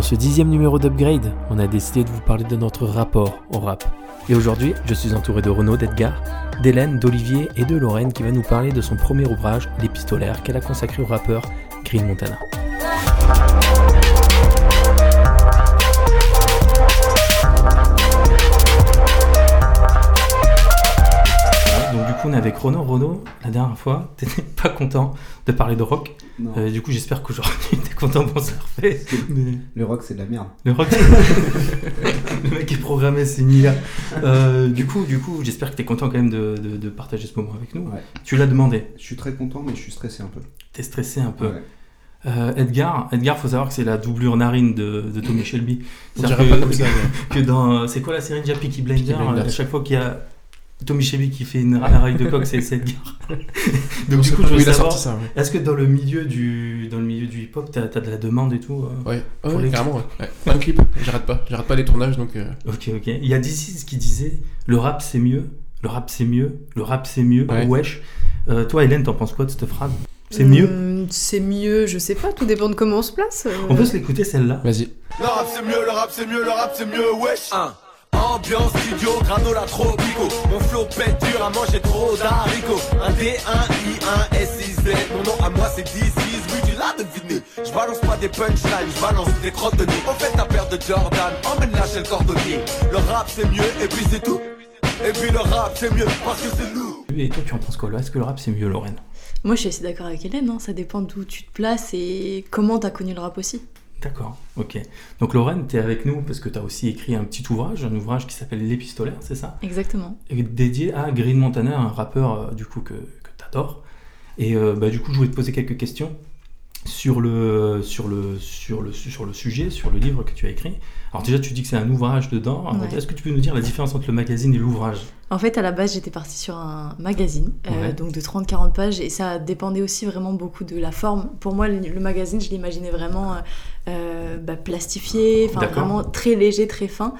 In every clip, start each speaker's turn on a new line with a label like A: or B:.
A: ce dixième numéro d'Upgrade, on a décidé de vous parler de notre rapport au rap. Et aujourd'hui, je suis entouré de Renaud, d'Edgar, d'Hélène, d'Olivier et de Lorraine qui va nous parler de son premier ouvrage, L'épistolaire, qu'elle a consacré au rappeur Green Montana. Donc du coup, on est avec Renaud. Renaud, la dernière fois, t'étais pas content de parler de rock.
B: Non.
A: Euh, du coup, j'espère qu'aujourd'hui, t'es content pour surfer. Mais-
B: Le rock, c'est de la merde.
A: Le rock. le mec est programmé, c'est une IA. Euh, du coup, du coup, j'espère que t'es content quand même de, de- de partager ce moment avec nous.
B: Ouais.
A: Tu l'as demandé.
B: Je suis très content, mais je suis stressé un peu.
A: T'es stressé un peu.
B: Ouais.
A: Euh, Edgar, Edgar, faut savoir que c'est la doublure narine de, de Tommy Shelby.
C: On
A: C'est-à-dire
C: dirait pas comme
A: que,
C: ça, mais
A: que dans, c'est quoi la série déjà Peaky Blinders
C: Peaky Blinders.
A: euh, À chaque fois qu'il y a Tommy Shelby qui fait une raille de coq, c'est c'est Edgar. Donc du coup, je
C: Oui,
A: veux
C: il a sorti
A: savoir,
C: ça, oui.
A: est-ce que dans le milieu du, dans le milieu du hip-hop, t'as as de la demande et tout euh
C: Ouais,
A: Pour
C: ouais,
A: les-
C: carrément, ouais. ouais. Plein de clips, j'arrête pas, j'arrête pas les tournages, donc... euh,
A: Ok, ok. Il y a DC's qui disait le rap c'est mieux, le rap c'est mieux, le rap c'est mieux,
C: Ouais.
A: wesh. Euh, toi, Hélène, t'en penses quoi de cette phrase
D: Euh,
A: C'est mieux
E: Hmm, C'est mieux, je sais pas, tout dépend de comment on se place. euh.
A: On peut se l'écouter celle-là
C: Vas-y.
F: Le rap c'est mieux, le rap c'est mieux, le rap c'est mieux, wesh hein. Ambiance studio, granola tropico Mon flow pète dur à manger trop d'haricots Un D, un I, un S, I, Z Mon nom à moi c'est 10, 6, oui tu l'as deviné Je balance pas des punchlines, je balance des crottes de nez Au fait ta paire de Jordan, emmène-la chez le cordonnier Le rap c'est mieux, et puis c'est tout Et puis le rap c'est mieux, parce que c'est lourd
A: Et toi, tu en penses quoi là Est-ce que le rap c'est mieux, Lorraine
E: Moi, je suis assez d'accord avec Hélène, hein, ça dépend d'où tu te places et comment t'as connu le rap aussi.
A: D'accord, ok. Donc, Lorraine, t'es avec nous parce que t'as aussi écrit un petit ouvrage, un ouvrage qui s'appelle L'épistolaire, c'est ça
E: Exactement.
A: Et Dédié à Green Montana, un rappeur euh, du coup que, que t'adores. Et euh, bah, du coup, je voulais te poser quelques questions sur le, sur, le, sur, le, sur le sujet, sur le livre que tu as écrit. Alors déjà, tu dis que c'est un ouvrage dedans.
E: Ouais.
A: Est-ce que tu peux nous dire la différence entre le magazine et l'ouvrage
E: En fait, à la base, j'étais partie sur un magazine, euh,
A: Ouais.
E: donc de 30-40 pages, et ça dépendait aussi vraiment beaucoup de la forme. Pour moi, le, le magazine, je l'imaginais vraiment euh, euh, bah, plastifié, enfin
A: D'accord.
E: vraiment très léger, très fin.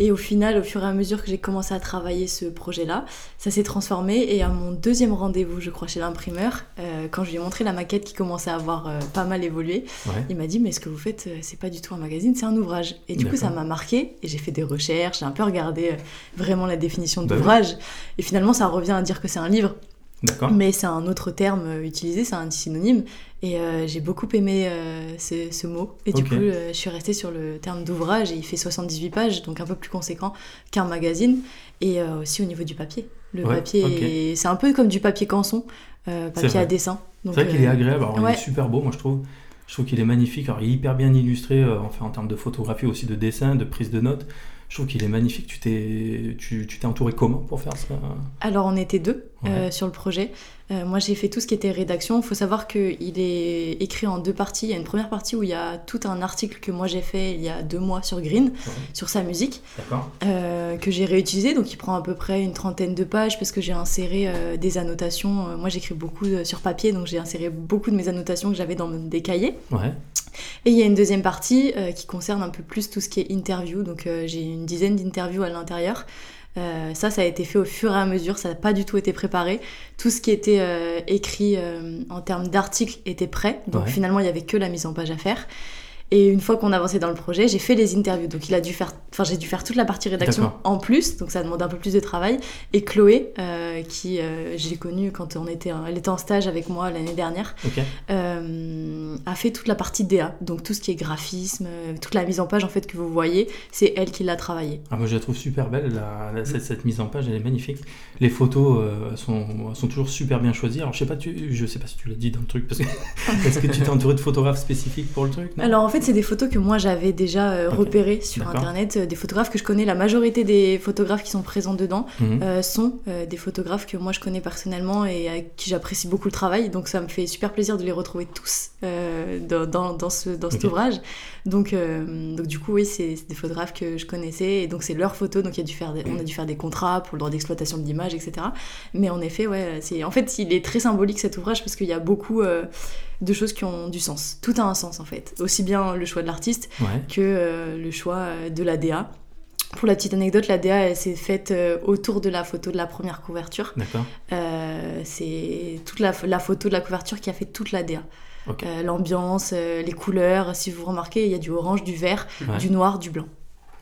E: Et au final, au fur et à mesure que j'ai commencé à travailler ce projet-là, ça s'est transformé. Et à mon deuxième rendez-vous, je crois, chez l'imprimeur, euh, quand je lui ai montré la maquette qui commençait à avoir euh, pas mal évolué,
A: Ouais.
E: il m'a dit mais ce que vous faites euh, c'est pas du tout un magazine c'est un ouvrage et du coup
A: D'accord.
E: ça m'a marqué et j'ai fait des recherches j'ai un peu regardé euh, vraiment la définition
A: Bah oui.
E: d'ouvrage et finalement ça revient à dire que c'est un livre
A: D'accord
E: mais c'est un autre terme euh, utilisé c'est un synonyme et euh, j'ai beaucoup aimé euh, ce, ce mot et du
A: Ok.
E: coup euh, je suis restée sur le terme d'ouvrage et il fait 78 pages donc un peu plus conséquent qu'un magazine et euh, aussi au niveau du papier le
A: Ouais,
E: papier
A: ok.
E: est- c'est un peu comme du papier canson euh,
A: C'est
E: papier
A: vrai.
E: à dessin Donc,
A: C'est vrai qu'il est
E: euh,
A: agréable, alors, il est
E: ouais.
A: super beau, moi je trouve. Je trouve qu'il est magnifique, alors il est hyper bien illustré euh, enfin, en termes de photographie, aussi de dessin, de prise de notes. Je trouve qu'il est magnifique. Tu t'es tu, tu t'es entouré comment pour faire ça
E: Alors on était deux
A: Ouais.
E: euh, sur le projet. Euh, moi j'ai fait tout ce qui était rédaction. Il faut savoir qu'il est écrit en deux parties. Il y a une première partie où il y a tout un article que moi j'ai fait il y a deux mois sur Green, sur sa musique,
A: D'accord
E: euh, que j'ai réutilisé. Donc il prend à peu près une trentaine de pages parce que j'ai inséré euh, des annotations. Euh, moi j'écris beaucoup euh, sur papier, donc j'ai inséré beaucoup de mes annotations que j'avais dans des cahiers.
A: Ouais.
E: Et il y a une deuxième partie euh, qui concerne un peu plus tout ce qui est interview. Donc euh, j'ai une dizaine d'interviews à l'intérieur. Euh, ça, ça a été fait au fur et à mesure, ça n'a pas du tout été préparé. Tout ce qui était euh, écrit euh, en termes d'articles était prêt. Donc
A: Ouais.
E: finalement, il n'y avait que la mise en page à faire. Et une fois qu'on avançait dans le projet, j'ai fait les interviews. Donc il a dû faire, enfin j'ai dû faire toute la partie rédaction
A: D'accord.
E: en plus. Donc ça demande un peu plus de travail. Et Chloé, euh, qui euh, j'ai connue quand on était, en- elle était en stage avec moi l'année dernière,
A: Ok.
E: euh, a fait toute la partie DA, donc tout ce qui est graphisme, euh, toute la mise en page en fait que vous voyez, c'est elle qui l'a travaillé.
A: Ah, moi je la trouve super belle, la- la- cette, cette mise en page elle est magnifique. Les photos euh, sont, sont toujours super bien choisies. Alors je sais pas, tu, je sais pas si tu l'as dit dans le truc, parce que, est-ce que tu t'es entouré de photographes spécifiques pour le truc non
E: Alors en fait, c'est des photos que moi j'avais déjà euh,
A: Ok.
E: repérées sur
A: D'accord.
E: internet, euh, des photographes que je connais, la majorité des photographes qui sont présents dedans
A: Mhm.
E: euh, sont euh, des photographes que moi je connais personnellement et avec qui j'apprécie beaucoup le travail, donc ça me fait super plaisir de les retrouver tous euh, dans, dans, dans ce, dans cet
A: Ok.
E: ouvrage. Donc, euh, donc du coup, oui, c'est c'est des photographes que je connaissais et donc c'est leurs photos, donc il y a dû faire des- on a dû faire des contrats pour le droit d'exploitation de l'image, etc. Mais en effet, ouais, c'est en fait, il est très symbolique cet ouvrage parce qu'il y a beaucoup euh, de choses qui ont du sens. Tout a un sens en fait, aussi bien le choix de l'artiste
A: Ouais.
E: que euh, le choix euh, de la DA Pour la petite anecdote, la DA elle s'est faite euh, autour de la photo de la première couverture.
A: D'accord.
E: Euh, c'est toute la, la photo de la couverture qui a fait toute la DA.
A: Ok.
E: Euh, L'ambiance, euh, les couleurs. Si vous remarquez, il y a du orange, du vert,
A: Ouais.
E: du noir, du blanc.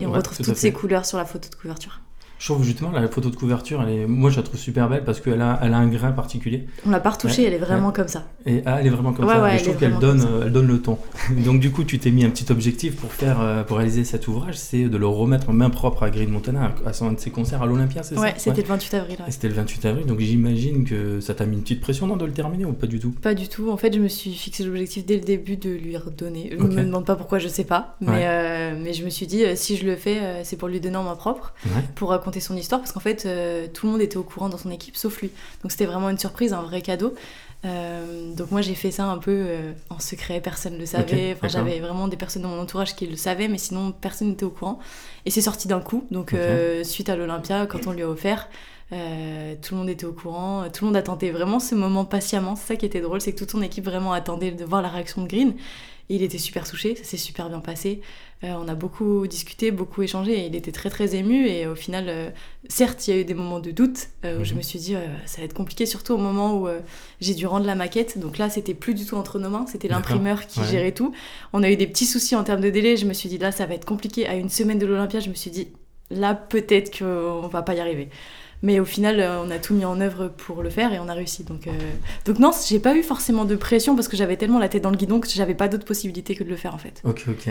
E: Et on
A: Ouais,
E: retrouve
A: tout à
E: toutes
A: fait.
E: ces couleurs sur la photo de couverture.
A: Je trouve justement la photo de couverture, elle est- moi je la trouve super belle parce qu'elle a, elle a un grain particulier.
E: On l'a pas retouchée,
A: Ouais,
E: elle est vraiment comme ça.
A: Et ah, elle est vraiment comme
E: Ouais,
A: ça.
E: ouais,
A: Et
E: elle
A: je
E: est
A: trouve qu'elle
E: vraiment
A: donne,
E: comme
A: euh, elle donne le ton. Donc du coup, tu t'es mis un petit objectif pour faire, euh, pour réaliser cet ouvrage, c'est de le remettre en main propre à Green Montana, à son un de ses concerts à l'Olympia, c'est
E: Ouais,
A: ça
E: c'était le 28 avril. ouais.
A: Et C'était le 28 avril, donc j'imagine que ça t'a mis une petite pression non, de le terminer ou pas du tout
E: Pas du tout. En fait, je me suis fixé l'objectif dès le début de lui redonner. Je
A: Ok.
E: me demande pas pourquoi, je sais pas. Mais,
A: Ouais.
E: euh, mais je me suis dit, euh, si je le fais, euh, c'est pour lui donner en main propre,
A: Ouais.
E: pour raconter son histoire, parce qu'en fait, euh, tout le monde était au courant dans son équipe, sauf lui. Donc c'était vraiment une surprise, un vrai cadeau. Euh, donc moi, j'ai fait ça un peu euh, en secret, personne ne le savait. enfin,
A: d'accord.
E: J'avais vraiment des personnes dans mon entourage qui le savaient, mais sinon, personne n'était au courant. Et c'est sorti d'un coup. Donc
A: Ok.
E: euh, suite à l'Olympia, quand on lui a offert, euh, tout le monde était au courant, euh, tout le monde attendait vraiment ce moment patiemment. C'est ça qui était drôle, c'est que toute son équipe vraiment attendait de voir la réaction de Green. Et il était super touché, ça s'est super bien passé. Euh, on a beaucoup discuté, beaucoup échangé, et il était très très ému. Et au final, euh, certes, il y a eu des moments de doute euh, où je
A: Mhm.
E: me suis dit, euh, ça va être compliqué, surtout au moment où euh, j'ai dû rendre la maquette. Donc là, c'était plus du tout entre nos mains, c'était
A: D'accord.
E: l'imprimeur qui
A: Ouais.
E: gérait tout. On a eu des petits soucis en termes de délai. Je me suis dit, là, ça va être compliqué. À une semaine de l'Olympia, je me suis dit, là, peut-être qu'on va pas y arriver. Mais au final, euh, on a tout mis en œuvre pour le faire et on a réussi. Donc, euh, donc non, j'ai pas eu forcément de pression parce que j'avais tellement la tête dans le guidon que j'avais pas d'autre possibilité que de le faire en fait.
A: Ok, ok.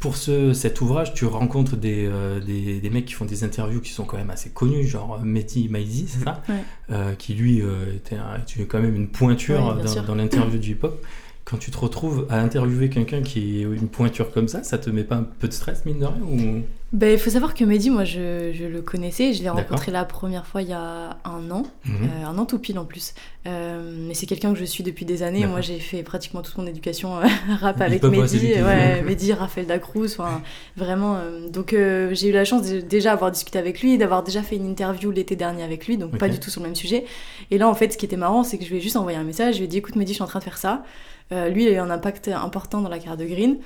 A: Pour ce, cet ouvrage, tu rencontres des, euh, des, des mecs qui font des interviews qui sont quand même assez connus, genre euh, Mehdi Maizi, c'est ça
E: Mhm. Ouais.
A: Euh, Qui lui euh, était, un- était quand même une pointure
E: Ouais, bien
A: dans-
E: sûr.
A: dans, l'interview du hip-hop. Quand tu te retrouves à interviewer quelqu'un qui est une pointure comme ça, ça te met pas un peu de stress, mine de rien ou...
E: Ben, il faut savoir que Mehdi, moi, je, je le connaissais. Je l'ai
A: D'accord.
E: rencontré la première fois il y a un an.
A: Mhm.
E: Euh, un an tout pile en plus. Euh, mais c'est quelqu'un que je suis depuis des années. Moi,
A: D'accord.
E: j'ai fait pratiquement toute mon éducation euh, rap
A: Il
E: avec
A: peut pas, c'est
E: Mehdi,
A: lui qui-
E: ouais, Mehdi, Raphaël Dacruz, enfin, vraiment. euh, donc, euh, j'ai eu la chance de déjà avoir discuté avec lui, d'avoir déjà fait une interview l'été dernier avec lui, donc pas
A: Ok.
E: du tout sur le même sujet. Et là, en fait, ce qui était marrant, c'est que je lui ai juste envoyé un message. Je lui ai dit, écoute, Mehdi, je suis en train de faire ça. Euh, lui, il a eu un impact important dans la carrière de Green.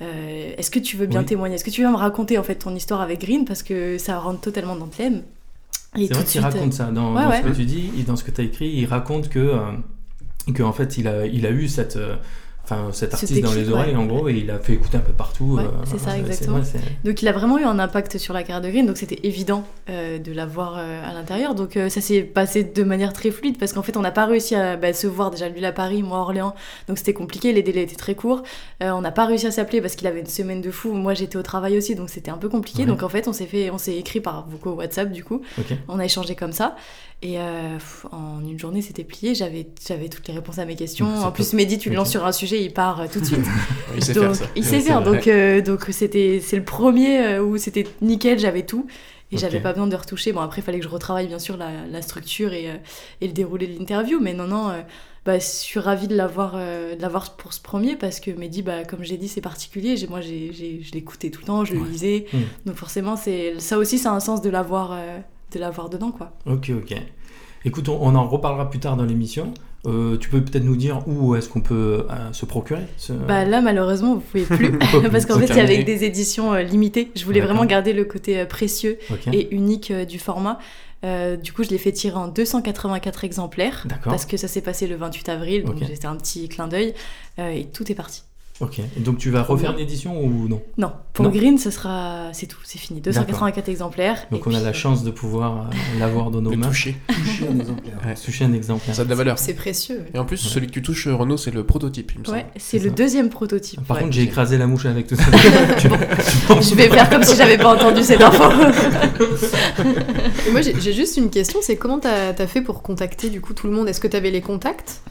E: Euh, Est-ce que tu veux bien
A: Oui.
E: témoigner Est-ce que tu veux me raconter en fait ton histoire avec Green parce que ça rentre totalement dans le thème. Et
A: C'est vrai
E: de
A: qu'il
E: suite, euh,
A: raconte ça. Dans,
E: Ouais,
A: dans
E: ouais.
A: ce que tu dis, et dans ce que tu as écrit, il raconte que, euh, que en fait, il a, il a eu cette. euh, Enfin, cet
E: Ce
A: artiste dans les
E: déclic, ouais.
A: oreilles, en gros, et il a fait écouter un peu partout.
E: Ouais, c'est ça, exactement.
A: ouais, euh, c'est-
E: Donc il a vraiment eu un impact sur la carrière de Green, donc c'était évident euh, de l'avoir euh, à l'intérieur. Donc euh, ça s'est passé de manière très fluide parce qu'en fait on n'a pas réussi à bah, se voir déjà lui à Paris, moi à Orléans, donc c'était compliqué, les délais étaient très courts. Euh, on n'a pas réussi à s'appeler parce qu'il avait une semaine de fou, moi j'étais au travail aussi, donc c'était un peu compliqué.
A: Ouais.
E: Donc en fait on s'est fait, on s'est écrit par vocaux WhatsApp du coup,
A: Ok.
E: on a échangé comme ça et euh, pff, en une journée c'était plié. J'avais, j'avais toutes les réponses à mes questions.
A: C'est
E: En
A: top.
E: plus Mehdi, tu le
A: Ok.
E: lances sur un sujet, il part euh, tout de suite.
C: Il sait
E: Donc,
C: faire ça.
E: Il sait
A: c'est
E: faire,
A: vrai.
E: donc euh, donc c'était c'est le premier euh, où c'était nickel, j'avais tout et
A: Ok.
E: j'avais pas besoin de retoucher. Bon après il fallait que je retravaille bien sûr la, la structure et, euh, et le déroulé de l'interview, mais non non, euh, bah, je suis ravie de l'avoir euh, de l'avoir pour ce premier parce que Mehdi bah comme j'ai dit c'est particulier, j'ai moi j'ai, j'ai- je l'écoutais tout le temps, je le
A: Ouais.
E: lisais,
A: Mm.
E: donc forcément c'est ça aussi ça a un sens de l'avoir euh, de l'avoir dedans quoi.
A: Ok, ok. Écoute, on, on en reparlera plus tard dans l'émission. Euh, tu peux peut-être nous dire où est-ce qu'on peut euh, se procurer ce... Oh,
E: Bah là, malheureusement, vous pouvez plus. parce qu'en
C: C'est
E: fait, c'est avec
C: terminé.
E: des éditions euh, limitées. Je voulais
A: D'accord.
E: vraiment garder le côté euh, précieux
A: Ok.
E: et unique euh, du format. Euh, du coup, je l'ai fait tirer en 284 exemplaires.
A: D'accord.
E: Parce que ça s'est passé le 28 avril, donc
A: Ok.
E: c'était un petit clin d'œil. euh, et tout est parti.
A: Ok. Et donc tu vas refaire une édition ou non
E: Non, pour
A: Non.
E: Green, ce sera, c'est tout, c'est fini. 284 exemplaires.
A: Donc
E: et
A: on a
E: puis,
A: la chance de pouvoir euh, l'avoir dans nos
C: De
A: mains.
C: toucher.
B: Toucher un exemplaire.
C: Ouais.
A: Toucher un exemplaire.
C: Ça a de la valeur.
D: C'est précieux.
C: Et en plus,
A: Ouais.
C: celui que tu touches, euh, Renaud, c'est le prototype, il me
E: Ouais,
C: semble.
E: c'est
A: C'est
E: le
A: ça.
E: deuxième prototype.
A: Par
E: ouais.
A: contre, j'ai écrasé la mouche avec tout ça.
E: je vais faire comme si j'avais pas entendu cette info.
D: Et moi, j'ai j'ai juste une question, c'est comment t'as as fait pour contacter du coup tout le monde Est-ce que t'avais les contacts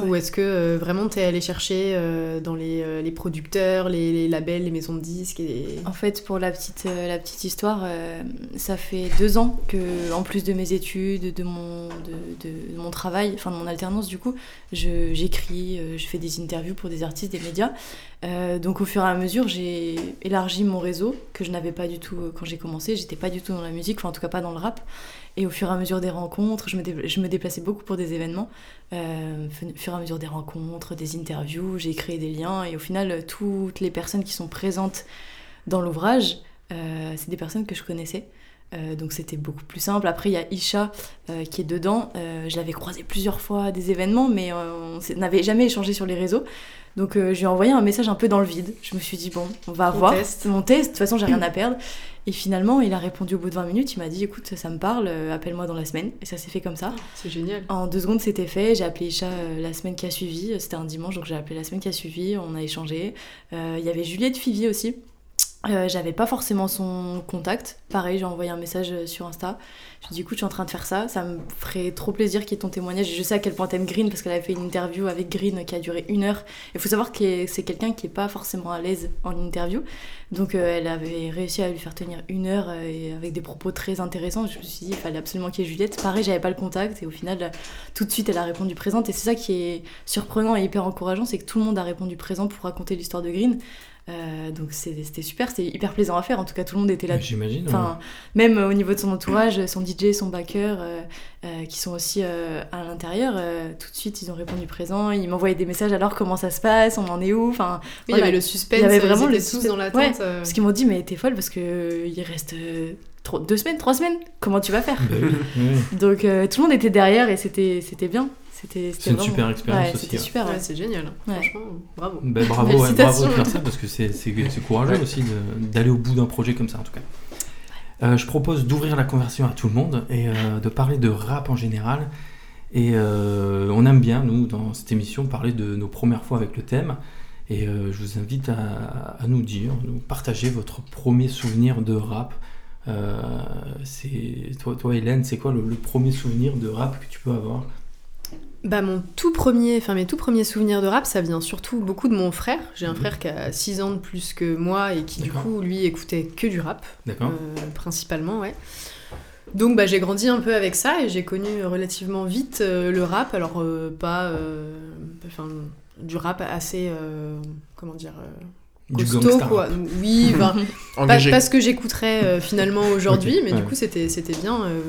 D: Ou est-ce que euh, vraiment t'es allé chercher euh, dans les, euh, les producteurs, les, les labels, les maisons de disques et les-
E: En fait, pour la petite, euh, la petite histoire, euh, ça fait deux ans que, en plus de mes études, de mon, de, de- de mon travail, enfin de mon alternance du coup, je- j'écris, euh, je fais des interviews pour des artistes, des médias. Euh, donc au fur et à mesure, j'ai élargi mon réseau que je n'avais pas du tout euh, quand j'ai commencé. J'étais pas du tout dans la musique, enfin en tout cas pas dans le rap. Et au fur et à mesure des rencontres, je me, dé- je me déplaçais beaucoup pour des événements. Euh, au fur et à mesure des rencontres, des interviews, j'ai créé des liens. Et au final, euh, toutes les personnes qui sont présentes dans l'ouvrage Euh, c'est des personnes que je connaissais. Euh, donc c'était beaucoup plus simple. Après, il y a Isha euh, qui est dedans. Euh, je l'avais croisée plusieurs fois à des événements, mais euh, on s'est- n'avait jamais échangé sur les réseaux. Donc euh, je lui ai envoyé un message un peu dans le vide. Je me suis dit, bon, on va
D: On
E: voir.
D: teste.
E: On teste. De toute façon, j'ai rien à perdre. Et finalement, il a répondu au bout de 20 minutes. Il m'a dit, écoute, ça me parle, euh, appelle-moi dans la semaine. Et ça s'est fait comme ça.
D: Ah, C'est génial.
E: En deux secondes, c'était fait. J'ai appelé Isha euh, la semaine qui a suivi. C'était un dimanche, donc j'ai appelé la semaine qui a suivi. On a échangé. Euh, Il y avait Juliette Fivi aussi. Euh, J'avais pas forcément son contact. Pareil, j'ai envoyé un message euh, sur Insta. Je lui ai dit, écoute, je suis en train de faire ça. Ça me ferait trop plaisir qu'il y ait ton témoignage. Et Je sais à quel point t'aimes Green parce qu'elle avait fait une interview avec Green qui a duré une heure. Il faut savoir que c'est quelqu'un qui est pas forcément à l'aise en interview. Donc euh, elle avait réussi à lui faire tenir une heure euh, et avec des propos très intéressants. Je me suis dit, il fallait absolument qu'il y ait Juliette. Pareil, j'avais pas le contact et au final, euh, tout de suite, elle a répondu présente. Et c'est ça qui est surprenant et hyper encourageant, c'est que tout le monde a répondu présent pour raconter l'histoire de Green. Euh, donc c'est- c'était super, c'était hyper plaisant à faire. En tout cas, tout le monde était là.
A: J'imagine. ouais.
E: Enfin, même euh, au niveau de son entourage, son DJ, son backer, euh, euh, qui sont aussi euh, à l'intérieur, euh, tout de suite ils ont répondu présent. Ils m'envoyaient des messages alors comment ça se passe, on en est où, enfin
D: Il y
E: voilà.
D: avait le suspense.
E: Il y avait
D: ils
E: vraiment
D: étaient
E: le
D: tous
E: suspense.
D: dans l'attente. euh,
E: parce qu'ils m'ont dit, mais t'es folle parce que euh, il reste euh, trois- deux semaines, trois semaines. Comment tu vas faire
A: Bah oui, oui, oui.
E: Donc euh, tout le monde était derrière et c'était c'était bien. C'était
A: C'est une
E: vraiment-
A: super expérience
E: Ouais,
A: aussi.
E: c'était
A: ouais.
E: super.
D: ouais,
E: ouais.
D: c'est génial.
E: Ouais.
D: Franchement, bravo.
A: Ben, bravo, ouais, bravo
D: Félicitations.
A: de faire ça parce que c'est c'est- c'est courageux
C: Ouais.
A: aussi de- d'aller au bout d'un projet comme ça en tout cas. Euh, je propose d'ouvrir la conversion à tout le monde et euh, de parler de rap en général. Et euh, on aime bien, nous, dans cette émission, parler de nos premières fois avec le thème. Et euh, je vous invite à, à nous dire, nous partager votre premier souvenir de rap. Euh, c'est- toi, toi, Hélène, c'est quoi le, le premier souvenir de rap que tu peux avoir
D: Bah mon tout premier, enfin mes tout premiers souvenirs de rap, ça vient surtout beaucoup de mon frère. J'ai un
A: Mhm.
D: frère qui a 6 ans de plus que moi et qui du
A: D'accord.
D: coup lui écoutait que du rap,
A: D'accord
D: euh, principalement, ouais. Donc bah j'ai grandi un peu avec ça et j'ai connu relativement vite euh, le rap, alors euh, pas, euh, enfin du rap assez, euh, comment dire, euh,
A: Du
D: costaud
A: gangsta rap.
D: quoi. Oui, bah, pas,
C: Engagé.
D: pas ce que j'écouterais euh, finalement aujourd'hui,
A: Ok,
D: mais
A: ouais.
D: du coup c'était c'était bien euh,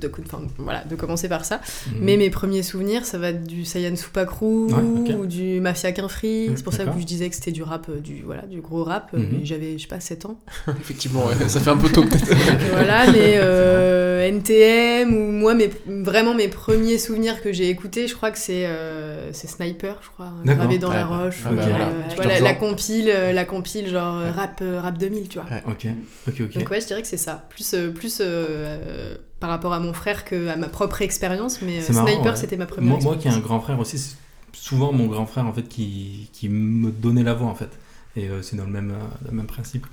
D: de, co- enfin, voilà, de commencer par ça.
A: Mhm.
D: Mais mes premiers souvenirs, ça va être du Sayan Soupacrou
A: Ouais, ok.
D: ou du Mafia Quinfree.
A: Mm,
D: c'est pour ça
A: d'accord.
D: que je disais que c'était du rap, euh, du, voilà, du gros rap. euh,
A: Mhm.
D: mais J'avais, je sais pas, 7 ans.
C: Effectivement, ouais, ça fait un peu tôt peut-être.
D: Donc, voilà, mais euh, NTM ou moi, mes, vraiment mes premiers souvenirs que j'ai écoutés, je crois que c'est euh, c'est Sniper, je crois. hein,
A: D'accord.
D: Gravé dans la
C: Ouais.
D: roche.
A: Ah
D: ou,
A: bah
D: euh,
A: voilà.
D: tu
E: Je
D: vois,
C: te
D: la,
C: rejoins.
D: la compile, euh, la compile genre euh, rap, euh, rap 2000, tu vois.
A: Ok, ok, ok.
D: Donc ouais, je dirais que c'est ça. Plus, euh, plus euh, euh, par rapport à mon frère que à ma propre expérience, mais euh,
A: C'est marrant,
D: Sniper,
A: ouais.
D: c'était ma première
A: Moi,
D: expérience.
A: moi qui ai un grand frère aussi, c'est souvent mon grand frère en fait qui, qui me donnait la voix en fait. Et euh, c'est dans le même, euh, le même principe.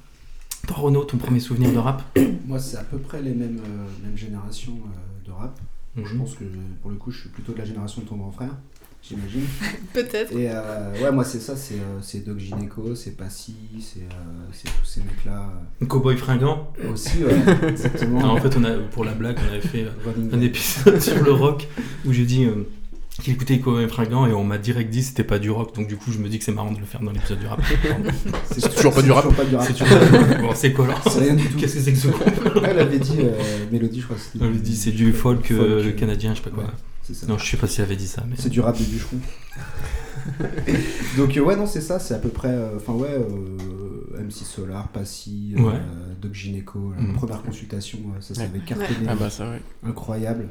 A: Toi Renaud, ton premier souvenir de rap
B: Moi, c'est à peu près les mêmes, euh, mêmes générations euh, de rap.
A: Mhm.
B: Je pense que pour le coup, je suis plutôt de la génération de ton grand frère, j'imagine.
D: Peut-être.
B: Et euh, ouais, moi, c'est ça, c'est euh, c'est Doc Gineco, c'est Passy, c'est euh, c'est tous ces mecs-là
A: Cowboy fringant.
B: euh, aussi, ouais, exactement.
A: Alors, en fait, on a, pour la blague, on avait fait euh,
B: Running
A: un
B: Gag.
A: épisode sur le rock où j'ai dit euh, qu'il écoutait Cowboy fringant et on m'a direct dit que c'était pas du rock. Donc du coup, je me dis que c'est marrant de le faire dans l'épisode du rap.
B: C'est
C: toujours pas du rap.
B: toujours pas du rap.
A: c'est toujours- bon, c'est quoi alors
B: C'est rien du tout.
A: Qu'est-ce que c'est que ce con
B: Elle avait dit euh, Mélodie, je crois. que c'était-
A: On lui dit c'est du folk euh,
B: Folk, euh,
A: canadien, je sais pas quoi.
B: Ouais, c'est ça.
A: Non, je sais pas si elle avait dit ça, mais
B: C'est du rap de bûcheron. Donc euh, ouais non c'est ça, c'est à peu près, euh, enfin ouais, euh, M6 Solar, Passy, euh,
A: Ouais.
B: Doc Gineco, la
A: Mm.
B: première consultation, euh, ça
C: Ouais.
B: s'avait cartonné,
C: Mhm. Ah bah ça, ouais.
B: incroyable.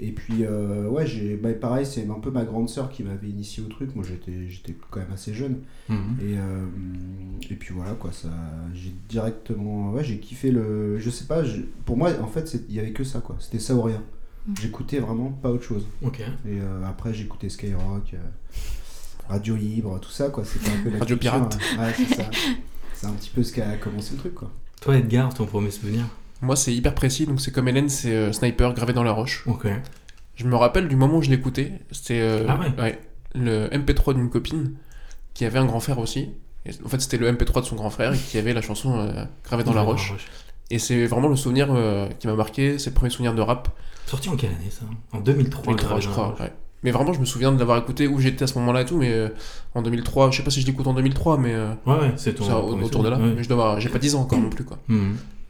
B: Et puis euh, ouais j'ai, bah, pareil c'est un peu ma grande sœur qui m'avait initié au truc, moi j'étais j'étais quand même assez jeune.
A: Mhm.
B: Et, euh, et puis voilà quoi, ça, j'ai directement, ouais j'ai kiffé le, je sais pas, je- pour moi en fait c'est- il y avait que ça quoi, c'était ça ou rien.
E: Mm.
B: J'écoutais vraiment pas autre chose.
A: ok.
B: Et euh, après, j'écoutais Skyrock, euh, Radio Libre, tout ça, quoi. C'était un peu la
C: Radio
B: culture,
C: Pirate.
B: hein. Ouais, c'est ça. C'est un petit peu ce qui a commencé le truc, quoi.
A: Toi Edgar, ton premier souvenir
C: Moi c'est hyper précis, donc c'est comme Hélène, c'est euh, Sniper gravé dans la roche.
A: Ok.
C: Je me rappelle du moment où je l'écoutais, c'était euh,
A: Ah ouais.
C: le MP3 d'une copine qui avait un grand frère aussi. Et en fait c'était le MP3 de son grand frère et qui avait la chanson euh, gravée dans la roche. Et c'est vraiment le souvenir euh, qui m'a marqué, c'est le premier souvenir de rap.
A: Sorti en quelle année ça En 2003.
C: 2003, je
A: Gravina
C: crois.
A: Roche.
C: ouais. Mais vraiment, je me souviens de l'avoir écouté où j'étais à ce moment-là et tout, mais euh, en 2003, je sais pas si je l'écoute en 2003, mais euh,
A: Ouais, ouais, c'est ton.
C: ça, au-
A: premier
C: autour de là.
A: souvenir,
C: Mais
A: ouais. Mmh.
C: je dois avoir, j'ai pas 10 ans encore non plus, quoi.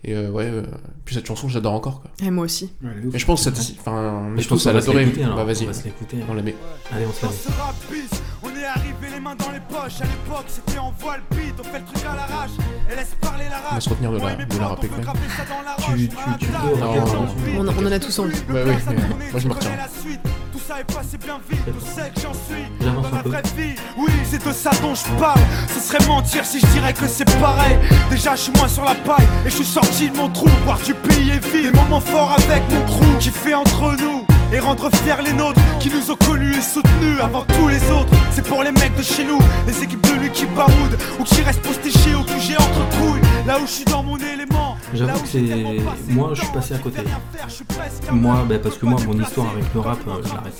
C: Et euh, ouais, euh, puis cette chanson, je l'adore encore. Quoi.
D: Et moi aussi.
C: Et je pense que ça. Enfin, on est
A: Je pense
C: tous à
A: qu'on va se
C: l'adorer.
A: l'écouter, alors.
C: Bah vas-y,
A: On va se l'écouter. hein.
C: on la met.
A: Allez, on se la
F: Dans
A: met.
F: ce rap bis, on est arrivé les mains dans les poches. À l'époque, c'était en voile bide. On fait le truc à l'arrache et laisse parler la
C: On va
F: rage.
C: se retenir de
F: On
C: la,
F: aimait
C: de la
F: pas,
C: rapper
F: on
C: quand
F: veut
C: même.
F: graver ça dans la
A: Tu-
F: roche.
A: tu-
F: On a
A: tu
F: la
A: peux
F: dalle.
C: regarder
F: On
C: ça.
F: vit,
D: On, en- on en a
F: casse
D: tous envie.
F: le
C: Ouais,
F: plan,
C: oui,
F: ça
C: mais,
F: tourne,
C: euh, moi,
F: tu
C: je me
F: connais
C: retiens.
F: la suite. Tout ça est passé bien vite, tu
A: C'est bon.
F: sais que j'en suis.
A: J'avance
F: Dans
A: un
F: la
A: peu.
F: vraie vie, oui, c'est de ça dont je parle. Ce serait mentir si je dirais que c'est pareil. Déjà, je suis moins sur la paille et je suis sorti de mon trou. Voir du pays et vivre des moments forts avec mon crew qui fait entre nous. Et rendre fiers les nôtres qui nous ont connus et soutenus avant tous les autres. C'est pour les mecs de chez nous, les équipes de l'équipe baroudent ou qui restent postéchés au QG entre couilles. Là où je suis dans mon élément.
A: J'avoue
F: là où
A: que
F: j'ai
A: c'est-
F: tellement passé
A: moi,
F: de
A: je suis
F: temps,
A: passé à
F: je
A: côté.
F: vais rien faire, je suis presque un
A: Moi,
F: homme,
A: bah,
F: je
A: parce
F: peux
A: que
F: pas
A: moi, mon
F: déplacer,
A: histoire avec le rap, euh, je l'arrête.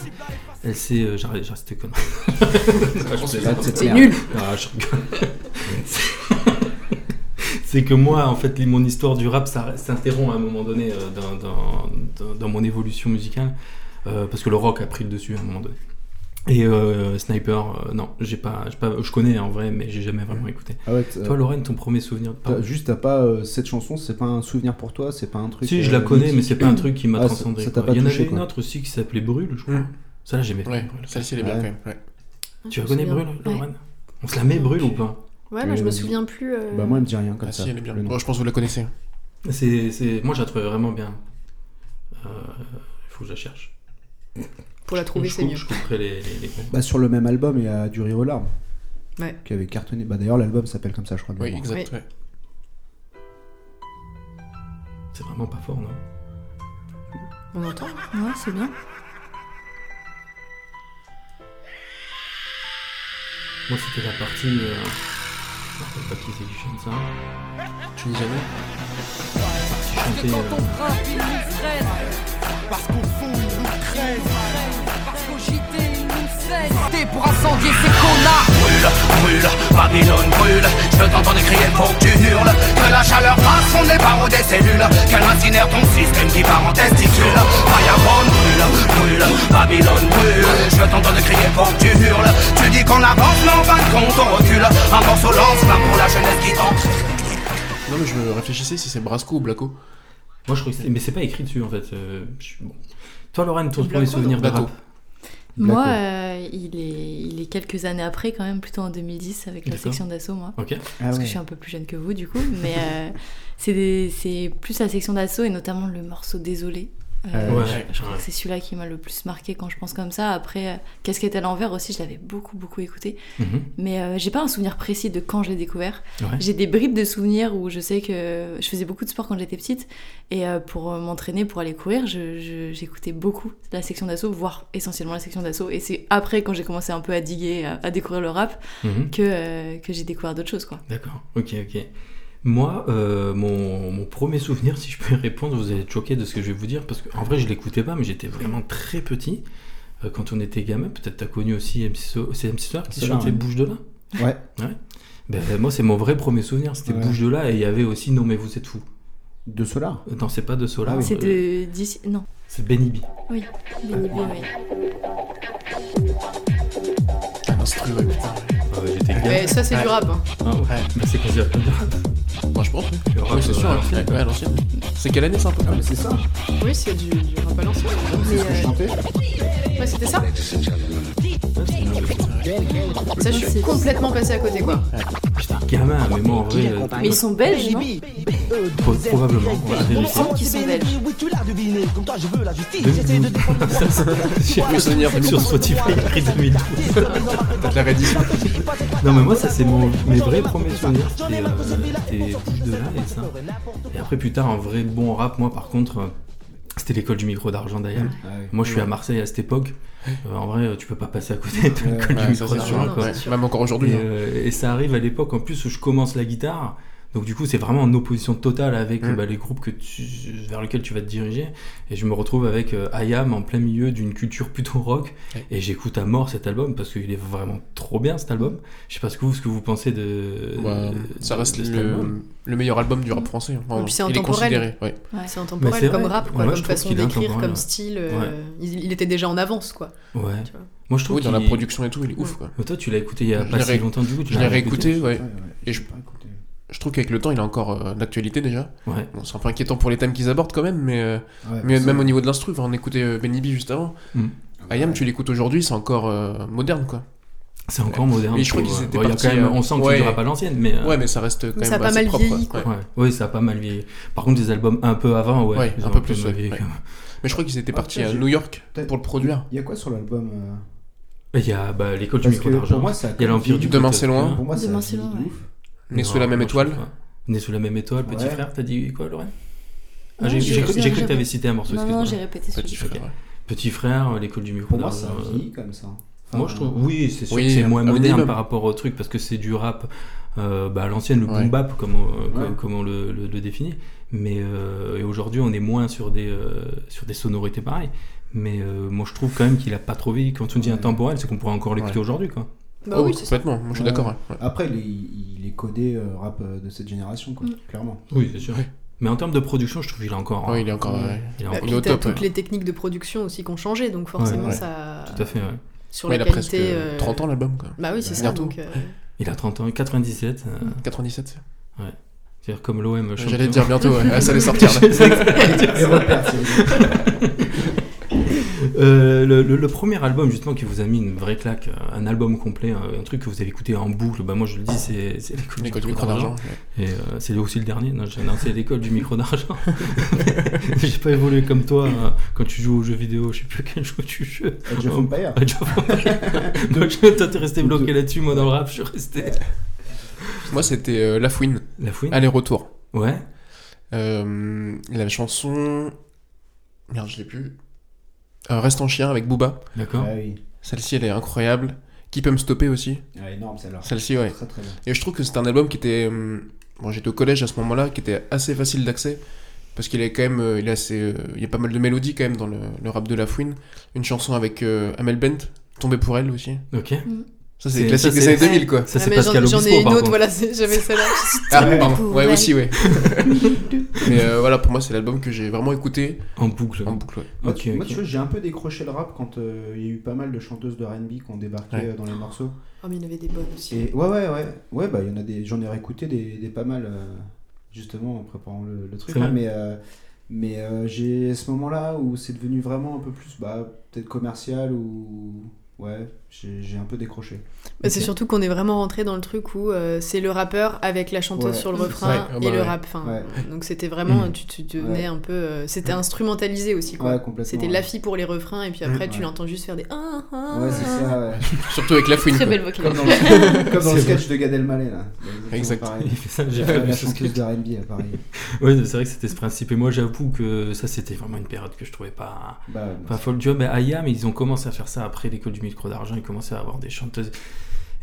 A: Elle s'est. euh, J'arrête, j'arrête cette connerie.
E: C'est nul.
A: Ah, je rigole. C'est que moi, en fait, mon histoire du rap ça s'interrompt à un moment donné euh, dans, dans- dans- dans mon évolution musicale, euh, parce que le rock a pris le dessus à un moment donné. Et euh, Sniper, euh, non, j'ai pas, j'ai pas- je connais en vrai, mais j'ai jamais vraiment écouté.
B: Ah ouais, t'as-
A: Toi, Lorraine, ton premier souvenir de
B: t'as-
A: Paris
B: juste, t'as pas euh, cette chanson, c'est pas un souvenir pour toi, c'est pas un truc.
A: Si, je
B: euh,
A: la connais,
B: mythique.
A: mais c'est pas un truc qui m'a
B: Ah, ça-
A: transcendé.
B: ça t'a
A: quoi.
B: pas
A: Il y en
B: touché,
A: avait
B: quoi.
A: une autre aussi qui s'appelait Brûle, je crois.
C: Mm.
A: Ça, là, j'aimais. bien,
C: Ouais,
A: Brûle.
C: celle-ci elle est bien
B: Ouais.
C: quand même. ouais.
A: Tu
D: Je
A: la
D: me
A: connais,
D: souviens.
A: Brûle,
D: Ouais.
A: Lorraine On se la met, Brûle ou pas
D: Ouais, moi je
B: Euh,
D: me souviens plus. euh,
B: Bah, moi, elle me dit rien comme
C: Ah
B: ça.
C: si, elle est bien.
B: le nom.
C: Bon, je pense que vous la connaissez.
A: C'est, c'est... Moi, je la trouvais vraiment bien. Euh, Il faut que je la cherche.
D: Pour la trouver,
A: je,
D: c'est
A: coupe-
D: mieux.
A: je couperai les, les, les bons.
B: Bah, sur le même album, il y a Du rire aux larmes.
D: Ouais.
B: Qui avait cartonné. Bah, d'ailleurs, l'album s'appelle comme ça, je crois. de
C: Oui,
B: mémoire.
C: exact. ouais.
A: C'est vraiment pas fort, non
D: On entend
E: Ouais, c'est bien.
A: Moi, c'était la partie... euh, Je me rappelle pas qui c'est qui chante ça.
C: Tu dis jamais
A: Qui chantait... euh,
F: Parce qu'on fout une nous crève.
G: pour incendier ces connards Brûle, brûle, Babylone brûle Je veux t'entendre crier pour que tu hurles Que la chaleur fasse fondre les barreaux des cellules Qu'elle incinère ton système qui part en testicule Fireborn brûle, brûle, Babylone brûle Je veux t'entendre crier pour que tu hurles Tu dis qu'on avance, mais en fin de compte on recule Un morceau lance, va pour la jeunesse qui tente
C: Non, mais je me réfléchissais si c'est Brasco ou Blaco.
A: Moi, je crois que c'est... Mais c'est pas écrit dessus, en fait. euh, je suis- bon. Toi, Lorraine, ton premier
D: Blaco,
A: souvenir de
C: Blaco.
A: rap
E: Moi, euh, il, est, il est quelques années après, quand même, plutôt en 2010, avec la
A: D'accord.
E: section d'assaut, moi.
A: Ok.
B: Ah
E: Parce que
B: ouais.
E: je suis un peu plus jeune que vous, du coup. Mais euh, c'est des- c'est plus la section d'assaut et notamment le morceau Désolé. Euh,
B: Ah Ouais,
E: je- je, crois
A: ouais.
E: que c'est celui-là qui m'a le plus marqué quand je pense comme ça. Après, euh, Qu'est-ce qui était à l'envers aussi, je l'avais beaucoup, beaucoup écouté.
A: Mhm.
E: Mais euh, j'ai pas un souvenir précis de quand je l'ai découvert.
A: Ouais.
E: J'ai des bribes de souvenirs où je sais que je faisais beaucoup de sport quand j'étais petite et euh, pour euh, m'entraîner, pour aller courir, je- je- j'écoutais beaucoup la section d'assaut, voire essentiellement la section d'assaut. Et c'est après, quand j'ai commencé un peu à diguer, à, à découvrir le rap,
A: Mhm.
E: que, euh, que j'ai découvert d'autres choses. Quoi.
A: D'accord, ok, ok. Moi, euh, mon, mon premier souvenir, si je peux y répondre, vous allez être choqués de ce que je vais vous dire, parce qu'en vrai, je l'écoutais pas, mais j'étais vraiment très petit euh, quand on était gamin. Peut-être t'as connu aussi MC, So- c'est MC Solar qui
B: C'est là,
A: chantait
B: ouais.
A: Bouge de là.
B: Ouais.
A: Ben, moi, c'est mon vrai premier souvenir, c'était
B: Ouais.
A: Bouge de là, et il y avait aussi Non mais vous êtes fous.
B: De Solar.
A: Euh, Non, c'est pas de Solar,
B: Ah oui.
E: C'est
A: euh,
E: de d'ici- Non,
A: c'est Benny B.
E: oui,
B: Euh,
E: Benny B, oui.
B: Ah,
C: Instru, ouais, putain.
A: j'étais
D: Mais ça, c'est du rap. hein.
A: ouais.
C: Bah,
A: Ben, c'est considéré comme du rap.
C: Moi, je pense. Ah oui.
A: Le
C: Ah
A: rap,
C: Oui, c'est
A: euh,
C: sûr, à l'ancienne. Ouais, à l'ancienne. C'est quelle année, ça, un peu
B: Ah, mais c'est ça.
D: Oui, c'est du, du rap à l'ancienne.
B: C'est ce que je chantais.
D: Mais, euh, ouais, c'était ça. Ça, je suis
E: C'est-
D: complètement passé à côté, quoi.
A: Putain, gamin, mais moi, en vrai, euh,
E: Mais ils sont belges, non
A: pro- probablement. on va vérifier.
E: semble qu'ils sont belges.
H: Oui, tu l'as deviné. Comme toi, je veux la justice.
A: Deux-
H: J'essaie de défendre mon droit.
C: J'ai plus souvenir de
A: Sur Spotify, écrit 2012.
C: peut-être la Reddit.
A: Non mais moi ça c'est mon, mes vrais premiers souvenirs, c'était euh, c'était Bouche de là et ça. Et après plus tard un vrai bon rap, moi par contre, euh, c'était l'école du micro d'argent d'ailleurs.
B: Ah ouais.
A: Moi je suis à Marseille à cette époque, Euh, en vrai euh, tu peux pas passer à côté de
B: Ouais,
A: l'école du
C: Ouais, ça,
A: micro
C: c'est sûr.
A: d'argent.
D: Non,
A: quoi.
C: ouais.
D: c'est sûr.
C: Même encore aujourd'hui.
A: Et,
C: hein.
A: euh, et ça arrive à l'époque en plus où je commence la guitare, donc du coup c'est vraiment en opposition totale avec
C: Mm.
A: bah, les groupes que tu- vers lesquels tu vas te diriger. Et je me retrouve avec euh, IAM en plein milieu d'une culture plutôt rock.
C: Ouais.
A: Et j'écoute à mort cet album parce qu'il est vraiment trop bien cet album. Je sais pas ce que vous, ce que vous pensez de.
C: Ouais,
A: de-
C: ça reste
A: de cet album.
C: le, le meilleur album du rap français. hein. Enfin,
D: Et puis c'est
C: il est
D: intemporel.
C: considéré. Ouais.
D: C'est
A: Mais c'est
D: intemporel comme
A: vrai.
D: rap,
A: Ouais,
D: quoi,
A: je
D: comme
A: trouve
D: façon
A: qu'il est
D: d'écrire,
A: intemporel, hein.
D: comme
A: ouais.
D: style. euh, il, il était déjà en avance, quoi.
A: Ouais.
D: Tu vois.
A: Moi je trouve
C: Oui, dans la
A: qu'il-
C: production et tout, il est ouf. Quoi.
A: Mais Toi tu l'as écouté il y a
C: Je
A: pas
C: l'ai
A: si
C: ré-
A: longtemps du coup. tu
C: Je l'ai
A: l'as réécouté.
C: réécouté, ouais.
B: Ouais, ouais,
C: Et je-
B: j'ai pas écouté.
C: je trouve qu'avec le temps, il a encore euh, d'actualité déjà.
A: Ouais.
C: Bon, c'est un peu inquiétant pour les thèmes qu'ils abordent quand même, mais, euh,
B: Ouais,
C: mais
B: c'est-
C: même au niveau de l'instru, enfin, on écoutait euh, Benny B juste avant. Ah,
A: Mm.
C: Ayam, tu l'écoutes aujourd'hui, c'est encore euh, moderne quoi.
A: C'est encore moderne.
C: Mais je crois
A: pour-
C: qu'ils étaient
A: ouais, il y a
C: partis,
A: quand même-
C: euh,
A: On sent que
C: ouais.
A: tu diras pas l'ancienne, mais. euh,
C: Ouais, mais ça reste quand
D: Mais
C: même
D: ça a pas
C: assez
D: mal
C: propre.
D: vieilli,
C: ouais.
D: quoi.
A: Ouais, oui, ça a pas mal vieilli. Par contre, des albums un peu avant, euh, ouais,
C: Ouais,
A: ils
C: un
A: ont
C: peu plus,
A: mal
C: ouais,
A: vieilli,
C: ouais.
A: quand même.
C: Mais je crois qu'ils étaient
B: Ah,
C: partis
B: tiens,
C: à
B: j'ai-
C: New York
B: peut-être-
C: pour le produire.
B: Il y a quoi sur l'album euh,
A: Et Il y a bah, l'école du
B: Parce que
A: micro d'argent.
B: pour moi, ça a
A: Il y a l'Empire du
C: Demain,
A: Pote-
C: c'est loin.
B: Pour moi, ça a
E: Demain, c'est
B: vieilli
E: loin,
B: de
E: ouais.
B: ouf.
C: Né
A: Non,
C: sous la même
A: moi, je
C: étoile.
A: trouve pas. Né sous la même étoile, petit
B: Ouais.
A: frère, t'as dit quoi, Lorraine Ah,
E: Non,
A: J'ai
E: j'ai
A: j'ai cru
E: rien,
A: j'ai cru
E: j'ai
A: que t'avais
E: rien.
A: cité un morceau,
E: Non, non,
A: excuse-moi.
E: j'ai répété ce que
C: Petit
E: tu
C: frère.
A: ok.
C: ouais.
A: Petit frère, euh, l'école du micro
B: Pour moi, ça
A: d'argent.
B: a vieilli comme ça. Enfin,
A: Moi, je trouve, oui, c'est sûr
C: Oui,
A: que c'est moins
C: un
A: moderne
C: minimum.
A: par rapport au truc parce que c'est du rap euh, bah, à l'ancienne, le
C: Ouais.
A: boom bap, comme on, comme-
B: Ouais.
A: comme on le, le- le définit. Mais euh, et aujourd'hui, on est moins sur des, euh, sur des sonorités pareilles. Mais euh, moi, je trouve quand même qu'il a pas trop vieilli. Quand on dit
B: Ouais.
A: intemporel, c'est qu'on pourrait encore l'écouter
C: Ouais.
A: aujourd'hui, quoi.
D: Bah
C: Oh,
D: oui, c'est ça.
C: complètement, moi je suis
B: Ouais.
C: d'accord. ouais. Ouais.
B: Après, il est, il est codé euh, rap euh, de cette génération, quoi,
D: Mm.
B: clairement.
A: Oui, c'est sûr.
C: Ouais.
A: Mais en termes de production, je trouve qu'il est encore.
C: Ouais, il est encore. ouais.
A: il est
D: Bah,
A: encore-
C: est au
D: puis t'as
C: top,
D: toutes
C: ouais.
D: les techniques de production aussi qui ont changé, donc forcément
A: ouais.
D: ça.
A: Tout à fait, ouais.
D: Sur
C: Ouais, il
D: la
C: a presque
D: qualité. euh,
C: 30 ans l'album, quoi.
D: Bah oui, c'est ça.
C: Bientôt.
D: Donc, euh,
A: Il a 30 ans, 97. euh,
C: 97.
A: C'est-à-dire comme l'OM.
C: J'allais dire bientôt, ouais. Ah, ça allait sortir. là.
B: Et repère, c'est-
A: Euh, le, le- le premier album justement qui vous a mis une vraie claque, euh, un album complet, euh, un truc que vous avez écouté en boucle, bah moi je le dis c'est c'est l'école du
C: L'école
A: micro,
C: du micro d'argent.
A: Et euh, c'est aussi le dernier, non, j'ai- non, c'est l'école du micro d'argent. j'ai pas évolué comme toi euh, quand tu joues aux jeux vidéo, je sais plus quel jeu tu joues.
B: Age of Empire.
A: Ah, tu vois, moi, je- toi t'es resté
B: de-
A: bloqué là-dessus, moi dans le rap je suis resté.
C: Moi c'était euh, La Fouine,
A: La fouine
C: aller-retour.
A: Ouais.
C: Euh, la chanson. Merde, je l'ai plus. Euh, Reste en chien avec Booba.
A: D'accord.
B: Ah oui.
C: Celle-ci, elle est incroyable. Qui peut me stopper aussi
B: Ah, énorme celle-là.
C: Celle-ci, ouais.
B: Très très bien.
C: Et je trouve que c'est un album qui était. hum, Bon, j'étais au collège à ce moment-là, qui était assez facile d'accès. Parce qu'il est quand même. euh, Il, est assez, euh, il y a pas mal de mélodies quand même dans le, le rap de La Fouine. Une chanson avec euh, Amel Bent, Tombée pour elle aussi.
A: Ok.
C: Ça,
A: C'est-
C: c'est classique
A: ça,
C: des
A: c'est-
C: années 2000, quoi.
A: Ça
D: ah,
A: c'est
D: Mm. mais
A: Pascal
D: j'en j'en ai
A: Obispo
D: une
A: par
D: autre,
A: contre.
D: voilà, c'est- j'avais celle-là.
C: Ah,
B: Ouais.
C: pardon.
E: Pour
C: Ouais,
E: elle.
C: aussi, ouais. Mais euh, voilà, pour moi, c'est l'album que j'ai vraiment écouté
A: En boucle.
C: en boucle. ouais.
B: Moi, tu- moi, tu vois, j'ai un peu décroché le rap quand euh, il y a eu pas mal de chanteuses de R&B qui ont débarqué
C: Ouais.
B: euh, dans les morceaux.
D: Oh, mais il y en avait des bonnes aussi.
B: Et ouais, ouais, ouais. Ouais, bah, il y en a des. J'en ai réécouté des, des pas mal, euh, justement, en préparant le, le truc.
A: C'est
B: hein,
A: vrai.
B: mais euh, mais euh, j'ai ce moment-là où c'est devenu vraiment un peu plus, bah, peut-être commercial ou. Ouais, j'ai j'ai un peu décroché.
D: Bah, C'est
A: Ok.
D: surtout qu'on est vraiment rentré dans le truc où euh, c'est le rappeur avec la chanteuse
B: Ouais.
D: sur le
C: Ouais.
D: refrain
C: Ah
D: et
C: bah
D: le
C: ouais.
D: rap. Enfin,
B: Ouais.
D: Donc c'était vraiment,
A: Mm.
D: tu, tu devenais
B: Ouais.
D: un peu, euh, c'était instrumentalisé aussi quoi.
B: Ouais, complètement.
D: c'était
B: ouais. Mm.
D: la fille pour les refrains et puis après tu
B: Ouais.
D: l'entends juste faire des. Ah, ah,
B: Ouais, c'est ça, ouais.
C: Surtout avec La Fouine.
E: Très
C: quoi.
E: belle vocale.
B: Comme dans le, comme dans le
A: C'est
B: sketch de Gad Elmaleh, là.
C: Exact.
B: Pareil.
A: Il fait ça, j'ai pas
B: Euh,
A: vu
B: La
A: ce sketch.
B: chanteuse de R&B, à Paris.
A: Ouais, c'est vrai que c'était ce principe. Et moi, j'avoue que ça, c'était vraiment une période que je trouvais pas,
B: Bah,
A: pas folle. Tu vois, mais Ayam, ils ont commencé à faire ça après l'école du micro d'argent. Ils commençaient à avoir des chanteuses.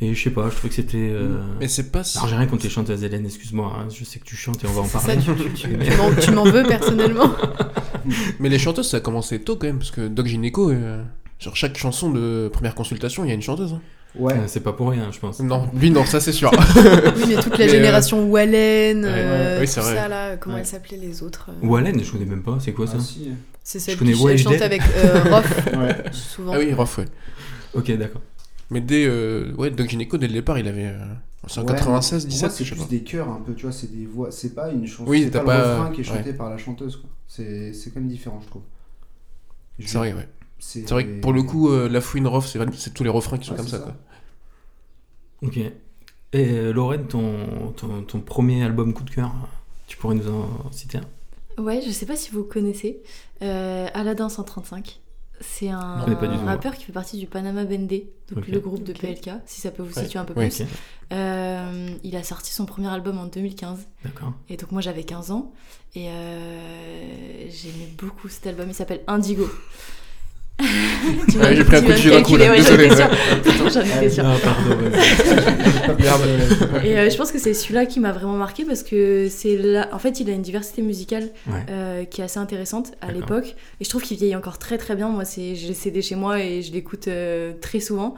A: Et je sais pas, je trouvais que c'était. euh,
C: Mais c'est pas. si-
A: Alors, j'ai rien contre les chanteuses, Hélène, excuse-moi. hein, Je sais que tu chantes et on va en
D: C'est
A: parler.
D: ça, tu, tu- tu- tu m'en- tu m'en veux personnellement.
C: Mais les chanteuses, ça a commencé tôt quand même, parce que Doc Gynéco, euh, sur chaque chanson de première consultation, il y a une chanteuse. hein.
B: ouais.
A: Euh, C'est pas pour rien, je pense.
C: Non, lui non, ça c'est sûr.
D: oui, mais toute
C: Mais,
D: la
C: euh,
D: génération Wallen, euh,
C: ouais, oui,
D: tout
C: c'est vrai.
D: ça là, comment
B: Ouais.
D: elle s'appelait les autres euh,
A: Wallen, je connais même pas. C'est quoi ça
B: Ah, si.
D: C'est celle
A: Je connais
D: qui
A: Wajden.
D: chante avec euh, Rof
B: Ouais.
D: souvent.
C: ah oui, Rof, ouais.
A: Ok, d'accord.
C: Mais dès, euh, ouais, Doc Gynéco, dès le départ, il avait. euh, c'est en
B: Ouais,
C: 96,
B: Pour moi,
C: 17,
B: c'est
C: je sais
B: plus
C: pas.
B: des chœurs un peu, tu vois, c'est des voix, c'est pas une chanson,
C: Oui,
B: c'est
C: t'as
B: pas,
C: pas-
B: le refrain qui est chanté
C: ouais.
B: par la chanteuse, quoi. C'est, c'est quand même différent, je trouve. Je-
C: C'est vrai, ouais. C'est vrai que pour le coup, euh, La Fouine, Rof, c'est c'est tous les refrains qui sont
B: Ouais,
C: comme
B: c'est
C: ça,
B: ça.
C: quoi.
A: Ok. Et euh, Lorraine, ton, ton, ton premier album coup de cœur, tu pourrais nous en citer un
E: Ouais, je sais pas si vous connaissez. Euh, Aladdin 135. C'est un
A: Je connais pas du tout, hein.
E: rappeur qui fait partie du Panama Bende, donc
A: Ok.
E: le groupe de
D: Ok.
E: PLK, si ça peut vous
C: Ouais.
E: situer un peu
C: Ouais.
E: plus.
A: Ok,
E: Euh, il a sorti son premier album en 2015.
A: d'accord.
E: Et donc moi j'avais 15 ans et euh, j'aimais beaucoup cet album, il s'appelle Indigo. Tu m'as-
C: Ouais, Ah j'ai pris un
E: tu
C: coup de
E: m'as
C: jus d'un coup, là,
E: calculé, ouais,
C: désolé.
E: j'en étais sûre. J'en étais sûre.
A: Ah, pardon. ouais.
E: Et euh, je pense que c'est celui-là qui m'a vraiment marqué parce que c'est là. En fait, il a une diversité musicale
A: Ouais.
E: euh, qui est assez intéressante à
A: D'accord.
E: l'époque. Et je trouve qu'il vieillit encore très très bien. Moi, c'est... j'ai le CD chez moi et je l'écoute euh, très souvent.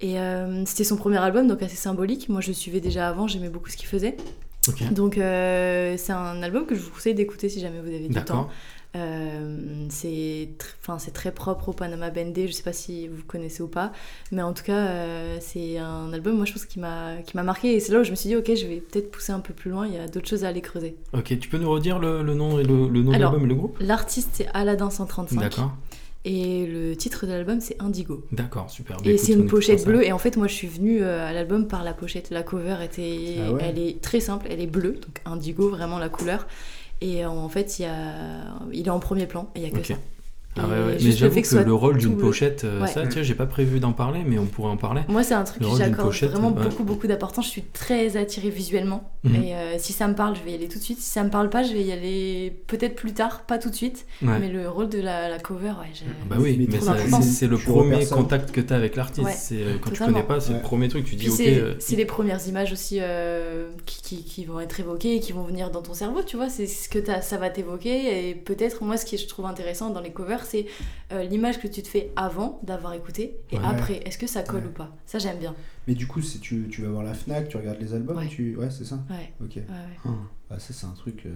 E: Et euh, c'était son premier album, donc assez symbolique. Moi, je le suivais déjà avant, j'aimais beaucoup ce qu'il faisait.
A: Ok,
E: Donc, euh, c'est un album que je vous conseille d'écouter si jamais vous avez du temps.
A: d'accord.
E: Euh, c'est tr- enfin, c'est très propre au Panama Bendé, je sais pas si vous connaissez ou pas, mais en tout cas, euh, c'est un album, moi je pense, qui m'a qui m'a marqué et c'est là où je me suis dit, ok, je vais peut-être pousser un peu plus loin, il y a d'autres choses à aller creuser.
A: Ok, tu peux nous redire le, le nom et le, le nom de
E: Alors,
A: l'album et le groupe
E: L'artiste, c'est Aladdin 135
A: D'accord,
E: et le titre de l'album, c'est Indigo.
A: d'accord, super. Bah,
E: Et
A: écoute,
E: c'est
A: on
E: une
A: écoutera
E: pochette
A: ça.
E: bleue. Et en fait, moi, je suis venue euh, à l'album par la pochette. La cover était,
B: Ah ouais.
E: elle est très simple. Elle est bleue, donc indigo, vraiment la couleur. Et euh, en fait, il y a, il est en premier plan. Et il y a que
A: Ok.
E: ça.
A: Ah
E: Et
A: ouais, ouais.
E: juste
A: Mais
E: le
A: j'avoue
E: fait
A: que,
E: que ce soit
A: le rôle
E: tout
A: d'une
E: bleu.
A: pochette, euh,
E: Ouais.
A: ça,
C: Mm.
A: tiens, j'ai pas prévu d'en parler, mais on pourrait en parler.
E: Moi, c'est un truc
A: Le
E: que
A: rôle d'une
E: j'accorde
A: pochette,
E: vraiment
A: ouais.
E: beaucoup, beaucoup d'importance. Je suis très attirée visuellement.
A: Mhm.
E: Et euh, si ça me parle, je vais y aller tout de suite. Si ça me parle pas, je vais y aller peut-être plus tard, pas tout de suite.
A: Ouais.
E: Mais le rôle de la, la cover, ouais, j'ai-
A: Bah oui,
B: Mais
A: mais
E: trop
A: ça,
E: d'importance.
A: c'est c'est le
B: Je suis repère
A: premier
B: ça.
A: contact que t'as avec l'artiste.
E: Ouais,
A: c'est euh, quand
E: totalement.
A: tu connais pas, c'est le
B: Ouais.
A: premier truc. Tu dis,
E: Puis
A: ok,
E: c'est
A: euh,
E: c'est les premières images aussi euh, qui, qui- qui vont être évoquées et qui vont venir dans ton cerveau, tu vois. C'est ce que t'as- ça va t'évoquer. Et peut-être, moi, ce que je trouve intéressant dans les covers, c'est euh, l'image que tu te fais avant d'avoir écouté et
A: Ouais.
E: après. Est-ce que ça colle
B: Ouais.
E: ou pas Ça, j'aime bien.
B: Mais du coup, si tu, tu vas voir la Fnac, tu regardes les albums,
E: Ouais.
B: tu. Ouais, c'est ça.
E: Ouais,
B: Ok.
E: ouais, ouais.
B: Ah, ça, c'est un truc. euh,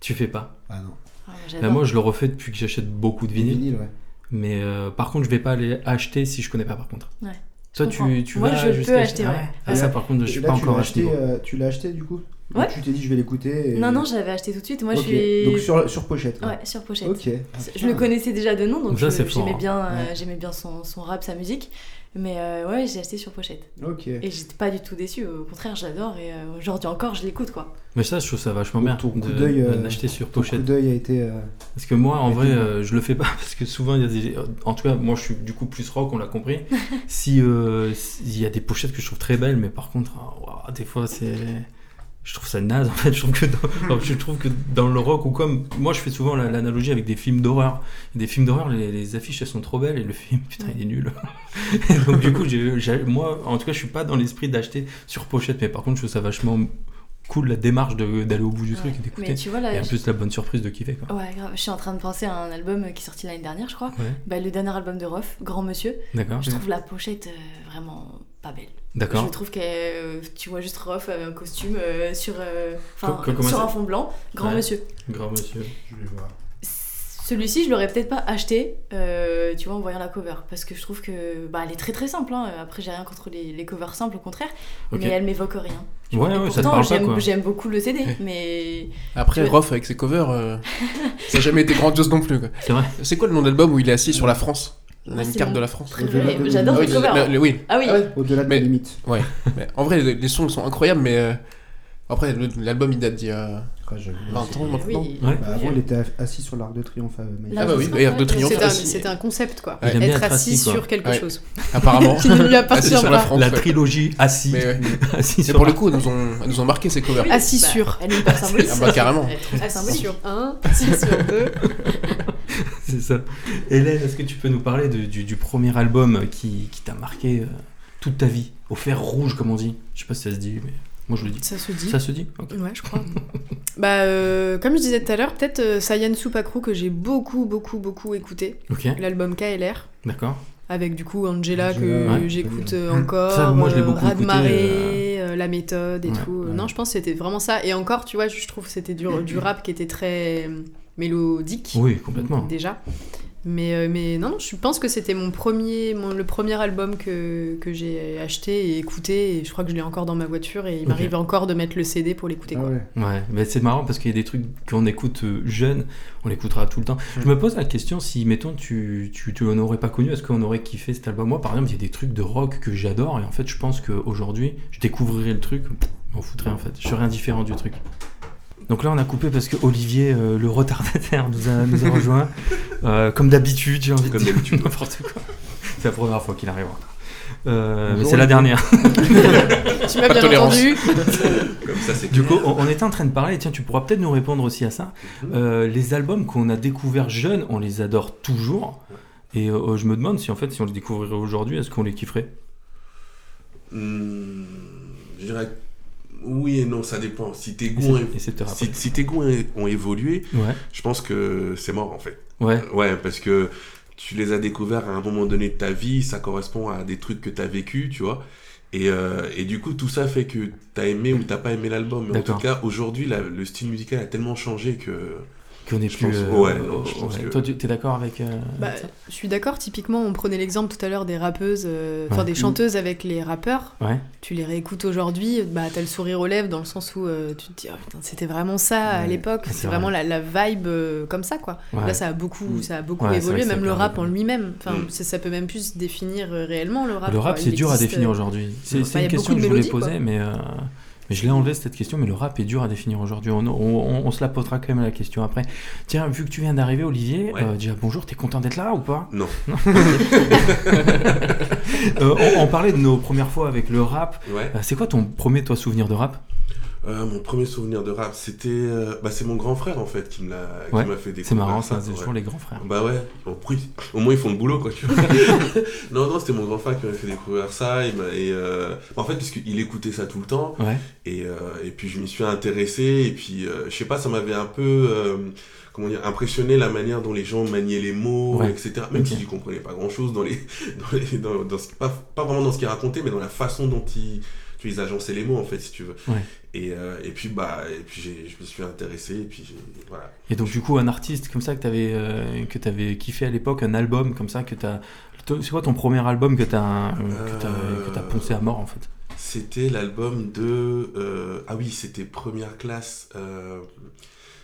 A: tu fais pas.
B: Ah non.
E: Ah,
A: Bah,
E: moi, j'adore.
A: moi, je le refais depuis que j'achète beaucoup de vinyles.
B: ouais.
A: Mais euh, par contre, je vais pas aller acheter si je connais pas, par contre.
E: Ouais.
A: Toi,
E: Je comprends.
A: tu, tu
E: Moi,
A: vas
E: je peux
A: jusqu'à
E: acheter,
A: Ah
E: ouais.
A: Ah,
E: Ouais.
A: ça, par contre, je
B: Et
A: suis
B: là,
A: pas
B: tu l'as
A: encore acheté. hein.
B: acheté. euh, tu l'as acheté du coup Ou
E: Ouais.
B: Tu t'es dit, je vais l'écouter. et-
E: Non, non, j'avais acheté tout de suite. Moi,
B: Ok,
E: je suis.
B: Donc sur, sur pochette. quoi.
E: Ouais, sur pochette.
B: Ok. Ah.
E: Je le connaissais déjà de nom, donc
A: Ça,
E: je-
A: c'est fort,
E: j'aimais
A: hein.
E: bien, euh, j'aimais bien son, son rap, sa musique. Mais euh, ouais, j'ai acheté sur pochette.
B: Ok.
E: Et j'étais pas du tout déçue. Au contraire, j'adore. Et euh, aujourd'hui encore, je l'écoute, quoi.
A: Mais ça, je trouve ça vachement
B: Donc,
A: bien
B: euh, ton coup
A: de-
B: d'œil, euh,
A: d'acheter sur
B: Ton coup
A: pochette.
B: d'œil a été. euh,
A: Parce que moi, en
B: Mais
A: vrai,
B: dis-moi.
A: euh, je le fais pas parce que souvent, il y a des. En tout cas, moi, je suis du coup plus rock, on l'a compris. si euh, s'il y a des pochettes que je trouve très belles, mais par contre, ah, waouh, des fois, c'est. Je trouve ça naze en fait. Je trouve que dans, enfin, je trouve que dans le rock ou comme moi, je fais souvent la- l'analogie avec des films d'horreur. Des films d'horreur, les, les affiches elles sont trop belles et le film, putain, il est nul. Et Donc du coup, j'ai- j'ai- moi, en tout cas, je suis pas dans l'esprit d'acheter sur pochette, mais par contre, je trouve ça vachement cool la démarche de- d'aller au bout du truc
E: Ouais.
A: et d'écouter.
E: Mais tu vois,
A: Et
E: là,
A: en
E: je-
A: plus, la bonne surprise de kiffer.
B: Ah.
A: Quoi.
E: ouais, grave, je suis en train de penser à un album euh, qui est sorti l'année dernière, je crois.
A: Ouais.
E: Bah, le dernier album de Rof, Grand Monsieur.
A: D'accord.
E: Je trouve la pochette euh, vraiment pas belle. Je
A: D'accord.
E: trouve que euh, tu vois juste Rof avec un costume euh, sur, euh, enfin,
A: Que- que- comment
E: sur
A: ça-
E: un fond blanc. Grand
A: Ouais.
E: Monsieur.
A: Grand monsieur.
B: Je vais voir.
E: Celui-ci, je l'aurais peut-être pas acheté, euh, tu vois, en voyant la cover, parce que je trouve que bah, elle est très très simple. hein. Après, j'ai rien contre les, les covers simples, au contraire,
A: Ok.
E: mais elle m'évoque rien. tu vois.
A: Ouais,
E: Et
A: ouais, ça te
E: pourtant,
A: parle pas
E: j'aime-
A: quoi.
E: j'aime beaucoup le CD, mais
C: Après,
E: Ouais.
C: Rof avec ses covers, euh, ça n'a jamais été grandiose non plus. quoi.
A: C'est vrai.
C: C'est quoi le nom de l'album où il est assis sur la France On a
E: Ah,
C: une
E: c'est
C: carte
E: bon.
C: de la France.
B: Au-delà
E: Ouais,
B: de-
E: j'adore
C: Ah oui,
E: cette cover.
C: le- le- oui.
E: Ah oui,
B: Ah ouais, Au-delà de
C: Mais-
B: la limite.
C: Mais en vrai, les, les sons sont incroyables, mais euh, après, le- l'album il date d'il y a
B: Ah, j'avoue,
C: 20
B: c'est-
C: ans maintenant.
E: oui.
A: Ouais.
B: Bah, avant, il était assis sur l'arc de triomphe. euh, Maïs.
E: Là,
C: Ah bah
E: je
C: oui,
E: sais
C: d'ailleurs,
E: pas.
C: de triomphe.
D: C'était un,
C: assis,
D: c'était un concept quoi.
A: Il aime bien
D: Être assis
A: quoi.
D: sur quelque
C: Ouais.
D: chose.
C: Apparemment.
D: Je ne lui
C: assis
D: appartiens
C: sur la
D: pas.
C: France.
A: La
C: ouais.
A: trilogie assis.
C: Mais, ouais.
A: assis
C: Mais
A: sur
C: pour le
A: la-
C: coup, elles nous ont, elles nous ont marqué ces covers.
E: Oui,
D: Assis
E: bah,
D: sur.
E: Elle est hyper symbolique.
C: Ah bah carrément.
E: Elle est très, très
D: Assis
E: symbolique.
D: sur 1, assis sur 2.
A: C'est ça. Hélène, est-ce que tu peux nous parler de- du, du premier album qui, qui t'a marqué euh, toute ta vie Au fer rouge, comme on dit. Je sais pas si ça se dit, mais moi je le dis.
D: Ça se dit.
A: Ça se dit Ok.
D: Ouais, je crois. bah, euh, comme je disais tout à l'heure, peut-être euh, Sayan Supakru que j'ai beaucoup, beaucoup, beaucoup écouté.
A: Ok,
D: L'album KLR.
A: d'accord.
D: Avec du coup Angela que
B: Angela,
A: ouais.
D: j'écoute
B: Angela.
D: euh, encore,
A: Ça, moi, je l'ai
D: euh,
A: beaucoup
D: Rad
A: écouté,
D: Marée, euh, la méthode et
A: Ouais,
D: tout. Euh,
B: ouais.
D: Non, je pense que c'était vraiment ça. Et encore, tu vois, je je trouve que c'était du, du rap qui était très euh, mélodique.
A: Oui, complètement.
D: Déjà. Mais, euh, mais non, non, je pense que c'était mon premier, mon- le premier album que, que j'ai acheté et écouté. Et je crois que je l'ai encore dans ma voiture. Et il
A: Ok.
D: m'arrive encore de mettre le CD pour l'écouter.
B: Ah
D: quoi.
B: ouais.
A: Ouais, mais c'est marrant parce qu'il y a des trucs qu'on écoute euh, jeune, on l'écoutera tout le temps. Je me pose la question si, mettons, tu, tu, tu n'aurais pas connu, est-ce qu'on aurait kiffé cet album Moi, par exemple, il y a des trucs de rock que j'adore et en fait, je pense qu'aujourd'hui, je découvrirais le truc, je m'en foutrais en fait, je serais indifférent du truc. Donc là, on a coupé parce que Olivier, euh, le retardataire, nous a, nous a rejoint. Euh, comme d'habitude, j'ai envie
C: Comme
A: de dire n'importe quoi. C'est la première fois qu'il arrive en retard. Euh, mais
B: Bonjour,
A: c'est la
B: Olivier.
A: dernière.
D: Tu m'as
C: Pas de
D: bien
C: tolérance.
D: entendu.
G: Comme ça, c'est
A: Du coup, on, on était en train de parler, tiens, tu pourras peut-être nous répondre aussi à ça. Euh, les albums qu'on a découverts jeunes, on les adore toujours. Et euh, je me demande si en fait, si on les découvrirait aujourd'hui, est-ce qu'on les kifferait
G: Hmm, je dirais oui et non, ça dépend. Si tes goûts, ont-
A: Et c'est te
G: si, si tes goûts ont évolué,
A: Ouais,
G: je pense que c'est mort en fait.
A: ouais,
G: Ouais, parce que tu les as découverts à un moment donné de ta vie, ça correspond à des trucs que tu as vécu, tu vois. Et, euh, et du coup, tout ça fait que t'as aimé ou t'as pas aimé l'album. Mais en
A: D'accord.
G: tout cas, aujourd'hui, la- le style musical a tellement changé que
A: qu'on est
I: Je
A: plus.
I: pense-
A: euh,
I: ouais,
A: euh,
I: je pense
A: ouais.
I: que-
A: Toi, tu es d'accord avec. euh,
D: Bah,
A: avec ça
D: je suis d'accord, typiquement, on prenait l'exemple tout à l'heure des rappeuses, euh, enfin
A: Ouais.
D: des chanteuses avec les rappeurs.
A: Ouais.
D: Tu les réécoutes aujourd'hui, bah t'as le sourire aux lèvres dans le sens où euh, tu te dis, Ah, putain, c'était vraiment ça à
A: Ouais,
D: l'époque,
A: Ah, c'est
D: c'est vraiment la, la vibe euh, comme ça, quoi.
A: Ouais.
D: Là, ça a beaucoup,
B: Mm.
D: ça a beaucoup
A: Ouais, c'est vrai
D: évolué,
A: que ça a
D: même le
A: bien
D: rap en
A: évolué.
D: lui-même. Enfin,
I: Mm.
D: ça, ça peut même plus se définir euh, réellement, le rap.
A: le rap,
D: quoi.
A: c'est
D: Il
A: dur à
D: existe,
A: définir
D: euh,
A: aujourd'hui. C'est
D: enfin,
A: c'est
D: il y
A: une
D: a
A: question que
D: beaucoup de
A: je voulais
D: mélodies,
A: poser, mais, euh, mais je l'ai enlevé cette question. Mais le rap est dur à définir aujourd'hui. On, on- on- on se la posera quand même la question après. Tiens, vu que tu viens d'arriver, Olivier,
I: Ouais.
A: euh, déjà bonjour, t'es content d'être là ou pas
I: Non.
A: Euh, on, on parlait de nos premières fois avec le rap.
I: Ouais.
A: Euh, C'est quoi ton premier toi souvenir de rap
I: Euh, mon premier souvenir de rap, c'était. euh, Bah, c'est mon grand frère, en fait, qui me l'a qui
A: Ouais.
I: m'a fait découvrir.
A: C'est marrant, ça, c'est
I: ouais.
A: toujours les grands frères.
I: Bah ouais, au, prix- au moins ils font le boulot quoi, tu vois. non, non, c'était mon grand frère qui m'avait fait découvrir ça. Il m'a- et, euh, En fait, parce qu'il écoutait ça tout le temps.
A: Ouais.
I: Et, euh, et puis je m'y suis intéressé, et puis euh, je sais pas, ça m'avait un peu euh, comment dire, impressionné la manière dont les gens maniaient les mots,
A: Ouais.
I: etc. Même
A: Ok.
I: si je comprenais pas grand chose dans les. Dans les- dans- dans ce- pas, pas vraiment dans ce qu'ils racontaient, mais dans la façon dont ils, tu, vois, ils agençaient les mots en fait, si tu veux.
A: Ouais.
I: Et, euh, et puis, bah, et puis j'ai- je m'y suis intéressé, et puis j'ai- voilà.
A: Et donc du coup un artiste comme ça que t'avais euh, que t'avais kiffé à l'époque, un album comme ça que t'as. to- C'est quoi ton premier album que t'as euh, que t'as-
I: Euh,
A: que t'as poncé à mort en fait
I: C'était l'album de. euh, ah oui, c'était Première Classe. euh,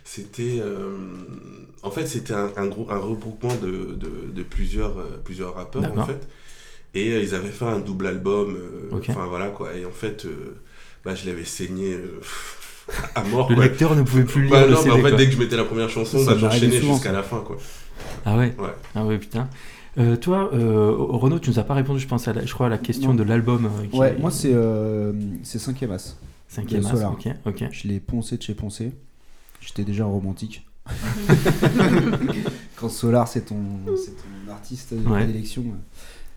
I: c'était. euh, en fait, c'était un, un, gros, un regroupement de, de, de plusieurs, euh, plusieurs rappeurs, en
A: D'accord.
I: fait. Et euh, ils avaient fait un double album. euh,
A: Ok.
I: Enfin, voilà, quoi. Et en fait, euh, bah, je l'avais saigné euh, à mort,
A: Le
I: quoi.
A: lecteur ne pouvait plus lire
I: Bah
A: le
I: non, mais
A: CD.
I: en fait,
A: quoi.
I: dès que je mettais la première chanson,
B: Ça
I: bah,
B: m'est arrivé
I: j'enchaînais
B: souvent,
I: jusqu'à
B: ça.
I: la fin, quoi.
A: Ah ouais.
I: Ouais.
A: Ah ouais putain. Euh, toi, euh, Renaud, tu nous as pas répondu, je pense, à la, je crois, à la question
B: Non.
A: de l'album. euh, qui
B: Ouais,
A: est-
B: moi c'est euh, c'est 5 as.
A: Cinquième
B: de
A: as,
B: Solar.
A: ok, ok.
B: Je l'ai poncé de chez poncé. J'étais déjà un romantique. Quand Solar, c'est ton, c'est ton artiste de
A: Ouais.
B: prédilection.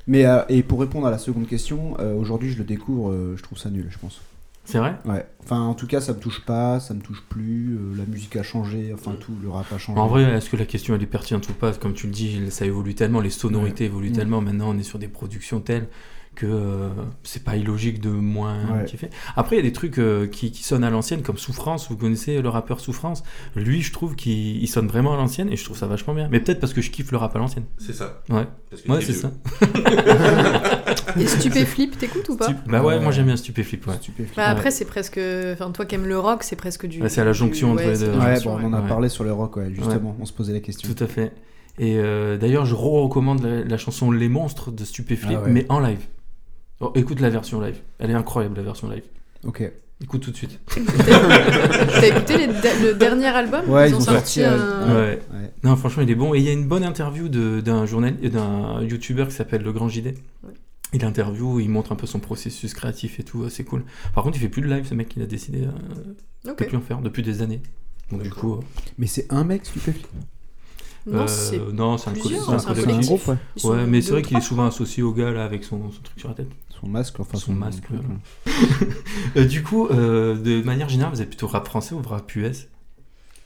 B: Mais euh, et pour répondre à la seconde question, euh, aujourd'hui je le découvre, euh, je trouve ça nul, je pense.
A: C'est vrai
B: Ouais. Enfin, en tout cas, ça me touche pas, ça me touche plus. euh, la musique a changé, enfin tout, le rap a changé.
A: En vrai, est-ce que la question elle est pertinente ou pas Comme tu le dis, ça évolue tellement, les sonorités évoluent
B: Mm.
A: tellement. Maintenant, on est sur des productions telles que euh, c'est pas illogique de moins
B: Ouais.
A: kiffer. Après, il y a des trucs euh, qui, qui sonnent à l'ancienne, comme Souffrance. Vous connaissez le rappeur Souffrance Lui, je trouve qu'il il sonne vraiment à l'ancienne et je trouve ça vachement bien. Mais peut-être parce que je kiffe le rap à l'ancienne.
I: C'est ça.
A: Ouais.
I: Parce que
A: Ouais,
I: t'es
A: c'est
I: vieux.
A: ça.
D: Et Stupéflip, t'écoutes ou pas
A: Type- Bah ouais,
B: Ouais.
A: moi j'aime bien Stupéflip. Ouais.
B: Stupéfiant.
D: Bah, Après, c'est presque. Enfin, toi qui aimes le rock, c'est presque du.
A: Ouais, c'est à la jonction
D: du-
A: entre
D: ouais,
A: les
D: c'est
A: deux.
D: la
A: Ouais,
B: Ouais,
D: jonction,
B: bon,
D: ouais.
B: on en a
A: Ouais.
B: parlé sur le rock, ouais, justement, on se posait la question.
A: Tout à fait. Et euh, d'ailleurs, je re-recommande la, la chanson Les Monstres de Stupéflip,
B: Ah ouais.
A: mais en live. Oh, écoute la version live. Elle est incroyable, la version live.
B: Ok.
A: Écoute tout de suite.
D: T'as écouté les de- le dernier album
B: Ouais,
D: Ils ont sorti
B: euh,
D: un.
A: Ouais.
B: ouais.
A: Non, franchement, il est bon. Et il y a une bonne interview de- d'un journal, euh, d'un youtubeur qui s'appelle Le Grand JD.
D: Ouais.
A: Il interview, il montre un peu son processus créatif et tout. euh, C'est cool. Par contre, il fait plus de live. Ce mec, il a décidé euh,
D: Ok.
A: de plus en faire depuis des années. Donc du coup, euh,
B: Mais c'est un mec, Stupéfiant.
D: Non,
A: euh,
D: c'est.
A: non, c'est un, coll-
D: plusieurs,
A: c'est un
D: c'est un
A: collectif.
B: un
D: collectif.
B: groupe, ouais.
D: ils sont
A: Ouais, mais c'est
D: deux
A: vrai
D: ou
A: qu'il est
D: trois.
A: souvent associé au gars là avec son- son truc sur la tête.
B: Son masque, enfin
A: Son masque,
B: truc,
A: voilà.
B: hein.
A: Euh, du coup, euh, de manière générale, vous êtes plutôt rap français ou rap US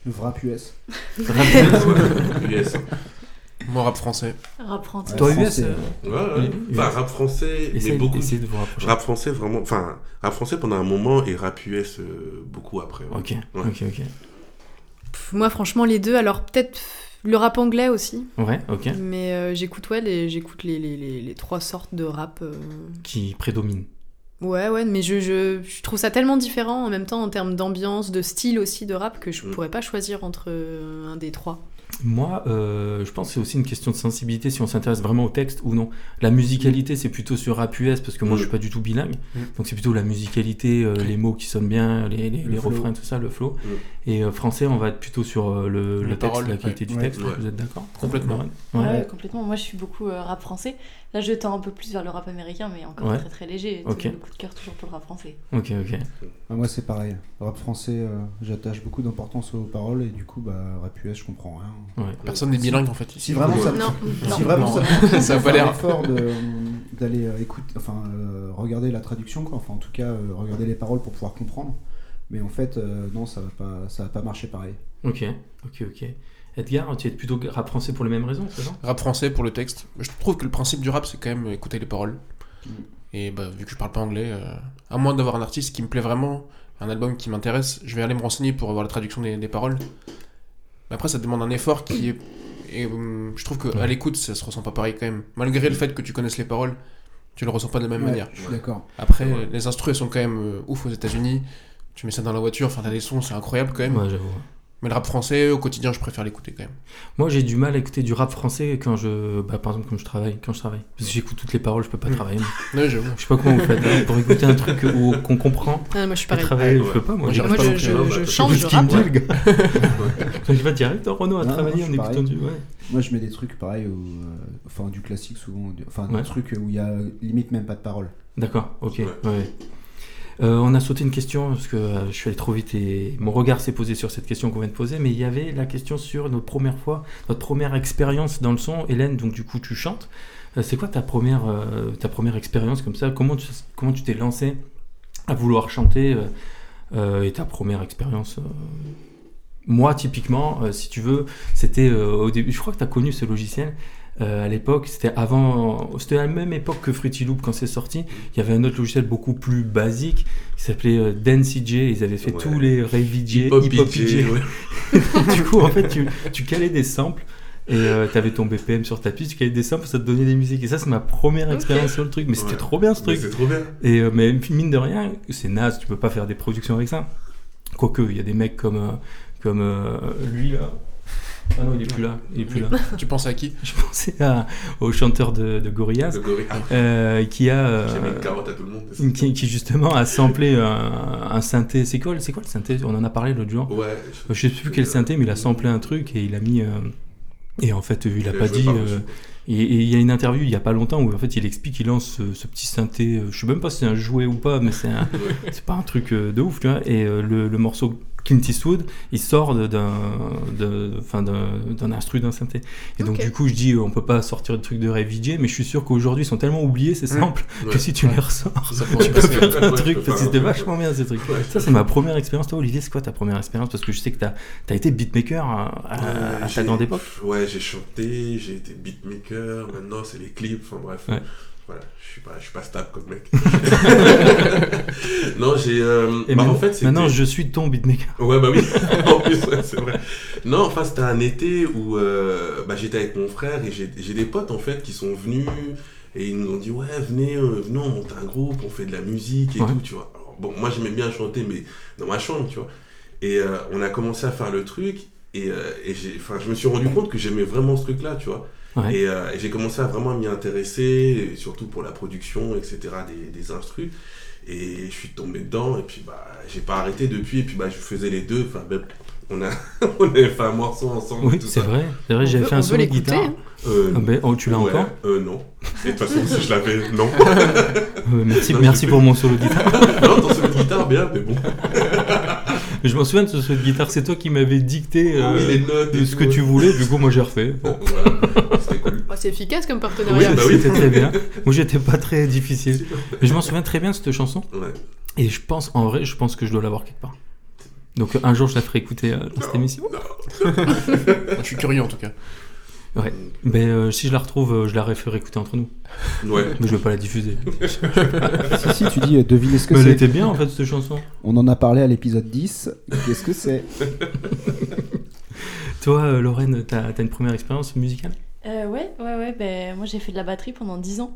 B: Le Rap US.
A: Rap US
I: Ouais, US.
C: Moi, rap français.
E: Rap français.
A: Toi, US
B: Français.
A: euh,
I: Ouais, ouais.
A: Oui,
I: Enfin,
A: oui.
I: rap français, mais
A: Essayez
I: beaucoup.
A: essayez de vous rapprocher.
I: Rap français, vraiment. Enfin, rap français pendant un moment et rap US euh, beaucoup après. ouais.
A: Ok, ok,
D: Pff, Moi, franchement, les deux. Alors, peut-être le rap anglais aussi.
A: ok. Ouais, ok.
D: Mais euh, j'écoute, ouais, les, j'écoute les, les, les, les trois sortes de rap. euh.
A: Qui prédomine.
D: Ouais, ouais, mais je, je, je trouve ça tellement différent en même temps en termes d'ambiance, de style aussi de rap que je
I: Mm.
D: pourrais pas choisir entre euh, un des trois.
A: Moi, euh, je pense que c'est aussi une question de sensibilité si on s'intéresse vraiment au texte ou non. La musicalité, c'est plutôt sur rap US parce que moi,
I: Mm.
A: je suis pas du tout bilingue.
C: Mm.
A: Donc, c'est plutôt la musicalité, euh, les mots qui sonnent bien, les, les, les
B: flow.
A: refrains, tout ça, le flow.
I: Mm.
A: Et euh, français, on va être plutôt sur euh, le,
C: Les
A: le texte,
C: paroles,
A: la qualité
C: ouais.
A: du
B: Ouais.
A: texte.
I: Ouais.
A: Vous êtes d'accord
C: Complètement.
A: Lauren
E: Ouais,
A: Ouais.
E: complètement. Moi, je suis beaucoup euh, rap français. Là, je tends un peu plus vers le rap américain, mais encore
A: Ouais.
E: très très léger.
A: Ok.
E: Le coup de cœur toujours pour le rap français.
A: Ok, ok.
B: Ah, moi, c'est pareil. Rap français, euh, j'attache beaucoup d'importance aux paroles et du coup, bah, rap US, je comprends rien.
C: Personne n'est bilingue en fait.
B: Si vraiment ça,
D: Non,
B: si vraiment
C: Non.
B: ça,
C: Ça a
B: faut
C: pas
B: faire
C: l'air.
B: l'effort de- d'aller euh, écouter, enfin, euh, regarder la traduction, quoi. Enfin, en tout cas, euh, regarder les paroles pour pouvoir comprendre. Mais en fait, euh, non, ça va pas, ça va pas marcher pareil.
A: Ok, ok, ok. Edgar, tu es plutôt rap français pour les mêmes raisons, c'est ça
C: Rap français pour le texte. Je trouve que le principe du rap, c'est quand même écouter les paroles. Et bah, vu que je parle pas anglais, euh, à moins d'avoir un artiste qui me plaît vraiment, un album qui m'intéresse, je vais aller me renseigner pour avoir la traduction des, des paroles. Mais après, ça demande un effort qui est. Et hum, je trouve que à
A: Ouais.
C: l'écoute, ça se ressent pas pareil quand même. Malgré le fait que tu connaisses les paroles, tu le ressens pas de la même
B: Ouais,
C: manière.
B: Je suis d'accord.
C: Après,
I: Ouais.
C: les instrus elles sont quand même euh, ouf aux États-Unis. Tu mets ça dans la voiture, enfin t'as des sons, c'est incroyable quand même.
A: Ouais, j'avoue.
C: Mais le rap français, au quotidien, je préfère l'écouter quand même.
A: Moi, j'ai du mal à écouter du rap français quand je, bah, par exemple, quand je travaille, quand je travaille, parce que j'écoute toutes les paroles, je peux pas
C: Mm.
A: travailler. moi.
C: Ouais, j'avoue.
A: Je sais pas comment vous faites hein, pour écouter un truc où- qu'on comprend.
D: Ah, moi, je suis
A: Et
D: pareil.
A: travailler,
I: Ouais.
A: je peux pas. Moi,
C: Moi,
A: j'arrive
D: Moi,
A: pas.
D: je,
A: non plus.
D: je-
I: non, bah,
D: je
I: t'as
D: change
A: ce
D: de
A: qu'il me
D: rap.
A: dit, le gars. Je vais pas dire, arrête, Renaud, à
B: Non, non,
A: travailler
B: je
A: en
B: suis
A: écoutant
B: pareil.
A: du. Ouais.
B: Moi, je mets des trucs pareils, au, euh, enfin du classique souvent, du- enfin
A: Ouais.
B: des trucs où il y a euh, limite même pas de parole.
A: D'accord, ok.
I: Ouais.
A: ouais. Euh, on a sauté une question parce que euh, je suis allé trop vite et mon regard s'est posé sur cette question qu'on vient de poser, mais il y avait la question sur notre première fois, notre première expérience dans le son. Hélène, donc du coup tu chantes. Euh, c'est quoi ta première, euh, ta première expérience comme ça Comment tu comment tu t'es lancé à vouloir chanter euh, euh, et ta première expérience euh, Moi typiquement, euh, si tu veux, c'était euh, au début. Je crois que tu as connu ce logiciel. euh, à l'époque, c'était avant, c'était à la même époque que Fruity Loop quand c'est sorti. Il y avait un autre logiciel beaucoup plus basique qui s'appelait euh, DanceJ. Ils avaient fait
I: Ouais.
A: tous les rave DJ,
I: Hip-hop
A: hip-hop
I: DJ,
A: DJ.
I: ouais.
A: du coup, en fait, tu, tu calais des samples et tu avais ton BPM sur ta piste, tu calais des samples, ça te donnait des musiques. Et ça, c'est ma première expérience sur le truc. Mais c'était
I: Ouais.
A: trop bien ce
I: Mais
A: truc.
I: C'est trop bien.
A: Et euh, mais mine de rien, c'est naze, tu peux pas faire des productions avec ça. Quoique, il y a des mecs comme, euh, comme euh, lui là. Ah non, il est plus là, il est plus là.
C: tu penses à qui
A: Je pensais à- au chanteur de, de Gorillaz
I: Le gorille. Ah,
A: euh, qui a euh,
I: j'ai mis une carotte à tout le monde. c'est ça.
A: qui, qui justement a samplé un, un synthé. C'est quoi, le- c'est quoi le synthé On en a parlé l'autre jour.
I: Ouais.
A: Je sais plus quel synthé, mais il a samplé un truc et il a mis. euh, et en fait, il a pas
I: joué
A: dit.
I: par-dessus,
A: euh,
I: quoi.
A: et et il y a une interview il y a pas longtemps où en fait il explique qu'il lance ce, ce petit synthé. euh, Je sais même pas si c'est un jouet ou pas, mais c'est un- c'est pas un truc euh, de ouf, tu vois. Et euh, le, le morceau Clint Eastwood, il sort de- d'un de- enfin, d'un d'un instru d'un synthé. Et donc
D: Ok.
A: du coup je dis euh, on peut pas sortir de truc de Ray VJ, mais je suis sûr qu'aujourd'hui ils sont tellement oubliés ces
C: Mm.
A: samples que
I: Ouais.
A: si tu
C: Ouais.
A: les ressors,
C: Ça
A: tu
C: pourrait
A: peux
C: passer.
A: faire un
I: Ouais,
A: truc
I: je peux
A: parce que
I: faire
A: c'était
I: un truc,
A: vachement bien ces trucs.
I: Ouais.
A: Ça, c'est ma première expérience. Toi, Olivier, c'est quoi ta première expérience Parce que je sais que t'as as été beatmaker à, à,
I: Euh,
A: à ta
I: j'ai-
A: grande époque.
I: Ouais, j'ai chanté, j'ai été beatmaker, maintenant c'est les clips, enfin bref.
A: Ouais.
I: Voilà, je suis pas, je suis pas stable comme mec. non, j'ai. euh,
A: Et
I: bah,
A: maintenant-
I: en fait, c'était-
A: maintenant, je suis ton beatmaker.
I: Ouais, bah oui, en plus, ouais, c'est vrai. Non, enfin, c'était un été où euh, bah, j'étais avec mon frère et j'ai j'ai des potes, en fait, qui sont venus et ils nous ont dit, ouais, venez, euh, venez, on monte un groupe, on fait de la musique et
A: Ouais.
I: tout, tu vois. Alors, bon, moi, j'aimais bien chanter, mais dans ma chambre, tu vois. Et euh, on a commencé à faire le truc et, euh, et j'ai- enfin, je me suis rendu compte que j'aimais vraiment ce truc-là, tu vois.
A: Ouais.
I: Et, euh, et j'ai commencé à vraiment m'y intéresser, et surtout pour la production, etc., des, des instrus. Et je suis tombé dedans, et puis bah, j'ai pas arrêté depuis, et puis bah, je faisais les deux. Enfin, ben, on, a, on avait fait un morceau ensemble.
A: Oui,
I: tout
A: c'est
I: ça.
A: vrai. C'est vrai,
D: On
A: j'avais
D: veut-
A: fait
D: on
A: un
D: veut
A: solo de
D: l'écouter,
A: guitare.
D: hein.
I: Euh,
A: Ah ben, oh, tu l'as
I: ouais,
A: encore
I: euh, Non. Et de toute façon, si je l'avais, non.
A: Euh, Merci,
I: Non, je
A: merci
I: l'ai
A: pour mon solo de guitare.
I: non, ton solo de guitare, bien, mais bon.
A: Je m'en souviens de ce solo de guitare. C'est toi qui m'avais dicté euh,
I: oui, les notes.
A: de
I: et
A: ce
I: tout.
A: que tu voulais. Du coup, moi, j'ai refait. Bon.
I: Voilà, c'était cool.
D: Oh, c'est efficace comme
I: Oui,
D: partenariat.
I: bah oui.
A: C'était très bien. Moi, j'étais pas très difficile. Mais je m'en souviens très bien de cette chanson.
I: Ouais.
A: Et je pense, en vrai, je pense que je dois l'avoir quelque part. Donc, un jour, je la ferai écouter euh, dans cette émission.
C: Je suis curieux en tout cas.
A: Mais euh, si je la retrouve, euh, je la ferai écouter entre nous.
I: Ouais.
A: Mais je vais pas la diffuser.
B: si, si, tu dis, euh, devinez ce que
A: Mais elle
B: c'est.
A: était bien, en fait, cette chanson.
B: On en a parlé à l'épisode 10. Qu'est-ce que c'est
A: Toi, euh, Lorraine, t'as as une première expérience musicale
E: Euh, ouais, ouais, ouais. Ben, moi, j'ai fait de la batterie pendant 10 ans.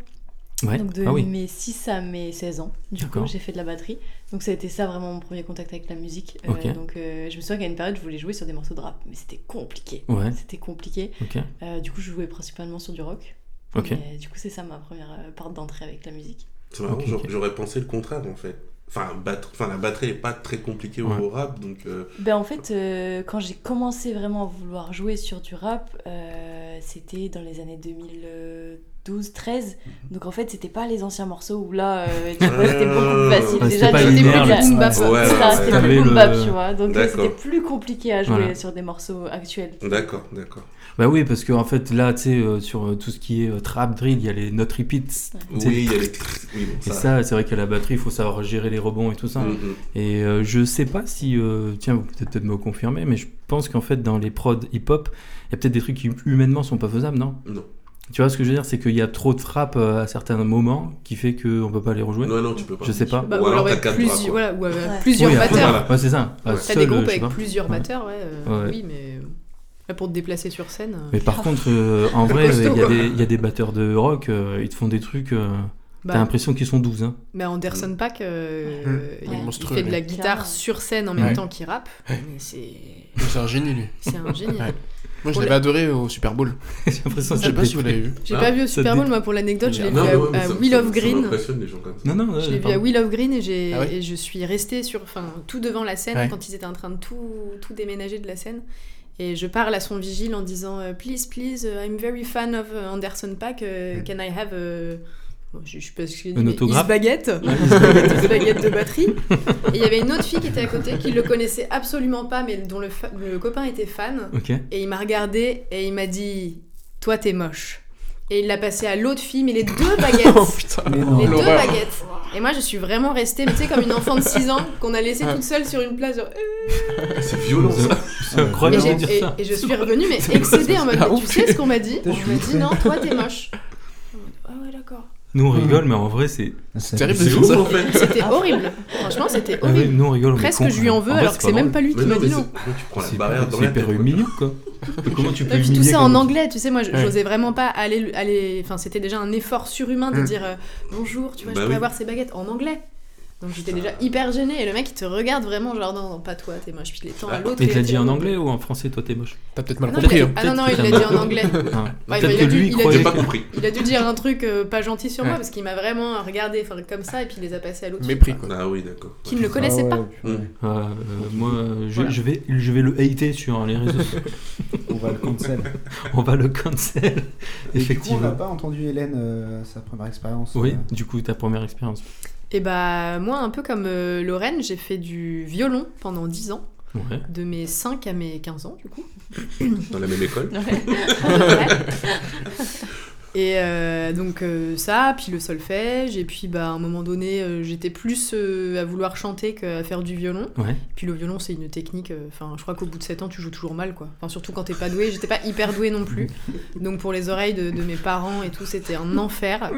A: Ouais.
E: Donc, de
A: ah oui.
E: mes 6 à mes 16 ans, du coup,
A: D'accord.
E: j'ai fait de la batterie. Donc, ça a été ça vraiment mon premier contact avec la musique. Euh,
A: Ok.
E: donc, euh, je me souviens qu'à une période, je voulais jouer sur des morceaux de rap, mais c'était compliqué.
A: Ouais.
E: C'était compliqué.
A: Ok.
E: Euh, du coup, je jouais principalement sur du rock.
A: Ok.
E: Mais, euh, du coup, c'est ça ma première euh, porte d'entrée avec la musique.
I: C'est marrant,
A: Ok,
I: j'aurais-
A: ok.
I: j'aurais pensé le contraire en fait. Enfin, battre- enfin, la batterie est pas très compliquée au
A: Ouais.
I: rap, donc euh,
E: Ben, en fait, euh, quand j'ai commencé vraiment à vouloir jouer sur du rap, euh, c'était dans les années 2012-13.
A: Mhm.
E: Donc, en fait, c'était pas les anciens morceaux où là, euh, tu vois, c'était beaucoup plus facile.
A: Ouais,
E: Déjà,
A: c'était pas
E: dès le début
A: linéaire,
E: de
A: le
E: la-
D: Boom bap.
I: Ouais, ouais,
E: C'est ça,
I: ouais.
E: c'était
A: T'avais
E: le boom
A: le-
E: bap, tu vois. Donc euh, c'était
I: D'accord.
E: plus compliqué à jouer
A: Voilà.
E: sur des morceaux actuels.
I: d'accord, d'accord.
A: Bah oui, parce que en fait, là, tu sais, euh, sur euh, tout ce qui est euh, trap, drill, il y a les notes repeats. tu sais,
I: Oui, il y a les. Oui, bon,
A: Et
I: ça.
A: ça, c'est vrai qu'à la batterie, il faut savoir gérer les rebonds et tout ça.
I: Mm, mm.
A: Et euh, je sais pas si, euh, tiens, vous pouvez peut-être me confirmer, mais je pense qu'en fait, dans les prods hip-hop, il y a peut-être des trucs qui humainement sont pas faisables, non
I: Non.
A: Tu vois ce que je veux dire C'est qu'il y a trop de frappes euh, à certains moments qui fait qu'on peut pas les rejouer.
I: Non, non, tu peux pas.
A: je sais pas.
D: Bah,
I: Ou
D: ou
I: alors
D: alors avec
I: t'as quatre bras,
D: plusieurs,
I: quoi.
D: voilà, ou avec
E: Ouais.
D: plusieurs
A: Oui, après,
D: batteurs.
I: voilà.
A: Ouais, c'est ça.
I: Ouais.
A: Euh,
D: T'as
A: seul,
D: des groupes
A: je sais
D: avec
A: pas.
D: plusieurs
A: Ouais.
D: batteurs, ouais. euh,
A: Ouais.
D: Oui, mais. Là, pour te déplacer sur scène. euh,
A: Mais par contre, euh, en vrai,
C: Costaud,
A: il y, a
C: quoi.
A: des- il y a des batteurs de rock, euh, ils te font des trucs. euh, T'as
D: bah,
A: l'impression qu'ils sont 12. Hein.
D: mais Anderson Pack, euh,
C: Mm.
D: il,
E: Ouais.
D: il
C: Monstrueux,
D: fait de la
E: lui.
D: guitare sur scène en même
A: Ouais.
D: temps qu'il rappe. Mais c'est
C: C'est un génie, lui.
D: c'est un génie.
C: Ouais. Moi, je
D: Ouais.
C: l'avais adoré au Super Bowl.
A: J'ai l'impression que
C: Je sais
A: ça
C: pas
A: te
C: si vous l'avez vu.
D: J'ai
I: Ah,
D: pas vu au
A: ça
D: Super
A: dé-
D: Bowl, moi, pour l'anecdote, je l'ai vu
I: Non, mais ouais, mais
D: à, à
I: ça-
D: Will
I: ça-
D: of
I: Ça
D: Green.
I: m'impressionne les gens comme ça.
A: Non, non,
D: Je
A: ouais,
D: l'ai vu
A: pardon.
D: à Will of Green et, j'ai,
C: Ah ouais
D: et je suis restée sur, enfin, tout devant la scène
C: Ouais.
D: quand ils étaient en train de tout, tout déménager de la scène. Et je parle à son vigile en disant euh, Please, please, uh, I'm very fan of uh, Anderson Pack. uh,
C: Mm.
D: Can I have. uh, bon, je, je sais pas ce qu'il dit,
A: Un
D: mais
A: autographe
D: His baguette.
A: His baguette.
D: His baguette de batterie. Et il y avait une autre fille qui était à côté qui le connaissait absolument pas, mais dont le, fa- le copain était fan.
A: Ok.
D: Et il m'a regardé et il m'a dit Toi, t'es moche. Et il l'a passé à l'autre fille, mais les deux
C: Oh
D: baguettes.
C: putain.
B: Mais non.
D: Les deux
C: L'horreur.
D: baguettes. Et moi, je suis vraiment restée, mais tu sais, comme une enfant de 6 ans qu'on a laissée
A: Ah.
D: toute seule sur une plage. genre, euh,
I: C'est violent ça.
A: C'est
D: Et,
A: incroyable de
D: j'ai-
A: dire
D: et-
A: ça.
D: et je suis revenue, mais excédée en mode,
C: Ah,
D: mais tu
C: ouf.
D: sais ce qu'on m'a dit
B: Putain,
D: On
B: je suis
D: m'a dit,
B: outré.
D: non, toi, t'es moche. Ah ouais, d'accord.
A: Nous on rigole, mais en vrai, c'est.
C: C'est terrible de
I: Ah, C'est
C: dire
I: ouf
C: ça.
I: en fait.
D: C'était horrible. Franchement, c'était
A: Ah ouais,
D: horrible.
A: nous on rigole. on est
D: Presque
A: cons.
D: je lui en veux,
A: vrai,
D: alors que c'est
A: drôle.
D: même pas lui
I: Mais
D: qui m'a
I: non, mais
D: dit
I: c'est-
D: non.
I: ouais, tu prends la
A: C'est
I: barrière dans la
A: hyper
I: tête, quoi.
A: humiliant quoi. Mais Comment tu peux
D: Et puis tout
A: humilier
D: ça en
A: quelqu'un
D: anglais, tu sais, moi, je-
C: Ouais.
D: j'osais vraiment pas aller, aller. Enfin, c'était déjà un effort surhumain de
C: Mm.
D: dire euh, bonjour, tu
I: Bah
D: vois, je pourrais
I: oui.
D: avoir ces baguettes en anglais. Donc j'étais déjà hyper gênée et le mec il te regarde vraiment genre non, non, pas toi t'es moche puis il les
I: Bah,
D: tend à l'autre
A: Ah. Mais il
D: et
A: l'a
D: t'es
A: dit
D: là,
A: en
D: non.
A: anglais ou en français Toi t'es moche.
C: T'as peut-être mal
D: Ah non,
C: compris.
D: mais-
C: hein.
D: ah non non
A: Peut-être
D: il
A: que
D: l'a
A: t'as
D: dit en
A: mal-
D: anglais
A: Hein.
D: Ouais,
A: Peut-être
D: mais il
A: que
D: a dû-
A: lui
D: il
A: il
D: a dû-
A: croyait.
I: J'ai
A: que-
I: pas compris.
D: Il a dû dire un truc euh, pas gentil sur moi
C: Ouais.
D: parce qu'il m'a vraiment regardé enfin, comme ça et puis il les a passés à l'autre.
C: Mépris, quoi.
I: Ah oui, d'accord.
D: Qui ne le connaissait
B: Ah ouais,
D: pas.
B: purée.
I: Mm.
A: Euh, euh, Moi euh, je
D: Voilà.
A: je vais je vais le hater sur les réseaux sociaux.
B: On va le cancel.
A: On va le cancel.
B: Et du coup, on
A: Effectivement.
B: n'a pas entendu Hélène, euh, sa première expérience.
A: Oui,
B: euh,
A: du coup, ta première expérience.
D: Et bah moi un peu comme euh, Lorraine, j'ai fait du violon pendant 10 ans,
A: Ouais.
D: de mes 5 à mes 15 ans du coup.
I: Dans la même école.
D: Et euh, donc euh, ça, puis le solfège, et puis bah, à un moment donné, euh, j'étais plus euh, à vouloir chanter qu'à faire du violon.
A: Ouais.
D: Puis le violon, c'est une technique, euh, enfin je crois qu'au bout de 7 ans, tu joues toujours mal, quoi. Enfin surtout quand t'es pas doué, j'étais pas hyper doué non plus. Donc pour les oreilles de, de mes parents et tout, c'était un enfer.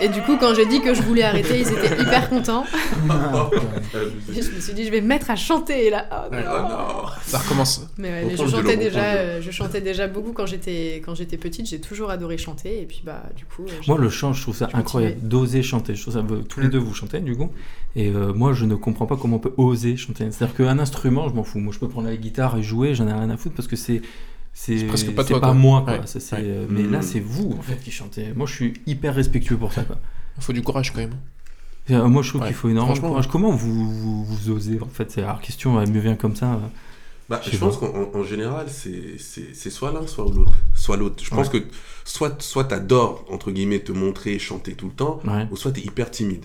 D: Et du coup, quand j'ai dit que je voulais arrêter, ils étaient hyper contents.
B: ah, purée.
I: Euh,
D: Et je me suis dit, je vais me mettre à chanter, et là, oh
I: Ah
D: non.
I: non.
C: Ça recommence.
D: Mais ouais,
I: On
D: mais je
I: prend le
D: chantais
I: violon, on prend
D: déjà,
I: le
D: euh, je chantais déjà beaucoup quand j'étais quand j'étais petite. J'ai toujours adoré chanter et puis bah du coup. euh, j'ai-
A: Moi, le chant, je trouve ça
D: Je
A: incroyable. D'oser chanter. Je trouve ça... euh, Tous
C: Mm.
A: les deux, vous chantez, du coup. Et euh, moi, je ne comprends pas comment on peut oser chanter. C'est-à-dire qu'un instrument, je m'en fous. Moi, je peux prendre la guitare et jouer, j'en ai rien à foutre parce que c'est. C'est
C: C'est presque pas
A: c'est
C: toi, quoi.
A: moi, quoi.
C: Ouais.
A: Ça, c'est-
C: Ouais.
A: euh, Mais
I: Mm.
A: là, c'est vous, en fait, qui chantez. Moi, je suis hyper respectueux pour ça, quoi.
C: Faut du courage, quand même.
A: Euh, Moi, je trouve
C: Ouais.
A: qu'il faut énormément de
C: Franchement,
A: courage. Comment vous, vous, vous osez, en fait C'est la rare question, elle me vient comme ça. euh.
I: Bah,
A: Je
I: je,
A: sais
I: pense qu'en en- en général, c'est c'est- c'est soit l'un, soit l'autre. Soit l'autre. Je pense que soit soit t'adores entre guillemets te montrer, chanter tout le temps,
A: Ouais,
I: ou soit t'es hyper timide.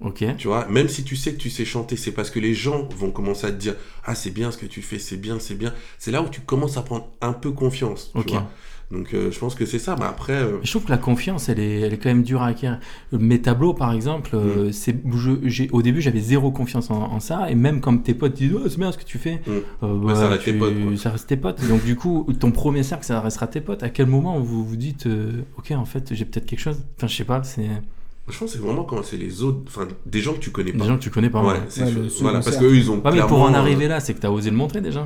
A: ok.
I: Tu vois, même si tu sais que tu sais chanter, c'est parce que les gens vont commencer à te dire ah c'est bien ce que tu fais, c'est bien, c'est bien. C'est là où tu commences à prendre un peu confiance. Tu
A: Ok.
I: vois. Donc euh, je pense que c'est ça. Mais après, euh,
A: Je trouve que la confiance, elle est, elle est quand même dure à acquérir. Mes tableaux, par exemple,
I: Mm.
A: euh, c'est, je- j'ai- au début, j'avais zéro confiance en, en ça. Et même quand tes potes disent oh, c'est bien ce que tu fais,
I: Mm.
A: euh,
I: Ouais, ça reste
A: tu-
I: tes potes, quoi.
A: ça reste tes potes. Donc, du coup, ton premier cercle, ça restera tes potes. À quel moment vous vous dites euh, Ok, en fait, j'ai peut-être quelque chose Enfin, je sais pas, c'est
I: je pense que c'est vraiment quand c'est les autres, enfin des gens que tu connais
A: des
I: pas.
A: gens que tu connais pas.
I: Ouais,
A: Ouais.
I: c'est
B: Ouais,
I: sûr.
B: le second
I: voilà, parce
B: cercle.
I: qu'eux ils ont
A: Ah, mais pour en
I: clairement, euh,
A: arriver là, c'est que t'as osé le montrer déjà.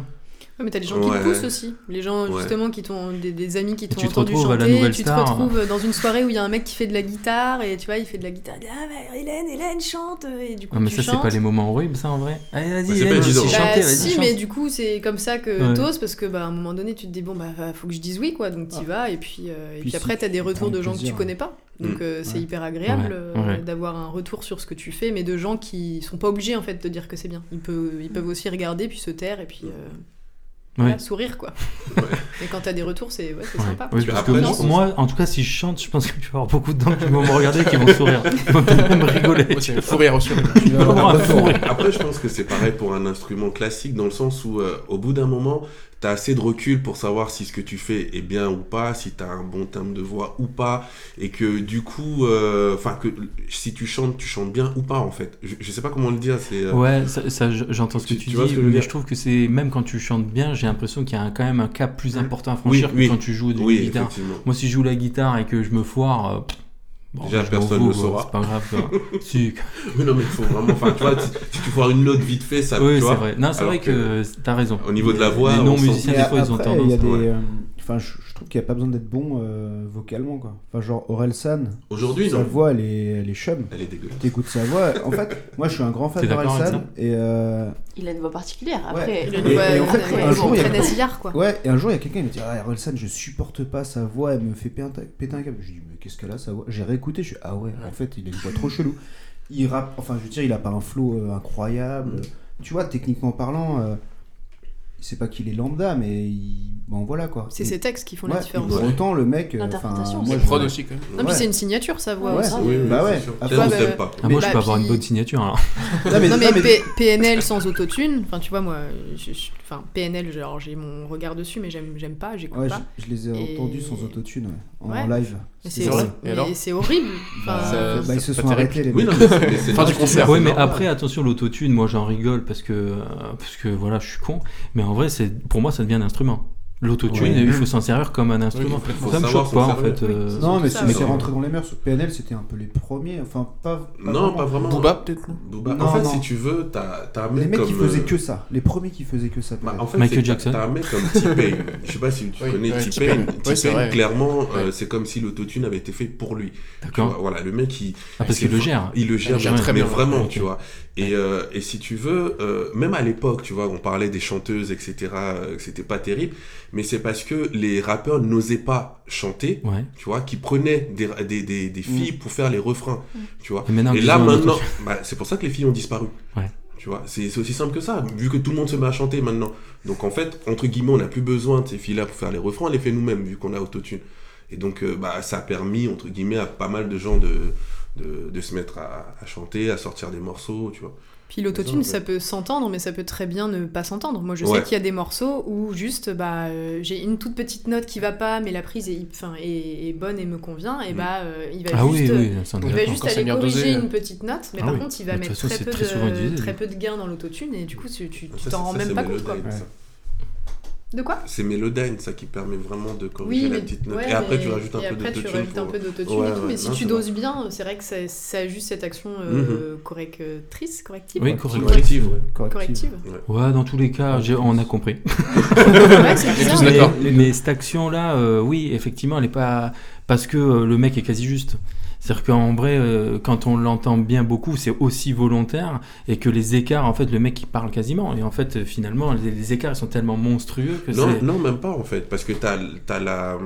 D: Ouais, mais t'as des gens qui
I: Ouais.
D: te poussent aussi. Les gens
I: Ouais.
D: justement qui t'ont des, des amis qui t'ont
A: tu te
D: entendu
A: retrouves à la
D: chanter.
A: Nouvelle
D: tu
A: Star.
D: te retrouves dans une soirée où il y a un mec qui fait de la guitare et tu vois il fait de la guitare. il dit, Ah bah, Hélène, Hélène chante et du coup
A: Ah, mais
D: tu
A: ça, c'est
D: chantes.
A: pas les moments horribles, ça, en vrai. Allez, vas-y,
I: Ouais, c'est
A: vas-y,
I: pas
A: vas-y,
I: évident.
A: chanter,
D: Bah,
A: vas-y,
D: si,
A: chante.
D: mais du coup, c'est comme ça que
A: Ouais.
D: t'oses, parce que bah, à un moment donné, tu te dis, bon, bah, faut que je dise oui, quoi. Donc, t'y vas, et puis, euh, et puis,
B: Puis si,
D: après, t'as des
B: tu prends
D: retours
B: du
D: de gens que tu
B: plaisir.
D: connais pas. Donc,
I: Mm.
D: euh, c'est
B: Ouais.
D: hyper agréable
A: Ouais,
D: euh,
A: ouais.
D: d'avoir un retour sur ce que tu fais, mais de gens qui sont pas obligés, en fait, de dire que c'est bien. Ils peuvent, ils peuvent aussi regarder, puis se taire, et puis euh, voilà, sourire, quoi.
I: Ouais. Bah,
D: Et quand t'as des retours, c'est ouais, c'est
A: Ouais.
D: sympa.
A: Oui,
I: Puis
A: parce
I: après,
A: que
I: je
A: moi-
I: pense-
A: moi, en tout cas, si je chante, je pense que tu vas avoir beaucoup de gens qui vont me regarder et qui vont sourire. Ils vont peut-être même rigoler.
C: Moi, c'est fou rire aussi.
B: Tu vas avoir un
A: Vraiment un
B: retour.
A: fou rire.
I: Après, je pense que c'est pareil pour un instrument classique, dans le sens où, euh, au bout d'un moment, tu as assez de recul pour savoir si ce que tu fais est bien ou pas, si tu as un bon timbre de voix ou pas, et que du coup, euh, enfin, que si tu chantes, tu chantes bien ou pas, en fait. Je, je sais pas comment le dire, c'est. euh,
A: Ouais, ça, ça, je- j'entends ce que
I: Tu-
A: tu,
I: tu
A: dis,
I: vois ce que je veux
A: mais
I: dire
A: je trouve que c'est même quand tu chantes bien, j'ai l'impression qu'il y a un- quand même un cap plus important à franchir
I: Mmh. oui.
A: que quand tu joues de la
I: oui,
A: guitare.
I: effectivement.
A: Moi, si je joue la guitare et que je me foire, euh, pff, Bon,
I: Déjà,
A: bah, je m'en
I: personne
A: fous,
I: le
A: quoi,
I: saura.
A: C'est pas grave. quoi. Si,
I: Oui, non, mais il faut vraiment. Enfin, tu vois, si si tu vois une note vite fait, ça.
A: oui,
I: tu
A: c'est
I: vois,
A: vrai. Non, c'est
I: alors
A: vrai que, t'as raison.
I: au niveau de la voix,
A: les
I: on
A: non-musiciens, des fois, ils ont
B: après, il
A: tendance.
B: y a des,
I: ouais.
B: euh, Enfin, je, je trouve qu'il n'y a pas besoin d'être bon euh, vocalement, quoi. Enfin, genre Aurel San,
I: Aujourd'hui,
B: sa
I: non.
B: voix, elle est, elle est chum.
I: Elle est dégueulasse.
B: T'écoutes sa voix. En fait, moi, je suis un grand fan
A: T'es d'accord
B: d'Aurel
A: avec
B: San. Et, euh,
E: Il a une voix particulière.
B: Ouais.
E: Après,
D: Il a
B: Et-
D: une voix
B: et en fait,
D: très-
B: un jour, il y a-
D: très d'Asilard, quoi.
B: ouais, et un jour, il y a quelqu'un qui me dit Ah, Aurel San, je supporte pas sa voix, elle me fait péter un- péter un câble. Je dis Mais qu'est-ce qu'elle a, sa voix J'ai réécouté, je dis Ah ouais, en fait, il a une voix trop chelou. Il rappe, enfin, je veux dire, il a pas un flow euh, incroyable. Tu vois, techniquement parlant, euh, c'est pas qu'il est lambda, mais il- bon, voilà quoi.
D: C'est
B: Il-
D: ses textes qui font
B: Ouais,
D: la différence.
B: et pour autant, le mec. euh,
E: L'interprétation,
B: enfin,
E: c'est
B: moi,
E: le
B: je-
C: Prod aussi, quand même.
D: Non, puis
B: Ouais.
D: c'est une signature, sa voix.
B: Ouais,
D: aussi.
I: Oui, oui,
B: Bah
I: c'est
B: ouais.
I: sûr.
B: Après,
I: Peut-être
D: bah,
I: on s'aime
D: bah,
I: pas.
A: Ah, moi, je
D: Bah,
A: peux avoir une
D: puis-
A: bonne signature. hein. alors.
B: Non, mais-
D: non, mais,
B: non, mais-
D: P- PNL sans autotune, enfin tu vois, moi, je- je- enfin, PNL, genre j'ai mon regard dessus, mais j'aime j'aime pas, j'écoute
B: Ouais,
D: pas.
B: je, je les ai
D: Et-
B: entendus sans autotune ouais, en
D: Ouais.
B: live.
D: Mais
B: C'est
D: c'est
C: vrai
B: horrible.
C: Et alors
D: mais c'est horrible. Enfin,
C: Ça-
B: Bah, ils se
C: pas
B: sont
C: terrible.
B: arrêtés les
I: Oui,
B: mecs.
I: non, mais c'est- mais c'est.
C: Fin du concert.
A: Ouais, mais
I: normal.
A: après, attention, l'autotune, moi j'en rigole parce que, euh, parce que voilà, je suis con. Mais en vrai, c'est pour moi, ça devient un instrument. L'autotune,
B: Ouais.
A: il faut s'en servir comme un
C: Oui,
A: instrument.
C: complètement.
I: Faut
A: ça me
I: savoir
A: choque
I: s'en
A: pas en
I: servir.
A: fait. euh,
B: Non, mais
D: ça,
B: c'est mais
I: ouais.
B: c'est rentré dans les mœurs. PNL, c'était un peu les premiers. Enfin, pas. pas
I: Non, pas vraiment.
C: Booba, peut-être non
I: Booba.
B: Non,
I: en fait,
B: non.
I: si tu veux, t'as t'as un
B: Les
I: mec
B: mecs qui
I: comme.
B: faisaient
I: euh,
B: que ça. Les premiers qui faisaient que ça.
I: Bah,
B: PNL.
I: en fait,
A: Michael
I: c'est que
A: Jackson.
I: T'as un mec comme T-Pain. Je sais pas si tu
C: Oui,
I: connais
C: ouais,
I: T-Pain.
C: T-Pain.
I: T-Pain,
C: Ouais, c'est vrai.
I: clairement, euh, c'est comme si l'autotune avait été fait pour lui. Tu vois,
A: D'accord.
I: Voilà, le mec, il,
A: Ah, parce
I: c'est
A: qu'il le
I: vrai.
A: gère.
I: il le
C: Il
I: gère,
C: gère
I: mais,
C: très
I: mais
C: bien,
I: vraiment,
A: ouais,
I: tu
A: ok.
I: vois. Et, euh, et si tu veux, euh, même à l'époque, tu vois, on parlait des chanteuses, etc., euh, que c'était pas terrible, mais c'est parce que les rappeurs n'osaient pas chanter,
A: Ouais.
I: tu vois, qui prenaient des, des, des,
C: Mm.
I: des filles pour faire les refrains, tu vois.
A: Mm. Et maintenant,
I: Et
A: ils
I: là,
A: ont un
I: maintenant,
A: autotune.
I: bah, c'est pour ça que les filles ont disparu.
A: Ouais.
I: Tu vois, c'est c'est aussi simple que ça, vu que tout le monde se met à chanter maintenant. Donc en fait, entre guillemets, on n'a plus besoin de ces filles-là pour faire les refrains, on les fait nous-mêmes, vu qu'on a autotune. Et donc, euh, bah, ça a permis, entre guillemets, à pas mal de gens de, de, de se mettre à, à chanter, à sortir des morceaux, tu vois.
D: Puis l'autotune,
I: Ouais.
D: ça peut s'entendre, mais ça peut très bien ne pas s'entendre. Moi, je
I: Ouais.
D: sais qu'il y a des morceaux où juste, bah, euh, j'ai une toute petite note qui va pas, mais la prise est, enfin, est, est bonne et me convient, et
I: Mm.
D: bah, euh, il va
A: Ah oui,
D: juste,
A: oui, ça, on est
D: il va
A: d'accord.
D: juste
C: Quand ça
D: aller
C: vient doser,
D: corriger
C: euh.
D: une petite note, mais
A: Ah
D: par
A: oui.
D: contre, il
A: De
D: va
A: toute
D: mettre
A: façon,
D: très
A: c'est
D: peu,
A: très souvent
D: de,
A: utilisé.
D: très peu de gain dans l'autotune, et du coup, tu tu- tu
I: Ça,
D: t'en
I: c'est-
D: rends
I: ça,
D: même
I: c'est
D: pas compte, quoi.
I: Melodyne, ça.
D: De quoi
I: C'est Melodyne, ça qui permet vraiment de corriger
D: Oui,
I: la
D: mais-
I: petite note.
D: ouais,
I: et après,
D: mais-
I: tu rajoutes un
D: et
I: peu
D: après, tu
I: d'autotune.
D: rajoutes un
I: Pour... euh,
D: peu d'autotune
I: Ouais,
D: et tout,
I: ouais,
D: mais si
I: non,
D: tu
I: c'est Mhm. vrai.
D: doses bien, c'est vrai que ça, ça a juste cette action euh, correctrice, corrective.
A: Oui,
D: corrective.
A: correctif. ouais.
D: Corrective.
A: Ouais, dans tous les cas, j'ai- on a compris.
D: ouais, c'est
C: tous
D: bizarre.
A: mais,
C: d'accord.
A: mais cette action-là, euh, oui, effectivement, elle est pas. Parce que euh, le mec est quasi juste. C'est-à-dire qu'en vrai, euh, quand on l'entend bien beaucoup, c'est aussi volontaire et que les écarts, en fait, le mec il parle quasiment. Et en fait, euh, finalement, les, les écarts ils sont tellement monstrueux que
I: Non,
A: c'est.
I: non, même pas en fait, parce que t'as as, la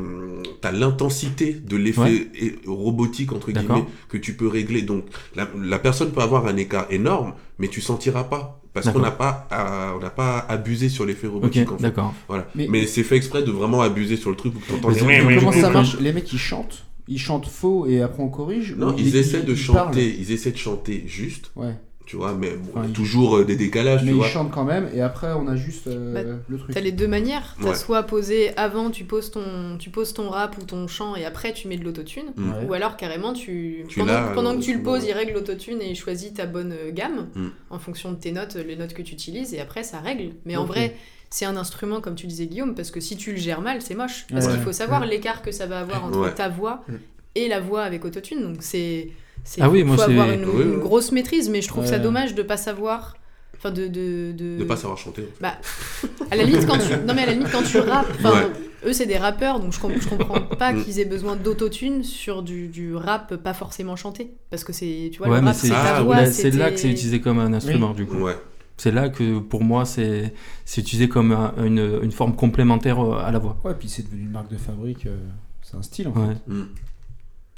I: t'as l'intensité de l'effet
A: Ouais.
I: et- robotique entre
A: D'accord.
I: guillemets que tu peux régler. Donc la, la personne peut avoir un écart énorme, mais tu sentiras pas parce qu'on n'a pas
A: D'accord.
I: à- on n'a pas abusé sur l'effet
A: Ok,
I: robotique en fait.
A: d'accord.
I: Voilà. Mais,
B: Mais-
I: c'est fait exprès de vraiment abuser sur le truc pour que t'entends.
A: Mais c'est-
B: Donc, Comment
A: mais-
B: ça
A: mais-
B: marche Les mecs, ils chantent. Ils chantent faux et après on corrige.
I: Non,
B: Ou
I: ils essaient de
B: ils parlent
I: chanter, ils essaient de chanter juste,
B: Ouais.
I: tu vois, mais bon,
B: Enfin, ils-
I: toujours euh, des décalages,
B: Mais
I: tu
B: ils
I: vois.
B: chantent quand même et après on a juste euh, le truc.
D: Bah, T'as les deux manières. T'as
I: Ouais.
D: soit posé avant, tu poses ton, tu poses ton rap ou ton chant et après tu mets de l'autotune.
I: Mm.
B: Ouais.
D: Ou alors carrément, tu,
I: Tu
D: pendant,
I: l'as,
D: pendant
I: euh,
D: que tu le
I: sous-
D: poses, il règle l'autotune et il choisit ta bonne euh, gamme
I: Mm.
D: en fonction de tes notes, les notes que tu utilises et après ça règle. Mais en
B: Ok.
D: vrai, c'est un instrument comme tu disais Guillaume parce que si tu le gères mal, c'est moche. Parce
B: Ouais. Mm.
D: qu'il faut savoir l'écart que ça va avoir entre
I: Ouais.
D: ta voix
C: Mm.
D: et la voix avec autotune. Donc c'est, c'est
A: Ah oui,
D: faut,
A: moi,
D: faut
A: c'est-
D: avoir une,
I: Oui,
D: une
I: oui.
D: grosse maîtrise. Mais je trouve ça
B: Ouais.
D: dommage de pas savoir, enfin de de, de... Bah,
I: De pas savoir chanter. en fait.
D: À la limite quand tu non mais à la limite quand tu rappes, enfin,
I: Ouais. Mm.
D: eux c'est des rappeurs donc je, com- je comprends pas qu'ils aient besoin d'autotune sur du, du rap pas forcément chanté parce que c'est tu vois
A: Ouais,
D: le
A: mais
D: rap
A: c'est
D: c'est ta
I: ah,
D: voix,
A: là, c'est là
D: tes-
A: que c'est utilisé comme un instrument, du coup.
I: Ouais.
A: C'est là que pour moi, c'est c'est utilisé comme un- une, une forme complémentaire euh, à la voix.
B: Ouais, puis c'est devenu une marque de fabrique. euh, C'est un style en fait.
A: Ouais.
I: Mm.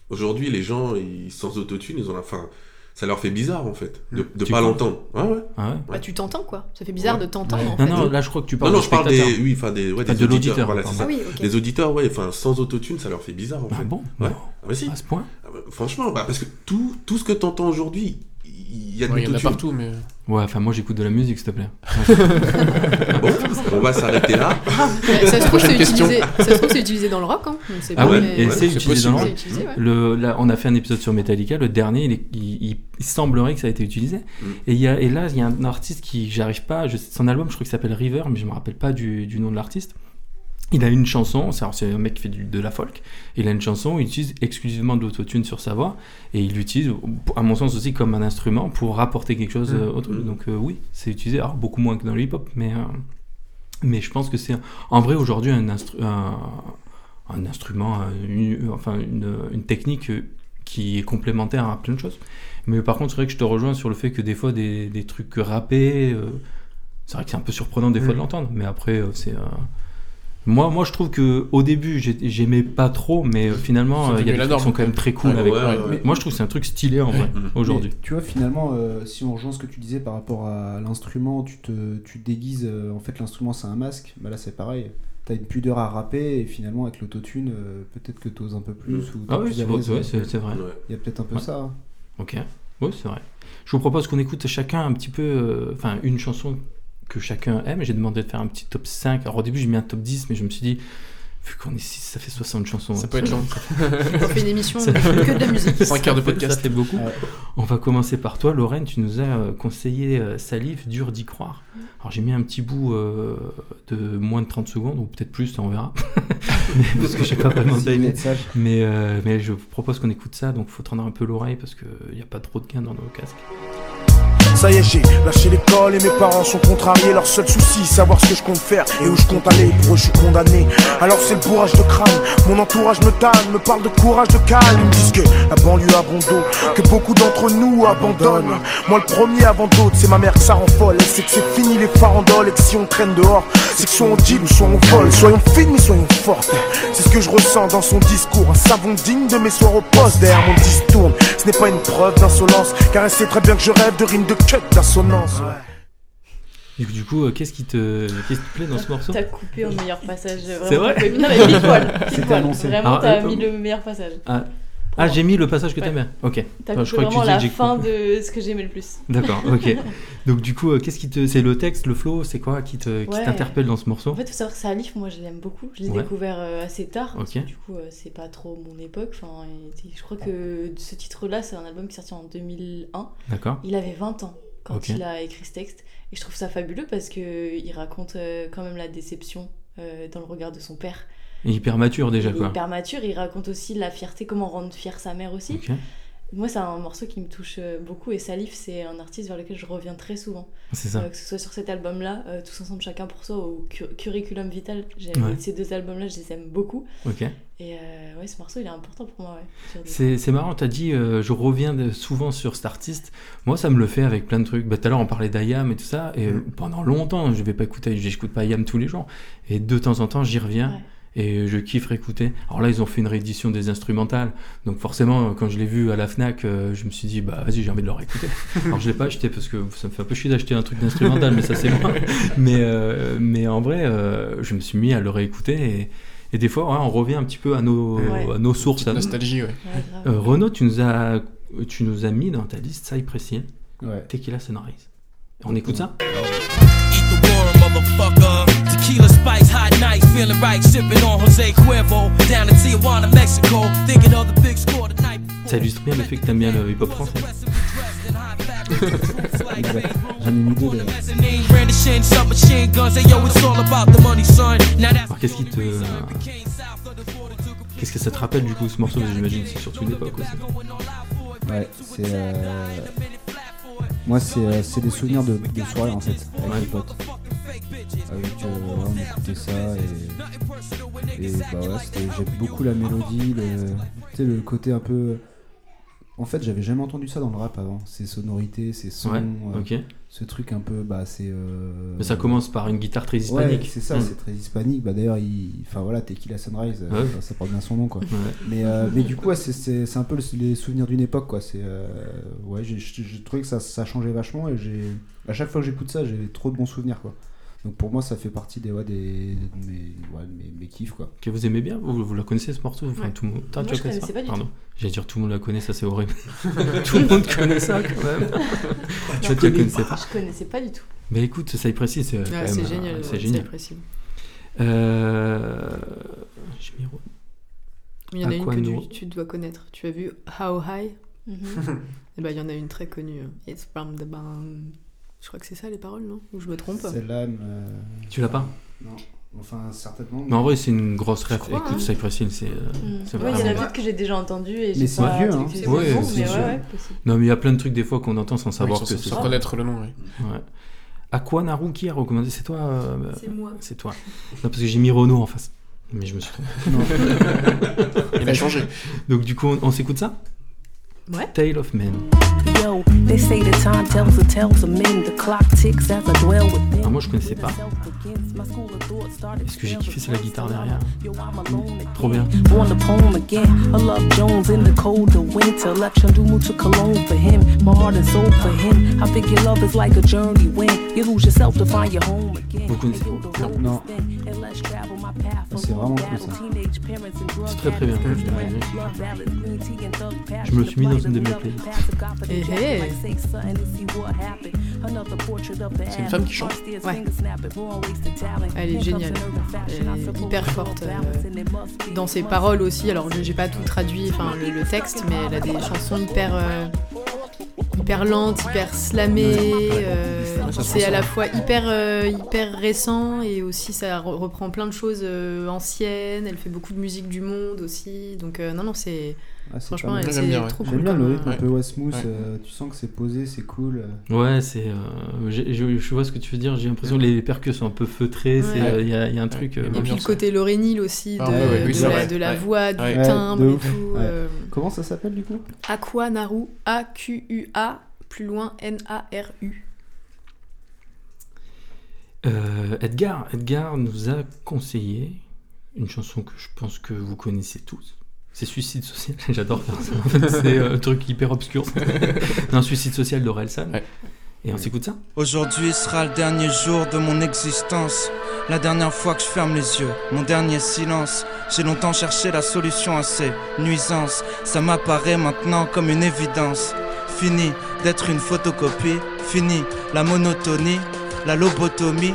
I: Aujourd'hui, les gens, ils, sans autotune, ils ont la fin. Ça leur fait bizarre en fait de, de
A: Mm. Tu
I: pas
A: crois
I: l'entendre. Ouais, ouais.
A: Ah ouais.
D: Bah, tu t'entends quoi ça fait bizarre
I: Ouais.
D: de t'entendre
B: Ouais.
D: en
A: Non,
D: fait.
A: non, là, je crois que tu
I: Non,
A: parles
I: non,
A: des
I: je parle
A: spectateurs.
I: des, oui, enfin des, ouais,
A: Enfin,
I: des
A: de
I: auditeurs.
A: l'auditeur,
I: Voilà, c'est
A: pardon.
I: ça.
D: ah oui ok
I: Les auditeurs, ouais, enfin, sans autotune, ça leur fait bizarre en fait.
A: Ah bon
I: Ouais.
A: Non,
I: Ah, mais si.
A: À ce point
I: Ah, bah, franchement, bah, parce que tout, tout ce que t'entends aujourd'hui, il y a de
C: Ouais, Il y en a
I: l'autotune.
C: partout, mais.
A: Ouais, enfin, moi, j'écoute de la musique, s'il te plaît.
C: Oh,
I: Bon, on va s'arrêter là.
D: Ouais, ça se trouve c'est
C: Prochaine question.
D: utilisé ça se trouve c'est utilisé dans le rock hein donc c'est
A: Ah
D: pas-
A: oui,
D: mais-
A: et
I: ouais,
A: c'est
C: c'est
A: utilisé
C: possible.
A: dans le
D: c'est utilisé ouais.
A: Le- là, on a fait un épisode sur Metallica, le dernier, il, est- il- il- il semblerait que ça a été utilisé.
I: Mm.
A: Et, il y a- et là, il y a un artiste qui, j'arrive pas, je- son album, je crois qu'il s'appelle River, mais je me rappelle pas du, du nom de l'artiste. Il a une chanson, c'est alors, c'est un mec qui fait du- de la folk, il a une chanson où il utilise exclusivement de l'autotune sur sa voix, et il l'utilise, à mon sens aussi, comme un instrument pour rapporter quelque chose
C: Mhm.
A: euh, au truc. Donc euh, oui, c'est utilisé, alors beaucoup moins que dans le hip-hop, mais, euh, mais je pense que c'est, en vrai, aujourd'hui, un, instru- un, un instrument, un- une- euh, enfin une, une technique euh, qui est complémentaire à plein de choses. Mais par contre, c'est vrai que je te rejoins sur le fait que des fois, des, des trucs rappés, euh, c'est vrai que c'est un peu surprenant des fois
C: Mhm.
A: de l'entendre, mais après, euh, c'est... euh, moi, moi, je trouve que au début, j'ai- j'aimais pas trop, mais euh,
C: C'est
A: finalement, euh, il y
C: devenu
A: a des
C: la
A: trucs qui sont
C: norme.
A: quand même très cool
I: Ouais,
A: avec.
I: ouais,
A: ouais.
I: ouais.
A: Moi, je trouve que c'est un truc stylé en vrai
I: Mhm.
A: aujourd'hui.
B: Mais, tu vois, finalement, euh, si on rejoint ce que tu disais par rapport à l'instrument, tu te, tu te déguises, euh, en fait, l'instrument c'est un masque, bah là c'est pareil. T'as une pudeur à rapper et finalement, avec l'autotune, euh, peut-être que t'oses un peu plus. Ou
A: Ah
B: t'es
A: oui,
B: plus
A: c'est
B: à
A: vrai,
B: l'aise.
A: ouais, c'est c'est vrai.
I: Ouais.
B: Il y a peut-être un peu
A: Ouais.
B: ça. hein.
A: Ok. Oui, c'est vrai. Je vous propose qu'on écoute chacun un petit peu, euh, enfin, une chanson que chacun aime. J'ai demandé de faire un petit top 5. Alors au début, j'ai mis un top 10, mais je me suis dit, vu qu'on est 6, ça fait 60 chansons.
C: Ça peut être long.
D: On fait une émission
A: Ça-
D: que de la musique.
C: 5 heures de
A: Ça
C: podcast.
A: fait beaucoup.
B: Ouais.
A: On va commencer par toi, Lorraine. Tu nous as euh, conseillé euh, Salif, dur d'y croire. Alors j'ai mis un petit bout euh, de moins de 30 secondes, ou peut-être plus, on verra. Mais- parce que je sais pas vraiment
B: Si vous
A: timé.
B: êtes sage.
A: Mais, euh, mais je vous propose qu'on écoute ça, donc faut tendre un peu l'oreille parce qu'il n'y a pas trop de gain dans nos casques.
J: Ça y est, j'ai lâché l'école et mes parents sont contrariés. Leur seul souci, savoir ce que je compte faire et où je compte aller. Pour eux, je suis condamné. Alors c'est le bourrage de crâne. Mon entourage me tanne, me parle de courage, de calme. Ils me disent que la banlieue a bon dos, que beaucoup d'entre nous abandonnent. Moi, le premier avant d'autres, c'est ma mère que ça rend folle. Elle sait que c'est fini les farandoles et que si on traîne dehors, c'est que soit on deal ou soit on vole. Soyons fines, mais soyons fortes. C'est ce que je ressens dans son discours. Un savon digne de mes soirs au poste. Derrière mon disque tourne. Ce n'est pas une preuve d'insolence, car elle sait très bien que je rêve de rimes de cut d'assonance.
A: Du coup, du coup, euh, qu'est-ce qui te, qu'est-ce qui te plaît dans ce morceau
E: T'as coupé au meilleur passage. vraiment,
A: C'est vrai
E: t'as coupé- Non, mais pile poil. pile
B: C'était
E: poil.
B: annoncé.
E: Vraiment,
A: Ah,
E: t'as
A: euh,
E: mis le meilleur passage.
A: Ah, j'ai mis le passage que
E: Ouais.
A: t'aimais. Ok, Enfin,
E: T'as coupé
A: Ah, je crois que tu
E: vraiment
A: dis que
E: la
A: j'ai
E: fin de ce que j'aimais le plus.
A: d'accord, ok. Donc du coup, euh, qu'est-ce qui te, c'est le texte, le flow, c'est quoi qui te, qui
E: Ouais.
A: t'interpelle dans ce morceau
E: En fait, faut savoir que Salif, moi, je l'aime beaucoup. Je l'ai
A: Ouais.
E: découvert euh, assez tard. Parce que,
A: Ok.
E: du coup, euh, c'est pas trop mon époque. Enfin, et- et je crois que ce titre-là, c'est un album qui est sorti en 2001.
A: D'accord.
E: Il avait 20 ans quand
A: Ok.
E: il a écrit ce texte. Et je trouve ça fabuleux parce que il raconte euh, quand même la déception euh, dans le regard de son père.
A: Et hyper mature déjà
E: il est
A: quoi.
E: hyper mature. Il raconte aussi la fierté, comment rendre fière sa mère aussi.
A: Ok.
E: Moi, c'est un morceau qui me touche euh, beaucoup. Et Salif, c'est un artiste vers lequel je reviens très souvent.
A: C'est ça.
E: Euh, que ce soit sur cet album-là, euh, Tous ensemble, chacun pour soi, ou Cur- Curriculum Vital. J'ai-
A: Ouais.
E: Ces deux albums-là, je les aime beaucoup.
A: Ok.
E: Et euh, ouais, ce morceau, il est important pour moi. ouais. Sur des-
A: C'est c'est marrant, t'as dit, euh, je reviens de- souvent sur cet artiste. Moi, ça me le fait avec plein de trucs. Bah, Tout à l'heure, on parlait d'Ayam et tout ça. Et euh, pendant longtemps, je vais pas écouter, j'écoute pas Ayam tous les jours. Et de temps en temps, j'y reviens. Et je kiffe écouter. Alors là, ils ont fait une réédition des instrumentales. Donc forcément, quand je l'ai vu à la FNAC, euh, je me suis dit, bah vas-y, j'ai envie de le réécouter. Alors je l'ai pas acheté parce que ça me fait un peu chier d'acheter un truc d'instrumental, mais ça c'est moi. Mais, euh, mais en vrai, euh, je me suis mis à le réécouter. Et, et des fois, ouais, on revient un petit peu à nos,
E: Ouais.
A: à Euh, nos sources. à-
C: Nostalgie, ouais.
E: Ouais, grave.
A: euh, Renaud, tu nous as tu nous as mis dans ta liste Cypress Hill,
B: Ouais.
A: Tequila Sunrise. On écoute ça
G: Eat the world, motherfucker. Tequila spikes, hot nights, feeling right. Sipping on Jose Cuervo. Down in Tijuana, Mexico. Thinking of the big score tonight.
A: Ça illustre bien le fait que t'aimes bien le hip-hop français.
B: J'en ai mis deux d'ailleurs.
A: Alors qu'est-ce qui te qu'est-ce que ça te rappelle du coup ce morceau Parce que J'imagine que c'est surtout une époque aussi.
B: Ouais, c'est. euh, Moi, c'est euh, c'est des souvenirs de, de soirée en fait, avec
A: Ouais.
B: les potes. Avec, euh, ouais, on écoutait ça et. Et bah ouais, c'était- j'aime beaucoup la mélodie, le, tu sais, le côté un peu. En fait, j'avais jamais entendu ça dans le rap avant. Ces sonorités, ces sons,
A: Ouais.
B: euh,
A: Ok.
B: ce truc un peu. Bah, c'est. euh,
A: Mais ça commence par une guitare très hispanique.
B: Ouais, c'est ça,
A: Mm.
B: c'est très hispanique. Bah d'ailleurs, il... enfin voilà, Tequila Sunrise, euh,
A: Ouais.
B: ça- ça porte bien son nom quoi.
A: Ouais.
B: Mais, euh, mais du coup, ouais, c'est- c'est c'est un peu le- les souvenirs d'une époque, quoi. C'est, euh, ouais, j'ai- j'ai j'ai trouvé que ça, ça changeait vachement et j'ai, à chaque fois que j'écoute ça, j'ai trop de bons souvenirs, quoi. Donc pour moi, ça fait partie des, ouais, des de mes, ouais, de mes, mes kiffs, quoi.
A: Que vous aimez bien vous, vous la connaissez ce morceau enfin,
D: Ouais.
A: tout le monde... Putain,
E: Moi,
A: tu la
E: je
A: connais
E: connaissais pas du
A: Pardon. J'allais dire tout le monde la connaît, ça c'est horrible. tout le monde connaît ça quand même. Toi, tu la connaissais pas.
E: Je connaissais pas du tout.
A: Mais écoute, Cypress Hill, c'est quand
D: Ah,
A: même,
D: c'est
A: euh,
D: génial.
A: C'est génial.
D: apprécié.
A: Euh... J'ai mis
D: Il y en a une que
A: Aquano.
D: tu, tu dois connaître. Tu as vu How High
E: Mhm.
D: Eh ben, Il y en a une très connue. It's from the bam. Je crois que c'est ça les paroles, non Ou je me trompe
B: Celle-là, elle me-
A: Tu l'as pas
B: non. Enfin, certainement.
A: Mais en vrai, c'est une grosse rêve.
D: crois,
A: Écoute,
D: hein.
A: Cypress Hill, c'est. euh, c'est
E: Mm. Ouais, il y en a
A: vraiment-
E: d'autres que j'ai déjà entendu et
B: Mais
E: j'ai
B: c'est
E: pas
B: vieux,
E: truc
B: hein.
E: qui-
A: Ouais,
E: c'est bon,
A: c'est
E: mais
A: sûr.
E: ouais, ouais, possible.
A: Non, mais il y a plein de trucs des fois qu'on entend sans
C: Oui,
A: savoir
C: sans,
A: que c'est
C: sans
A: ça.
C: connaître le nom, oui.
A: Ouais. À quoi Naruki a recommandé C'est toi euh, bah,
E: C'est moi.
A: C'est toi. Non, parce que j'ai mis Renault en face. Mais je me suis trompé.
C: Il a changé.
A: Donc, du coup, on, on s'écoute ça
D: Ouais.
A: Tale of Men.
K: Yo, they say the time tells the tales of men. The clock ticks as I dwell with them.
A: Ah, moi, je connaissais pas.
K: Et
A: ce que j'ai kiffé, c'est la guitare derrière. Trop bien.
K: Born to poem again. I love Jones in the cold of winter. Lecture do mucho cologne for him. My heart and soul for him. I figure love is like a journey when you lose yourself to find your home again.
A: Vous connaissez
B: Non. C'est vraiment cool, ça.
A: C'est très, très bien. Je me suis mis dans une de mes playlists.
D: Eh, eh.
K: C'est
C: une femme qui chante
D: Ouais. Elle est géniale. Elle est hyper forte euh, dans ses paroles aussi. Alors, j'ai j'ai pas tout traduit, enfin le, le texte, mais elle a des chansons hyper, euh, hyper lentes, hyper slammées. euh,
C: Ouais, ça se
D: c'est à
C: ressent.
D: la fois hyper, euh, hyper récent et aussi ça re- reprend plein de choses euh, anciennes. Elle fait beaucoup de musique du monde aussi. Donc euh, non, non, c'est
B: Ah, c'est
D: franchement,
B: pas mal.
D: elle-
C: J'aime bien, ouais.
D: c'est trop cool.
B: J'aime bien
D: comme,
B: le
D: euh,
B: rythme un
C: Ouais.
B: peu ouais, smooth.
C: Ouais.
B: euh, tu sens que c'est posé, c'est cool. euh.
A: Ouais, c'est. euh, j'ai- je, je vois ce que tu veux dire. J'ai l'impression que les percus sont un peu feutrés. c'est,
D: Ouais.
A: euh, Il y, a- il y a un truc. euh,
C: Et
D: Et puis le
C: Ambiance,
D: côté Lorénil aussi, de,
C: Ah ouais, ouais,
A: oui,
D: de
A: c'est
D: la,
A: vrai.
D: de la
C: Ouais.
D: voix, du
C: Ouais,
B: de
D: timbre et
B: ouf.
D: tout.
B: Ouais.
D: euh,
B: Comment ça s'appelle du coup
D: Aquanaru, A-Q-U-A, plus loin N-A-R-U.
A: Euh, Edgar, Edgar nous a conseillé une chanson que je pense que vous connaissez tous. C'est Suicide Social. J'adore faire ça. En fait, c'est euh, un truc hyper obscur. un Suicide Social d'Orelsan.
C: Ouais.
A: Et on s'écoute ça
L: Aujourd'hui sera le dernier jour de mon existence. La dernière fois que je ferme les yeux, mon dernier silence. J'ai longtemps cherché la solution à ces nuisances. Ça m'apparaît maintenant comme une évidence. Fini d'être une photocopie, fini la monotonie, la lobotomie.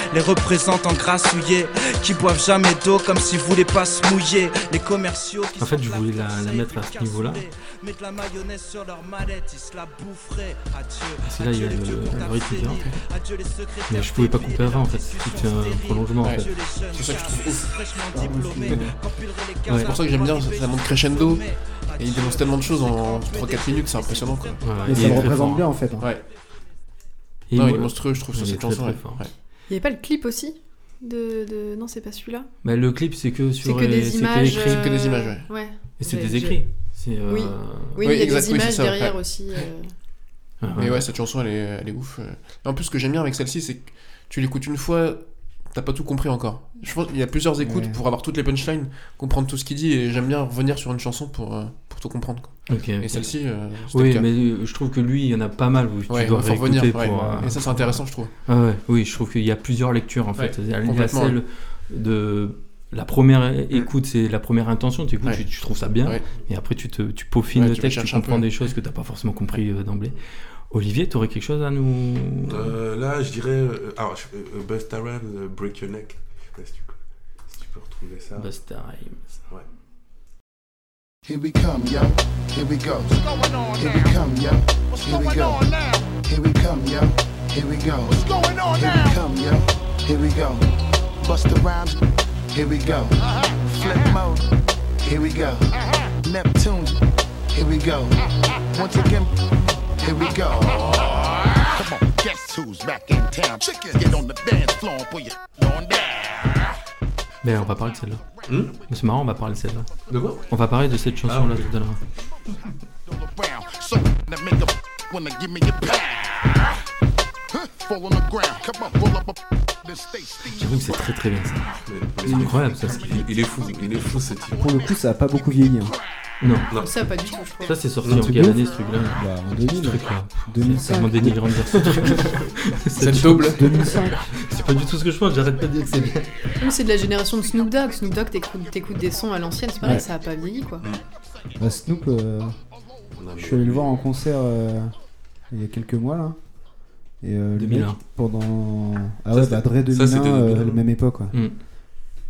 L: Les représentants grassouillés qui boivent jamais d'eau comme s'ils voulaient pas se mouiller. Les commerciaux qui
A: En fait,
L: sont
A: je voulais la-
L: placards,
A: la
L: ça
A: mettre à
L: y est,
A: ce niveau-là.
L: Mettre la mayonnaise sur leur mallette, ils se la boufferaient. Adieu.
A: Parce que là, il y a
L: Adieu les
A: le-
L: vieux
A: le
L: contacts
A: rythme qui est
L: sténies.
A: rentré.
L: Adieu les secrétaires
A: Mais je pouvais pas couper avant en fait.
L: fébriles,
A: C'est un
L: discussions
A: prolongement en
C: Ouais.
A: fait.
L: c'est
C: ça que je trouve
A: Ouais.
L: C'est pour ça que j'aime bien, ça monte crescendo.
C: Et il dénonce tellement de choses en 3-4 minutes, c'est impressionnant quoi.
A: Ouais,
B: Mais
A: il
B: ça
A: est
B: le
A: très
B: représente
A: fort,
B: bien
A: hein.
B: en fait. hein.
C: Ouais.
A: Et
C: non,
A: moi-
C: il est monstrueux, je trouve, sur
A: il est
C: cette
A: très,
C: chanson.
A: très
C: ouais.
A: fort.
C: Ouais.
D: Il n'y avait pas le clip aussi de, de- Non, c'est pas celui-là.
A: Bah, le clip, c'est que
D: C'est
A: sur
D: que
A: les-
D: des
A: c'est
D: images. euh,
A: écrit.
C: que des images, ouais.
A: Et c'est
D: J'ai-
A: des
D: j'ai-
A: écrits. C'est, euh,
D: Oui. Oui,
C: Oui,
D: mais il y a
C: exact, oui,
D: des
C: c'est
D: images
C: ça,
D: derrière
C: ouais.
D: aussi. euh,
A: ouais, ouais.
C: Mais ouais, cette chanson, elle est, elle est ouf. Et En plus, ce que j'aime bien avec celle-ci, c'est que tu l'écoutes une fois, t'as pas tout compris encore. Je pense qu'il y a plusieurs écoutes
B: Ouais.
C: pour avoir toutes les punchlines, comprendre tout ce qu'il dit, et j'aime bien revenir sur une chanson pour, euh, pour tout comprendre. quoi.
A: Ok, ok.
C: Et celle-ci, euh, c'était le
A: Oui,
C: cas.
A: mais euh, je trouve que lui, il y en a pas mal où tu
C: Ouais,
A: dois
C: faut
A: réécouter
C: revenir. ouais.
A: pour. euh,
C: Et ça, c'est intéressant, je trouve.
A: Ah ouais, oui, je trouve qu'il y a plusieurs lectures en fait.
C: Ouais,
A: Il y a
C: complètement,
A: celle de la première écoute, c'est la première intention, tu écoutes,
C: Ouais.
A: tu, tu trouves ça bien,
C: Ouais.
A: et après tu, te, tu peaufines
C: Ouais,
A: le
C: tu vas
A: texte, tu,
C: chercher un
A: comprends
C: peu.
A: des choses que tu n'as pas forcément compris euh, d'emblée. Olivier, tu aurais quelque chose à nous.
I: Euh, là, je dirais. euh, alors, je- euh, Busta Rhymes, euh, Break Your Neck. Je sais pas si tu, si tu peux retrouver ça.
A: Busta Rhymes.
J: Here we come, yo. Here we go. Here we come, yo. Here we go. Here we come, yo. Here we go. What's going on Here we come, yo. Here we go. Bust the rhymes. Here we go. Flip mode. Here we go. Uh-huh. Neptune. Here we go. Once again. Here we go. Come on, guess who's back in town? Chicken. Get on the dance floor and put your on down.
A: Ben, on va parler de celle-là.
I: Hmm
A: C'est marrant, on va parler de celle-là.
I: De quoi
A: On va parler de cette
I: Ah,
A: chanson-là
I: ok.
A: tout à l'heure.
J: around. So that make up when they give me a pound. Huh, Fall on the ground. Come on, roll up a then stay still.
A: J'avoue que c'est très très bien ça.
I: Mais- mais-
A: C'est incroyable ça. ce qu'il fait.
I: il, il est fou, il est fou ce type.
B: Pour le coup, ça a pas beaucoup vieilli. hein.
A: Non,
D: Ça, pas du tout, je crois.
A: ça c'est sorti
B: Un
A: en
B: truc
A: quelle
B: de
A: année
B: ouf.
A: ce truc-là
B: Bah, en
A: Ce
B: 2000,
A: truc-là. C'est
B: 2005.
A: vraiment délirant de dire ce truc.
C: C'est le double.
B: 2005.
A: C'est pas du tout ce que je pense, j'arrête pas de dire que c'est bien.
D: Oui, C'est de la génération de Snoop Dogg. Snoop Dogg, t'écoutes, t'écoutes des sons à l'ancienne, c'est pareil, ça a pas vieilli quoi.
B: Bah, Snoop, euh,
I: On a-
B: je suis allé le voir en concert euh, il y a quelques mois là. Et euh, le
A: 2001.
B: mec, pendant. Ah
A: Ça,
B: ouais,
A: c'était-
B: bah Dre
A: ça,
B: 2001,
A: c'était
B: euh,
A: 2001.
B: la même époque. quoi.
A: Mm.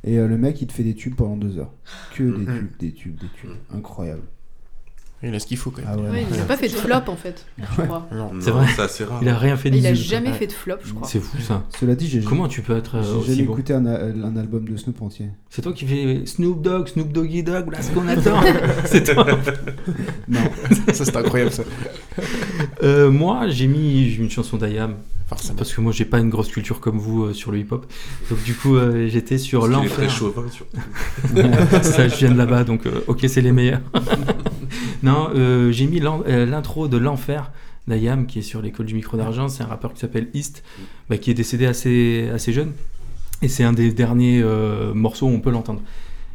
B: Et euh, le mec, il te fait des tubes pendant deux heures. Que
C: Mm.
B: des tubes, des tubes, des tubes. Incroyable.
C: Il a ce qu'il faut quand même.
B: Ah ouais.
D: Ouais, il n'a pas fait de flop en fait, je crois.
A: C'est vrai.
I: ça, c'est rare.
A: Il a rien fait de
D: Il a
A: musique.
D: jamais fait de flop, je crois.
A: C'est fou ça.
B: Cela dit, j'ai
A: Comment tu peux être euh,
B: J'ai
A: aussi
B: jamais
A: bon
B: écouté un, un album de Snoop entier.
A: C'est toi qui fais Snoop Dogg, Snoop Doggy Dogg, voilà ce qu'on attend. c'est toi.
B: Non.
C: Ça, c'est incroyable, ça.
A: Euh, moi, j'ai mis j'ai mis une chanson d'Ayam.
C: Forcément.
A: Parce que moi, j'ai pas une grosse culture comme vous euh, sur le hip-hop. Donc, du coup, euh, j'étais sur
I: Parce qu'il est
A: l'enfer.
I: très chauvin, surtout.
A: Ouais, ça, je viens de là-bas, donc euh, ok, c'est les meilleurs. non, euh, j'ai mis l'en- euh, l'intro de l'enfer d'Ayam, qui est sur l'école du micro d'argent. C'est un rappeur qui s'appelle East, bah, qui est décédé assez, assez jeune. Et c'est un des derniers euh, morceaux où on peut l'entendre.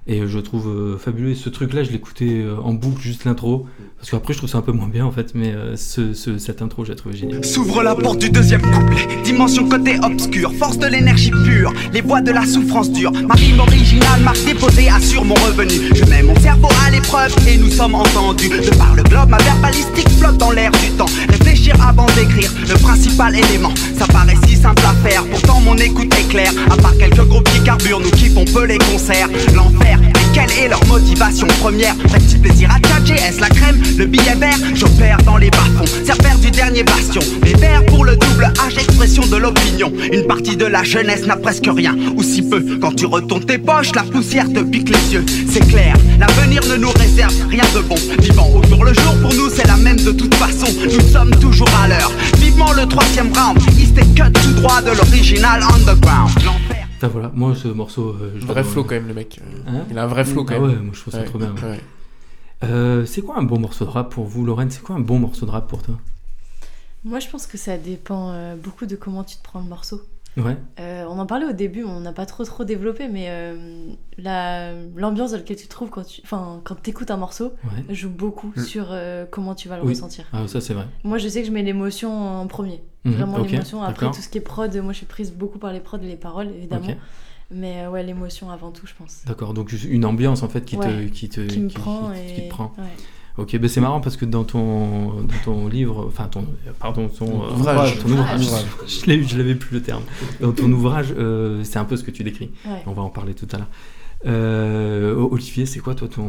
A: Et je trouve euh, fabuleux. Et ce truc-là, je l'écoutais euh, en boucle, juste l'intro. Parce qu'après, je trouve ça un peu moins bien, en fait. Mais euh, ce- ce- cette intro, je la trouvais géniale.
G: S'ouvre la porte du deuxième couplet, dimension côté obscur, force de l'énergie pure, les voix de la souffrance dure. Ma rime originale, marche déposée, assure mon revenu. Je mets mon cerveau à l'épreuve et nous sommes entendus. De par le globe, ma verbalistique flotte dans l'air du temps. Réfléchir avant d'écrire, le principal élément. Ça paraît si simple à faire, pourtant mon écoute est claire. À part quelques groupes qui carburent, nous kiffons peu les concerts. L'enfer, mais quelle est leur motivation première Petit plaisir à tchatcher, est-ce la crème, le billet vert J'opère dans les bas-fonds, serpère du dernier bastion. Des verts pour le double H, expression de l'opinion. Une partie de la jeunesse n'a presque rien, ou si peu. Quand tu retournes tes poches, la poussière te pique les yeux. C'est clair, l'avenir ne nous réserve rien de bon. Vivant au jour le jour, pour nous c'est la même de toute façon. Nous sommes toujours à l'heure. Vivement le troisième round, East est cut tout droit de l'original underground.
A: Enfin, voilà, moi, ce morceau. euh, je
C: Vrai
A: l'adore.
C: flow, quand même, le mec.
A: Hein
C: Il a un vrai flow, quand
A: Ah
C: même.
A: ouais, moi je trouve ça
C: Ouais,
A: trop bien.
C: ouais.
A: Euh, c'est quoi un bon morceau de rap pour vous, Lorraine C'est quoi un bon morceau de rap pour toi
E: Moi, je pense que ça dépend euh, beaucoup de comment tu te prends le morceau.
A: Ouais.
E: Euh, on en parlait au début, on n'a pas trop trop développé, mais euh, la- l'ambiance dans laquelle tu te trouves quand tu enfin, quand écoutes un morceau
A: Ouais.
E: joue beaucoup
A: Mm.
E: sur euh, comment tu vas le
A: Oui.
E: ressentir.
A: Ah, ça, c'est vrai.
E: Moi, je sais que je mets l'émotion en premier.
A: Mhm,
E: Vraiment
A: ok,
E: l'émotion. Après,
A: d'accord.
E: tout ce qui est prod, moi, je suis prise beaucoup par les prods et les paroles, évidemment.
A: Ok.
E: Mais euh, ouais, l'émotion avant tout, je pense.
A: D'accord, donc juste une ambiance en fait qui
E: Ouais,
A: te qui te
E: qui me prend
A: qui-
E: et-
A: qui te prend.
E: ouais.
A: Ok, ben c'est marrant parce que dans ton dans ton livre, enfin ton pardon ton euh,
C: Ouvrage.
A: ton ouvrage,
C: Ouvrage.
A: je l'ai eu, je l'avais plus le terme. Dans ton ouvrage, euh, c'est un peu ce que tu décris.
E: Ouais.
A: On va en parler tout à l'heure. Euh, Olivier, c'est quoi toi ton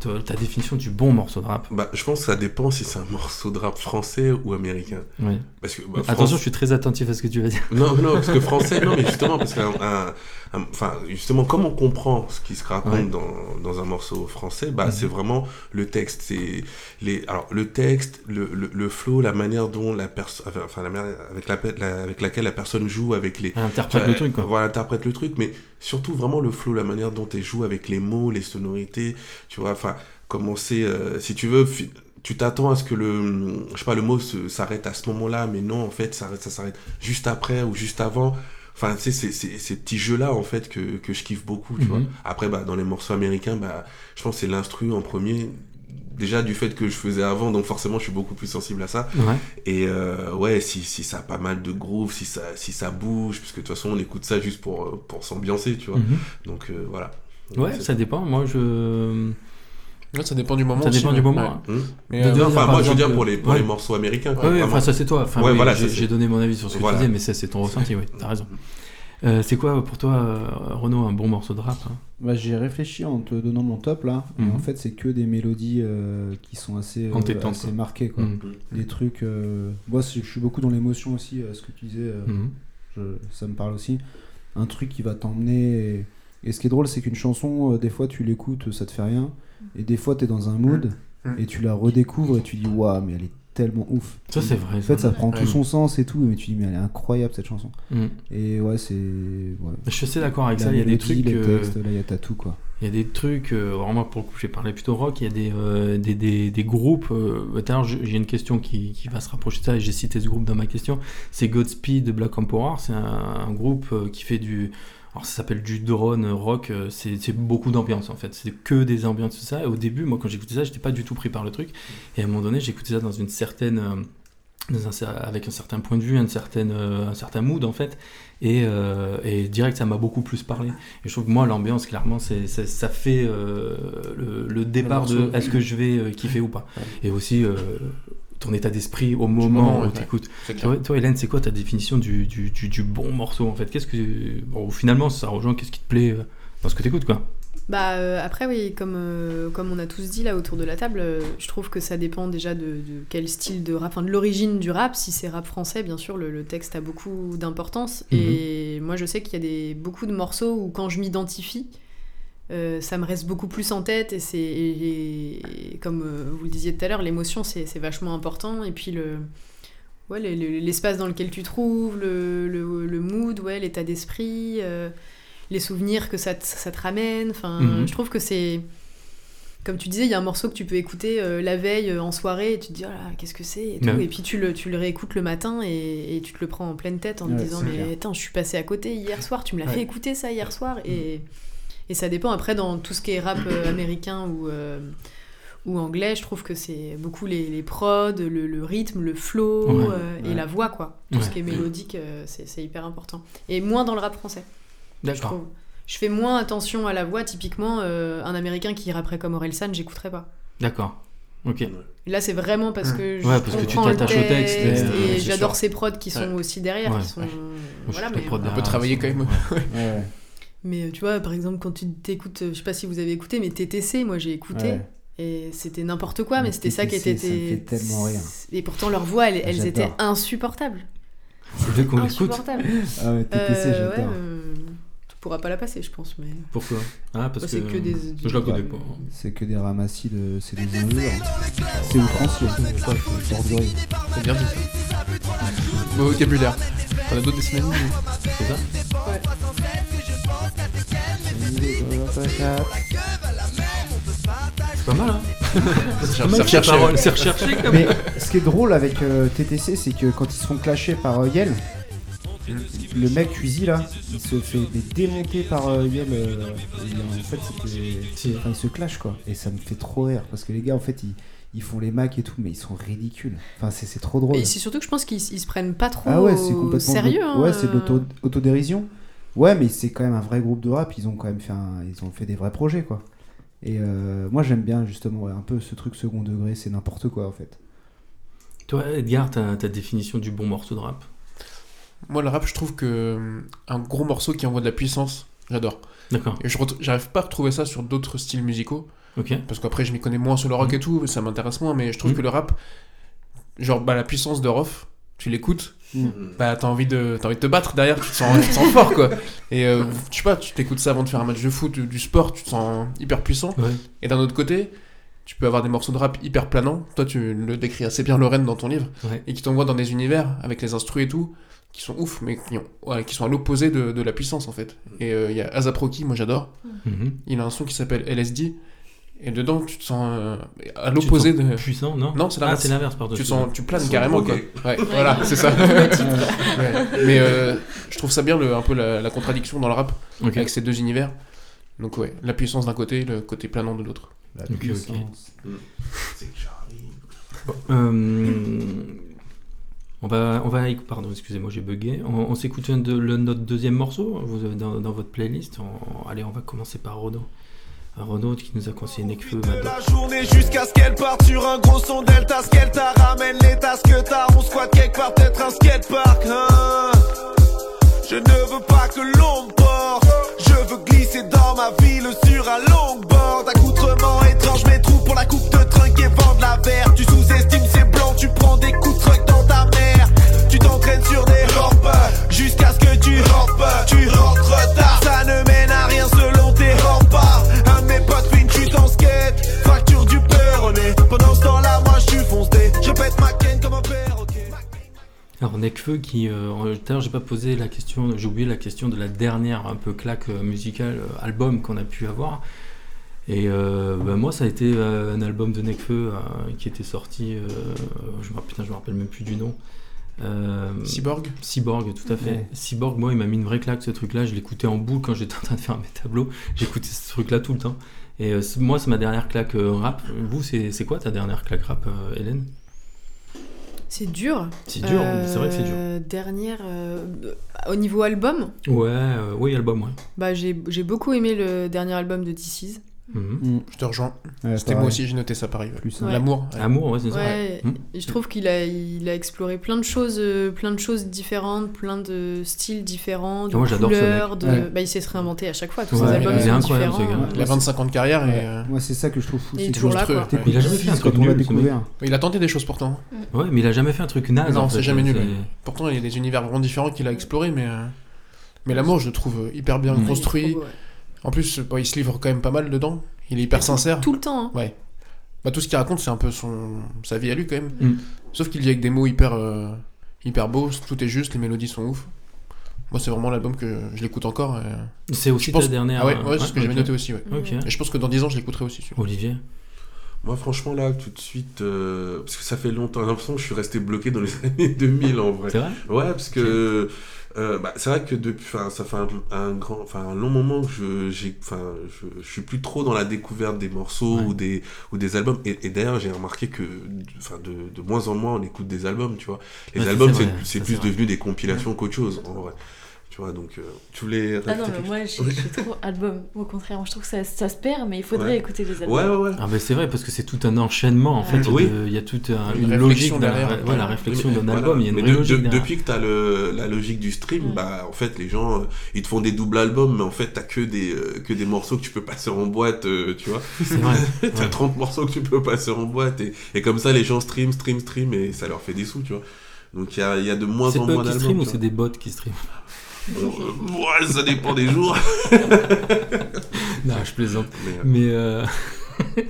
A: ta, ta définition du bon morceau de rap
I: Bah, je pense que ça dépend si c'est un morceau de rap français ou américain.
A: Ouais.
I: Parce que, bah,
A: Attention,
I: France-
A: je suis très attentif à ce que tu vas dire.
I: Non, non, parce que français, non, mais justement, parce qu'un. un- un- Enfin, justement, comme on comprend ce qui se raconte
A: Ouais.
I: dans, dans un morceau français, bah,
A: Mhm.
I: c'est vraiment le texte. C'est les, alors, le texte, le, le, le flow, la manière dont la personne. Enfin, la manière avec, la, pe- la- avec laquelle la personne joue avec les.
A: Elle interprète le truc, quoi.
I: Voilà, interprète le truc, mais surtout vraiment le flow, la manière dont elle joue avec les mots, les sonorités, tu vois, enfin, comment c'est. euh, si tu veux. fi- tu t'attends à ce que le, je sais pas, le mot se- s'arrête à ce moment-là, mais non, en fait, ça, ça s'arrête juste après ou juste avant. Enfin, tu sais, c'est- c'est ces petits jeux-là, en fait, que, que je kiffe beaucoup, tu
A: Mhm.
I: vois. Après, bah, dans les morceaux américains, bah, je pense que c'est l'instru en premier. Déjà, du fait que je faisais avant, donc forcément, je suis beaucoup plus sensible à ça.
A: Ouais.
I: Et euh, ouais, si, si ça a pas mal de groove, si ça, si ça bouge, parce que de toute façon, on écoute ça juste pour, euh, pour s'ambiancer, tu vois.
A: Mhm.
I: Donc, euh, voilà. Donc,
A: Ouais,
I: c'est-
A: ça dépend. Moi, je
C: Ouais, ça dépend du moment.
A: Ça
C: aussi,
A: dépend
C: ouais.
A: du moment,
C: Ouais.
A: hein.
I: Hmm.
C: Mais,
A: Des
C: euh,
A: deux,
I: enfin,
A: par
I: moi, je veux
A: exemple,
I: dire pour les- pour les
A: ouais.
I: morceaux américains, quoi,
A: Ouais, ouais,
I: vraiment.
A: enfin, ça c'est toi. Enfin,
I: Ouais,
A: oui,
I: voilà,
A: j'ai
I: ça, c'est-
A: j'ai donné mon avis sur ce que
I: Voilà.
A: tu disais, mais ça c'est ton ressenti, oui, t'as raison. Euh, c'est quoi pour toi, euh, Renaud, un bon morceau de rap hein
B: Bah, j'ai réfléchi en te donnant mon top là. Et
A: Mhm.
B: En fait, c'est que des mélodies euh, qui sont assez, euh,
A: Entêtantes,
B: assez
A: quoi.
B: marquées. Quoi.
A: Mhm.
B: Des trucs. euh, Moi, c'est- je suis beaucoup dans l'émotion aussi. euh, ce que tu disais, euh,
A: Mhm.
B: je- ça me parle aussi. Un truc qui va t'emmener. Et... et ce qui est drôle, c'est qu'une chanson, euh, des fois, tu l'écoutes, ça te fait rien. Et des fois, t'es dans un mood
C: Mhm.
B: et tu la redécouvres et tu dis, waouh, mais elle est tellement ouf.
A: Ça, c'est vrai,
B: En fait,
A: ça.
B: ça prend tout
A: Ouais.
B: son sens et tout, mais tu dis, mais elle est incroyable cette chanson.
A: Mhm.
B: Et ouais, c'est. ouais.
A: Je suis assez d'accord avec
B: La
A: ça, il y a des
B: mélodie,
A: trucs.
B: les
A: euh,
B: textes, là, il y a t'as tout quoi.
A: Il y a des trucs, euh, vraiment pour le coup, j'ai parlé plutôt rock, il y a des, euh, des, des, des groupes. euh, bah, tout à l'heure, j'ai j'ai une question qui, qui va se rapprocher de ça, et j'ai cité ce groupe dans ma question. C'est Godspeed Black Emperor, c'est un, un groupe euh, qui fait du. Alors, ça s'appelle du drone euh, rock, euh, c'est c'est beaucoup d'ambiance en fait, c'est que des ambiances, tout ça. Et au début, moi, quand j'écoutais ça, j'étais pas du tout pris par le truc. Et à un moment donné, j'écoutais ça dans une certaine. euh, dans un cer- avec un certain point de vue, une certaine, euh, un certain mood en fait, et, euh, et direct ça m'a beaucoup plus parlé. Et je trouve que moi l'ambiance clairement c'est, c'est- ça fait euh, le, le départ
C: morceau.
A: de est-ce que je vais euh, kiffer ou pas. Et aussi euh, ton état d'esprit au moment
C: moment,
A: où
C: ouais,
A: t'écoutes.
C: c'est clair.
A: Toi, toi, Hélène, c'est quoi ta définition du, du, du- du bon morceau en fait Qu'est-ce que bon, finalement ça rejoint Qu'est-ce qui te plaît euh, dans ce que t'écoutes quoi
D: Bah euh, après oui, comme, euh, comme on a tous dit là autour de la table, euh, je trouve que ça dépend déjà de, de quel style de rap, enfin de l'origine du rap. Si c'est rap français, bien sûr, le, le texte a beaucoup d'importance.
E: Mhm.
D: Et moi je sais qu'il y a des, beaucoup de morceaux où quand je m'identifie, euh, ça me reste beaucoup plus en tête. Et, c'est, et- et comme euh, vous le disiez tout à l'heure, l'émotion c'est, c'est vachement important. Et puis le... Ouais, le- le- l'espace dans lequel tu te trouves, le, le- le mood, ouais, l'état d'esprit, euh, les souvenirs que ça te, ça te ramène. Enfin,
E: Mhm.
D: je trouve que c'est. Comme tu disais, il y a un morceau que tu peux écouter euh, la veille euh, en soirée et tu te dis, oh là, qu'est-ce que c'est et, tout.
E: Ouais.
D: et puis tu le, tu le réécoutes le matin et, et tu te le prends en pleine tête en te
E: Ouais,
D: disant,
E: c'est
D: mais
E: clair.
D: attends, je suis passé à côté hier soir, tu me l'as
E: Ouais.
D: fait écouter ça hier soir. Et,
A: Mm.
D: et ça dépend. Après, dans tout ce qui est rap euh, américain ou. euh, ou anglais, je trouve que c'est beaucoup les, les prods, le, le rythme, le flow
E: Ouais,
D: euh,
E: ouais.
D: et la voix, quoi. Tout ce
E: Ouais.
D: qui est mélodique, euh, c'est c'est hyper important. Et moins dans le rap français. Je
A: D'accord.
D: trouve. Je fais moins attention à la voix, typiquement, euh, un américain qui rapperait comme Orelsan, j'écouterais pas.
A: D'accord. Ok.
D: Là, c'est vraiment parce que je
A: Mm. Ouais, parce que tu
D: comprends le
A: t'attaches au texte, mais, euh,
D: et
A: c'est
D: j'adore
A: sûr.
D: ces prods qui sont
A: Ouais.
D: aussi derrière,
A: Ouais,
D: qui sont
A: ouais. Moi, je
D: voilà,
A: suis
D: mais-
A: très prod
C: On peut
A: derrière,
C: travailler
A: euh, c'est-
C: quand même.
B: Ouais.
D: Mais euh, tu vois, par exemple, quand tu t'écoutes, euh, je sais pas si vous avez écouté, mais TTC, moi j'ai écouté.
B: Ouais.
D: Et c'était n'importe quoi, mais, c'était ça qui était.
B: TTC, ça me fait tellement rire.
D: Et pourtant, leurs voix, elles, elles
B: J'adore.
D: étaient insupportables.
A: Dès qu'on l'écoute.
D: Insupportables.
B: Ah ouais, TTC,
D: Euh, ouais,
B: j'adore.
D: euh, tu pourras pas la passer, je pense. Mais...
A: Pourquoi Ah, parce
D: Bah,
A: que,
D: c'est que des-
A: je la connais pas.
B: C'est que des ramassis de. C'est des injures. C'est outrancier. C'est ordurier.
C: C'est bien dit. Beau vocabulaire. On a d'autres des semaines
A: C'est ça C'est pas mal, hein
C: C'est
A: Pas mal,
C: recherché.
A: ces paroles, C'est recherché quand
B: Mais
A: même.
B: ce qui est drôle avec euh, TTC, c'est que quand ils se font clasher par euh, Yel, le mec Uzi là, il se fait mais démonter par euh, Yel. euh, et en fait, c'était- enfin, ils se clashent quoi. Et ça me fait trop rire parce que les gars, en fait, ils, ils font les macs et tout, mais ils sont ridicules. Enfin, c'est c'est trop drôle.
D: Et c'est surtout que je pense qu'ils ils se prennent pas trop
B: Ah ouais, c'est
D: au
B: complètement.
D: sérieux. hein,
B: Ouais, c'est de
D: euh.
B: l'auto- autodérision. Ouais, mais c'est quand même un vrai groupe de rap. Ils ont quand même fait, un- ils ont fait des vrais projets, quoi. Et euh, moi, j'aime bien justement ouais, un peu ce truc second degré. C'est n'importe quoi, en fait.
A: Toi, Edgar, ta, ta définition du bon morceau de rap
C: Moi, le rap, je trouve que euh, un gros morceau qui envoie de la puissance, j'adore.
A: D'accord.
C: Et je ret- j'arrive pas à retrouver ça sur d'autres styles musicaux.
A: Ok. Mm.
C: Parce qu'après, je m'y connais moins sur le rock et tout, ça m'intéresse moins. Mais je trouve que le rap, genre, bah, la puissance de Rof, tu l'écoutes,
B: Mm.
C: bah, t'as envie, de... t'as envie de te battre derrière, tu te sens, tu te sens fort, quoi. Et euh, je sais pas, tu t'écoutes ça avant de faire un match de foot, du, du sport, tu te sens hyper puissant.
A: Ouais.
C: Et d'un autre côté. Tu peux avoir des morceaux de rap hyper planants. Toi, tu le décris assez bien, Lorraine, dans ton livre.
A: Ouais.
C: Et qui t'envoient dans des univers avec les instrus et tout, qui sont ouf, mais qui, ont- ouais, qui sont à l'opposé de, de la puissance, en fait. Et euh, il y a Azaproki, moi j'adore.
A: Mhm.
C: Il a un son qui s'appelle LSD. Et dedans, tu te sens euh, à l'opposé
A: Tu te sens
C: de.
A: puissant, non
C: Non, c'est l'inverse.
A: Ah, c'est l'inverse, pardon.
C: Tu, te sens, tu planes
A: Ils sont
C: carrément, quoi.
A: drogués.
C: Ouais, voilà, c'est ça.
A: Le titre.
C: Ouais. Mais euh, je trouve ça bien, le- un peu la, la contradiction dans le rap,
A: Ok.
C: avec ces deux univers. Donc, ouais, la puissance d'un côté, le côté planant de l'autre.
B: La
A: Ok, Mm. ok.
B: puissance.
A: Euh, on va, on va, éc- pardon, excusez-moi, j'ai bugué. On, on s'écoute un de- le- notre deuxième morceau vous avez dans, dans votre playlist. On- allez, on va commencer par Rodon. Rodon qui nous a conseillé Nekfeu. Mado.
F: La journée jusqu'à ce qu'elle parte sur un gros son delta, ce qu'elle t'a ramène les tasses que t'as, on squatte quelque part, peut-être un skatepark, hein. Je ne veux pas que l'on me porte, je veux glisser dans ma ville sur un longboard. Accoutrement étrange, mes trous pour la coupe de trinque et vendre la verre. Tu sous-estimes ces blancs, tu prends des coups de truck dans ta mère. Tu t'entraînes sur des rampes, jusqu'à ce que tu rampes, tu rentres tard. Ça ne mène à rien selon tes remparts. Un de mes potes fait une chute en skate, fracture du nez Pendant ce temps-là, moi je suis foncé, je pète ma ken comme un père.
A: Alors Nekfeu qui, euh, en- tout à l'heure j'ai pas posé la question, j'ai oublié la question de la dernière un peu claque euh, musicale, euh, album qu'on a pu avoir. Et euh, bah, moi ça a été euh, un album de Nekfeu euh, qui était sorti, euh, je, me, putain, je me rappelle même plus du nom. Euh,
C: Cyborg
A: Cyborg, tout à fait.
C: Ouais.
A: Cyborg, moi, il m'a mis une vraie claque ce truc-là. Je l'écoutais en boucle quand j'étais en train de faire mes tableaux. J'écoutais ce truc-là tout le temps. Et euh, c'est- moi, c'est ma dernière claque euh, rap. Vous, c'est c'est quoi ta dernière claque rap, euh, Hélène
D: C'est dur.
A: C'est dur, c'est vrai que c'est dur.
D: Euh, Dernière. euh, au niveau album,
A: Ouais, euh, oui, album, ouais.
D: bah, j'ai j'ai beaucoup aimé le dernier album de DC's.
A: Mm.
C: Je te rejoins.
B: Ouais,
C: C'était
B: pareil.
C: moi aussi, j'ai noté ça pareil. ouais.
B: Plus,
D: Ouais.
C: L'amour.
D: Ouais,
A: Mm.
C: Hmm.
D: Je trouve qu'il a, il a exploré plein de choses, euh, plein de choses différentes, plein de styles différents, de
C: Moi, j'adore ce
D: couleurs.
C: mec.
D: De...
C: Ouais.
D: Bah, il sait se réinventer à chaque fois. Tous
C: Ouais,
D: ses albums
C: il est
D: sont
C: incroyable,
D: différents.
C: ce gars. Il a 25 ans de carrière et. euh,
B: Moi, c'est ça que je trouve fou.
D: Il est
B: c'est que
D: toujours là,
B: t'écoutes-
D: quoi.
B: t'écoutes
A: Il a jamais fait un truc
B: quand on
A: nul,
B: l'a
A: ce mec.
B: découvert.
C: Il a tenté des choses hein. pourtant.
A: Ouais, mais il a jamais fait un truc naze.
C: non,
A: en
C: c'est
A: fait, euh, hein,
C: jamais nul.
A: c'est-
C: ouais. Pourtant, il y a des univers vraiment différents qu'il a explorés, mais, euh, mais l'amour, je le trouve euh, hyper bien
A: Mm.
C: construit. En plus, euh, bah, il se livre quand même pas mal dedans. Il est hyper sincère.
D: Tout le temps. hein.
C: Ouais. Bah, tout ce qu'il raconte, c'est un peu son... sa vie à lui quand même.
A: Mm.
C: Sauf qu'il y a avec des mots hyper, euh, hyper beaux, tout est juste, les mélodies sont ouf. Moi, c'est vraiment l'album que je l'écoute encore. et- euh,
A: C'est aussi
C: je pense...
A: ta dernière,
C: Ah ouais,
A: euh,
C: ouais, c'est
A: ouais,
C: ce que j'avais
A: ok.
C: noté aussi. ouais.
A: Ok.
C: Et je pense que dans 10 ans, je l'écouterai aussi. celui-là.
A: Olivier
I: Moi, franchement, là, tout de suite, euh, parce que ça fait longtemps, j'ai l'impression que je suis resté bloqué dans les années 2000 en vrai.
A: C'est vrai
I: Ouais, parce que euh, bah, c'est vrai que depuis, enfin, ça fait un, un grand, enfin, un long moment que je, j'ai, enfin, je, je suis plus trop dans la découverte des morceaux ou des ou des albums. Et, et d'ailleurs, j'ai remarqué que, enfin, de, de moins en moins, on écoute des albums, tu vois. Les
A: Ouais, ça,
I: albums,
A: c'est
I: c'est
A: vrai,
I: c'est
A: ça,
I: plus
A: c'est vrai.
I: devenu des compilations qu'autre chose, en vrai. Tu vois, donc, euh, tu voulais.
M: Ah non,
I: rajouter
M: mais
I: quelque
M: moi,
I: chose
M: je je suis trop album. Au contraire, moi, je trouve que ça, ça se perd, mais il faudrait
I: Ouais.
M: écouter des albums.
A: Ah ben c'est vrai parce que c'est tout un enchaînement en fait.
I: Oui.
A: de- Il y a toute un-
I: Une
A: une,
I: réflexion
A: logique, d'un-
I: derrière.
A: ouais, la réflexion
I: Mais-
A: d'un
I: voilà.
A: album. Il y a une
I: Mais
A: vraie
I: de- de-
A: logique derrière. Mm.
I: Depuis que tu as la logique du stream, bah, en fait, les gens, euh, ils te font des doubles albums, mais en fait, tu que des, euh, que des morceaux que tu peux passer en boîte, euh, tu vois.
A: C'est vrai.
I: t'as 30 morceaux que tu peux passer en boîte, et, et comme ça, les gens stream, stream, stream, et ça leur fait des sous, tu vois. Donc, il y a, il y a de moins
A: C'est
I: en
A: eux
I: moins
A: qui
I: d'albums.
A: stream ou
I: tu
A: c'est des bots qui stream
I: vois. Euh, ouais, ça dépend des jours.
A: Non, je plaisante.
I: Mais, euh,
A: Mais,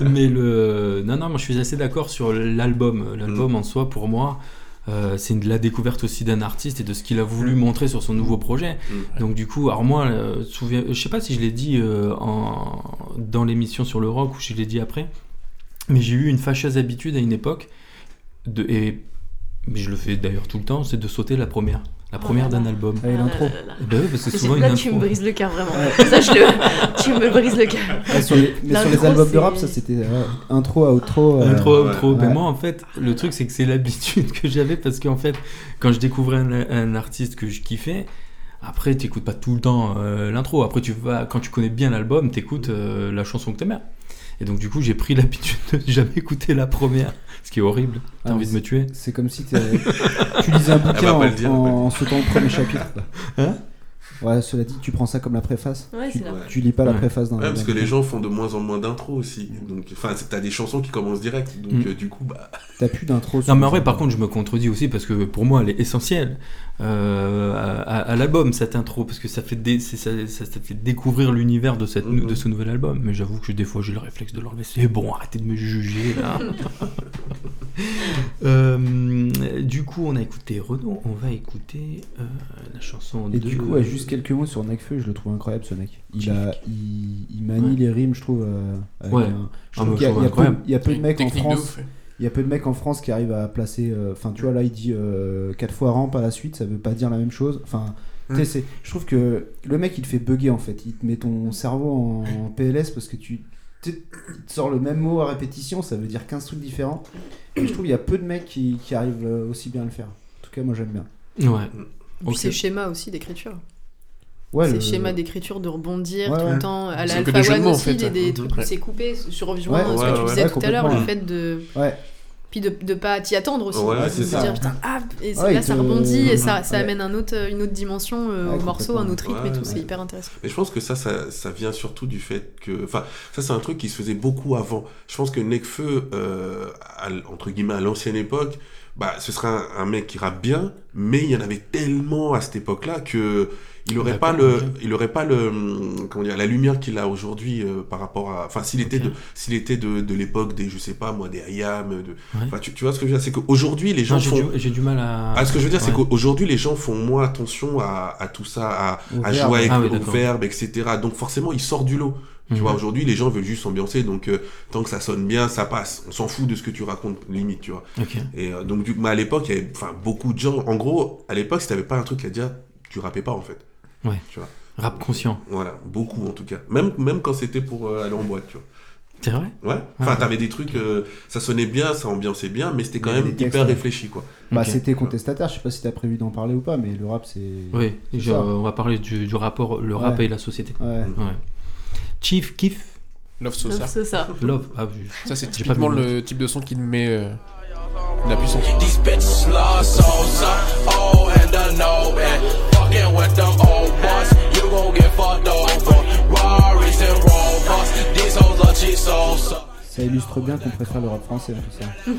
A: euh, mais le. Non, non, moi je suis assez d'accord sur l'album. L'album
I: Mm.
A: en soi, pour moi, euh, c'est de la découverte aussi d'un artiste et de ce qu'il a voulu montrer sur son nouveau projet.
I: Mm.
A: Donc, du coup, alors moi, euh, souviens... je sais pas si je l'ai dit euh, en... dans l'émission sur le rock ou si je l'ai dit après, mais j'ai eu une fâcheuse habitude à une époque, de... et mais je le fais d'ailleurs tout le temps, c'est de sauter la première. La
M: Oh
A: première
M: là là.
A: d'un album.
M: Ah là l'intro. là là là.
A: Eh ben ouais, parce que c'est
M: J'ai-
A: souvent une
M: là,
A: intro.
M: tu me brises le cœur, vraiment. Ça, je le- tu me brises le cœur.
B: Ouais, sur les- mais sur les
M: L'intro,
B: albums de
M: c'est-
B: rap, ça c'était euh, intro, outro. euh,
A: Intro, outro.
B: ouais.
A: Mais moi, en fait, le truc, c'est que c'est l'habitude que j'avais parce qu'en fait, quand je découvrais un, un artiste que je kiffais, après, t'écoutes pas tout le temps euh, l'intro. Après, tu vas, quand tu connais bien l'album, t'écoutes euh, la chanson que t'aimes. Et donc, du coup, j'ai pris l'habitude de jamais écouter la première, ce qui est horrible. T'as
B: Ah,
A: envie de me tuer.
B: C'est comme si t'es- tu lisais un
A: Elle va
B: bouquin
A: pas
B: en,
A: le dire,
B: en-
A: elle va le
B: en
A: dire.
B: sautant le premier chapitre. quoi.
A: Hein
B: Ouais, cela dit, tu prends ça comme la préface.
M: Ouais,
B: tu,
M: c'est la préface.
B: tu lis pas la
I: Ouais.
B: préface d'un
I: Ouais, parce
B: d'un
I: que les
B: bouquin.
I: gens font de moins en moins d'intros aussi. Donc, enfin, c'est- t'as des chansons qui commencent direct. Donc,
A: Mm.
I: euh, du coup, bah.
B: T'as plus d'intro. sur
A: Non, mais en
B: les
A: vrai, par
B: albums.
A: contre, je me contredis aussi parce que pour moi, elle est essentielle euh, à, à- à l'album, cette intro, parce que ça fait, dé- c'est- ça, ça- ça fait découvrir l'univers de, cette,
I: Mm-hmm.
A: de ce nouvel album. Mais j'avoue que des fois, j'ai le réflexe de l'enlever. C'est bon, arrêtez de me juger là. Euh, du coup, on a écouté Renaud, on va écouter euh, la chanson
B: Et
A: de.
B: du coup, ouais, juste quelques mots sur Nekfeu, je le trouve incroyable ce mec. Il, a, il, il manie les rimes, je trouve. euh, avec
A: Ouais.
B: un- je
A: Ah,
B: trouve
A: mais
B: qu'il y
A: je
B: a- il y a
A: trouve
B: peu-
A: incroyable.
B: il y a peu de
A: Une
B: mecs en
A: technique de
B: France.
A: ouf, ouais.
B: Il y a peu de mecs en France qui arrivent à placer. euh, Enfin, tu vois, là, il dit 4 fois rampe à la suite, ça veut pas dire la même chose. Enfin, tu sais,
C: Mm.
B: c'est- je trouve que le mec, il te fait bugger en fait. Il te met ton cerveau en, en PLS parce que tu tu sais, il te sors le même mot à répétition, ça veut dire 15 trucs différents. Et je trouve qu'il y a peu de mecs qui, qui arrivent euh, aussi bien à le faire. En tout cas, moi, j'aime bien.
A: Ouais.
D: Et puis ses schémas aussi d'écriture.
B: Ouais,
D: ces
B: le-
D: schémas d'écriture de rebondir
B: Ouais,
D: tout le
B: ouais.
D: temps
B: C'est
D: à la
B: que
D: Alpha
B: des jeux de
D: One
B: mots, en
D: aussi,
B: fait.
D: des, des
B: Mhm.
D: trucs où
B: Ouais.
D: c'est coupé, je reviens
B: Ouais,
D: à ce
B: ouais,
D: que tu
B: ouais,
D: disais
B: ouais,
D: tout à l'heure, le
B: complètement.
D: fait de
B: Ouais.
D: puis de ne pas t'y attendre aussi,
B: Ouais,
D: de
B: c'est
D: se
B: ça.
D: dire putain ah et c'est-
B: Ouais,
D: là
B: il
D: ça
B: te-
D: rebondit et ça,
B: Ouais.
D: ça amène un autre, une autre dimension euh, au morceau, un autre rythme et
I: Ouais,
D: tout,
I: ouais.
D: c'est hyper intéressant.
I: Mais je pense que ça, ça, ça vient surtout du fait que. Enfin, ça, c'est un truc qui se faisait beaucoup avant. Je pense que Nekfeu, euh, à l- entre guillemets, à l'ancienne époque, bah, ce serait un, un mec qui rappe bien, mais il y en avait tellement à cette époque-là que. Il aurait pas le, il aurait pas le, hum, comment dire, la lumière qu'il a aujourd'hui euh, par rapport à, enfin s'il était de, s'il était de, de l'époque des, je sais pas moi, des IAM, de, enfin tu, tu vois ce que je veux dire, c'est qu'aujourd'hui les gens
A: Non, j'ai
I: font,
A: du- j'ai du mal à-
I: Ah, ce que je veux dire, c'est
A: Ouais.
I: qu'aujourd'hui les gens font moins attention à, à tout ça, à,
A: Au
I: à
A: verbe.
I: jouer avec
A: Ah oui,
I: au
A: d'accord.
I: verbe, etc. Donc forcément, il sort du lot. Tu
A: Mhm.
I: vois, aujourd'hui, les gens veulent juste s'ambiancer, donc euh, tant que ça sonne bien, ça passe. On s'en fout de ce que tu racontes, limite, tu vois.
A: Ok.
I: Et euh, donc, du, mais à l'époque, il y avait enfin, beaucoup de gens. En gros, à l'époque, si t'avais pas un truc à dire, tu rappais pas, en fait.
A: Ouais.
I: Tu vois.
A: Rap conscient.
I: Voilà, beaucoup en tout cas. Même, même quand c'était pour euh, aller en boîte, tu vois.
A: C'est vrai Ah.
I: Ouais. Enfin, t'avais des trucs, euh, ça sonnait bien, ça ambiançait bien, mais c'était quand
B: Il y a
I: même
B: des textes,
I: hyper
B: ouais.
I: réfléchi, quoi.
B: Bah,
A: Ok.
B: c'était contestataire, je sais pas si t'as prévu d'en parler ou pas, mais le rap, c'est.
A: Oui,
B: c'est
A: je-
B: ça.
A: on va parler du, du rapport, le rap
B: Ouais.
A: et la société.
B: Ouais.
A: Ouais. Chief Kiff,
C: Love Sosa.
E: Love Sosa.
A: Love, ah oui.
C: Ça, c'est
A: J'ai pas vu
C: typiquement
A: le nom.
C: le type de son qui met euh, de la puissance.
G: These bitches love Sosa, oh and the no and fucking with them old boys. You gon' get fucked over. Rarries and Rovers, these hoes are cheap Sosa.
B: Ça illustre bien qu'on préfère le rap français, en tout ça.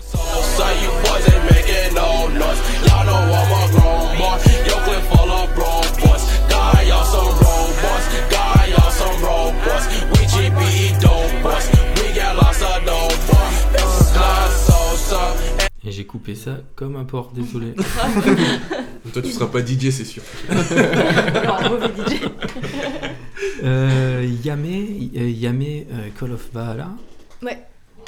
G: Sosa, you wasn't making no noise. Y'all know I'm a grown boy. Your clip full of broke boys. Got y'all some road boys. Got y'all some road boys. We GBE dope boys. We got lots of dope boys. Love Sosa.
A: Et j'ai coupé ça comme un porc, désolé.
I: Toi, tu seras pas DJ, c'est sûr.
A: Non,
I: mauvais DJ.
A: Euh, Yamé, euh, Yamé euh, Call of Valhalla.
D: Ouais.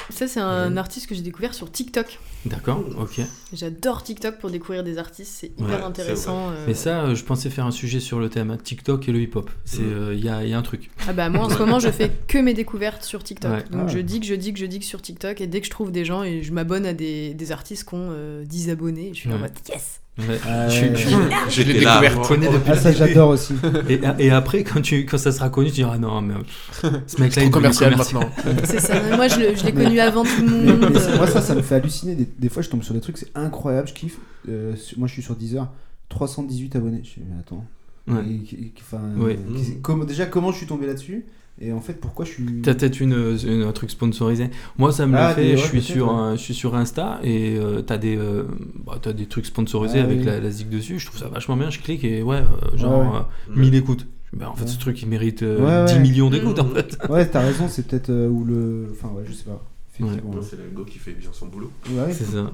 D: Ça, c'est un artiste que j'ai découvert sur TikTok.
A: D'accord, ok.
D: J'adore TikTok pour découvrir des artistes, c'est hyper
A: Ouais,
D: intéressant. euh.
A: Mais ça, euh, je pensais faire un sujet sur le thème hein, TikTok et le hip-hop. C'est,
I: Mm.
A: euh, Il y, a, il y a un truc.
D: Ah bah moi en ce
A: Ouais.
D: moment je fais que mes découvertes sur TikTok.
A: Ouais.
D: Donc
A: Ah.
D: je dis que je dis que je dis que sur TikTok et dès que je trouve des gens et je m'abonne à des, des artistes qui ont euh, 10 abonnés et je suis en
A: Ouais.
D: mode yes
A: Ouais.
B: Ah
A: Je-
B: ouais.
A: je-
B: Je l'ai
A: j'étais
B: découvert.
A: là, je connais
B: Ah,
A: depuis
B: ça,
A: le début.
B: j'adore aussi.
A: Et, et après, quand, tu, quand ça sera connu, tu diras non, mais pff,
C: trop
A: ce mec-là il est devenu
C: commercial
A: maintenant.
D: C'est ça, mais moi je, le- je l'ai connu avant tout le
B: Mais-
D: monde.
B: mais c'est- moi, ça, ça me fait halluciner. Des, des fois, je tombe sur des trucs, c'est incroyable, je kiffe. Euh, sur- moi, je suis sur Deezer, 318 abonnés. Je suis, mais attends.
A: Ouais.
B: Et qui- qui- enfin,
A: Ouais.
B: euh, qui- comment- déjà, comment je suis tombé là-dessus Et en fait, pourquoi je suis.
A: T'as peut-être une, une- un truc sponsorisé. Moi, ça me
B: Ah,
A: l'a fait.
B: des- ouais,
A: je, suis
B: peut-être,
A: sur,
B: ouais.
A: un- je suis sur Insta et euh, t'as des, euh, bah, t'as des trucs sponsorisés
B: Ah,
A: avec
B: oui. Ah
A: la, la zig dessus. Je trouve ça vachement bien. Je clique et ouais, euh, genre
B: Ouais, ouais.
A: euh, 1000 écoutes. Bah, en fait,
B: Ouais.
A: ce truc, il mérite euh,
B: Ouais, Mmh.
A: 10
B: ouais.
A: millions d'écoutes
D: Mm.
A: en fait.
B: Ouais, t'as raison, c'est peut-être euh, où le. Enfin, ouais, je sais pas. Effectivement.
I: Non, C'est la go qui fait bien son boulot.
B: Ouais.
A: C'est ça.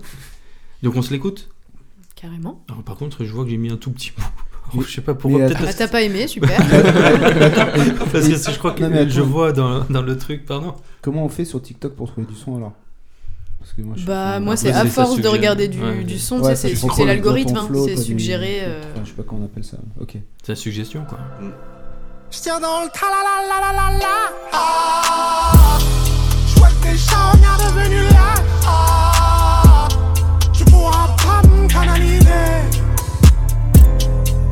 A: Donc, on se l'écoute
D: Carrément.
A: Alors, Ah, par contre, je vois que j'ai mis un tout petit bout. je sais pas pourquoi.
B: Mais
A: peut-être
D: Ah
A: parce-
D: t'as pas aimé, super.
A: Parce que je crois que
B: Ah, Non, mais
A: je
B: attends.
A: vois dans, dans le truc, pardon.
B: Comment on fait sur TikTok pour trouver du son alors Parce que moi, je-
D: Bah,
B: enfin,
D: moi, c'est
B: ouais,
D: à
B: ça
D: force de
B: suggère.
D: regarder du- du son, tu sais, c'est-
B: ça
D: c'est
B: suggère.
D: l'algorithme,
B: Dans ton
D: hein,
B: flow,
D: c'est
B: quoi, du- du-
D: suggéré, euh.
B: enfin, je sais pas comment on appelle ça. Ok.
A: C'est la suggestion, quoi.
G: Je tiens dans le ta-la-la-la-la-la-la.
N: Je vois que t'es charognard devenu là. Ah, tu pourras pas me canaliser.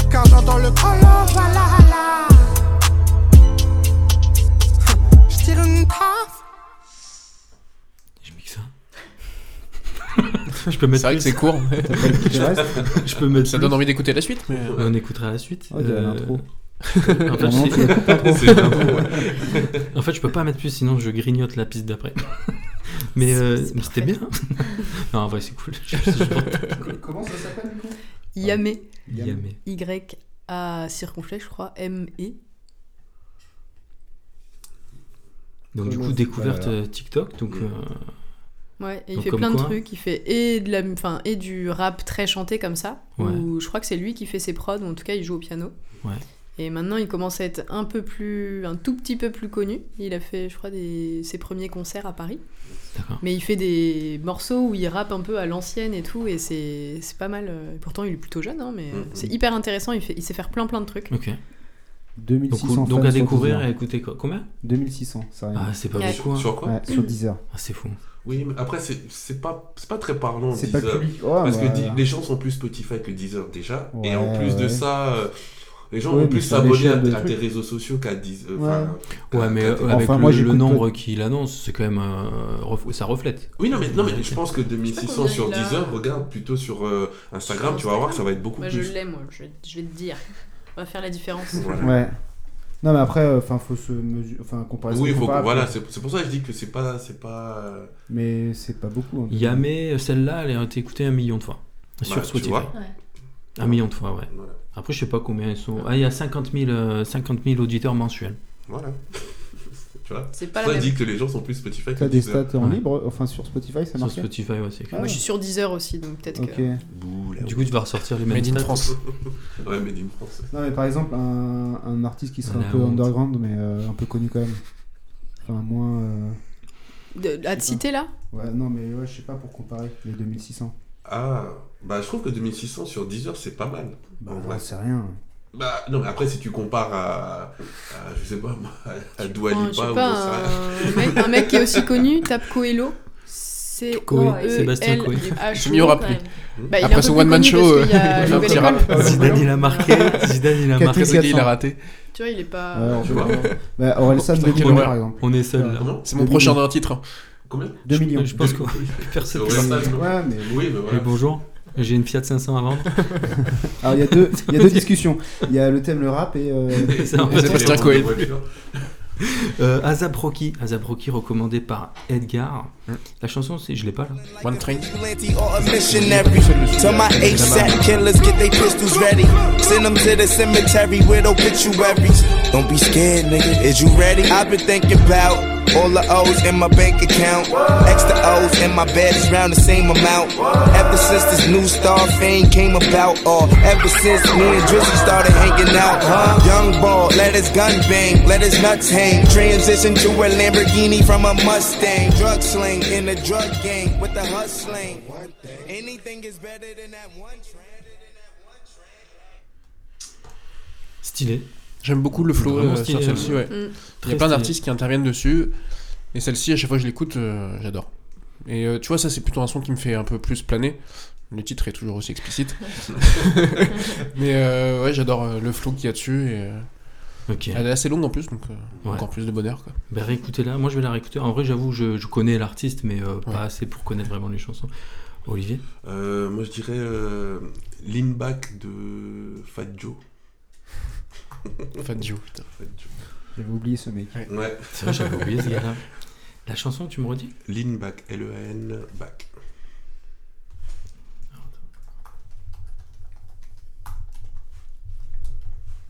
N: Car j'entends le colo, voilà là. Je tire une taf.
A: Je peux mettre.
C: C'est vrai que c'est court. mais-
A: je peux mettre.
C: Ça
A: plus.
C: donne envie d'écouter la suite. Mais...
A: On écoutera la suite. Euh,
B: Ouais, t'as l'intro.
A: en, fait,
B: Normalement,
A: c'est-
B: tu la coupes l'intro.
A: C'est l'intro, ouais. En fait, je peux pas mettre plus, sinon je grignote la piste d'après. Mais euh, mais c'était bien. non, en vrai, c'est cool. Je- je-
B: Comment ça s'appelle du coup
D: Yamé.
A: Yamé.
D: Y A circonflexe je crois M E.
A: Donc, du coup, découverte euh, TikTok. Donc, euh,
D: Ouais, et il
A: donc
D: fait
A: comme
D: plein de
A: quoi.
D: trucs, il fait et, de la, enfin, et du rap très chanté comme ça,
A: Ouais.
D: ou je crois que c'est lui qui fait ses prods, ou en tout cas il joue au piano.
A: Ouais.
D: Et maintenant il commence à être un peu plus, un tout petit peu plus connu. Il a fait, je crois, des, ses premiers concerts à Paris.
A: D'accord.
D: Mais il fait des morceaux où il rappe un peu à l'ancienne et tout, et c'est c'est pas mal. euh, Pourtant il est plutôt jeune, hein, mais
B: Mm,
D: euh,
A: Mhm.
D: c'est hyper intéressant, il, fait, il sait faire plein plein de trucs.
A: Ok.
B: 2600
A: donc, donc
B: fans
A: à
B: sur
A: découvrir et
B: Deezer.
A: à écouter quoi Combien
B: 2600, ça rien.
A: Ah, c'est pas
D: Ouais.
A: beaucoup. hein.
I: Sur quoi
B: Ouais, sur Deezer.
A: Ah, c'est fou.
I: Oui, mais après, c'est c'est pas, c'est pas très parlant.
B: C'est pas
I: Deezer.
B: public. Ouais,
I: Parce que
B: bah.
I: Di- les gens sont plus Spotify que Deezer déjà. et
B: Ouais,
I: en plus de
B: ouais.
I: ça, euh, les gens
B: Ouais,
I: vont
B: mais
I: plus
B: sur
I: s'abonner à,
B: l'échelle de
I: à tes
B: trucs.
I: réseaux sociaux qu'à Deezer. euh,
B: Ouais.
I: enfin,
A: Ouais, mais euh,
I: Enfin,
A: avec
B: moi,
A: le, le
B: j'écoute
A: nombre qu'il annonce, c'est quand même. euh, ref- ça reflète.
I: Oui, non, mais, non, mais je pense que
D: Je sais
I: 2600
D: pas
I: sur
D: combien il a.
I: Deezer, regarde plutôt sur euh, Instagram, tu vas voir que ça va être beaucoup
D: Moi,
I: plus.
D: Bah, je l'ai, moi, je, je vais te dire. On va faire la différence.
I: Voilà.
B: Ouais. Non, mais après, euh, enfin, faut se mesurer. Enfin, comparer.
I: Oui, faut, voilà, c'est c'est pour ça que je dis que c'est pas. c'est pas euh,
B: Mais c'est pas beaucoup. en tout cas.
A: Yamé, celle-là, elle a été écoutée un million de fois.
C: Bah,
I: Ouais,
A: Sur
I: tu
A: Spotify.
I: vois.
A: Un million de fois, ouais. Après, je sais pas combien ils sont. Ah, il y a 50 000, euh, 50 000 auditeurs mensuels.
I: Voilà. tu vois
D: C'est pas la
I: ça
D: même.
I: dit que les gens sont plus Spotify que
B: T'as des
I: Deezer.
B: stats en libre, enfin sur Spotify, ça Ah
A: Sur
B: marche
A: Spotify, ouais, c'est écrit.
D: Moi, je suis sur 10 heures aussi, donc peut-être
B: Ok.
D: que.
A: Du coup, tu vas ressortir les mêmes
C: Made in
A: stats.
C: France.
I: ouais, Made in France.
B: Non, mais par exemple, un, un artiste qui serait
A: La
B: un peu
A: honte.
B: underground, mais euh, un peu connu quand même. Enfin, moins. euh,
D: De- à te citer là
B: Ouais, non, mais ouais, je sais pas pour comparer les 2600.
I: Ah, bah je trouve que 2600 sur 10 heures, c'est pas mal.
B: Bah,
I: En vrai.
B: ouais, c'est rien.
I: Bah non, mais après, si tu compares à. à, je sais pas, moi, à, à Dua Lipa
D: Enfin, Je sais
I: ou
D: pas,
I: j'en sais
D: un
I: rien.
D: mec, un mec qui est aussi connu, Tape Coelho. C
C: Coé.
D: E
C: Sébastien
D: L
C: Coé.
D: H
C: Je m'y aura
D: Ah, quand
C: plus.
D: même. Bah, il est
C: Après
D: un
C: son
D: peu
C: one-man
D: plus
C: show,
D: connu parce qu'il y a
C: euh, il va
D: Nouvelle
C: faire un
D: École.
C: rap.
A: Zidane, il a marqué. Zidane, il a marqué.
C: Trezeguet, il a raté.
D: Tu vois, il est pas.
B: Ouais, on
C: Tu
B: peut
C: vois.
B: le voir. Bah,
C: Putain,
B: Orelsan, 2
C: quelle
B: millions,
C: horreur.
B: par exemple.
A: On est seul. là.
B: Comment
C: C'est mon prochain
B: millions.
C: d'un titre.
I: Ah, Combien
B: 2 millions.
A: Je pense que personne
I: Ouais, ça, je-
B: Ouais, mais-
I: Oui, mais voilà.
A: Et bonjour, j'ai une Fiat 500 à vendre.
B: Alors il y a deux, il y a deux discussions. Il y a le thème le rap et. euh,
A: C'est un
B: et-
A: peu
C: Sébastien
A: trop.
C: Cohen.
A: Euh, Azap Rocky, Azap Rocky recommandé par Edgar. La chanson, c'est je l'ai pas là.
C: One Train.
O: vigilante or a missionary. Tell my ASAP killers get their pistols ready. Send them to the cemetery with obituaries. Don't be scared, nigga. Is you ready? I've been thinking about all the O's in my bank account. Extra O's in my bed is round the same amount. Ever since this new star fame came about, or ever since me and Drizzy started hanging out, huh? Young ball, let his gun bang, let his nuts hang. Transition to a Lamborghini from a Mustang. Drug sling in the drug gang with the hustling. Anything is better than that one train.
A: Stylé.
C: J'aime beaucoup le flow
A: Vraiment
C: euh,
A: stylé,
C: sur celle-ci,
A: ouais.
C: ouais.
A: Mm.
C: Il
A: Très
C: y a plein
A: stylé.
C: d'artistes qui interviennent dessus. Et celle-ci, à chaque fois que je l'écoute, euh, j'adore. Et euh, tu vois, ça, c'est plutôt un son qui me fait un peu plus planer. Le titre est toujours aussi explicite. Mais euh, ouais, j'adore euh, le flow qu'il y a dessus. Et, euh,
A: Ok.
C: Elle est assez longue en plus, donc euh,
A: Ouais.
C: encore plus de bonheur. Quoi.
A: Ben réécoutez-la, moi je vais la réécouter. En vrai, j'avoue, je, je connais l'artiste, mais euh, pas assez pour connaître vraiment les chansons. Olivier
I: Euh, moi je dirais euh, Lean Back de Fat Joe.
C: Fat Joe, putain.
I: Fat Joe.
B: J'avais oublié ce mec.
I: Ouais.
A: C'est vrai, j'avais oublié ce gars-là. La chanson, tu me redis
I: Lean Back, E L-E-A-N Back.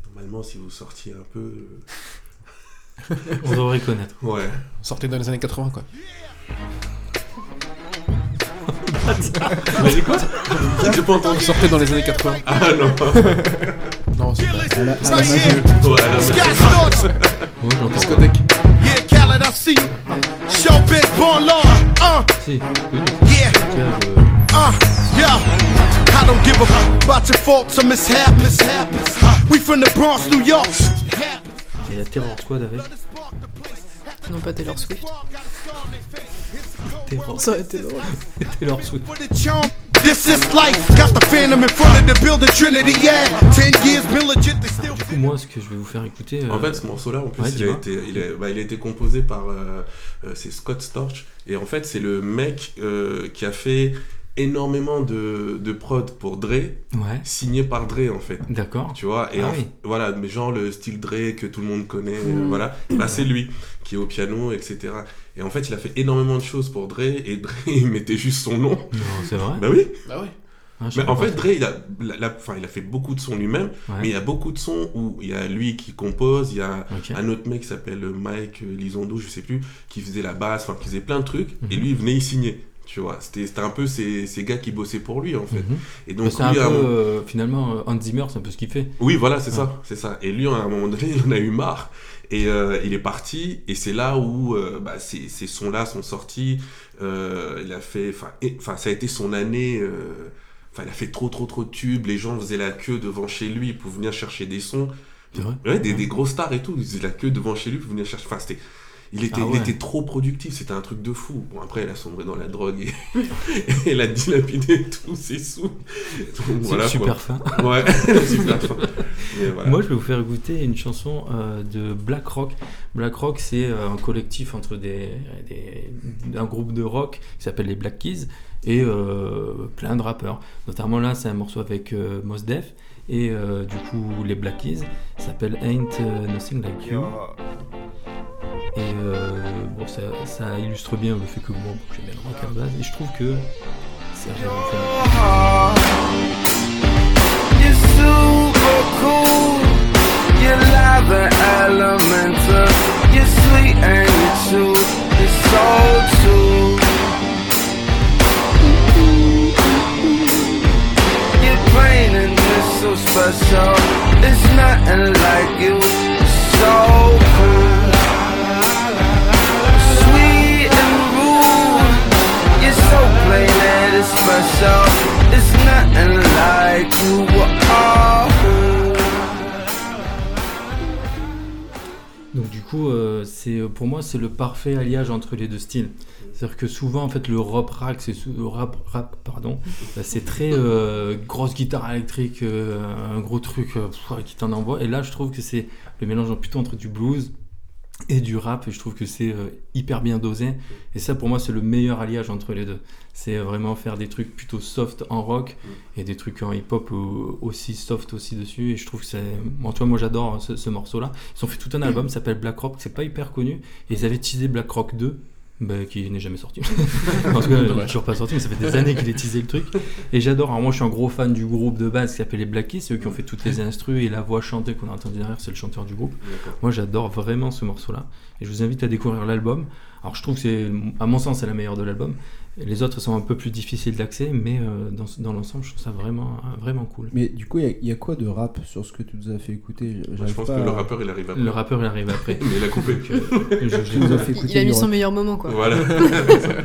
I: Normalement, si vous sortiez un peu. euh,
A: On devrait connaître.
I: Ouais.
C: Sortez dans les années 80, quoi.
A: Mais écoute
I: J'ai pas entendu.
C: Sortez dans les années 80.
I: Ah non
C: Non, c'est pas.
B: à la- à la
C: c'est
B: magie.
C: vieux.
I: Ouais, non, mais-
O: Scott Storch.
A: Moi, j'entends.
C: Discothèque.
O: Yeah, Khaled, I see you. Show big, born law. Uh,
A: Si. Oui.
O: yeah.
A: Tiens, je-
O: Uh, yeah. I don't give a f- about your faults or mishap, mishap. We from the Bronx, New York.
A: Il y a Terror Squad avec.
D: Non, pas Taylor Swift.
A: Terror,
D: Ça aurait été drôle.
A: Taylor Swift.
O: With the chomp. This is life. Got the phantom in front of the building, Trinity. Yeah, ten years been legit. They still
A: Du coup, moi, ce que je vais vous faire écouter.
I: En
A: euh,
I: fait, ce morceau-là, en plus,
A: ouais,
I: il, a
A: dis-moi.
I: été, il, a, bah, il a été composé par euh, euh, c'est Scott Storch. Et en fait, c'est le mec euh, qui a fait énormément de, de prod pour Dre,
A: Ouais,
I: signé par Dre, en fait.
A: d'accord.
I: Tu vois, et
A: Ah
I: en-
A: oui.
I: voilà, mais genre le style Dre que tout le monde connaît,
C: Hmm.
I: euh, voilà, bah c'est lui qui est au piano, etc. Et en fait, il a fait énormément de choses pour Dre, et Dre, il mettait juste son nom.
A: Non, c'est vrai.
I: Bah oui,
C: Bah ouais.
A: Ah, je
I: mais en
A: comprends.
I: fait, Dre, il a, la- la- enfin, il a fait beaucoup de sons lui-même,
A: Ouais.
I: mais il y a beaucoup de sons où il y a lui qui compose, il y a
A: Ok.
I: un autre mec qui s'appelle Mike euh, Lisondo, je sais plus, qui faisait la basse, enfin, qui faisait plein de trucs,
A: Mhm.
I: et lui, il venait y signer. Tu vois, c'était c'était un peu ces, ces gars qui bossaient pour lui, en fait.
A: Mhm.
I: Et
A: Bah,
I: donc,
A: c'est un
I: lui, à un
A: peu,
I: moment-
A: euh, finalement, euh, Hans Zimmer, c'est un peu ce qu'il fait.
I: oui, voilà, c'est ça, c'est ça. Et lui, à un moment donné, il en a eu marre. Et euh, il est parti, et c'est là où euh, bah, ces, ces sons-là sont sortis. Euh, il a fait, enfin, et- enfin, ça a été son année. euh, Enfin, il a fait trop, trop, trop de tubes. Les gens faisaient la queue devant chez lui pour venir chercher des sons.
A: C'est vrai
I: Ouais, des, des grosses stars et tout. Ils faisaient la queue devant chez lui pour venir chercher. Enfin, c'était. Il était,
A: Ah
I: il
A: ouais.
I: était trop productif, c'était un truc de fou. Bon, après, il a sombré dans la drogue et, et il a dilapidé tous ses sous. Donc, voilà,
A: super
I: quoi.
A: fin.
I: Ouais, super fin. Mais voilà.
A: Moi, je vais vous faire goûter une chanson euh, de Black Rock. Black Rock, c'est euh, un collectif entre des, des- un groupe de rock qui s'appelle les Black Keys et euh, plein de rappeurs. Notamment là, c'est un morceau avec euh, Mos Def et euh, du coup les Black Keys. Ça s'appelle Ain't euh, Nothing Like You. Et euh, bon, ça, ça illustre bien le fait que moi, j'aime bien le rock à la base. Et je trouve que c'est vraiment
O: You're super cool. You love the elemental. You're sweet and you're true. You're so true. Your brain and you're so special. It's nothing like you. So cool. Sweet and rude. You're so plain that it's special. It's nothing like you are.
A: Donc du coup, coup, euh, c'est pour moi, c'est le parfait alliage entre les deux styles. C'est-à-dire que souvent, en fait, le rap rack, c'est sou- le rap rap, pardon, bah, c'est très euh, grosse guitare électrique, euh, un gros truc euh, pff, qui t'en envoie. Et là, je trouve que c'est le mélange plutôt entre du blues et du rap. Et je trouve que c'est euh, hyper bien dosé. Et ça, pour moi, c'est le meilleur alliage entre les deux. C'est euh, vraiment faire des trucs plutôt soft en rock et des trucs en hip-hop au- aussi soft aussi dessus. Et je trouve que c'est. Bon, tu vois, moi, j'adore hein, ce, ce morceau-là. Ils ont fait tout un album qui s'appelle Black Rock, c'est pas hyper connu. Et ils avaient teasé Black Rock 2. bah, qui n'est jamais sorti. en tout cas, il n'est toujours pas sorti, mais ça fait des années qu'il est teasé le truc. Et j'adore. Alors, moi, je suis un gros fan du groupe de base qui s'appelle les Black Keys, c'est eux qui ont fait toutes les instrus et la voix chantée qu'on a entendue derrière, c'est le chanteur du groupe.
I: D'accord.
A: Moi, j'adore vraiment ce morceau-là. Et je vous invite à découvrir l'album. Alors, je trouve que c'est, à mon sens, c'est la meilleure de l'album. Les autres sont un peu plus difficiles d'accès, mais euh, dans, dans l'ensemble, je trouve ça vraiment, vraiment cool.
B: Mais du coup, il y a- il y, a quoi de rap sur ce que tu nous as fait écouter
A: Moi, je
B: J'arrive
A: pense
B: pas
A: que
B: à-
A: le rappeur, il arrive après. Le rappeur, il arrive après.
I: Mais il a coupé.
A: Donc, euh, je- je-
B: Tu nous as fait écouter
D: Il a
B: du
D: mis son
B: rap.
D: meilleur moment, quoi.
I: Voilà.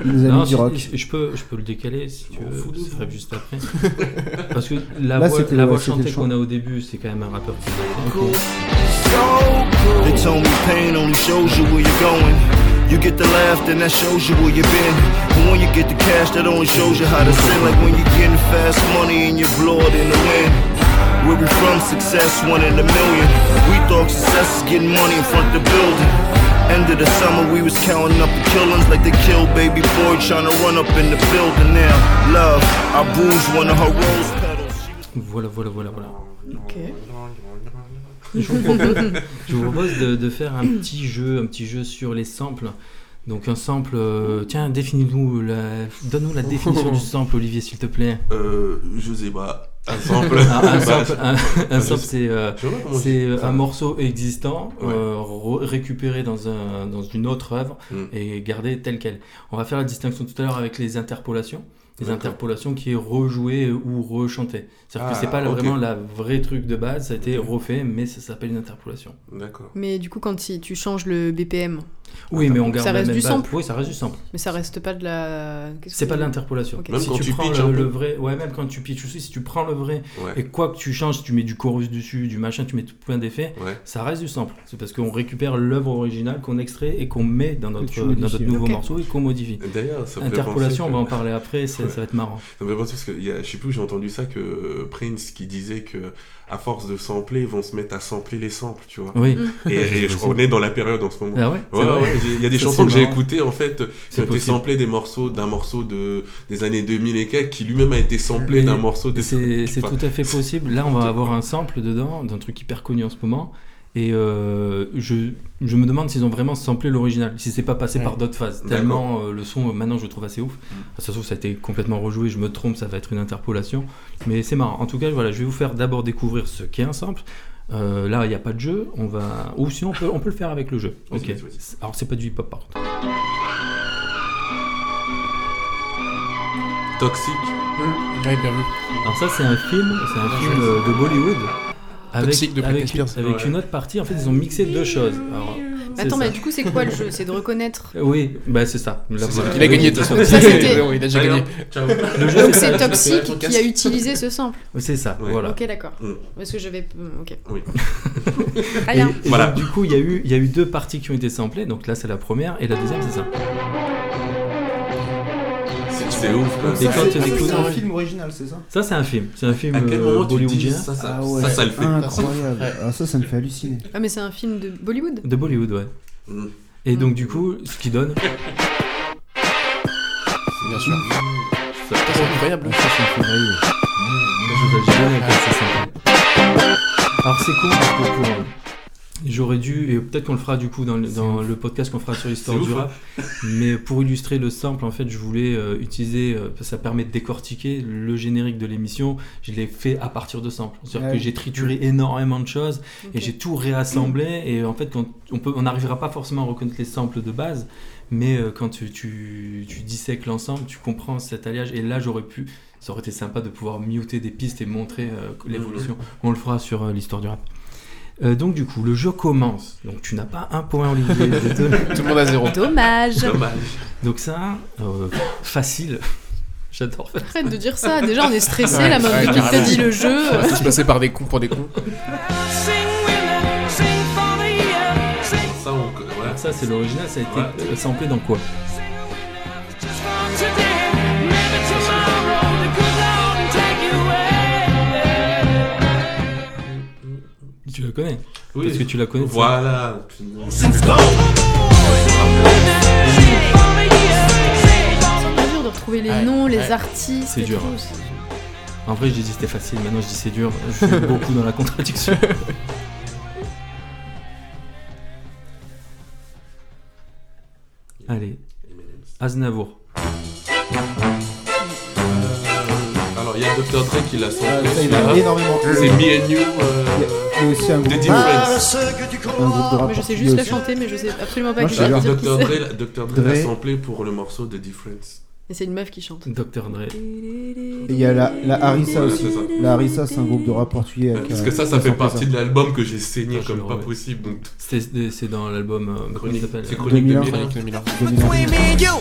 B: Il nous a
A: Non,
B: mis du
A: si-
B: rock.
A: Je, je peux, je peux le décaler si tu veux. Ce serait juste après. Parce que la
B: Là,
A: voix,
B: c'était-
A: la voix
B: ouais, c'était le
A: chantée
B: chant.
A: qu'on a au début, c'est quand même un rappeur qui
G: They told me pain only shows you where you're going. You get the laugh, then that shows you where you've been. But when you get the cash, that only shows you how to sin. Like when you're getting fast money and you blow it in the wind. Where we from, success, one in a million. We thought success is getting money in front of the building. End of the summer, we was counting up the killings like they killed baby boy trying to run up in the building now. Love, I bruised one of her rose petals.
A: Voilà, voilà, voilà, voilà.
D: Ok.
A: Je vous propose, je vous propose de, de faire un petit jeu, un petit jeu sur les samples. Donc un sample, euh, tiens, définis-nous, la- donne-nous la définition du sample, Olivier, s'il te plaît.
I: Euh, je sais pas. Un sample.
A: Ah, un sample,
I: Bah,
A: un-
I: je-
A: un
I: je
A: sample,
I: sais-
A: c'est euh,
I: Je sais pas comment
A: c'est,
I: je-
A: euh,
I: ça-
A: un morceau existant
I: Ouais.
A: euh, re- récupéré dans, un, dans une autre œuvre
I: Mm.
A: et gardé tel quel. On va faire la distinction tout à l'heure avec les interpolations. Les
I: D'accord.
A: interpolations qui est rejoué ou rechanté. C'est-à-dire
I: Ah,
A: que c'est pas la-
I: ok.
A: vraiment la vraie truc de base, ça a été refait, mais ça s'appelle une interpolation.
I: D'accord.
D: Mais du coup, quand si tu changes le BPM,
A: Oui, mais on garde
D: ça
A: la
D: reste
A: même
D: du
A: base.
D: sample.
A: Oui, ça reste du sample.
D: Mais ça reste pas de la. qu'est-ce
A: C'est
D: que-
A: pas de l'interpolation.
D: Ok.
I: Même
A: si
I: quand
A: tu,
I: tu
A: prends
I: pitches
A: le,
I: un peu.
A: le vrai, ouais, même quand tu pitches aussi, si tu prends le vrai
I: Ouais.
A: et quoi que tu changes, tu mets du chorus dessus, du machin, tu mets tout plein d'effets,
I: Ouais.
A: ça reste du sample. C'est parce qu'on récupère l'œuvre originale qu'on extrait et qu'on met dans notre,
I: tu
A: dans
I: modifies.
A: notre nouveau
I: Ok.
A: morceau et qu'on modifie.
I: D'ailleurs, ça me fait
A: Interpolation, on
I: penser
A: va en
I: que-
A: parler après, c'est-
I: Ouais.
A: ça va être marrant.
I: Ça me fait penser parce que il y a- je sais plus où j'ai entendu ça que Prince qui disait que à force de sampler, ils vont se mettre à sampler les samples, tu vois.
A: Oui.
I: Et, et je crois qu'on est dans la période en ce moment.
A: Ah ouais, c'est vrai.
I: ouais, j'ai- Il y a des
A: Ça,
I: chansons que
A: c'est
I: j'ai
A: marrant.
I: écoutées en fait qui
A: C'est
I: ont été
A: possible.
I: samplées des morceaux d'un morceau de des années 2000 et quelques qui lui-même a été samplé
A: Mais
I: d'un morceau de.
A: C'est c'est
I: Enfin,
A: tout à fait possible. Là, on va avoir un sample dedans d'un truc hyper connu en ce moment. Et euh, je, je me demande s'ils ont vraiment samplé l'original, si c'est pas passé
I: Ouais.
A: par d'autres phases.
I: D'accord. Mm.
A: Tellement euh, le son, euh, maintenant, je le trouve assez ouf. Ah, Ça se trouve, ça a été complètement rejoué, je me trompe, ça va être une interpolation. Mais c'est marrant. En tout cas, voilà, je vais vous faire d'abord découvrir ce qu'est un sample. Euh, là, il n'y a pas de jeu. On va... Ou sinon, on peut, on peut le faire avec le jeu.
I: Vas-y,
A: Ok.
I: vas-y, vas-y.
A: Alors, c'est pas du hip-hop, par contre.
I: Toxique.
C: Mmh.
A: Alors ça c'est un film, c'est un film euh, de Bollywood avec,
C: Toxique de Britney
A: avec,
C: Spears.
A: avec
C: Ouais.
A: une autre partie. En fait, ils ont mixé deux choses. Alors,
D: Mais Attends,
A: c'est
D: mais
A: ça.
D: du coup, c'est quoi le jeu C'est de reconnaître.
A: Oui, bah c'est ça. Là,
C: ça.
A: voilà.
C: Il a gagné, de toute façon. Ça, c'était- Il a déjà
A: Allez,
C: gagné.
A: hop, ciao. Le jeu,
D: Donc c'est
A: ça.
D: Toxic qui a utilisé ce sample.
A: C'est ça, voilà.
D: Ok, d'accord.
A: Mm.
D: Parce que j'avais. mm, Ok.
I: Oui.
D: Très bien.
A: Et- et
I: Voilà.
A: donc, du coup, il y, a eu- il y a eu deux parties qui ont été samplées. Donc là, c'est la première et la deuxième, c'est ça.
I: C'est c'est ouf. quoi.
A: Et quand tu
B: Ah, ça,
A: écoutes-
B: c'est un film original, c'est ça
A: Ça, c'est un film. C'est un film
I: À quel
A: euh,
I: moment tu te dis,
A: bollywoodien.
I: ça, ça-
B: Ah ouais,
I: ça, ça le fait.
B: incroyable.
I: Ouais.
B: Ah, ça, ça me fait halluciner.
D: Ah, mais c'est un film de Bollywood
A: De Bollywood, ouais. Et donc, du coup, ce qui donne.
C: Bien sûr. C'est incroyable.
A: Alors c'est cool parce que pour, euh, J'aurais dû, et peut-être qu'on le fera du coup dans, le- dans le podcast qu'on fera sur l'histoire
I: C'est
A: du
I: ouf, hein.
A: rap, mais pour illustrer le sample, en fait, je voulais euh, utiliser, euh, parce que ça permet de décortiquer le générique de l'émission, je l'ai fait à partir de samples. C'est-à-dire
B: Ouais.
A: que j'ai trituré énormément de choses et
B: Ok.
A: j'ai tout réassemblé, et en fait, quand on peut- on n'arrivera pas forcément à reconnaître les samples de base, mais euh, quand tu, tu, tu dissèques l'ensemble, tu comprends cet alliage, et là, j'aurais pu, ça aurait été sympa de pouvoir muter des pistes et montrer euh,
C: Mhm.
A: l'évolution. On le fera sur euh, l'histoire du rap. Euh, donc du coup, le jeu commence. Donc tu n'as pas un point, Olivier. désolé.
C: Tout le monde à zéro.
D: Dommage. Dommage.
A: Donc ça, euh, facile. J'adore faire
D: Arrête de dire ça. Déjà, on est stressé
C: Ouais,
D: la meuf
C: ouais,
D: depuis que t'as
C: carrément.
D: dit le jeu.
C: On va tous passer par des cons pour des cons.
I: Ça, on-
A: ça, c'est l'original, ça a été euh, samplé dans quoi Tu la connais
I: Oui.
A: Parce que tu la connais. ça.
I: Voilà.
D: C'est pas dur de retrouver les
A: Ouais,
D: noms, les
A: ouais.
D: artistes.
A: C'est
D: et
A: dur. hein.
D: tout, c'est-
A: En vrai, je disais c'était facile, maintenant je dis c'est dur. Je suis beaucoup dans la contradiction. Allez, Aznavour.
I: Alors, il y a Dr. Dre qui l'a
B: Ah,
I: samplé.
B: ça, il a
I: celui-là.
B: énormément.
I: C'est Me and You. euh,
B: Il y a aussi un groupe,
I: The
D: Ah,
B: de-
I: Difference.
N: Ah,
B: un groupe de rap
D: Mais je sais
B: portugais
D: juste la
B: aussi.
D: chanter, mais je sais absolument pas
B: Moi,
D: qui
B: je sais
D: c'est.
B: pas.
I: Dr. Dre, l'a- Dr. Dre l'a
B: Dre.
I: samplé pour le morceau de Difference.
D: Et c'est une meuf qui chante.
A: Dr. Dre.
B: Et Il y a la, la Harissa
I: Ouais,
B: aussi.
I: c'est ça.
B: La Harissa, c'est un groupe de rap portugais. avec,
I: Parce
B: euh,
I: que ça, ça fait
B: 60%.
I: partie de l'album que j'ai saigné
A: Ah, Je le
I: comme pas
A: remets.
I: possible. Donc,
A: C'est c'est dans l'album. euh, comment il
I: Chronique-
A: s'appelle
I: c'est Chronique
B: 2001.
I: 2001.
B: Chronique
C: 2001.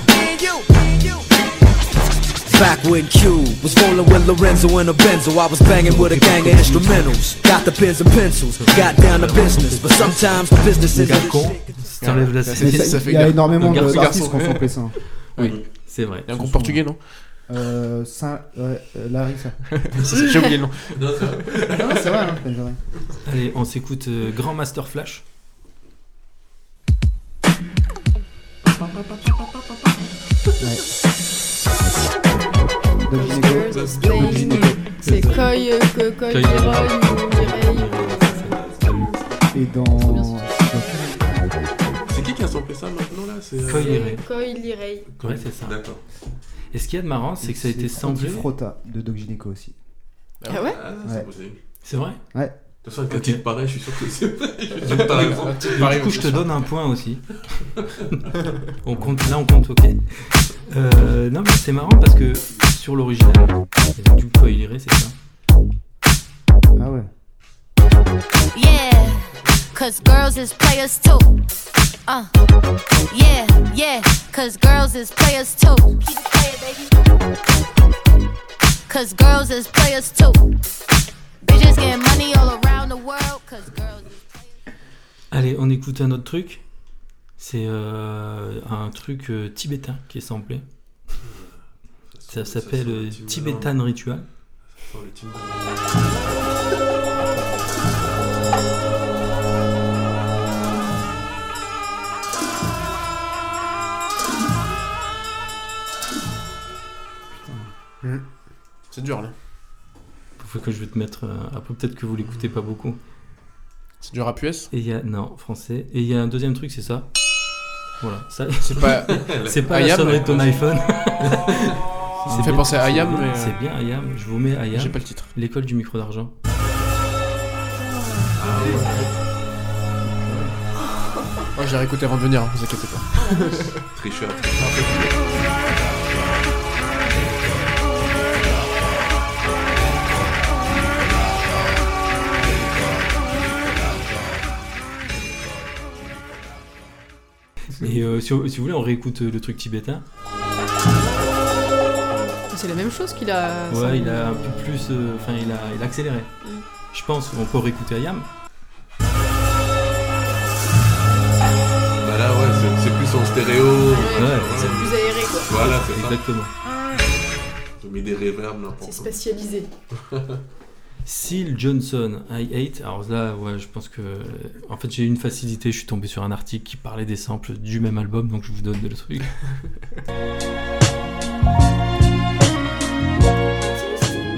P: Back when Q was rolling with Lorenzo in a Benzo, I was banging with a gang of instrumentals. Got the pins and pencils, got down to business, but sometimes the business is.
A: Si t'enlèves la
C: Ça
A: série,
C: fait- ça fait
B: Il y a
C: gar-
B: énormément
C: garçon,
B: de- d'artistes
C: garçon.
B: qui ont samplé ça. hein.
A: Oui, c'est vrai.
C: Il y a un groupe portugais, non
B: Euh, ça, ouais, euh, la Harissa.
C: J'ai oublié le nom.
I: Non, c'est
B: vrai. Non, c'est vrai, hein, putain, j'aurais.
A: Allez, on s'écoute euh, Grand Master Flash.
B: Doug Gineco. Doug Gineco.
D: C'est Coy, euh, Co- Coy,
A: Coy,
D: Leroy,
B: Et dans.
I: C'est qui qui a samplé ça maintenant là C'est euh,
A: Coy et Ray.
D: Leroy, Coy, Leray.
A: Ouais, c'est ça.
I: D'accord.
A: Et ce qu'il y a de marrant, c'est que ça a été samplé.
B: Andy Frotta de Doc Gineco aussi.
D: Ah ouais
I: Ah,
B: Ouais.
I: c'est possible.
A: C'est vrai
B: Ouais.
I: De toute façon, quand il te paraît, je suis sûr que c'est vrai. Je suis sûr que t'as raison.
A: Donc, Du coup, je te donne un point aussi. on compte, là, on compte, ok. Euh, non, mais c'est marrant parce que sur l'original, et donc, du coup, il irait, c'est ça.
B: Ah ouais.
Q: Yeah, cause girls is players too. Uh, yeah, yeah, cause girls is players too. Keep it playing, baby. Cause girls is players too. Bitches getting money all around the world. Cause girls.
A: Allez, on écoute un autre truc. C'est euh, un truc euh, tibétain qui est samplé. Ça s'appelle euh, Tibetan Ritual.
I: Attends, le team.
C: C'est dur là.
A: Faut que je vais te mettre. euh, après, peut-être que vous l'écoutez pas beaucoup.
C: C'est du rap US
A: Et il y a non français. Et il y a un deuxième truc, c'est ça. Voilà. Ça.
C: C'est pas-
A: c'est pas
C: I
A: la
C: am.
A: sonnerie de ton iPhone.
C: Ça
A: C'est
C: me fait
A: bien-
C: penser à I am,
A: c'est bien-
C: mais, euh,
A: C'est bien Ayam. Je vous mets Ayam.
C: j'ai pas le titre.
A: L'école du micro d'argent.
C: Ah Moi, Ah, je l'ai réécouté avant de venir, hein, vous inquiétez pas.
I: Tricheur.
A: Et euh, si, si vous voulez, on réécoute euh, le truc tibétain.
D: C'est la même chose qu'il a. ça.
A: Ouais, il a un peu plus. euh, Enfin, il, a, il a accéléré. Je pense qu'on peut réécouter Ayam.
I: Bah là, ouais, c'est- c'est plus en stéréo. Ouais,
D: c'est plus aéré, quoi.
I: Voilà, c'est ça.
A: Exactement.
I: Ils ont mis des reverbs
D: C'est
I: n'importe
D: spatialisé.
A: Seal Johnson, I hate. Alors là, ouais, je pense que. euh, En fait, j'ai eu une facilité. Je suis tombé sur un article qui parlait des samples du même album, donc je vous donne le truc.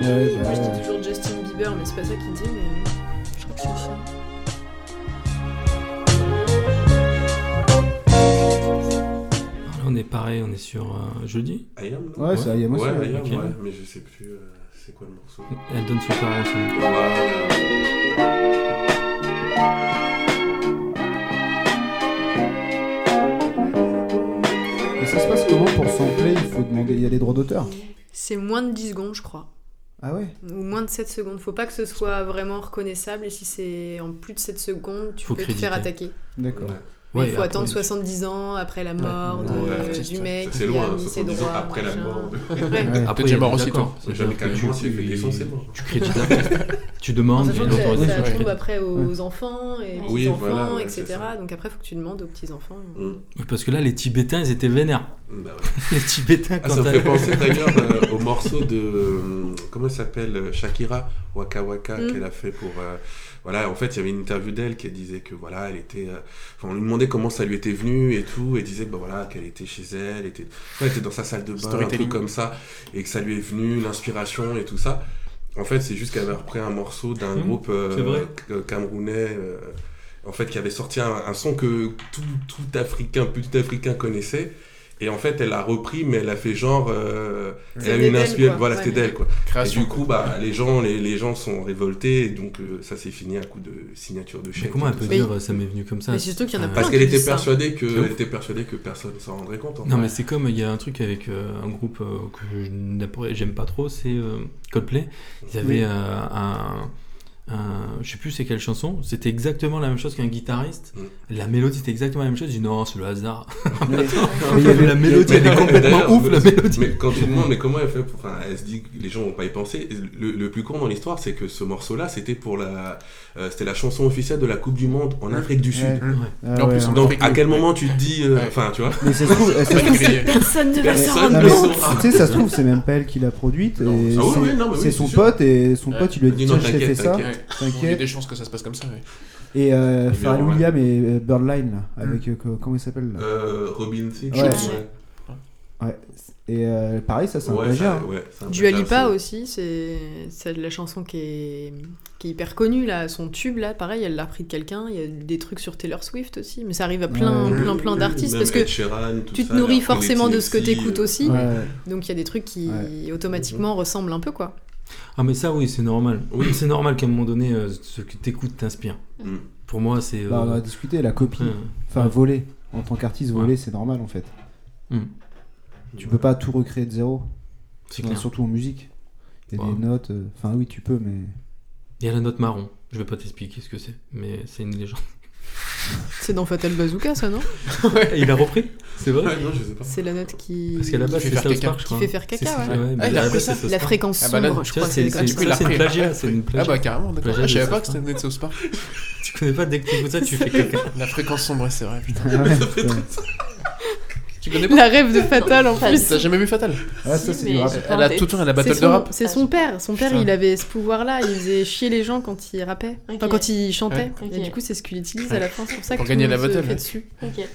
D: Moi je dis toujours Justin Bieber, mais c'est pas ça qu'il dit, mais. Je crois que c'est ça.
A: Alors là, on est pareil, on est sur euh, jeudi.
I: quoi. I am, non
B: Ouais, c'est I am aussi,
I: Ouais,
B: ouais.
I: I am,
A: Ok.
I: ouais, mais je sais plus euh, c'est quoi le morceau.
A: Elle donne son parent aussi.
B: Et ça se passe comment pour sampler Il faut demander. Il y a des droits d'auteur.
D: C'est moins de 10 secondes, je crois.
B: Ah ouais
D: Ou moins de 7 secondes. Faut pas que ce soit vraiment reconnaissable. Et si c'est en plus de 7 secondes, tu
A: Faut
D: peux te faire
A: créditer.
D: attaquer.
B: D'accord.
D: Mais
A: Ouais,
D: il faut
A: après,
D: attendre
A: tu-
D: 70 ans après la mort de-
I: Ouais.
D: du mec.
I: Ça, C'est
D: qui
I: loin,
D: a mis ses
I: 70 ans
D: droits,
I: après la
D: machin.
I: mort.
D: Ouais.
I: Après,
A: il y a
I: j'ai mort
A: des
I: aussi,
A: accords.
I: toi.
A: C'est-à-dire
I: Jamais
A: que
I: quelqu'un
A: tu-
I: mort, s'est fait
A: tu-
I: défoncer, mort.
A: Tu crédites la personne. Tu demandes,
D: En sachant
A: il y a
D: que ça,
A: l'autorisation,
D: ça
A: tu
D: tombe
A: crédites.
D: après aux enfants et aux
A: Oui,
D: enfants,
A: voilà, ouais,
D: etc.
A: c'est ça.
D: Donc après, il faut que tu demandes aux petits-enfants.
A: Oui, Parce que là, les Tibétains, ils étaient vénères. Les Tibétains,
I: Bah Ah,
A: quand
I: ça me
A: t'as-
I: fait penser d'ailleurs euh, au morceau de. euh, comment elle s'appelle euh, Shakira Waka Waka
A: Mm.
I: qu'elle a fait pour. euh, voilà, en fait, il y avait une interview d'elle qui disait que voilà, elle était. euh, enfin, on lui demandait comment ça lui était venu et tout, et disait bah, voilà, qu'elle était chez elle, était, ouais, elle était dans sa salle de bain, un
C: Storytelling.
I: truc comme ça, et que ça lui est venu, l'inspiration et tout ça. En fait, c'est juste qu'elle avait repris un morceau d'un
A: Mm.
I: groupe euh,
A: C'est vrai.
I: euh, camerounais. euh, en fait, qui avait sorti un, un son que tout, tout Africain, petit Africain connaissait. Et en fait, elle l'a repris, mais elle a fait genre. euh, elle a
C: C'était
I: eu une
C: d'elle,
I: inspiration.
C: quoi.
I: Voilà,
C: Ouais.
I: c'était d'elle, quoi.
C: Création,
I: Et du coup, bah, les, gens, les, les gens sont révoltés, et donc euh, ça s'est fini à coup de signature de chèque.
A: comment elle
I: et
A: peut
I: tout
A: dire, Mais- ça m'est venu comme ça mais surtout qu'il y en a plein
I: Parce
A: qui
I: qu'elle était,
A: disent ça.
I: persuadée que-
A: C'est ouf.
I: elle était persuadée que personne s'en rendrait compte. en
A: Non,
I: fait.
A: mais c'est comme il y a un truc avec euh, un groupe euh, que je n'appro- j'aime pas trop, c'est euh, Coldplay. Ils avaient
I: Oui.
A: euh, un, un- Je sais plus c'est quelle chanson, c'était exactement la même chose qu'un guitariste. La mélodie était exactement la même chose. J'ai dit non, c'est le hasard. Attends,
I: Mm. Mais il y avait-
A: la mélodie, elle
I: mais
A: est complètement
I: d'ailleurs,
A: ouf, la
I: mais-
A: mélodie.
I: Mais quand tu demandes, mais comment elle fait pour- Enfin, elle se dit que les gens vont pas y penser. Le, le plus con dans l'histoire, c'est que ce morceau-là, c'était pour la, euh, c'était la chanson officielle de la Coupe du Monde en Afrique du Sud.
B: Ouais. Ouais.
I: En plus,
B: Ouais.
I: donc,
B: Ouais.
I: à quel moment tu te dis, euh, enfin, tu vois
B: Mais ça se trouve, ça se trouve-
I: Personne ne va s'en
B: Non,
I: rendre
B: mais
I: compte.
B: Tu sais, ça se trouve, c'est même pas elle qui l'a produite. et
C: Ah oui,
B: c'est
C: oui, non, mais oui,
B: c'est son
C: c'est sûr.
B: pote et son pote il lui a dit
C: Non,
B: tiens, je t'ai fait ça.
C: Euh, T'inquiète. Il y a
B: T'inquiète.
C: des chances que ça se passe comme ça. ouais.
B: Et
C: Il
B: euh,
C: vient,
B: Pharrell
C: ouais.
B: Williams et euh, Birdline, là, avec euh, co- comment il s'appelle là
I: Euh, Robin Thicke,
B: Ouais.
I: je crois.
B: Ouais. Et euh, pareil, ça c'est un
I: Ouais,
B: plagiat. hein.
I: ça, ouais, c'est un
D: Dua Lipa aussi, c'est c'est la chanson qui est, qui est hyper connue, là. son tube, là, pareil, elle l'a repris de quelqu'un. Il y a des trucs sur Taylor Swift aussi, mais ça arrive à plein,
I: Ouais.
D: plein, plein d'artistes
I: Même
D: parce que
I: Ed Sheeran, tout
D: tu te
I: ça, elle a
D: nourris
I: repris
D: forcément
I: les
D: de ce que
I: TLC,
D: t'écoutes
I: euh.
D: aussi.
A: Ouais.
D: Donc il y a des trucs qui automatiquement ressemblent un peu, quoi.
A: Ah mais ça oui c'est normal. Oui c'est normal qu'à un moment donné euh, ce que t'écoutes t'inspire.
I: Mm.
A: Pour moi c'est. euh,
B: Bah, on a discuté, la copie.
A: Ouais.
B: Enfin, voler. En tant qu'artiste, voler, c'est normal en fait.
A: Hmm.
B: Tu peux pas tout recréer de zéro.
A: C'est
B: Enfin,
A: clair.
B: Surtout en musique. Il y a des notes. euh, Enfin, oui, tu peux, mais.
A: Il y a la note marron. Je vais pas t'expliquer ce que c'est, mais c'est une légende.
D: C'est dans Fatal Bazooka, ça, non
A: Il a repris C'est vrai
I: Ouais, Ah, non, je sais pas.
D: C'est la note qui.
A: Parce qu'à la base, c'est
D: qui fait faire
A: South
D: caca. Ah,
A: Park, je
D: Qui
A: crois.
D: fait faire
A: C'est-
D: caca, ouais.
A: ouais, mais à la base, c'est South
D: La
A: Park.
D: fréquence
A: Ah bah là,
D: sombre, je
A: tu
D: crois.
A: vois, c'est-
D: comme
A: c'est-
D: ça.
A: ça, c'est une plagiat, c'est une
C: Ah
A: plagiat.
C: bah carrément, d'accord.
A: Plagiat
C: Ah, je savais
A: de
C: pas
A: South
C: que c'était une de South Park.
A: Tu connais pas dès que t'écoutes ça, tu fais caca.
C: La fréquence sombre, ouais, c'est vrai, putain.
B: Ah ouais, putain.
C: tu connais pas
D: La rêve de Fatal, en plus.
C: T'as jamais vu Fatal
B: Ah, ça, Si, c'est du mais rap. j'ai pas
C: Elle a
B: entendu.
C: tout tourné à la battle
D: C'est
C: de
D: son-
C: rap.
D: C'est
E: Ah,
D: son père. Son père,
C: Putain.
D: il avait ce pouvoir-là. Il faisait chier les gens quand il rappait. Enfin,
E: Ok.
D: quand il chantait.
E: Ouais.
D: Et
E: Ok.
D: du coup, c'est ce qu'il utilise à la fin. C'est pour ça que
C: Pour
D: tout
C: gagner
D: le
C: la
D: monde se
C: battle,
D: fait
C: ouais.
D: dessus.
E: Ok.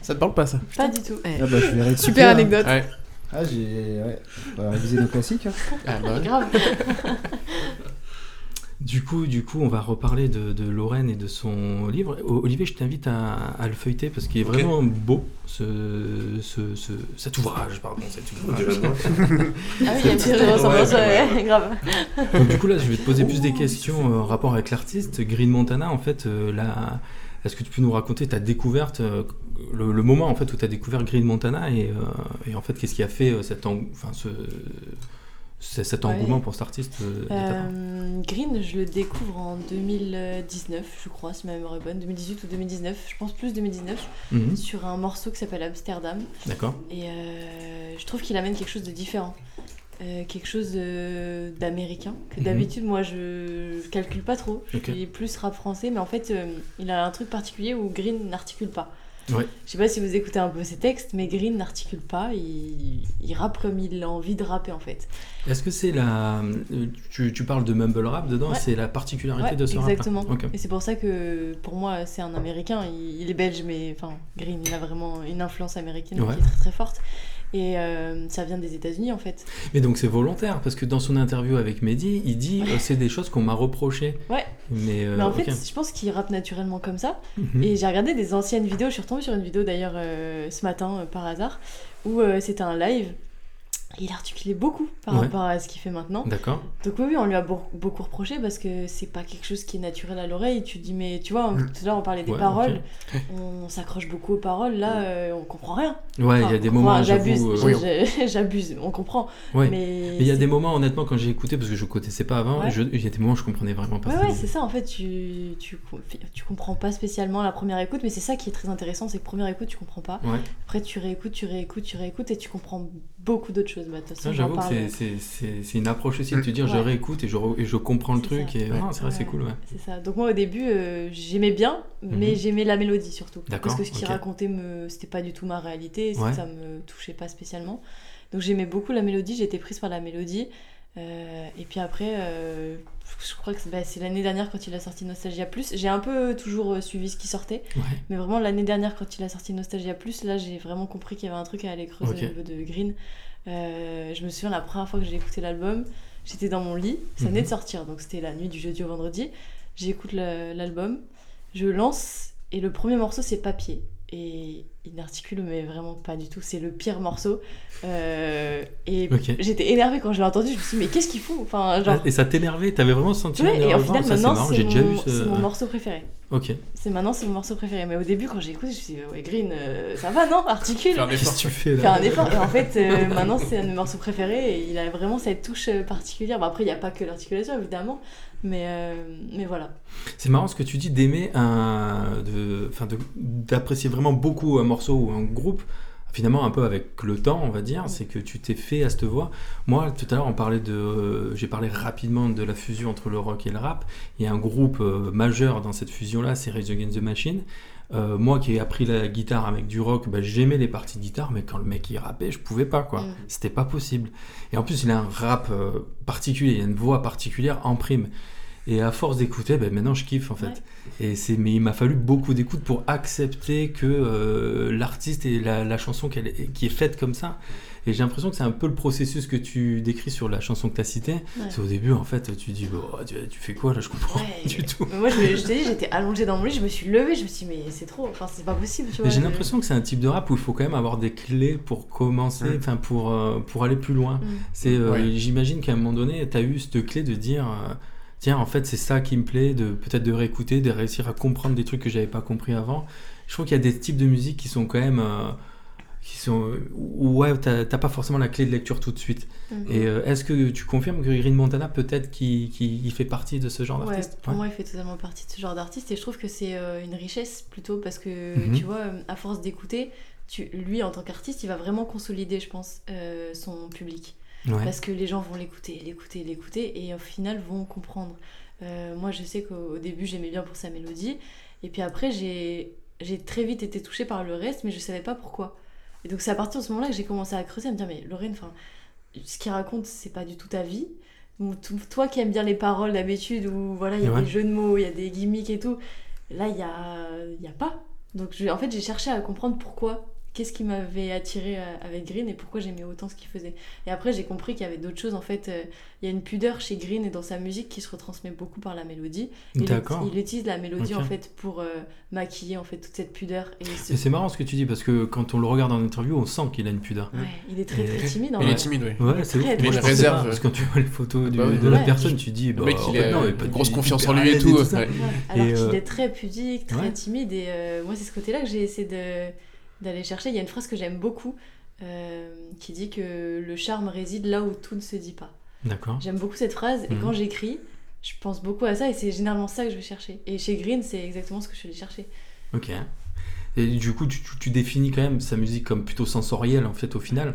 C: Ça te parle pas ça
E: Pas du tout.
D: Ouais.
B: Ah bah, je vais réécouter,
D: Super
B: hein.
D: anecdote.
C: Ouais.
B: Ah, j'ai. Ouais. On va réviser nos classiques. hein.
C: Ah bah ouais.
E: Grave.
A: Du coup, du coup, on va reparler de, de Lorraine et de son livre. O- Olivier, je t'invite à, à le feuilleter parce qu'il est vraiment beau, ce, ce, ce- cet ouvrage. Pardon, cet
I: On dirait
A: ouvrage.
I: moi.
E: Ah oui, il y a une petite ressemblance, ouais, grave.
A: Donc, du coup, là, je vais te poser plus des questions euh, en rapport avec l'artiste. Green Montana, en fait, euh, la- est-ce que tu peux nous raconter ta découverte, euh, le, le moment en fait où tu as découvert Green Montana et, euh, et en fait, qu'est-ce qui a fait euh, cet, eng- enfin, ce- ce- cet
E: Ouais.
A: engouement pour cet artiste euh, de ta part
E: Euh, Green, je le découvre en 2019, je crois, si ma mémoire est bonne, 2018 ou 2019, je pense plus 2019,
A: Mhm.
E: sur un morceau qui s'appelle Amsterdam.
A: D'accord.
E: Et euh, je trouve qu'il amène quelque chose de différent, euh, quelque chose de- d'américain, que
A: Mhm.
E: d'habitude moi je calcule pas trop, je
A: Ok.
E: suis plus rap français, mais en fait euh, il a un truc particulier où Green n'articule pas.
A: Ouais.
E: Je sais pas si vous écoutez un peu ses textes, mais Green n'articule pas, il, il rappe comme il a envie de rapper en fait.
A: Est-ce que c'est la. euh, Tu, tu parles de mumble rap dedans,
E: Ouais.
A: c'est la particularité
E: Ouais,
A: de ce rap
E: Exactement. Et c'est pour ça que pour moi, c'est un américain. Il, il est belge, mais enfin, Green, il a vraiment une influence américaine
A: Ouais.
E: qui est très très forte. Et euh, ça vient des États-Unis en fait.
A: Mais donc c'est volontaire, parce que dans son interview avec Mehdi, il dit euh, c'est des choses qu'on m'a reprochées.
E: Ouais.
A: Mais, euh,
E: mais en fait,
A: ok.
E: je pense qu'il rappe naturellement comme ça.
A: Mhm.
E: Et j'ai regardé des anciennes vidéos. Je suis retombée sur une vidéo d'ailleurs euh, ce matin euh, par hasard où euh, c'était un live. il articulait beaucoup par
A: Ouais.
E: rapport à ce qu'il fait maintenant.
A: D'accord.
E: Donc oui, oui, on lui a beau- beaucoup reproché parce que c'est pas quelque chose qui est naturel à l'oreille. Tu te dis, mais tu vois, on-
A: Mm.
E: tout à l'heure on parlait des
A: Ouais,
E: paroles,
A: ok.
E: on s'accroche beaucoup aux paroles, là euh, on comprend rien.
A: Ouais, il y a
E: Enfin,
A: des
E: on
A: moments,
E: comprend- J'abuse,
A: j'avoue, euh,
E: je-
A: oui,
E: je- j'abuse, on comprend.
A: Ouais.
E: Mais
A: il y a
E: c'est-
A: des moments, honnêtement, quand j'ai écouté, parce que je connaissais pas avant,
E: Ouais.
A: je- il y a des moments où je comprenais vraiment pas.
E: Ouais,
A: ce
E: ouais,
A: qu'il
E: c'est ça, en fait, tu, tu, tu comprends pas spécialement la première écoute, mais c'est ça qui est très intéressant, c'est que première écoute, tu comprends pas.
A: Ouais.
E: Après, tu réécoutes, tu réécoutes, tu réécoutes, et tu comprends beaucoup d'autres choses. Bah, de toute façon,
A: Ah,
E: on en
A: J'avoue que
E: parle. Mm.
A: c'est- c'est- c'est c'est une approche aussi de te dire je
E: Ouais.
A: réécoute et je, re- et je comprends le truc et ah, c'est vrai, c'est cool. Ouais.
E: C'est ça. Donc moi au début euh, j'aimais bien, mais
A: Mhm.
E: j'aimais la mélodie surtout.
A: D'accord,
E: Parce que ce qu'il
A: ok.
E: racontait me, c'était pas du tout ma réalité, ça
A: Ouais.
E: ça me touchait pas spécialement. Donc j'aimais beaucoup la mélodie, j'étais prise par la mélodie. Euh, et puis après, euh, je crois que c'est- bah, c'est l'année dernière quand il a sorti Nostalgia Plus. J'ai un peu toujours euh, suivi ce qui sortait,
A: Ouais.
E: mais vraiment l'année dernière quand il a sorti Nostalgia Plus, là j'ai vraiment compris qu'il y avait un truc à aller creuser
A: Ok.
E: au niveau de Green. Euh, je me souviens la première fois que j'ai écouté l'album, j'étais dans mon lit, ça venait
A: Mhm.
E: de sortir, donc c'était la nuit du jeudi au vendredi. J'écoute le- l'album, je lance, et le premier morceau c'est Papier. Et il n'articule mais vraiment pas du tout, c'est le pire morceau. Euh, et
A: Ok.
E: j'étais énervée quand je l'ai entendu, je me suis dit mais qu'est-ce qu'ils font enfin, genre...
A: Et ça t'énervait, t'avais vraiment ce sentiment
E: Ouais, et au
A: d'énervement,
E: final
A: ça, c'est
E: maintenant
A: marrant,
E: c'est
A: j'ai déjà
E: mon,
A: eu ce-
E: c'est mon morceau préféré.
A: Ok.
E: C'est maintenant c'est mon morceau préféré. Mais au début quand j'ai écouté, je me suis dit ouais Green, euh, ça va non Articule
C: Fais un effort.
A: Qu'est-ce que tu fais, là
E: Fais un effort. Et en fait euh, maintenant c'est un de mes morceaux préférés et il a vraiment cette touche euh, particulière. Bon, après il n'y a pas que l'articulation évidemment, mais, euh, mais voilà.
A: C'est marrant ce que tu dis d'aimer un. de- enfin, de- d'apprécier vraiment beaucoup un morceau ou un groupe. Finalement, un peu avec le temps, on va dire, c'est que tu t'es fait à cette voix. Moi, tout à l'heure, on parlait de, euh, j'ai parlé rapidement de la fusion entre le rock et le rap. Il y a un groupe euh, majeur dans cette fusion-là, c'est Rage Against the Machine. Euh, moi, qui ai appris la guitare avec du rock, bah, j'aimais les parties de guitare, mais quand le mec il rappait, je pouvais pas, quoi.
E: Mm.
A: C'était pas possible. Et en plus, il a un rap euh, particulier, il a une voix particulière en prime. Et à force d'écouter, ben maintenant je kiffe en fait. Et c'est, mais il m'a fallu beaucoup d'écoute pour accepter que euh, l'artiste et la, la chanson qu'elle est- qui est faite comme ça. Et j'ai l'impression que c'est un peu le processus que tu décris sur la chanson que tu as citée. C'est au début en fait, tu dis, Bon, tu, tu fais quoi là, je comprends du tout.
E: Mais moi je, me- je t'ai dit j'étais allongée dans mon lit, je me suis levée, je me suis dit mais c'est trop, enfin c'est pas possible tu vois.
A: Mais j'ai
E: de-
A: l'impression que c'est un type de rap où il faut quand même avoir des clés pour commencer, enfin pour, euh, pour aller plus loin.
E: Mm.
A: C'est, euh,
C: Ouais.
A: J'imagine qu'à un moment donné, tu as eu cette clé de dire euh, tiens, en fait, c'est ça qui me plaît, de peut-être de réécouter, de réussir à comprendre des trucs que j'avais pas compris avant. Je trouve qu'il y a des types de musique qui sont quand même. euh, qui sont, où, ouais, t'as t'as pas forcément la clé de lecture tout de suite.
E: Mm.
A: Et euh, est-ce que tu confirmes que Green Montana, peut-être, qui, qui, il fait partie de ce genre
E: Ouais,
A: d'artiste
E: pour
A: Ouais.
E: moi, il fait totalement partie de ce genre d'artiste et je trouve que c'est euh, une richesse plutôt parce que
A: Mhm.
E: tu vois, euh, à force d'écouter, tu, lui en tant qu'artiste, il va vraiment consolider, je pense, euh, son public.
A: Ouais.
E: Parce que les gens vont l'écouter, l'écouter, l'écouter et au final vont comprendre. Euh, moi, je sais qu'au au début, j'aimais bien pour sa mélodie et puis après, j'ai j'ai très vite été touchée par le reste, mais je savais pas pourquoi. Et donc, c'est à partir de ce moment-là que j'ai commencé à creuser, à me dire, mais Lorraine, enfin ce qu'il raconte, c'est pas du tout ta vie. Ou t- Toi qui aimes bien les paroles d'habitude, où voilà, il y a
A: Ouais.
E: des jeux de mots, il y a des gimmicks et tout, là, il y a, il y a pas. Donc, je- en fait, j'ai cherché à comprendre pourquoi, qu'est-ce qui m'avait attiré euh, avec Green et pourquoi j'aimais autant ce qu'il faisait. Et après, j'ai compris qu'il y avait d'autres choses. En fait, euh, il y a une pudeur chez Green et dans sa musique qui se retransmet beaucoup par la mélodie. Il,
A: D'accord.
E: il utilise la mélodie,
A: Ok.
E: en fait, pour euh, maquiller, en fait, toute cette pudeur. Et ce-
A: Et c'est marrant ce que tu dis parce que quand on le regarde en interview, on sent qu'il a une pudeur.
E: Ouais, il est très, très timide, en
A: Ouais.
E: Il est timide, oui.
A: Ouais, c'est
E: Très,
A: ouf. Moi,
E: très
A: je
E: timide.
A: pensais
C: Réserve.
A: pas, Parce que quand tu vois les photos du-
C: Bah oui.
A: de la
C: Ouais.
A: personne, tu dis,
C: Le
A: bah,
C: mec, il
A: en
C: a
A: fait, non,
C: une
A: il est pas-
C: grosse
A: il est
C: confiance
A: hyper
C: en lui et
A: à l'aise
C: tout,
A: ça.
C: ouais.
E: Alors
A: Et,
E: qu'il
A: euh,
E: est très pudique, très
A: ouais.
E: timide, et euh, moi c'est ce côté-là que j'ai essayé de- d'aller chercher. Il y a une phrase que j'aime beaucoup euh, qui dit que le charme réside là où tout ne se dit pas.
A: D'accord.
E: J'aime beaucoup cette phrase, et
A: Mhm.
E: quand j'écris, je pense beaucoup à ça, et c'est généralement ça que je vais chercher. Et chez Green, c'est exactement ce que je suis allée chercher.
A: Ok. Et du coup, tu, tu- tu définis quand même sa musique comme plutôt sensorielle, en fait, au final.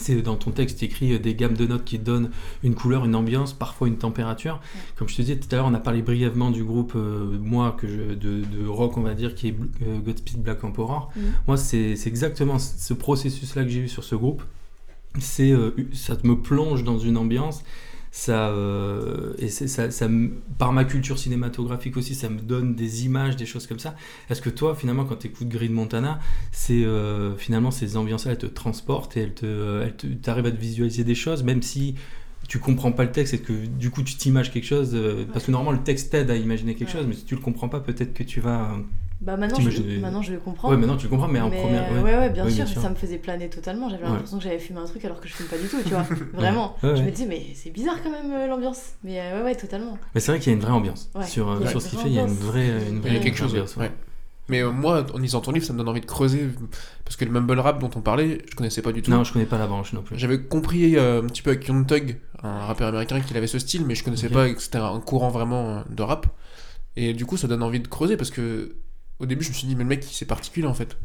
A: C'est dans ton texte écrit euh, des gammes de notes qui donnent une couleur, une ambiance, parfois une température. Comme je te disais tout à l'heure, on a parlé brièvement du groupe, euh, moi, que je, de, de rock, on va dire, qui est Bl- euh, Godspeed Black Emperor.
E: Mhm.
A: Moi, c'est c'est exactement ce ce processus-là que j'ai eu sur ce groupe. c'est euh, ça me plonge dans une ambiance ça euh, et c'est- ça, ça me- par ma culture cinématographique aussi ça me donne des images des choses comme ça est-ce que toi finalement quand tu écoutes Green Montana c'est euh, finalement ces ambiances là elles te transportent et elles te euh, elles te- t'arrives à te visualiser des choses même si tu comprends pas le texte et que du coup tu t'images quelque chose euh, parce que normalement le texte t'aide à imaginer quelque chose mais si tu le comprends pas peut-être que tu vas euh,
E: Bah maintenant je,
A: T'imagines-
E: maintenant je comprends.
A: Ouais, maintenant tu comprends, mais en première- ouais.
E: Ouais, ouais, bien,
A: Ouais,
E: sûr,
A: bien sûr.
E: ça me faisait planer totalement. J'avais
A: Ouais.
E: l'impression que j'avais fumé un truc alors que je fume pas du tout, tu vois. Vraiment.
A: Ouais, ouais.
E: Je me disais, mais c'est bizarre quand même euh, l'ambiance. Mais euh, ouais, ouais, totalement.
A: Mais c'est vrai qu'il y a une vraie ambiance.
E: Ouais.
A: Sur, euh,
E: Il y a
A: sur
E: une
A: ce qu'il
E: vraie
A: fait, il y a une
E: ambiance.
A: vraie, une vraie
C: Il y a quelque chose.
A: ambiance, ouais.
C: ouais. Mais euh, moi, en lisant ton livre, ça me donne envie de creuser. Parce que le mumble rap dont on parlait, je connaissais pas du tout.
A: Non, je connais pas la branche non plus.
C: J'avais compris euh, un petit peu avec Young Thug, un rappeur américain, qu'il avait ce style, mais je connaissais
A: Ok.
C: pas que c'était un courant vraiment euh, de rap. Et du coup, ça donne envie de creuser parce que au début, je me suis dit, mais le mec, c'est particulier en fait.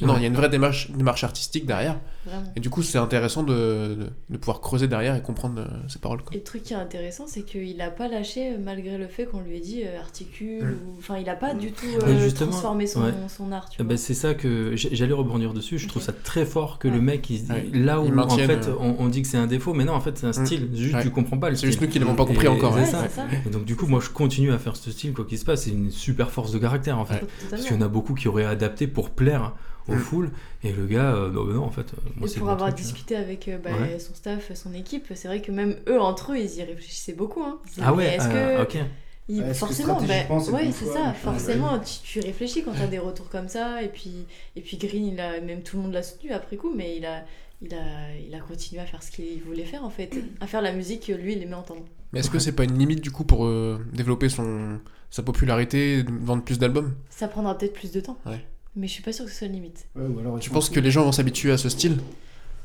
C: Non,
A: Ouais.
C: il y a une vraie démarche, démarche artistique derrière.
E: Vraiment.
C: Et du coup, c'est intéressant de, de- de pouvoir creuser derrière et comprendre euh, ses paroles. quoi.
E: Et le truc qui est intéressant, c'est qu'il a pas lâché euh, malgré le fait qu'on lui ait dit euh, articule.
A: Mm.
E: ou- Enfin, il a pas du tout
A: Mais
E: euh, transformé son,
A: ouais.
E: son art. Tu
A: Ah
E: vois.
A: ben, c'est ça que j'- j'allais rebondir dessus. Je trouve ça très fort que le mec, il se dit-
C: Ouais.
A: là où
C: Il
A: en
C: maintient,
A: fait
C: euh,
A: on, on dit que c'est un défaut, mais non, en fait c'est un
C: Mm.
A: style. Juste
C: Ouais.
A: tu comprends pas le
C: C'est juste
A: style.
C: nous qui l'avons pas compris
A: Et-
C: encore,
A: et
C: hein.
A: c'est
C: Ouais,
A: ça.
C: c'est ça.
A: Et donc du coup, moi je continue à faire ce style quoi qu'il se passe. C'est une super force de caractère en fait. Parce qu'il y en a beaucoup qui auraient adapté pour plaire aux
C: Mm.
A: foules. Et le gars, euh, non, mais non, en fait, euh, moi
E: Et
A: c'est
E: pour
A: mon
E: avoir
A: truc, hein.
E: discuté avec euh, bah,
A: Ouais.
E: son staff, son équipe, c'est vrai que même eux, entre eux, ils y réfléchissaient beaucoup. hein. Ils disaient,
A: Ah ouais,
E: mais est-ce
A: euh,
E: que-
A: ok.
E: Ils-
A: Est-ce que
E: forcément, bah,
A: stratégiquement, c'est le
E: ouais,
A: bon
E: c'est
A: choix,
E: ça,
A: machin,
E: forcément,
A: ouais.
E: tu, tu réfléchis quand t'as des retours comme ça, et puis, et puis Green, il a, même tout le monde l'a soutenu après coup, mais il a, il a, il a continué à faire ce qu'il voulait faire en fait, à faire la musique que lui, il aimait entendre.
C: Mais est-ce que c'est pas une limite du coup pour euh, développer son, sa popularité, vendre plus d'albums
E: Ça prendra peut-être plus de temps,
C: Ouais.
E: mais je suis pas sûre que ce soit une limite.
C: Tu penses que les gens vont s'habituer à ce style
E: Bah,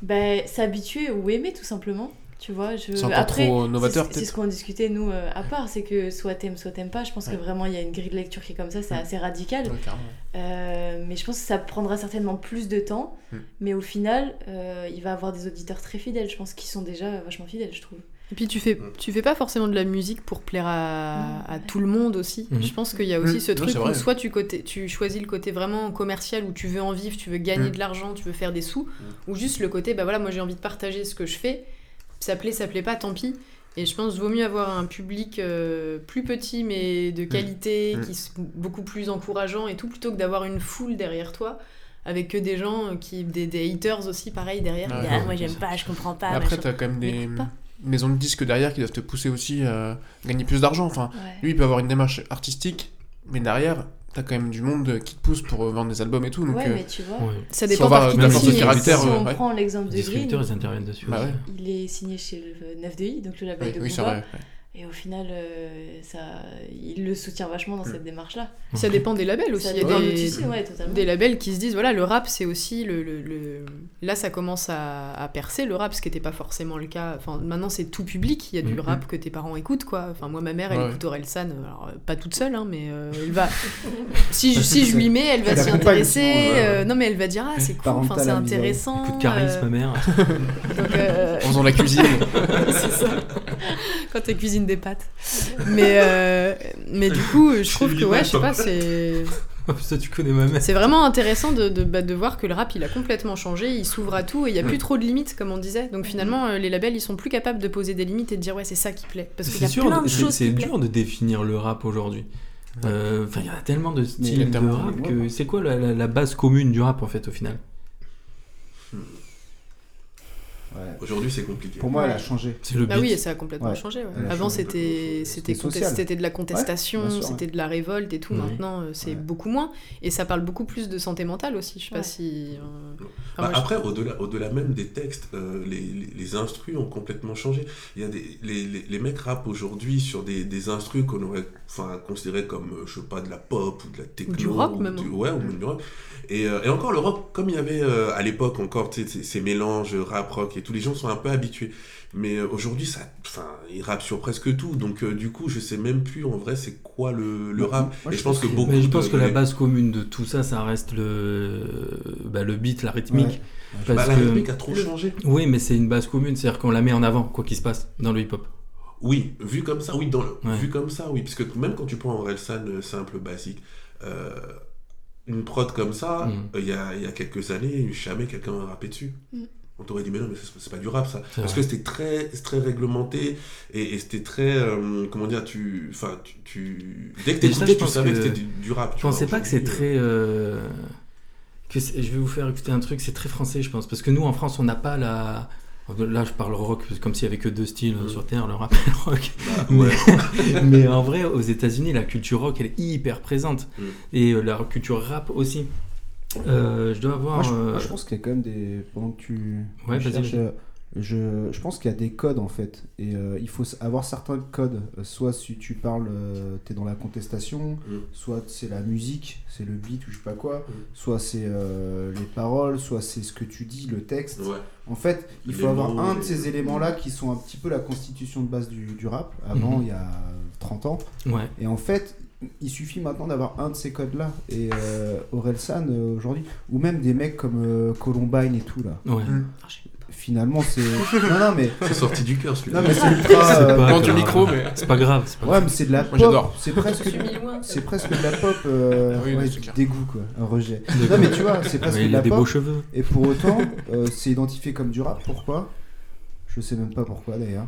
E: Ben, s'habituer ou aimer tout simplement. Tu vois, je...
C: C'est encore trop, euh, novateur,
E: c'est- C'est
C: peut-être.
E: ce qu'on discutait, nous, euh, à part. C'est que soit t'aimes, soit t'aimes pas. Je pense
C: Ouais.
E: que vraiment, il y a une grille de lecture qui est comme ça. C'est assez radical.
C: Ouais, carrément.
E: Euh, mais je pense que ça prendra certainement plus de temps.
C: Mm.
E: Mais au final, euh, il va avoir des auditeurs très fidèles. Je pense qu'ils sont déjà vachement fidèles, je trouve.
D: Et puis tu fais,
C: Mm.
D: tu fais pas forcément de la musique pour plaire à, à tout le monde aussi.
C: Mm.
E: Mhm.
D: Je pense qu'il y a aussi
E: Mhm.
D: ce
E: Ouais,
D: truc
E: c'est
D: où
E: vrai.
D: soit tu, côté, tu choisis le côté vraiment commercial où tu veux en vivre, tu veux gagner
E: Mhm.
C: Mm.
D: de l'argent, tu veux faire des sous, ou juste le côté, bah voilà, moi j'ai envie de partager ce que je fais, ça plaît, ça plaît pas, tant pis. Et je pense vaut mieux avoir un public euh, plus petit mais
C: Mm.
D: de qualité,
E: Mhm.
D: qui s- beaucoup plus encourageant et tout, plutôt que d'avoir une foule derrière toi. Avec que des gens euh, qui. des, des haters aussi, pareil, derrière.
C: Ouais,
D: qui disent,
C: ouais,
D: ah, moi
C: c'est
D: j'aime
C: ça.
D: pas, je comprends pas.
C: Mais Après,
D: machin.
C: t'as quand même des
D: N'écoute pas.
C: maisons de disques derrière qui doivent te pousser aussi à gagner plus d'argent. Enfin,
D: Ouais.
C: lui, il peut avoir une démarche artistique, mais derrière, t'as quand même du monde qui te pousse pour euh, vendre des albums et tout. Donc,
E: Ouais,
C: euh,
E: mais tu vois. Ouais.
D: Ça
C: faut
D: dépend
C: avoir
D: par qui
C: de la force de
D: t'es signé.
C: caractère. euh,
E: si on
D: euh,
C: ouais.
E: prend l'exemple de
A: Les
E: Green,
A: distributeurs, ils interviennent dessus
C: Bah
A: aussi.
C: ouais.
E: il est signé chez le 9DI, donc le label
C: Oui,
E: de
C: oui, c'est
E: Booba.
C: vrai, ouais.
E: Et au final, euh, ça, il le soutient vachement dans
D: Mm.
E: cette démarche-là.
D: Ça dépend des labels aussi.
E: Ça
D: Il y a
E: dépend de
D: des,
E: qui c'est, ouais, totalement.
D: des labels qui se disent voilà, le rap, c'est aussi. Le, le- le- Là, ça commence à, à percer le rap, ce qui n'était pas forcément le cas. Enfin, maintenant, c'est tout public. Il y a du
E: Mhm.
D: rap que tes parents écoutent, quoi. Enfin, moi, ma mère, elle
E: Ouais.
D: écoute Orelsan. Alors, euh, pas toute seule, hein, mais euh, elle va. si, je, si je lui mets, elle va
R: Elle
D: s'y
R: accompagne,
D: intéresser.
R: sinon, euh,
D: euh, non, mais elle va dire ah, c'est cool, enfin,
R: Parental
D: c'est
R: advisory.
D: intéressant.
A: Coup de charisme,
D: euh,
A: ma mère.
D: donc, euh,
C: En faisant la cuisine.
D: c'est ça. Quand tu cuisines des pâtes. Mais, euh, mais du coup, je trouve que, ouais, je sais pas, c'est.
A: Ça, tu connais ma mère.
D: C'est vraiment intéressant de, de, bah, de voir que le rap il a complètement changé, il s'ouvre à tout et il n'y a
A: Mm.
D: plus trop de limites comme on disait. Donc finalement euh, les labels ils sont plus capables de poser des limites et de dire ouais c'est ça qui plaît. Parce qu'il y
A: C'est
D: a
A: sûr,
D: plein de
A: c'est-
D: choses
A: c'est
D: qui plaisent.
A: dur de définir le rap aujourd'hui. Euh, Enfin, il y en a tellement de
C: il y a
A: styles de
C: tellement de
A: rap
C: voix,
A: que c'est quoi la, la- la base commune du rap en fait au final
I: Aujourd'hui, c'est compliqué.
R: Pour moi, elle a changé.
A: C'est le
D: Bah oui, et ça a complètement
R: Ouais,
D: changé. ouais.
R: elle a
D: Avant
R: changé.
D: c'était
R: C'était
D: c'était
R: social.
D: contest- c'était de la contestation,
R: Ouais, bien sûr,
D: c'était de la révolte et tout.
R: Ouais.
D: Maintenant euh, c'est beaucoup moins et ça parle beaucoup plus de santé mentale aussi. Je sais pas si. euh, enfin,
I: Bah,
D: moi, je-
I: après, au-delà, au-delà même des textes, euh, les, les, les instrus ont complètement changé. Il y a des, les, les, les mecs rappent aujourd'hui sur des, des instrus qu'on aurait enfin, considérés comme, euh, je sais pas, de la pop ou de la techno.
D: du rock, même. hein.
I: du- ouais, ou même du rock. Et, euh, et encore, le rock, comme il y avait euh, à l'époque encore tu sais, ces, ces mélanges euh, rap, rock, et tous les gens sont un peu habitués. Mais euh, aujourd'hui, ça, enfin, ils rappent sur presque tout. Donc, euh, du coup, je sais même plus en vrai c'est quoi le, le rap. et je pense que beaucoup.
A: Mais je pense
I: de-
A: que la
I: les-
A: base commune de tout ça, ça reste le, bah, le beat, la rythmique.
I: Ouais. Bah, la rythmique a trop changé.
A: Oui, mais c'est une base commune, c'est-à-dire qu'on la met en avant, quoi qu'il se passe, dans le hip-hop.
I: Oui, vu comme ça, oui, dans le-
A: Ouais.
I: vu comme ça, oui, parce que même quand tu prends Orelsan euh, simple, basique, euh, une prod comme ça,
A: Mm.
I: euh, il y, a, il y a quelques années, jamais quelqu'un a rappé dessus.
E: Mm.
I: On t'aurait dit, mais non, mais c'est c'est pas du rap ça.
A: C'est
I: Parce
A: vrai.
I: que c'était très, c'est très réglementé et, et c'était très. euh, comment dire, tu. Enfin, tu, tu- Dès que
A: Et ça, je
I: t'écoutais, tu
A: pense
I: savais que, c'était du, du rap.
A: Je
I: tu
A: pensais
I: vois,
A: pas que c'est
I: aujourd'hui,
A: très. euh, que c'est- je vais vous faire écouter un truc, c'est très français, je pense. Parce que nous, en France, on n'a pas la. Là, je parle rock, parce que comme s'il n'y avait que deux styles euh, sur Terre, le rap et le rock.
I: Mm. Bah,
A: mais,
I: ouais.
A: mais en vrai, aux États-Unis, la culture rock, elle est hyper présente.
I: Mm.
A: Et euh, la culture rap aussi. Euh, je dois avoir.
B: Moi, je,
A: euh,
B: moi, je pense qu'il y a quand même des. Pendant que tu.
A: Ouais,
B: tu
A: vas-y,
B: cherches,
A: vas-y.
B: euh, je, je pense qu'il y a des codes en fait. Et euh, il faut s- avoir certains codes. Euh, Soit si tu parles, tu es dans la contestation.
I: Mm.
B: Soit c'est la musique, c'est le beat ou je sais pas quoi. Soit c'est euh, les paroles. Soit c'est ce que tu dis, le texte.
I: Ouais.
B: En fait, il faut
I: Les
B: avoir
I: mots,
B: un
I: les-
B: de ces éléments-là qui sont un petit peu la constitution de base du, du rap. Avant,
A: Mhm.
B: il y a 30 ans.
A: Ouais.
B: Et en fait, il suffit maintenant d'avoir un de ces codes-là. Et euh, Orelsan euh, aujourd'hui, ou même des mecs comme euh, Columbine et tout là.
A: Ouais.
B: Mm. Finalement, c'est. Non, non, mais.
I: C'est sorti du cœur, celui-là.
B: Non, mais c'est
I: C'est
B: ultra.
I: pas
B: euh,
I: grave. Prends ton micro, mais- C'est pas grave, c'est pas
B: Ouais,
I: grave.
B: mais c'est de la
I: Moi,
B: pop.
I: j'adore.
B: C'est presque.
I: Je suis mis loin.
B: C'est presque de la pop. euh,
I: Ah Oui,
B: ouais,
I: c'est clair.
B: dégoût, quoi. Un rejet.
A: De
B: Non,
A: quoi
B: mais tu vois, c'est
A: Ah,
B: presque
A: mais il
B: de
A: a
B: la
A: des
B: pop.
A: beaux cheveux.
B: Et pour autant, euh, c'est identifié comme du rap. Pourquoi Je sais même pas pourquoi d'ailleurs.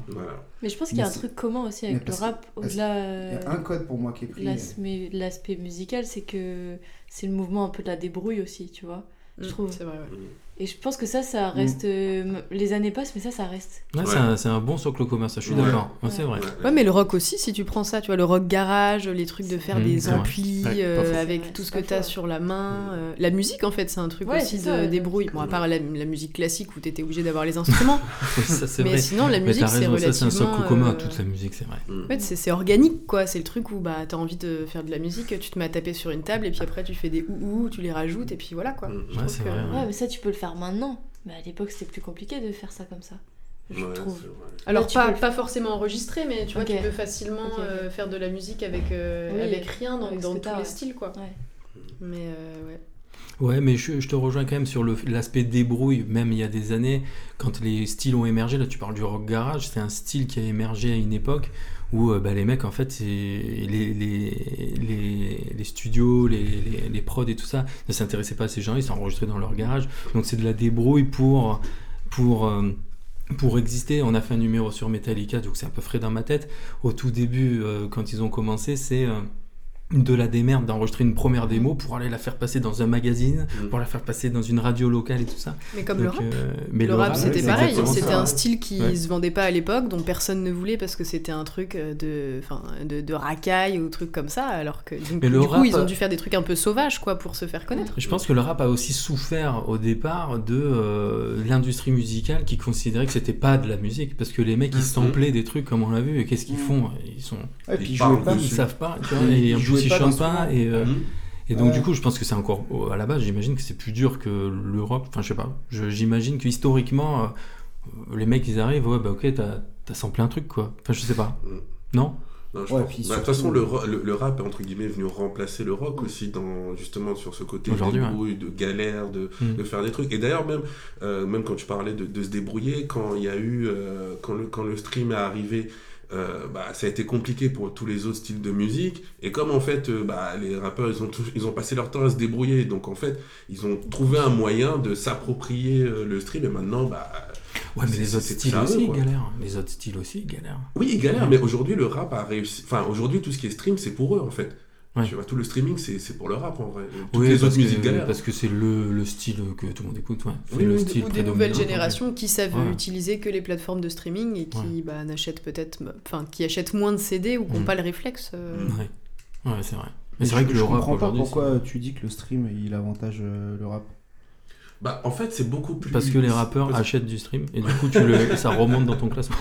M: Mais je pense qu'il y a un
B: c'est-
M: truc commun aussi
B: Mais
M: avec le
B: parce-
M: rap,
B: parce-
M: au-delà. euh,
B: Il y a un code pour moi qui est pris. euh,
M: l'as- mais L'aspect musical, c'est que c'est le mouvement un peu de la débrouille aussi, tu vois. Je
D: Mm,
M: trouve.
D: c'est vrai, ouais.
M: Et je pense que ça, ça reste.
B: Mm.
M: euh, les années passent, mais ça, ça reste.
A: Ouais, c'est un- C'est un, bon socle commun, ça, je suis
C: Ouais.
A: d'accord. Ouais, C'est vrai.
D: Ouais, mais le rock aussi, si tu prends ça, tu vois, le rock garage, les trucs de faire
A: Mm, c'est
D: des
A: vrai.
D: amplis
A: Ouais, pas
D: euh,
A: faux.
D: avec tout ce que t'as sur la main. euh, la musique, en fait, c'est un truc
M: Ouais,
D: aussi
M: c'est ça,
D: de
M: ouais.
D: débrouille. Bon, à part la, la musique classique où t'étais obligé d'avoir les instruments.
A: Ça, c'est
D: mais
A: vrai.
D: sinon, la
A: Mais
D: musique,
A: t'as
D: c'est
A: raison, ça,
D: relativement.
A: c'est un socle commun à
D: euh,
A: toute la musique, c'est vrai.
M: Mm.
I: Mm.
D: En fait, c'est c'est organique, quoi. C'est le truc où bah, t'as envie de faire de la musique, tu te mets à taper sur une table et puis après, tu fais des ou tu les rajoutes et puis voilà, quoi.
M: Mm.
D: Je trouve que-
M: Ouais, mais ça, tu peux le faire maintenant. Mais à l'époque, c'était plus compliqué de faire ça comme ça. Je
I: Ouais,
M: trouve.
I: c'est vrai.
D: Alors
M: Là, tu
D: pas,
M: peux le
D: pas forcément enregistré, mais tu vois,
M: Ok.
D: tu peux facilement
M: Ok, ok.
D: euh, faire de la musique avec, euh,
M: Oui,
D: avec rien dans,
M: avec ce
D: dans
M: que
D: tous
M: t'as,
D: les
M: ouais.
D: styles, quoi. Mais euh, ouais.
A: Ouais, mais je, je te rejoins quand même sur le- l'aspect débrouille. Même il y a des années, quand les styles ont émergé, là tu parles du rock garage, c'est un style qui a émergé à une époque où euh, bah, les mecs, en fait, c'est- les, les, les, les studios, les, les, les prods et tout ça ne s'intéressaient pas à ces gens, ils s'enregistraient dans leur garage. Donc c'est de la débrouille pour. pour euh, pour exister, on a fait un numéro sur Metallica, donc c'est un peu frais dans ma tête. Au tout début, euh, quand ils ont commencé, c'est euh, de la démerde d'enregistrer une première démo pour aller la faire passer dans un magazine, pour la faire passer dans une radio locale et tout ça.
D: Mais comme
A: Donc,
D: le rap,
A: euh, mais
D: le, rap,
A: rap,
D: c'était
A: c'est
D: pareil,
A: exactement
D: c'était
A: ça.
D: un style qui
A: Ouais.
D: se vendait pas à l'époque, dont personne ne voulait parce que c'était un truc euh, de, enfin, de, de racaille ou truc comme ça, alors que du,
A: Mais le
D: du coup
A: rap- euh,
D: ils ont dû faire des trucs un peu sauvages quoi pour se faire connaître.
A: Je pense que le rap a aussi souffert au départ de euh, l'industrie musicale qui considérait que c'était pas de la musique parce que les
I: Mm.
A: mecs ils samplaient des trucs comme on l'a vu et qu'est-ce qu'ils font Ils sont
B: Ouais, Mm. puis ils
A: parlent
B: jouaient pas,
A: dessus. ils
B: monsieur.
A: savent pas tu vois,
B: Ils-
A: et
B: ils
A: en plus
B: jouaient
A: ils
B: pas
A: chantent pas
B: d'instrument.
A: et, euh,
I: Mm.
A: et donc
B: Ouais.
A: du coup je pense que c'est encore oh, à la base j'imagine que c'est plus dur que le rock enfin je sais pas Je- j'imagine que historiquement euh, les mecs ils arrivent ouais bah ok t'as t'as samplé un truc quoi enfin je sais pas non
I: Mm. Non, je
A: Ouais,
I: pense-
A: puis
I: bah, de toute
A: surtout-
I: façon,
A: euh,
I: le, ro- le, le rap est entre guillemets venu remplacer le rock aussi, dans, justement sur ce côté de
A: Mm. Aujourd'hui, ouais.
I: débrouille, de galère, de,
A: Mm.
I: de faire des trucs. Et d'ailleurs, même, euh, même quand tu parlais de, de se débrouiller, quand il y a eu, euh, quand, le, quand le stream est arrivé, euh, bah, ça a été compliqué pour tous les autres styles de musique. Et comme en fait, euh, bah, les rappeurs, ils ont, tous- ils ont passé leur temps à se débrouiller. Donc en fait, ils ont trouvé un moyen de s'approprier euh, le stream. Et maintenant, bah.
A: Ouais, mais
I: c'est-
A: les autres
I: c'est
A: styles
I: à eux,
A: aussi
I: quoi.
A: galèrent. Les autres styles aussi galèrent.
I: Oui, ils galèrent, mais aujourd'hui, le rap a réussi. Enfin, aujourd'hui, tout ce qui est stream, c'est pour eux, en fait.
A: Ouais.
I: Tu vois, tout le streaming, c'est c'est pour le rap, en vrai. Toutes
A: Oui,
I: les
A: parce
I: autres
A: que-
I: musiques galèrent.
A: Parce que c'est le, le style que tout le monde écoute. Ouais. C'est
D: Oui,
A: le
D: ou,
A: style
D: ou des
A: prédominant, euh,
D: nouvelles
A: quoi.
D: générations qui savent
A: Ouais.
D: utiliser que les plateformes de streaming et qui bah, n'achètent peut-être, enfin qui achètent moins de CD ou qui n'ont
A: Mm.
D: pas le réflexe. euh,
A: Ouais, Ouais, c'est vrai. Mais
B: Mais
A: c'est vrai
B: je-
A: que le
B: je
A: rap
B: comprends pas
A: aujourd'hui.
B: pourquoi euh, tu dis que le stream il avantage euh, le rap.
I: Bah, en fait, c'est beaucoup plus.
A: Parce que les rappeurs achètent du stream et du coup tu le, ça remonte dans ton classement.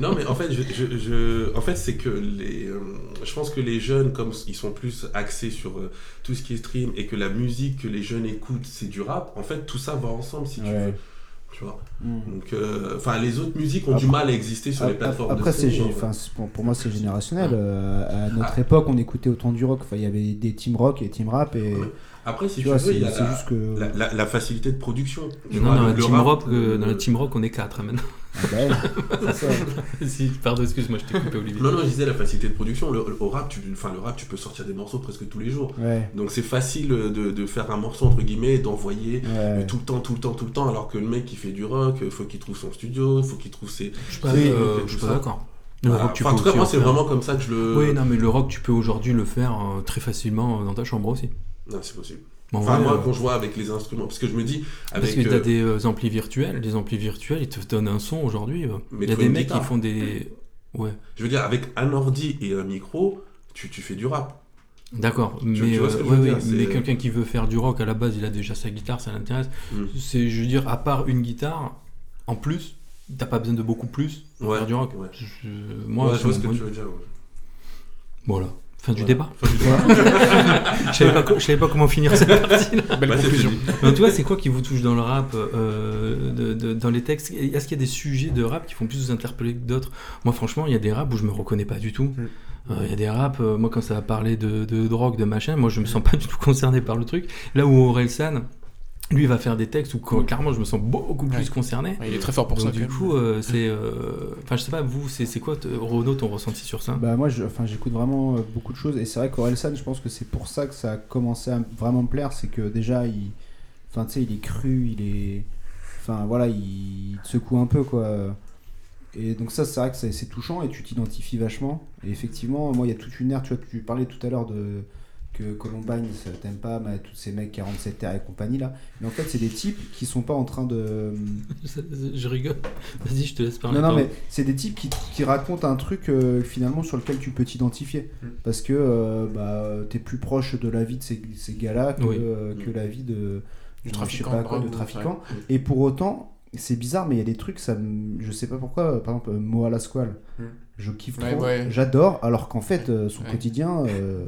I: non, mais en fait, je, je- je- en fait c'est que les, euh, je pense que les jeunes, comme ils sont plus axés sur euh, tout ce qui est stream et que la musique que les jeunes écoutent, c'est du rap, en fait, tout ça va ensemble, si tu veux. Tu vois
B: Mm.
I: Donc, euh, enfin, les autres musiques ont du mal à exister sur les
B: Ap-
I: plateformes.
B: Après,
I: de
B: c'est,
I: streaming, Ah.
B: gé-
I: en fait.
B: enfin, c'est- pour, pour moi, c'est générationnel. Euh, à notre époque, on écoutait autant du rock. Enfin, il y avait des team rock et team rap. Et
I: Après, si tu,
B: vois,
I: veux, il y a
B: c'est
I: la,
B: juste que.
I: la, la- la facilité de production. Tu
A: Non,
I: vois,
A: dans,
I: le-
A: la
I: le
A: team
I: rap,
A: rock, euh,
I: euh, Ah bah
A: dans la team rock, on est quatre hein, maintenant.
B: ça.
A: si, pardon, excuse-moi, je t'ai coupé, Olivier.
I: Non, non, je disais la facilité de production. Le, le- au rap, tu, enfin, le rap, tu peux sortir des morceaux presque tous les jours.
B: Ouais.
I: Donc c'est facile euh, de, de faire un morceau, entre guillemets, et d'envoyer euh,
B: Ouais.
I: tout le temps, tout le temps, tout le temps. Alors que le mec qui fait du rock, euh, faut qu'il trouve son studio, faut qu'il trouve ses.
A: Je suis pas,
I: ses-
A: euh,
I: tout
A: je suis pas
I: ça.
A: d'accord. Le
I: Voilà.
A: rock, tu
I: Bah, Enfin, en tout cas,
A: peux aussi
I: moi,
A: en
I: c'est
A: faire.
I: vraiment comme ça que je le.
A: Oui, non, mais le rock, tu peux aujourd'hui le faire euh, très facilement euh, dans ta chambre aussi.
I: Non, c'est possible.
A: Mais en
I: Enfin,
A: vrai,
I: moi,
A: euh,
I: quand je vois avec les instruments, parce que je me dis.
A: Parce
I: avec,
A: que t'as
I: euh,
A: des euh, amplis virtuels, des amplis virtuels, ils te donnent un son aujourd'hui. euh.
I: Mais
A: Il y a
I: faut
A: des
I: une
A: mecs qui
I: guitare.
A: font des. Ouais,
I: Je veux dire, avec un ordi et un micro, tu, tu fais du rap.
A: d'accord.
I: Tu-
A: Mais,
I: tu vois ce
A: euh,
I: que je
A: ouais,
I: veux
A: ouais,
I: dire, c'est-
A: mais quelqu'un qui veut faire du rock, à la base, il a déjà sa guitare, ça l'intéresse.
I: Mm.
A: C'est, je veux dire, à part une guitare, en plus, t'as pas besoin de beaucoup plus pour
I: Ouais,
A: faire du rock.
I: ouais.
A: Je- je- moi,
I: Ouais, je
A: c'est
I: vois
A: mon
I: ce que
A: point
I: tu
A: de-
I: veux dire. ouais.
A: Voilà. Fin du
I: Voilà.
A: débat.
I: Fin du débat.
A: je, savais pas, co- je savais pas comment finir cette partie-là.
I: Belle Bah, c'est conclusion. fini.
A: Mais tu vois, c'est quoi qui vous touche dans le rap, euh, de- de- dans les textes Est-ce qu'il y a des sujets de rap qui font plus vous interpeller que d'autres Moi, franchement, il y a des raps où je me reconnais pas du tout.
C: Mm.
A: Euh, Il y a des raps, euh, moi, quand ça a parlé de, de drogue, de machin, moi, je
C: Mm.
A: me sens pas du tout concerné par le truc. Là où Orelsan. Lui va faire des textes où quoi, clairement je me sens beaucoup plus concerné.
C: Mm. Ouais, il est très fort pour
A: Donc,
C: ça,
A: Du
C: quand même.
A: coup, euh, c'est, euh, enfin je sais pas vous, c'est c'est quoi t- Renaud ton ressenti sur ça
B: Bah moi, je- enfin, j'écoute vraiment euh, beaucoup de choses et c'est vrai qu'Orelsan, je pense que c'est pour ça que ça a commencé à vraiment me plaire, c'est que déjà il, enfin tu sais, il est cru, il est, enfin voilà, il, il te secoue un peu quoi. Et donc ça, c'est vrai que c'est c'est touchant et tu t'identifies vachement. Et effectivement, moi, il y a toute une ère, tu vois, tu parlais tout à l'heure de que Columbine, ça t'aime pas, mais tous ces mecs 47 terres et compagnie là. Mais en fait, c'est des types qui sont pas en train de
A: Je rigole. Vas-y, je te laisse parler.
B: non, non,
A: pardon.
B: mais c'est des types qui, qui racontent un truc euh, finalement sur lequel tu peux t'identifier.
C: Mm.
B: Parce que euh, bah, t'es plus proche de la vie de ces, ces gars-là que,
A: Oui.
B: euh, que la vie de,
C: Du
B: je
C: trafiquant
B: sais pas
C: Mm. de
B: quoi,
C: drogue,
B: de trafiquant.
C: ouais. Mm.
B: Et pour autant, c'est bizarre, mais il y a des trucs, ça, me- je sais pas pourquoi, euh, par exemple, euh, Moa la Squale.
C: Mm.
B: Je kiffe
C: Ouais,
B: trop,
C: ouais.
B: j'adore, alors qu'en fait, euh, son
C: Ouais.
B: quotidien, euh, euh,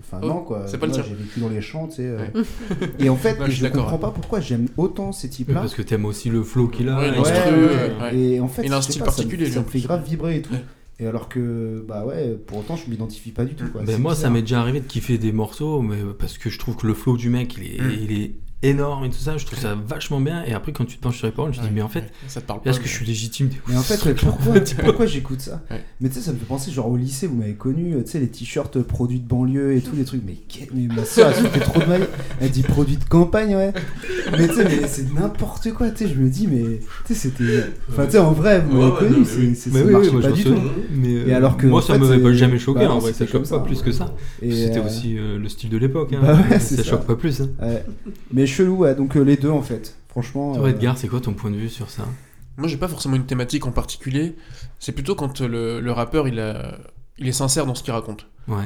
B: enfin
C: Oh,
B: non quoi.
C: c'est pas le
B: Moi,
C: tien.
B: J'ai vécu dans les champs, tu sais. euh,
C: Ouais.
B: Et en fait,
C: Non, je
B: je,
C: suis d'accord.
B: comprends pas pourquoi j'aime autant ces
A: Oui,
B: types-là.
A: Parce que t'aimes aussi le flow qu'il a.
C: Ouais,
A: et
C: il est
A: tout.
C: monstrueux, ouais.
B: Et en fait,
C: Il a un
B: je sais
C: style
B: pas, ça me-
C: particulier, lui,
B: Ça
C: en
B: me fait
C: plus.
B: grave vibrer et tout. Et alors que, bah ouais, pour autant, je m'identifie pas du tout. Quoi.
A: Ben
B: C'est
A: moi, ça
B: bizarre.
A: m'est déjà arrivé de kiffer des morceaux, mais parce que je trouve que le flow du mec, il est,
C: Mm.
A: il est énorme et tout ça. Je trouve ça vachement bien. Et après, quand tu te penches sur les paroles, tu te dis, mais en fait,
C: Ça te parle pas,
A: est-ce que
C: mais-
A: je suis légitime
B: Mais en fait, mais pourquoi, pourquoi j'écoute ça
C: Ouais.
B: Mais tu sais, ça me fait penser, genre au lycée, vous m'avez connu, euh, tu sais, les t-shirts euh, produits de banlieue et tout, les trucs. Mais, que- mais ma soeur, elle se fait trop de mal. Elle dit produits de campagne, ouais. Mais tu sais, mais c'est n'importe quoi, tu sais, je me dis, mais tu sais, c'était. Enfin, tu sais, en vrai, vous
A: Ouais,
B: m'avez
A: ouais, non,
B: connu,
A: mais
B: c'est
A: oui.
B: c'est-
A: Mais
B: ça
A: oui, oui,
B: marchait
A: moi,
B: pas
A: j'en
B: du
A: sais-
B: tout.
A: mais,
B: Et
A: euh,
B: alors que,
A: moi,
B: en
A: ça
B: fait,
A: m'avait pas
B: c'est-
A: jamais choqué,
B: bah non,
A: en vrai, ça
B: c'était
A: choque
B: comme
A: pas plus que ça.
B: Et,
A: C'était
B: euh,
A: aussi euh, le style de l'époque, hein.
B: Bah ouais,
A: ça,
B: c'est
A: choque pas plus. Hein.
B: Ouais. Mais chelou, ouais, donc euh, les deux en fait. Franchement.
A: Toi,
B: euh,
A: Edgar, c'est quoi ton point de vue sur ça
C: Moi, j'ai pas forcément une thématique en particulier. C'est plutôt quand euh, le, le rappeur il, a- il est sincère dans ce qu'il raconte.
A: Ouais.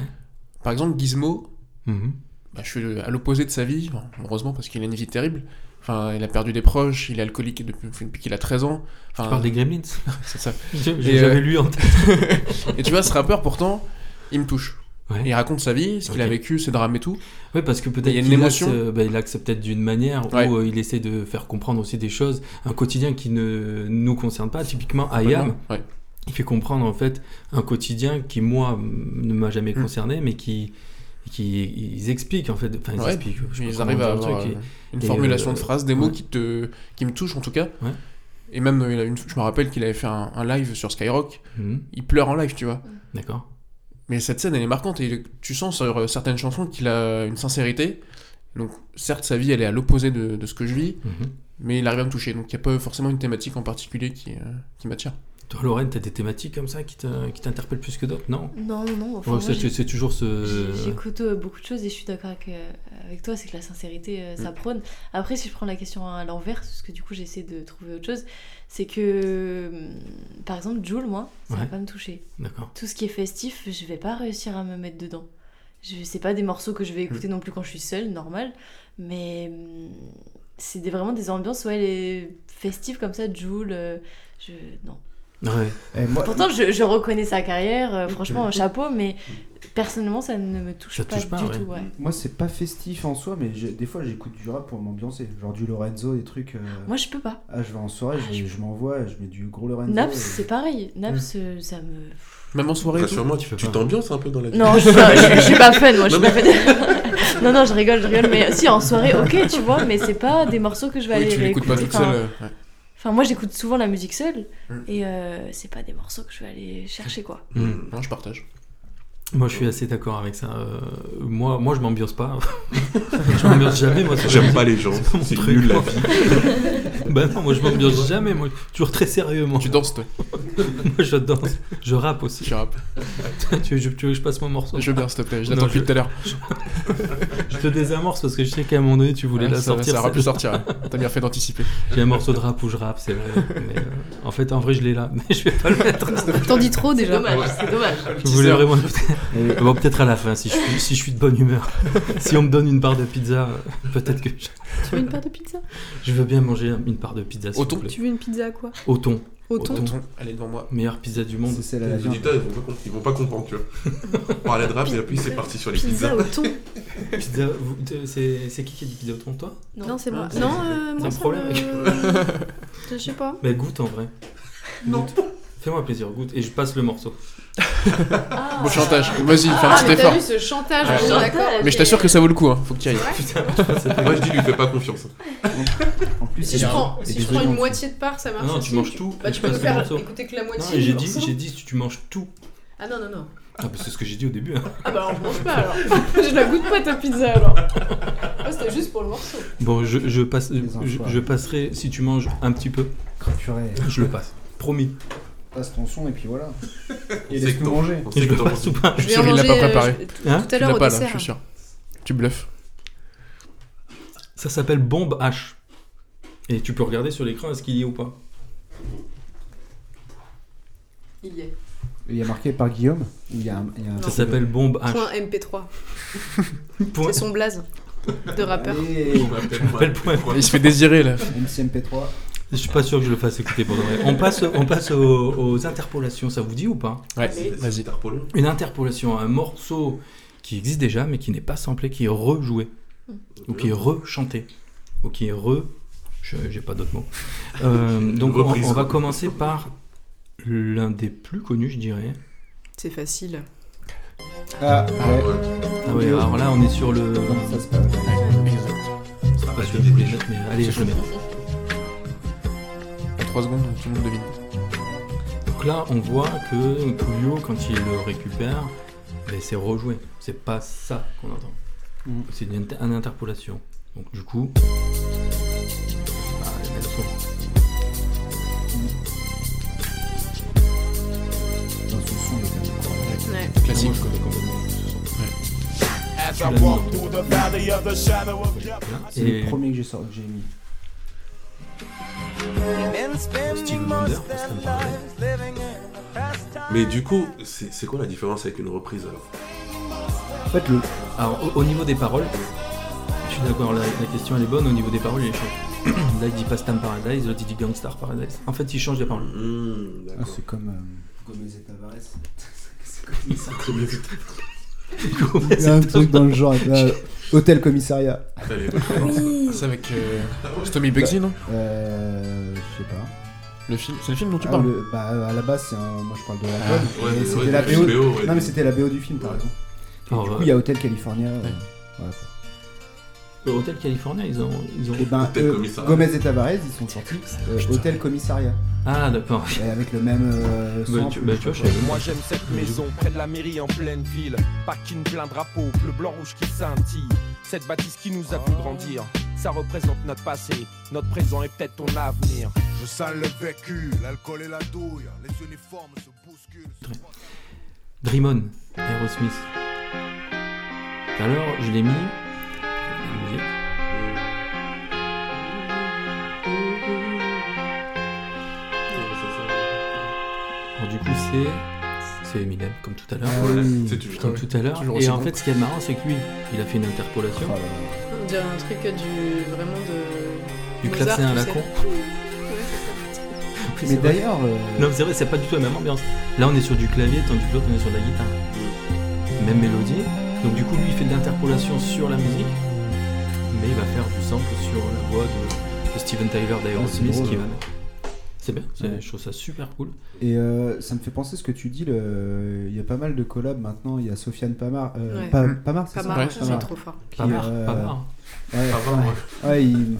C: Par exemple, Gizmo,
A: Mhm.
C: bah, je suis à l'opposé de sa vie, Bon, heureusement parce qu'il a une vie terrible. Enfin, il a perdu des proches, il est alcoolique depuis, depuis qu'il a 13 ans. Enfin,
A: Tu parles des Gremlins
C: C'est ça.
A: Je- je-
C: Et, euh,
A: J'avais lu en tête.
C: et tu vois, ce rappeur, pourtant, il me touche.
A: Ouais.
C: Il raconte sa vie, ce qu'il a
A: Ok.
C: vécu, ses drames et tout.
A: Oui, parce que
C: Et
A: peut-être
C: il y a une
A: qu'il
C: émotion.
A: accepte, euh, bah, il accepte peut-être d'une manière
C: Ouais.
A: où euh, il essaie de faire comprendre aussi des choses, un quotidien qui ne nous concerne pas. Typiquement, Ayam,
C: Complètement, ouais.
A: il fait comprendre en fait un quotidien qui, moi, m- ne m'a jamais
C: Mm.
A: concerné, mais qui qui ils expliquent en fait enfin ils
C: Ouais,
A: expliquent je sais pas
C: ils
A: comment
C: arrivent
A: dire
C: à
A: le
C: avoir
A: truc,
C: euh,
A: hein. et-
C: une
A: et,
C: formulation
A: euh,
C: de phrase, des mots
A: ouais.
C: qui, te, qui me touchent en tout cas.
A: Ouais.
C: Et même, euh, il a une- je me rappelle qu'il avait fait un, un live sur Skyrock.
A: Mhm.
C: Il pleure en live, tu vois.
A: D'accord.
C: Mais cette scène, elle est marquante. Et tu sens sur euh, certaines chansons qu'il a une sincérité. Donc, certes, sa vie, elle est à l'opposé de, de ce que je vis.
A: Mhm.
C: Mais il arrive à me toucher. Donc, il n'y a pas forcément une thématique en particulier qui, euh, qui m'attire.
A: Toi, Lorraine, t'as des thématiques comme ça qui te- qui t'interpellent plus que d'autres, non
M: Non, non, non, enfin,
A: Ouais,
M: moi,
A: c'est-
M: j'ai-
A: c'est toujours ce.
M: J'ai- J'écoute euh, beaucoup de choses et je suis d'accord avec, euh, avec toi, c'est que la sincérité, euh, ça
A: Mm.
M: prône. Après, si je prends la question à l'envers, parce que du coup j'essaie de trouver autre chose, c'est que, hum, par exemple, Jules, moi, ça
A: Ouais.
M: va pas me toucher.
A: D'accord.
M: Tout ce qui est festif, je vais pas réussir à me mettre dedans. Je sais pas des morceaux que je vais
A: Mm.
M: écouter non plus quand je suis seule, normal, mais hum, c'est des- vraiment des ambiances, ouais, les festives comme ça, Jules, euh, je... non.
A: Ouais.
B: Eh, moi- Mm.
M: Pourtant, je, je reconnais sa carrière, euh, franchement, un chapeau, mais personnellement, ça ne me touche,
B: Ça
M: pas,
B: touche pas,
M: du
B: ouais.
M: tout. ouais.
B: Mm. Moi, c'est pas festif en soi, mais j'ai- des fois, j'écoute du rap pour m'ambiancer. Genre du Lorenzo, des trucs. euh,
M: Moi, je peux pas.
B: Ah, je vais en soirée, je, je m'envoie, je mets du gros Lorenzo.
M: Naps,
B: et-
M: c'est pareil.
A: Mmh.
M: Naps,
B: Mm.
M: euh, ça me.
C: Même en soirée.
I: Rassure-moi, tu tu t'ambiances un peu dans la
M: Non, je suis pas, je- je suis pas fan, moi, je suis pas fan. non, non, je rigole, je rigole, mais si, en soirée, ok, tu vois, mais c'est pas des morceaux que je vais
C: Oui,
M: aller
C: tu l'écoutes pas
M: réécouter,
C: toute seule.
M: enfin,
C: euh, ouais.
M: Enfin, moi, j'écoute souvent la musique seule,
C: Mm.
I: Mm.
M: et euh, c'est pas des morceaux que je vais aller chercher, quoi.
C: Non, je Mm. partage.
A: Moi, je suis assez d'accord avec ça. Euh, moi, moi, je m'ambiance pas. je m'ambiance jamais. Moi, sur la
I: J'aime
A: musique.
I: pas les gens.
A: mon
I: C'est
A: truc,
I: nul, la
A: moi.
I: vie.
A: bah non, moi, je m'ambiance jamais. Moi, toujours très sérieusement. Tu danses, toi Moi, je danse. Je rappe aussi. Tu
C: rappes.
A: tu, veux, tu veux que je passe mon morceau
C: Je veux bien, s'il te plaît. Je l'attends
A: Non,
C: depuis tout à l'heure.
A: Je... je te désamorce parce que je sais qu'à un moment donné, tu voulais
C: Ouais,
A: la
C: ça va-
A: sortir.
C: ça aura pu
A: celle-là.
C: sortir, ouais. T'as bien fait d'anticiper.
A: J'ai un morceau de rap où je rappe, c'est vrai. Mais, euh, en fait, en vrai, je l'ai là, mais je vais pas le mettre.
D: T'en dis trop déjà.
M: dommage, c'est dommage.
A: Je voulais vraiment écouter. Bon, peut-être à la fin, si je, suis, si je suis de bonne humeur. Si on me donne une part de pizza, euh, peut-être que je...
D: Tu veux une part de pizza
A: je veux bien manger une part de pizza. s'il
C: Au thon
A: vous plaît.
D: Tu veux une pizza à quoi
A: Au thon.
D: Au thon.
C: Elle est devant moi.
A: Meilleure pizza du monde.
B: C'est celle à la
I: Les
B: viande.
I: auditeurs, ils vont pas comp- ils vont pas comprendre, tu vois. On parlait de rap, et puis c'est parti sur les pizzas.
A: Pizza, vous- t'es- c'est c'est qui qui a dit pizza au thon, toi
D: Non, c'est moi.
A: c'est-
D: Non,
A: c'est-
D: euh, moi,
A: T'as un
D: ça
A: problème Bah,
D: me-
A: avec-
D: Je sais pas.
A: Mais goûte en vrai. Non. Fais-moi plaisir, goûte et je passe le morceau.
C: Bon chantage. Vas-y, fais un
D: Ah,
C: petit
D: mais t'as
C: effort.
D: vu ce chantage,
C: Ouais.
D: je suis d'accord.
C: Mais je t'assure que ça vaut le coup, hein. faut que tu y ailles.
D: C'est
I: Ah. Moi, je dis, lui fais pas confiance.
B: En plus,
D: Si je prends, si je prends une moitié de part, ça marche.
A: Non, tu
D: aussi.
A: manges tout.
D: Bah,
A: et
D: tu
A: je
D: peux me
A: passe le
D: faire
A: morceau.
D: écouter que la
A: Non,
D: moitié.
A: et j'ai
D: du
A: dit,
D: morceau.
A: j'ai dit, si tu manges tout.
D: Ah non, non, non.
A: Ah, bah, c'est ce que j'ai dit au début. hein.
D: Ah bah, on mange pas alors. je la goûte pas ta pizza alors. Moi, c'était juste pour le morceau.
A: Bon, je, je passe, je, je passerai si tu manges un petit peu. Je le passe, promis.
B: Passe ton son et puis voilà. Et
A: sait que
B: laisse-nous
A: t'en-
B: manger.
A: on sait que Je le t'en- passe ou pas
D: Je vais
C: Sûr,
D: en
C: il Ah, l'a pas
D: manger, euh,
C: préparé.
D: je- tout-
A: Hein
D: tout à l'heure au
C: pas là, je
D: dessert.
C: suis sûr. Tu bluffes.
A: Ça s'appelle Bombe H. Et tu peux regarder sur l'écran est-ce qu'il y est ou pas.
D: Il y est.
B: Il y a marqué par Guillaume ou il y a un- il y a un-
A: Ça s'appelle Bombe H.
D: Point MP3. C'est son blaze de rappeur.
B: Allez.
A: Je m'appelle Point.
C: Il se fait désirer là.
B: MCMP3.
A: Je suis pas sûr que je le fasse écouter pour de vrai. On passe, on passe aux, aux interpolations, ça vous dit ou pas
C: Ouais,
I: Allez. vas-y. Interpolons.
A: Une interpolation, un morceau qui existe déjà mais qui n'est pas samplé, qui est rejoué, ou qui est rechanté, ou qui est re... je- J'ai pas d'autres mots. Euh, donc on,
I: Reprise.
A: on va commencer par l'un des plus connus, je dirais.
D: C'est facile.
B: Ah, ouais.
A: Ah ouais, alors là on est sur le...
B: Ça, c'est pas mal.
A: Ce sera pas celui que je voulais mettre, mais allez, je le mets.
C: En 3 secondes, tout le monde devine.
A: Donc là, on voit que Tullio, quand il le récupère, ben, c'est rejoué. C'est pas ça qu'on entend. C'est une, inter- une interpolation. Donc du coup... bah, elle sonne.
B: Dans ce son, il est quand même
A: Ouais. Classique.
N: As I walk through the valley of the shadow of death.
B: C'est
A: Et-
B: le premier que j'ai sorti, que j'ai mis.
I: Mais du coup, c'est c'est quoi la différence avec une reprise alors
B: Faites-le.
A: Alors, au, au niveau des paroles, je suis d'accord, la, la question elle est bonne, au niveau des paroles, il les change. Là, il dit Pastam Paradise, l'autre il dit Gangstar Paradise. En fait, il change les paroles.
I: Hmm,
B: Ah, c'est comme. euh,
A: Gomez et Tavares.
B: Il y a un truc dans le genre. euh, Hôtel commissariat.
C: C'est avec euh, c'est Tommy Bugsy, non
B: Bah, Euh. Je sais pas.
C: Le film, c'est le film dont tu
B: Ah,
C: parles.
B: le- bah, euh, à la base, c'est un... moi je parle de la
C: Ah,
B: bonne,
C: ouais,
B: mais
C: ouais,
B: c'était
C: ouais,
B: la
C: le
B: BO.
C: BO, ouais. Ah,
B: non, mais c'était la BO du film, t'as raison. Et
A: Alors,
B: du coup,
A: euh,
B: il y a Hôtel California. euh, ouais.
A: Le Hotel California, ils ont. Ils ont...
B: Et euh, ben,
A: Hôtel
B: eux,
A: Commissariat.
B: Gomez et Tavares, ils sont sortis
C: Ah,
B: euh, Hôtel Commissariat.
A: Ah, d'accord.
B: Et avec le même. euh,
A: Bah,
B: son,
A: tu-
B: plus,
A: bah,
B: je
A: tu
B: sais
A: vois,
B: pas.
S: Moi j'aime cette maison près de la mairie en pleine ville. Paquine plein drapeau, bleu, blanc, rouge qui scintille. Cette bâtisse qui nous a fait grandir. Ça représente notre passé, notre présent et peut-être ton avenir.
J: Je sens le vécu, l'alcool et la douille, les uniformes se bousculent.
A: Dream On, Aerosmith. Tout à l'heure, je l'ai mis. La musique. Alors, du coup, c'est. C'est Eminem, comme tout à l'heure.
I: Ah oui. C'est toujours-
A: comme
I: ouais.
A: tout à l'heure.
I: Toujours
A: Et
I: aussi
A: en
I: bon.
A: fait, ce qui est marrant, c'est que lui, il a fait une interpolation.
B: Oh
D: On dirait un truc du. vraiment de.
A: Du
D: Mozart,
A: clavecin à
D: tu
A: la
D: sais.
A: con.
D: Ouais, c'est ça.
A: Oui,
B: Mais
A: c'est vrai.
B: d'ailleurs, euh,
A: Non, mais c'est vrai, c'est pas du tout la même ambiance. Là, on est sur du clavier, tandis que l'autre, on est sur de la guitare. Même mélodie. Donc, du coup, lui, il fait de l'interpolation sur la musique, mais il va faire du sample sur la voix de, de Steven Tyler
B: Ah, c'est
A: d'Aerosmith
B: drôle,
A: qui va
B: hein.
A: mettre. C'est bien, c'est-
B: Ouais.
A: je trouve ça super cool.
B: Et euh, ça me fait penser ce que tu dis, le... il y a pas mal de collabs maintenant, il y a Sofiane Pamar, euh,
D: Ouais.
B: Pa-
D: Mm.
B: Pamar, c'est ça
D: Pamar, Ouais. c'est trop fort.
B: Qui,
A: Mmh. Pamar,
B: euh,
A: Pamar.
B: ouais,
A: Pamar,
B: ouais. Ouais, il-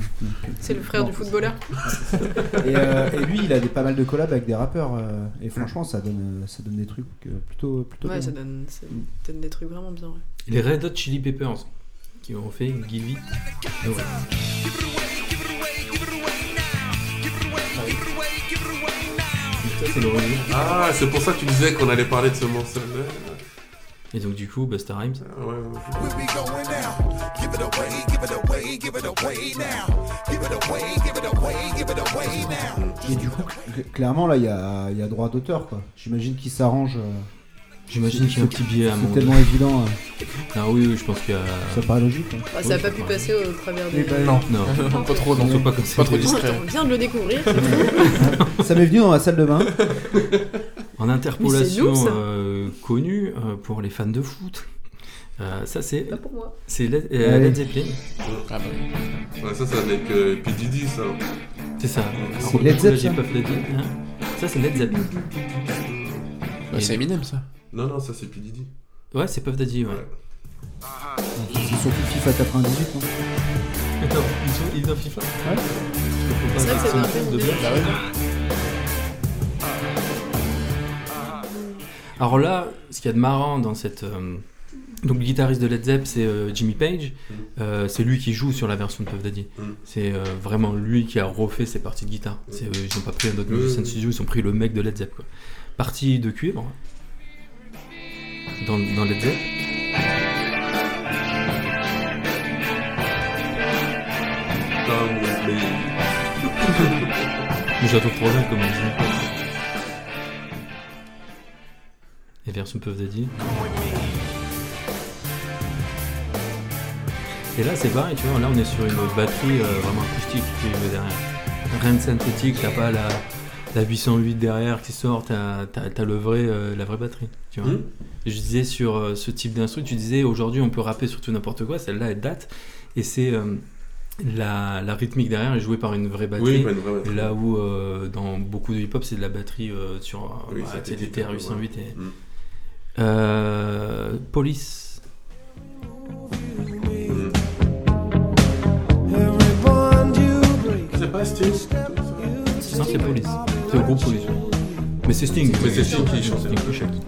D: C'est le frère
B: Bon,
D: du footballeur.
B: et, euh, et lui, il a des, pas mal de collabs avec des rappeurs, euh, et franchement, ça donne, ça donne des trucs euh, plutôt, plutôt
D: Ouais,
B: bien.
D: ça donne, ça donne des trucs vraiment bien. ouais.
A: Les Red Hot Chili Peppers qui ont fait Give It Away. Ah Ça, c'est le remake.
I: Ah, c'est pour ça que tu disais qu'on allait parler de ce morceau-là. Ah
A: Et donc, du coup, Busta Rhymes.
B: Et du coup, cl- clairement, là, il y a, il y a droit d'auteur, quoi. J'imagine qu'il s'arrange. euh,
A: J'imagine
B: c'est-
A: qu'il y a un
B: c'est-
A: petit billet à mon.
B: C'est tellement évident, euh,
A: Ah oui, oui, je pense qu'il y a.
B: ça paraît logique. hein.
D: Bah, ça a pas pu passer au travers des.
B: Eh ben,
A: Non, non, pas trop, non. Surtout pas comme ça. Pas trop discret.
D: On vient de le découvrir, c'est tout.
B: ça m'est venu dans la salle de bain.
A: En interpolation
D: Mais c'est nous, ça.
A: euh, connue euh, pour les fans de foot. Euh, ça, c'est. Pas
D: pour moi.
A: C'est Led, euh,
I: Ouais.
A: Led Zeppelin.
I: Ouais, ça, c'est avec euh, P. Diddy, ça.
A: C'est ça.
I: C'est
A: Alors,
I: Led
A: du coup, là,
I: Zepp,
A: j'ai
I: ça
A: pas fait Led Zeppelin. hein. Ça, c'est Led Zeppelin.
C: Bah, c'est Eminem, ça.
I: Non, non, ça, c'est P. Diddy.
A: Ouais, c'est Puff Daddy, ouais.
B: C'est surtout FIFA 98, non
A: Attends, ils sont ils sont FIFA
B: Ouais.
A: Parce que faut pas
B: C'est vrai que c'est
A: faire de
B: un peu
A: bien.
B: une
A: Bah
B: idée.
A: ouais. Alors là, ce qu'il y a de marrant dans cette. euh, donc, le guitariste de Led Zepp, c'est euh, Jimmy Page. Euh, c'est lui qui joue sur la version de Puff Daddy. C'est euh, vraiment lui qui a refait ses parties de guitare. C'est, euh, ils n'ont pas pris un autre
I: Mm.
A: musicien de studio, ils ont pris le mec de Led Zepp. Quoi. Partie de cuivre. hein. Dans, dans Led Zepp.
I: Come with me.
A: Mais je la trouve trop jeune comme musique. Et version Puff Daddy. Et là c'est pareil, tu vois, là on est sur une batterie euh, vraiment acoustique qui est derrière. Rien de synthétique, t'as pas la, la 808 derrière qui sort, t'as, t'as- t'as le vrai, euh, la vraie batterie. Tu vois.
I: Mhm.
A: Je disais sur euh, ce type d'instru, tu disais aujourd'hui on peut rapper sur tout n'importe quoi, celle-là elle date. Et c'est euh, la, la rythmique derrière est jouée par une vraie batterie.
I: Oui, par une vraie batterie.
A: Là où euh, dans beaucoup de hip-hop c'est de la batterie euh, sur euh,
I: Oui,
A: bah,
I: ça
A: tu sais,
I: t'était
A: les TR-808
I: ouais.
A: et-
I: Mm.
A: Euh, Police.
I: C'est pas Sting
A: Non, c'est Police. C'est le groupe Police. ouais. Mais c'est Sting.
I: Mais c'est Sting qui chante.
A: Sting qui chante.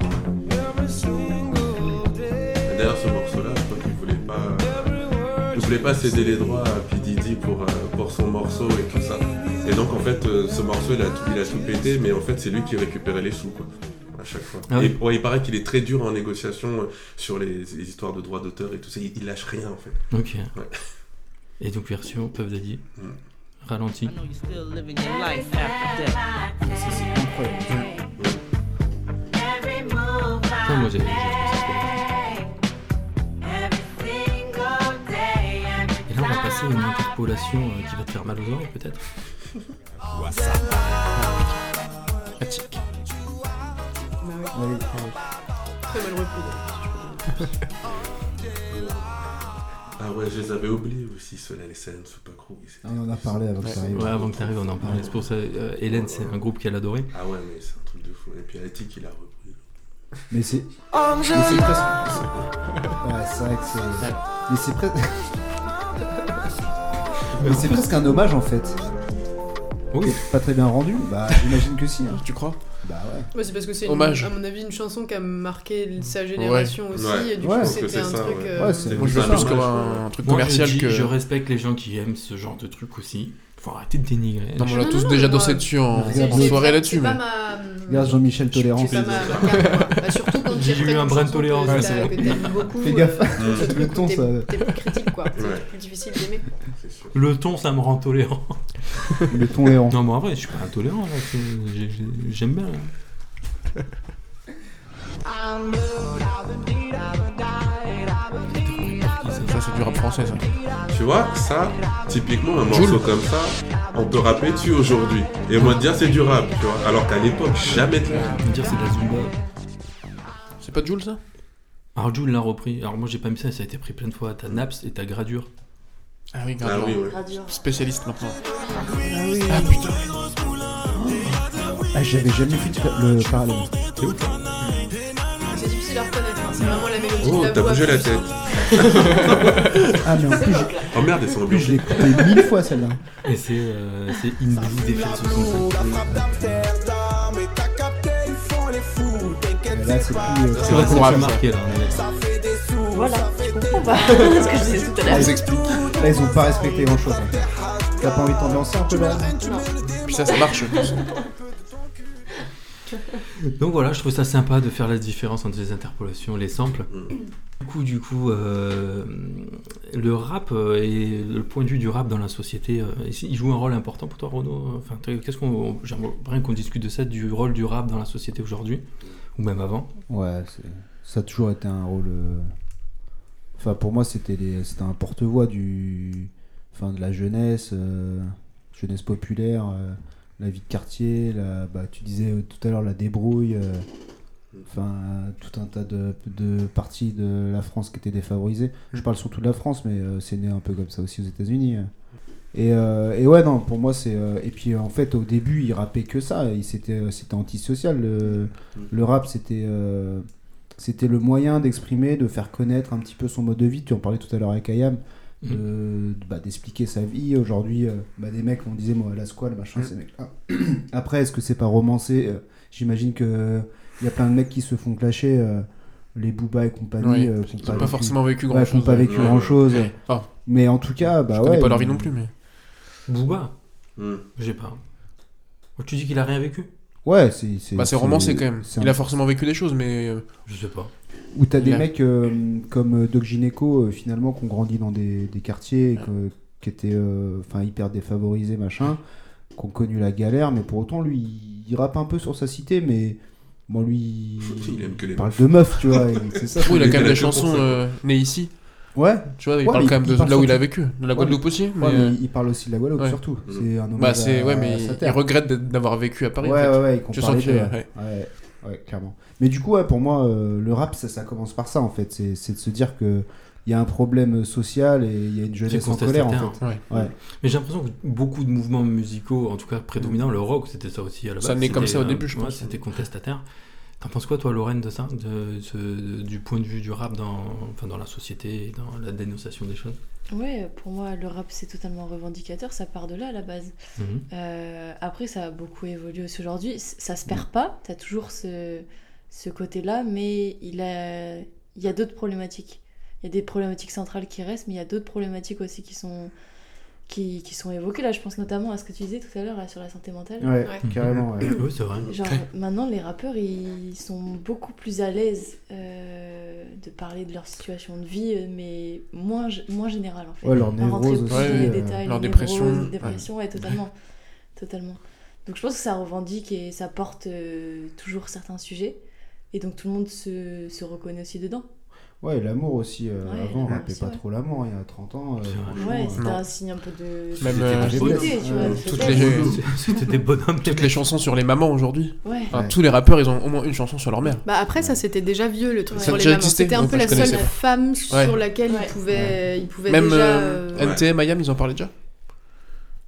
I: D'ailleurs, ce morceau-là, je crois qu'il voulait pas. Il voulait pas céder les droits à P. Diddy pour, euh, pour son morceau et tout ça. Et donc, en fait, euh, ce morceau, il a, tout, il a tout pété, mais en fait, c'est lui qui récupérait les sous, quoi. À chaque fois.
A: Ah oui.
I: Et, ouais, il paraît qu'il est très dur en négociation euh, sur les, les histoires de droits d'auteur et tout ça. Il, il lâche rien, en fait.
A: Ok.
I: Ouais.
A: Et donc version Puff Daddy.
I: Mm.
A: Ralenti. Putain, moi, j'ai- j'ai trouvé ça trop bien. Et là, on va passer à une interpolation euh, qui va te faire mal aux oreilles, peut-être. Attic.
D: Très belle reprise.
I: Ah ouais, je les avais oubliés aussi, ceux-là, les scènes sous Pacrou.
B: Ah, On en a parlé avant que ça arrive.
A: Ouais, avant que t'arrives, on en parlait. C'est pour ça, euh, Hélène, c'est un groupe qu'elle adorait.
I: Ah ouais, mais c'est un truc de fou. Et puis, Attic, il a repris.
B: Mais c'est. Mais
I: Angela.
B: c'est presque. Ouais, c'est vrai que c'est. Mais c'est presque. Mais c'est presque un hommage en fait.
A: Oui.
B: Pas très bien rendu. Bah, j'imagine que si. Tu crois Bah ouais.
D: Ouais, c'est parce que c'est, une-
B: Hommage.
D: à mon avis, une chanson qui a marqué sa génération aussi. Et du coup, c'était un truc. euh,
C: Moi, je vois plus comme un, un truc commercial
A: je dis,
C: que.
A: Je respecte les gens qui aiment ce genre de truc aussi. Faut arrêter de dénigrer.
C: Non, mais on a Non, tous non, déjà non, dansé moi, dessus en- c'est- en c'est soirée pas- là-dessus, c'est pas mais-
D: ma-
B: Regarde Jean-Michel Tolérance.
A: pas ma- ma carte, moi. Bah, surtout quand J'ai tu eu refais un une brin de chanson que
D: euh,
A: tolérance. t'as- que t'aimes beaucoup,
B: Fais gaffe.
A: euh,
B: Tout le ton,
A: t'es-
B: ça.
A: t'es plus critique, quoi. C'est Ouais.
D: plus difficile d'aimer.
A: Le ton, ça me rend tolérant.
B: Le ton est
A: Non, mais en vrai, je suis pas intolérant. là, c'est- j'ai- j'ai- J'aime bien. là.
C: Ça, c'est du rap français, ça.
I: Tu vois, ça, typiquement, un morceau comme ça, on peut rapper dessus aujourd'hui. Et moi, dire c'est du rap, tu vois. Alors qu'à l'époque, jamais de la.
A: Dire c'est de la Zumba.
C: C'est pas Jules, ça
A: Alors, Jules l'a repris. Alors, moi, j'ai pas mis ça, ça a été pris plein de fois. T'as Naps et t'as Gradure.
C: Ah oui,
I: Ah
C: grave.
I: oui, ouais.
C: Ah Spécialiste maintenant.
I: Ah oui.
B: Ah, j'avais jamais fait le le parallèle. C'est ouf.
D: Ah, C'est difficile à reconnaître, hein, c'est vraiment la mélodie
I: Oh,
D: de la
I: t'as
D: voix.
I: bougé la
D: plus-
I: tête.
B: Ah, mais en plus,
I: je... Oh merde, elles sont
B: plus, je l'ai écoutée mille fois celle-là.
A: Et c'est euh, c'est In Blue des Fields 65.
B: Là, c'est plus. euh,
A: C'est vrai qu'on
B: va
A: l'a marqué là.
M: Voilà, tu comprends pas ce que je disais tout à l'heure.
B: Là, ils ont pas respecté grand chose. T'as pas envie de t'ambiancer un peu là
A: Ah,
C: Puis ça, ça marche. je pense.
A: Donc voilà, je trouve ça sympa de faire la différence entre les interpolations, les samples. Du coup, du coup, euh, le rap euh, et le point de vue du rap dans la société, euh, ici, il joue un rôle important pour toi, Renaud. euh, Enfin, t'as- qu'est-ce qu'on, j'aimerais qu'on discute de ça, du rôle du rap dans la société aujourd'hui, ou même avant.
B: Ouais, c'est- ça a toujours été un rôle. euh, Enfin, pour moi, c'était les- c'était un porte-voix du... enfin, de la jeunesse, euh, jeunesse populaire, euh, la vie de quartier, la... bah, tu disais euh, tout à l'heure la débrouille, euh, enfin, euh, tout un tas de, de parties de la France qui étaient défavorisées. Je parle surtout de la France, mais euh, c'est né un peu comme ça aussi aux États-Unis. euh. Et, euh, et ouais, non, pour moi, c'est. euh, et puis, euh, en fait, au début, il rappait que ça. Il- C'était euh, c'était antisocial. Le, le rap, c'était. euh, c'était le moyen d'exprimer, de faire connaître un petit peu son mode de vie. Tu en parlais tout à l'heure avec Ayam,
C: Mm.
B: de- de- bah, d'expliquer sa vie. Aujourd'hui, euh, bah, des mecs, on disait, moi, la squale, machin,
C: Mhm.
B: ces mecs-là. Après, est-ce que c'est pas romancé Euh, J'imagine que euh, il y a plein de mecs qui se font clasher, euh, les Booba et
C: Ouais,
B: compagnie. euh,
C: qui
B: qui ont
C: ont pas forcément vécu
B: ouais,
C: grand-chose.
B: qui ont pas vécu
C: Ouais.
B: grand-chose.
C: Ah.
B: Mais en tout cas, bah
C: Je connais
B: ouais,
C: pas leur vie
B: ils-
C: non plus, mais.
A: Booba,
C: Hmm.
A: j'ai pas. Tu dis qu'il a rien vécu
B: Ouais, c'est.
C: Bah, c'est romancé quand même.
B: c'est
C: Il
B: un-
C: a forcément vécu des choses, mais. euh,
A: Je sais pas.
B: Où t'as des
C: Ouais.
B: mecs euh, comme euh, Doc Gineco, euh, finalement, qui ont grandi dans des, des quartiers, et
C: Ah.
B: que- qui étaient euh, enfin, hyper défavorisés, machin, qui ont connu la galère, mais pour autant, lui, il, il rappe un peu sur sa cité, mais bon, lui,
I: Il aime que les
B: parle
I: meufs.
B: de meufs, tu vois. et c'est ça,
C: Oui, il a
B: c'est-
C: quand même des chansons euh, nées ici.
B: Ouais.
C: Tu vois, il
B: Ouais,
C: parle
B: mais
C: quand même de,
B: parle
C: là où il a
B: surtout-
C: vécu. De
B: Ouais,
C: la Guadeloupe
B: mais-
C: aussi.
B: ouais,
C: Mais,
B: mais
C: euh,
B: il parle aussi de la Guadeloupe,
C: ouais.
B: surtout. C'est un hommage
C: Bah, c'est.
B: à-
C: Ouais, mais
B: à sa
C: il-
B: terre.
C: il regrette d'être- d'avoir vécu à Paris.
B: Ouais,
C: en fait.
B: ouais, ouais, qu'on
C: Tu
B: parlait
C: sens qu'il.
B: d'eux,
C: ouais.
B: ouais. Ouais, ouais, clairement. Mais du coup, ouais, pour moi, euh, le rap, ça, ça commence par ça, en fait. C'est c'est de se dire que il y a un problème social et il y a une jeunesse en colère, en fait. Ouais.
A: Mais j'ai l'impression que beaucoup de mouvements musicaux, en tout cas prédominants, le rock, c'était ça aussi à la base.
C: Mm. Ça naît comme
A: C'était,
C: ça au
A: euh,
C: début, je
A: ouais,
C: pense.
A: C'était contestataire. T'en penses quoi, toi, Lorraine, de ça de, ce- Du point de vue du rap dans, enfin, dans la société et dans la dénonciation des choses
M: Ouais, pour moi, le rap, c'est totalement revendicateur, ça part de là à la base.
A: Mhm.
M: Euh, après, ça a beaucoup évolué aussi aujourd'hui. C- Ça se
B: Mm.
M: perd pas, t'as toujours ce, ce côté-là, mais il, a, il y a d'autres problématiques. Il y a des problématiques centrales qui restent, mais il y a d'autres problématiques aussi qui sont, qui, qui sont évoquées. Là, je pense notamment à ce que tu disais tout à l'heure là, sur la santé mentale.
B: Ouais, carrément, ouais.
A: Oui, c'est vrai.
M: Genre, maintenant, les rappeurs, ils sont beaucoup plus à l'aise euh, de parler de leur situation de vie, euh, mais moins, g- moins générale, en fait.
B: Ouais, leur
M: Pas rentrer
B: névrose
M: plus
B: aussi,
M: dans les
B: euh,
M: détails,
C: leur
M: les
C: dépression.
M: névroses,
C: Ouais.
M: dépression, ouais, totalement. totalement. Donc, je pense que ça revendique et ça porte euh, toujours certains sujets. Et donc, tout le monde se, se reconnaît aussi dedans.
B: Ouais, et l'amour aussi. euh,
M: Ouais,
B: avant, on
M: l'amour
B: rappelait
M: aussi,
B: pas
M: ouais.
B: trop l'amour, il y a 30 ans. euh, franchement,
M: Ouais,
B: euh,
M: c'était un signe un peu de.
C: Même,
M: de
C: euh,
M: fragilité, tu vois, de
C: toutes
M: faiblesse.
C: les
A: c'était des bonhommes.
C: Toutes les chansons sur les mamans aujourd'hui.
M: Ouais.
C: Enfin,
M: Ouais.
C: Tous les rappeurs, ils ont au moins une chanson sur leur mère.
D: Bah après ça c'était déjà vieux le truc
C: Ça a
D: sur les
C: déjà
D: mamans.
C: existé,
D: C'était un
C: moi,
D: peu
C: je
D: la seule
C: connaissais pas.
D: femme sur
C: Ouais.
D: laquelle il pouvait, il pouvait
C: Même
D: déjà.
C: euh,
D: euh,
C: NTM, IAM, ils en parlaient déjà.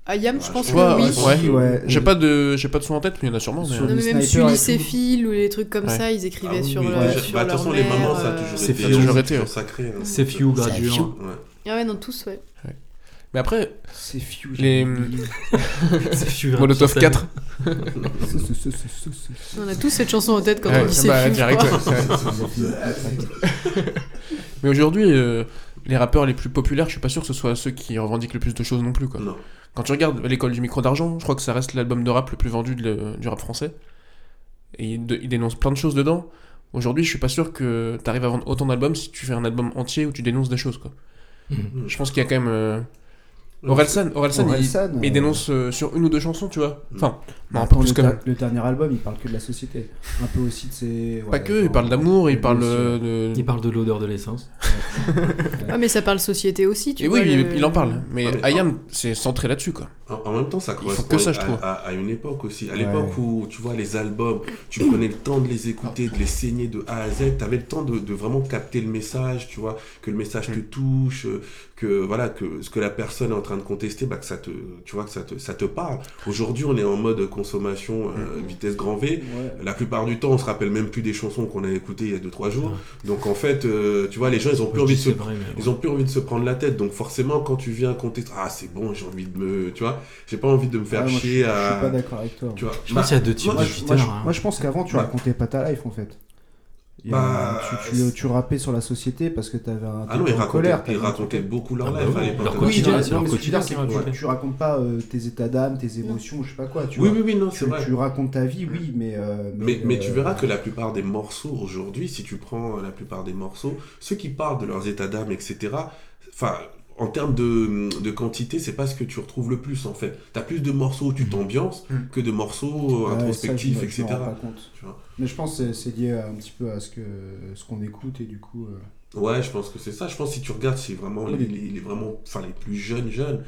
D: Ayam, je pense
C: Tu
D: que
C: vois,
D: oui.
C: ouais.
B: ouais.
C: J'ai pas de, j'ai pas de son en tête, mais il y en a sûrement.
B: Sur
D: Non, mais
C: mais... euh,
D: même
B: Sniper
D: Sully
B: et tout.
D: Céphile ou les trucs comme
C: Ouais.
D: ça, ils écrivaient
I: Ah oui,
D: sur,
I: oui,
D: euh,
I: déjà-
D: sur
I: bah, de toute
D: leur
I: façon, les
D: mère.
I: mamans, ça a
D: euh,
I: toujours
C: C'est
I: été.
C: fait, toujours été, ouais.
I: sacré. hein.
A: C'est Few, Gradure.
I: Ouais.
D: Ah ouais, non, tous, ouais.
C: mais après,
B: C'est Few.
C: les
A: C'est Few,
C: Molotov
A: Rapsy,
C: 4.
B: ce- ce- ce- ce- ce- ce- ce-
D: On a tous cette chanson en tête quand
C: Ouais,
D: on dit c'est
C: bah,
D: Fu, je
C: direct,
D: crois.
C: ouais, ouais. mais aujourd'hui, euh, les rappeurs les plus populaires, je suis pas sûr que ce soit ceux qui revendiquent le plus de choses non plus. Quoi.
I: Non.
C: Quand tu regardes l'école du micro d'argent, je crois que ça reste l'album de rap le plus vendu de le- du rap français. Et il, de- il dénonce plein de choses dedans. Aujourd'hui, je suis pas sûr que tu arrives à vendre autant d'albums si tu fais un album entier où tu dénonces des choses. Quoi.
A: Mhm.
C: Je pense qu'il y a quand même. euh, Orelsan, Orelsan, il-
B: Orelsan,
C: il,
B: euh,
C: dénonce euh, sur une ou deux chansons, tu vois. Enfin, non, un peu
B: Attends,
C: plus
B: Mm. le,
C: quand même.
B: der- le dernier album, il parle que de la société. Un peu aussi de
A: euh,
B: ses.
C: Pas
B: ouais,
C: que, il
B: dans-
C: parle d'amour, il parle
B: aussi.
C: euh, de.
A: Il parle de l'odeur de l'essence.
D: Ouais, Ah, mais ça parle société aussi, tu
C: Et
D: vois.
C: oui,
D: le-
C: il, il en parle. Mais Ayam, c'est centré là-dessus, quoi.
I: Ah, En, en même temps, ça
C: Ils font
I: correspond
C: que ça, je
I: à,
C: trouve.
I: à- à une époque aussi. À
C: Ouais.
I: l'époque où, tu vois, les albums,
C: Mm.
I: tu prenais le temps de les écouter, de les saigner de A à Z. Tu avais le temps de, de vraiment capter le message, tu vois, que le message
C: Mm.
I: te touche, euh, que voilà, que ce que la personne est en train de contester, bah, que ça te, tu vois, que ça te, ça te parle. Aujourd'hui, on est en mode consommation euh,
C: Mm.
I: vitesse grand V. La plupart du temps, on se rappelle même plus des chansons qu'on a écoutées il y a 2-3 jours. Donc, en fait, euh, tu vois, les gens, ils ont plus
A: Je
I: envie de
A: dis
I: se,
A: c'est vrai, mais
I: ils ont plus envie de se prendre la tête. Donc forcément, quand tu viens compter, ah c'est bon, j'ai envie de me, tu vois, j'ai pas envie de me faire
B: Ouais, moi, je-
I: chier
B: je
I: à.
B: suis pas d'accord avec toi.
I: Tu vois,
A: Je pense qu'il y a deux types
I: moi,
A: de
I: je-
B: Moi, je,
A: Twitter, hein.
B: moi, je pense qu'avant, tu
I: Ouais.
B: racontais pas ta life en fait. Il y a-
I: Bah,
B: tu, tu, tu rappais sur la société parce que t'avais un.
I: Ah non,
B: t'étais
I: ils
B: en
I: racontaient-
B: colère,
I: ils
B: t'avais un
I: racontaient
B: truc.
I: beaucoup leur Ah bah life à oui, l'époque. leur
B: Oui,
I: quotidien,
B: non,
I: c'est
B: non,
I: leur
B: mais ce que je veux dire, c'est
I: quotidien
B: que
I: qu'ils
B: tu, tu racontes pas euh, tes états d'âme, tes émotions, je sais pas quoi. Tu
I: Oui,
B: vois.
I: oui, oui, non,
B: Tu-
I: c'est vrai.
B: Tu racontes ta vie, oui, mais. euh,
I: Mais, mais tu
B: euh,
I: verras que la plupart des morceaux aujourd'hui, si tu prends euh, la plupart des morceaux, ceux qui parlent de leurs états d'âme, etc., enfin, en termes de, de quantité, c'est pas ce que tu retrouves le plus en fait. T'as plus de morceaux où tu t'ambiances que de morceaux euh,
B: Mmh. Ouais,
I: introspectifs,
B: ça, je- je
I: etc.
B: m'en rends pas compte.
I: Tu vois.
B: Mais je pense que c'est- c'est lié à- un petit peu à ce que ce qu'on écoute et du coup. euh,
I: Ouais, je pense que c'est ça. Je pense que si tu regardes, c'est vraiment les,
B: Oui.
I: les- les vraiment, enfin les plus jeunes jeunes.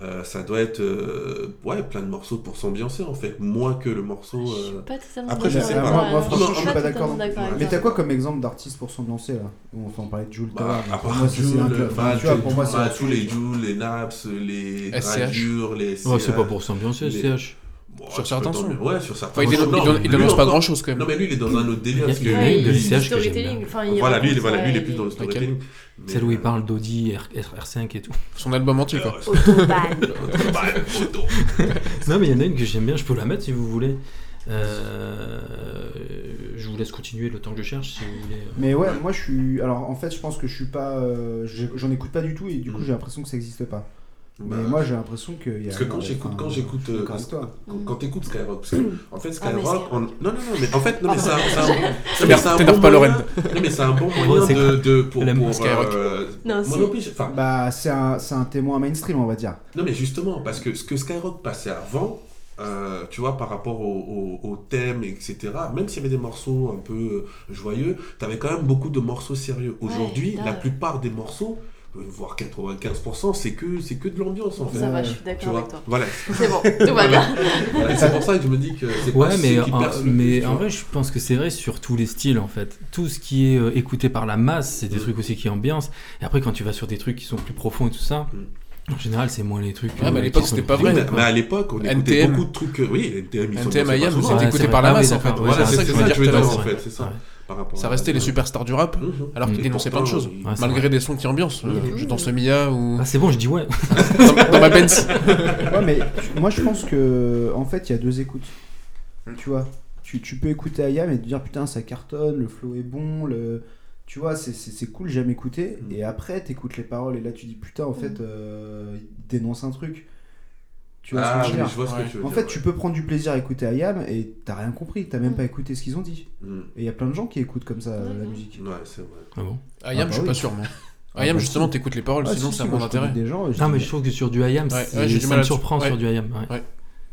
I: euh, ça doit être euh, ouais plein de morceaux pour s'ambiancer en fait, moins que le morceau. euh,
M: pas totalement
I: Après, je
B: Mais
I: sais
B: là,
I: pas.
B: Moi, moi,
I: Non,
B: franchement,
I: non,
B: je suis
I: non,
B: pas
I: non,
B: d'accord.
I: non, d'accord avec
B: Mais
I: ça.
B: t'as quoi comme exemple d'artiste pour s'ambiancer là Enfin, on parlait de Jules tout
I: Bah,
B: à l'heure, mais
I: à
B: pour
I: part
B: moi, ça, c'est un
I: Jules,
B: club.
I: bah,
B: Enfin, tu vois,
I: Jules,
B: pour moi,
I: bah,
B: c'est
I: tous les Jules, les Naps, les
C: SCH.
I: Gradures, les
A: Ouais, c'est
I: CH,
A: pas pour s'ambiancer,
I: les-
A: SCH.
I: Bon,
C: Sur
I: je
C: certains
I: peux t'en-
C: sons.
I: Ouais, sur certains
C: Enfin, il dénonce-
I: sons.
C: il
I: Non,
C: dénonce- il
I: lui,
C: dénonce pas
I: encore-
C: grand-chose, quand même.
I: Non, mais lui, il est dans un autre délire.
A: Il y a
I: parce
A: une
I: que-
A: ligne de Ouais, il- SCH que j'aime
M: storytelling, enfin, il
I: Voilà, lui, il est-
M: raconte,
I: voilà, lui, il est
M: ouais,
I: plus dans le
M: il-
I: storytelling. mais, euh,
A: Celle où il parle d'Audi, R- R5 et tout.
C: Son album entier, quoi.
M: Autobahn.
A: non, mais il y en a une que j'aime bien, je peux la mettre si vous voulez. Euh, je vous laisse continuer le temps que je cherche si vous voulez.
B: Mais ouais, moi je suis. Alors en fait, je pense que je suis pas. euh, j'ai- J'en écoute pas du tout et du coup, j'ai l'impression que ça existe pas.
I: Mm. Bah,
B: mais moi, j'ai l'impression qu'il y a.
I: Parce que quand j'écoute,
B: enfin,
I: quand j'écoute,
B: je suis
I: euh,
B: d'accord avec toi.
I: quand- quand t'écoutes Skyrock, parce que en fait
B: Mm. Ah, mais
I: Skyrock,
B: Skyrock.
I: on- non non non, mais en fait non mais
B: Pardon.
I: c'est un, c'est un-
B: J'ai-
I: non,
C: Ça
I: mais c'est un
C: t'énerve
I: bon
C: pas,
I: moyen-
C: Lorraine.
I: Non mais c'est un bon
C: Ouais,
I: moyen
C: c'est
I: de,
C: cool.
I: de pour,
C: Elle aime
I: pour,
C: Skyrock.
I: euh,
M: Non,
I: moi
M: si.
I: non plus, j'ai- enfin,
B: Bah, c'est un, c'est un témoin mainstream, on va dire.
I: Non, mais justement, parce que ce que Skyrock passait avant, euh, tu vois, par rapport au, au- au thème, etc., même s'il y avait des morceaux un peu euh, joyeux, t'avais quand même beaucoup de morceaux sérieux. Aujourd'hui,
M: grave.
I: la plupart des morceaux, euh, voire 95%, c'est que, c'est que de l'ambiance, en fait.
M: Ça va, je suis
I: Tu
M: d'accord
I: vois,
M: avec toi.
I: Voilà.
M: C'est bon, tout va bien.
I: Voilà, c'est pour ça que je me dis que c'est
A: Ouais,
I: pas
A: mais,
I: ceux qui
A: en,
I: percent le plus,
A: mais
I: tu
A: en
I: vois.
A: vrai, je pense que c'est vrai sur tous les styles en fait. Tout ce qui est euh, écouté par la masse, c'est
I: Mm.
A: des trucs aussi qui ambiancent. Et après, quand tu vas sur des trucs qui sont plus profonds et tout ça, en général, c'est moins les trucs.
C: Ouais, Ah, mais à
A: euh,
C: l'époque,
A: qui sont
C: c'était pas
A: connus,
C: vrai,
A: quoi.
I: Mm. Mais à l'époque, on écoutait
C: NTM.
I: beaucoup de trucs. euh, Oui, NTM, ils
C: NTM,
I: sont ils sont
C: IAM,
I: pas souvent.
C: c'était
A: Ouais,
C: écouté
A: c'est
C: par la
A: vrai. Ah oui,
C: masse en fait.
A: d'accord. Ouais,
C: Voilà,
A: c'est
C: c'est ça
A: ça
C: que je
A: que
C: veux
A: je
C: dire
A: veux
C: tout à
A: dire,
C: l'heure, en
A: ouais.
C: fait. C'est ça.
A: Ouais.
I: Par rapport
C: Ça
I: à-
C: restait les superstars du rap,
I: Mhm.
C: alors qu'ils
A: Mm.
C: dénonçaient plein de choses,
A: Ouais, c'est
C: malgré
A: vrai.
C: des sons qui ambiancent.
A: Oui,
C: Euh, Je danse Mia ou.
A: Ah, c'est bon, je dis ouais.
C: Dans ma- dans ma Benz.
B: ouais, mais tu- moi je pense que en fait il y a deux écoutes.
I: Hmm.
B: Tu vois, tu, tu peux écouter Ayam et te dire putain ça cartonne, le flow est bon, le tu vois c'est- c'est c'est cool, j'aime écouter.
I: Hmm.
B: Et après t'écoutes les paroles et là tu dis putain en fait euh, il dénonce un truc. Tu vois
I: Ah,
B: ce que je veux
I: oui,
B: dire
I: je vois ce que tu veux
B: En
I: dire,
B: fait
I: ouais.
B: tu peux prendre du plaisir à écouter Ayam et t'as rien compris, t'as même pas écouté ce qu'ils ont dit.
I: Mm.
B: Et il y a plein de gens qui écoutent comme ça la musique. bah
I: Ouais, c'est vrai.
A: Ah bon
C: IAM, je suis pas sûr, moi.
B: Ah,
C: IAM,
B: bah,
C: justement,
B: si.
C: t'écoutes les paroles,
B: Ah,
C: sinon
B: si,
C: ça a
B: si,
C: moins
B: moi, je connais
C: d'intérêt.
B: des gens, et je
A: Non,
B: dis-
A: mais je trouve que sur du IAM,
C: Ouais,
A: c'est-
C: ouais, j'ai du
A: ça
C: mal
A: me
C: à-
A: surprend
C: ouais.
A: sur du IAM. ouais.
C: Ouais.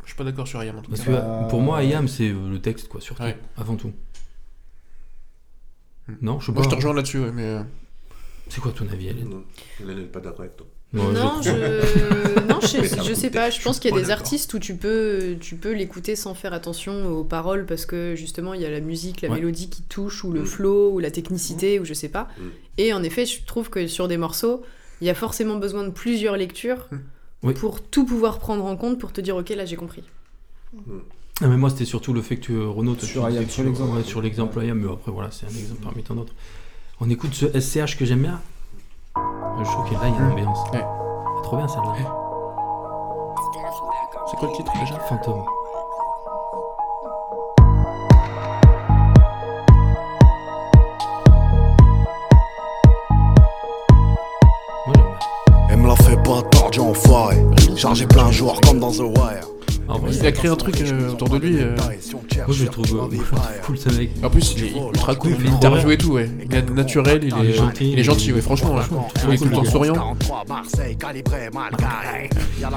C: Je suis pas d'accord sur IAM en tout
A: Parce
C: cas.
A: que euh, pour moi, IAM, c'est euh, le texte, quoi, surtout, avant tout.
I: Mm.
A: Non, je sais
C: Moi,
A: pas.
C: je te rejoins là-dessus, ouais, mais. euh,
A: C'est quoi ton avis, Hélène
I: Non, Hélène, elle est pas d'accord avec toi.
D: Non, je... non, je,
I: Mais
D: je sais
I: écoutez,
D: pas. Je pense
I: suis
D: qu'il y a
I: pas
D: des
I: d'accord.
D: artistes où tu peux, tu peux l'écouter sans faire attention aux paroles parce que justement il y a la musique, la
M: Ouais.
D: mélodie qui touche ou le
M: Mm.
D: flow ou la technicité ou je sais pas.
M: Mm.
D: Et en effet, je trouve que sur des morceaux, il y a forcément besoin de plusieurs lectures
A: Mm. Oui.
D: pour tout pouvoir prendre en compte pour te dire ok là j'ai compris.
A: Ah, mais moi, c'était surtout le fait que euh, Renaud te
B: Sur
A: tu
B: IAM,
A: disais
B: sur
A: que-
B: l'exemple.
A: ouais, sur l'exemple IAM, mais après, voilà, c'est un exemple parmi tant d'autres. On écoute ce SCH que j'aime bien. Euh, Je trouve que là, il
B: Mmh.
A: y a une ambiance. Ah, Trop bien celle-là.
C: C'est quoi le titre déjà
A: Fantôme.
T: Elle me l'a fait pas tard, enfoiré. Chargé plein jour comme dans The Wire.
C: Ah ouais. Il a créé un truc euh, autour de lui. euh.
A: Moi, je le trouve euh, cool ce mec.
C: En plus, il est ultra cool, il est interviewé et tout, ouais. Il est naturel, il est gentil, il est gentil ouais, franchement. ouais. Il est tout le temps souriant.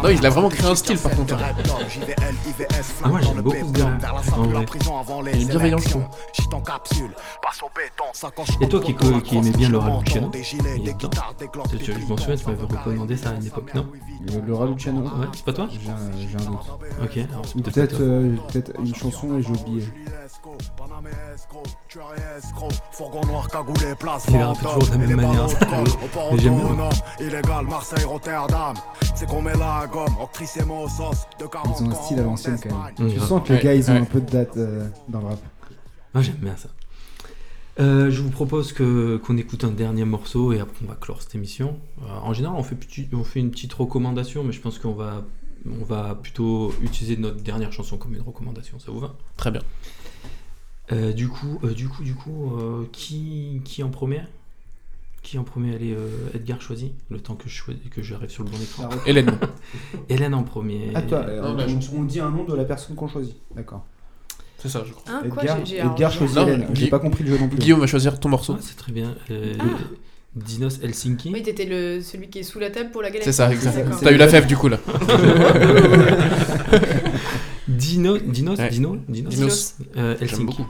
C: Non, il a vraiment créé un style par contre.
A: Ah, moi, j'aime beaucoup ce gars. En vrai.
C: Il est bienveillant, je trouve.
A: Et toi qui, co- qui aimais bien Laura Luciano, il est dedans. Tu- tu- Je m'en souviens, tu m'avais recommandé ça à une époque, non
B: Laura Luciano
A: Ouais, c'est pas toi
B: J'ai un j'ai un doute.
A: Ok, alors c'est
B: Ou
A: peut-être pas
B: peut-être
A: toi.
B: euh, peut-être une chanson et j'ai oublié.
A: Il rappe toujours de la même manière. ça. Mais j'aime bien.
T: Illégal, Marseille, Rotterdam. C'est qu'on met la gomme, on crie ses mots aux sauces de
B: Ils ont un style à l'ancienne quand même.
A: Mmh,
B: Je
A: grave.
B: sens que les
A: Ouais,
B: gars ils ont
A: ouais.
B: un peu de date euh, dans le rap.
A: Ah, j'aime bien ça. Euh, je vous propose que qu'on écoute un dernier morceau et après on va clore cette émission. Euh, en général, on fait, petit- on fait une petite recommandation, mais je pense qu'on va, on va plutôt utiliser notre dernière chanson comme une recommandation. Ça vous va
C: Très bien.
A: Euh, du coup, euh, du coup, du coup, euh, qui, qui en premier Qui en premier Allez, euh, Edgar choisit. Le temps que je choisis- que j'arrive sur le bon écran.
B: Ah, ouais.
C: Hélène.
A: Hélène en premier.
B: Ah toi, euh,
A: bah,
B: on, on dit un nom de la personne qu'on choisit. D'accord.
C: C'est ça, je crois.
D: Hein, quoi,
B: Edgar,
D: j'ai- j'ai-
B: Edgar choisit
C: Non,
B: Hélène. J'ai
C: Guilla-
B: pas compris le jeu non plus.
C: Guillaume va choisir ton morceau.
A: Ouais, Ah, c'est très bien. Euh,
D: Ah.
A: Dinos Helsinki.
D: Oui, t'étais le... celui qui est sous la table pour la galère.
C: C'est ça, exact.
D: exactement.
C: T'as eu la fève du coup là.
A: Dino, Dinos,
C: Ouais.
A: Dino, Dinos,
C: Dinos.
A: Euh,
C: J'aime
A: Helsinki.
C: beaucoup.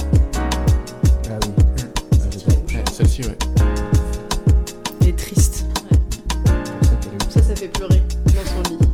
B: Ah oui.
C: Ouais,
I: Ah,
C: Celle-ci, ouais.
D: Il est triste. Ça, ça fait pleurer dans son lit.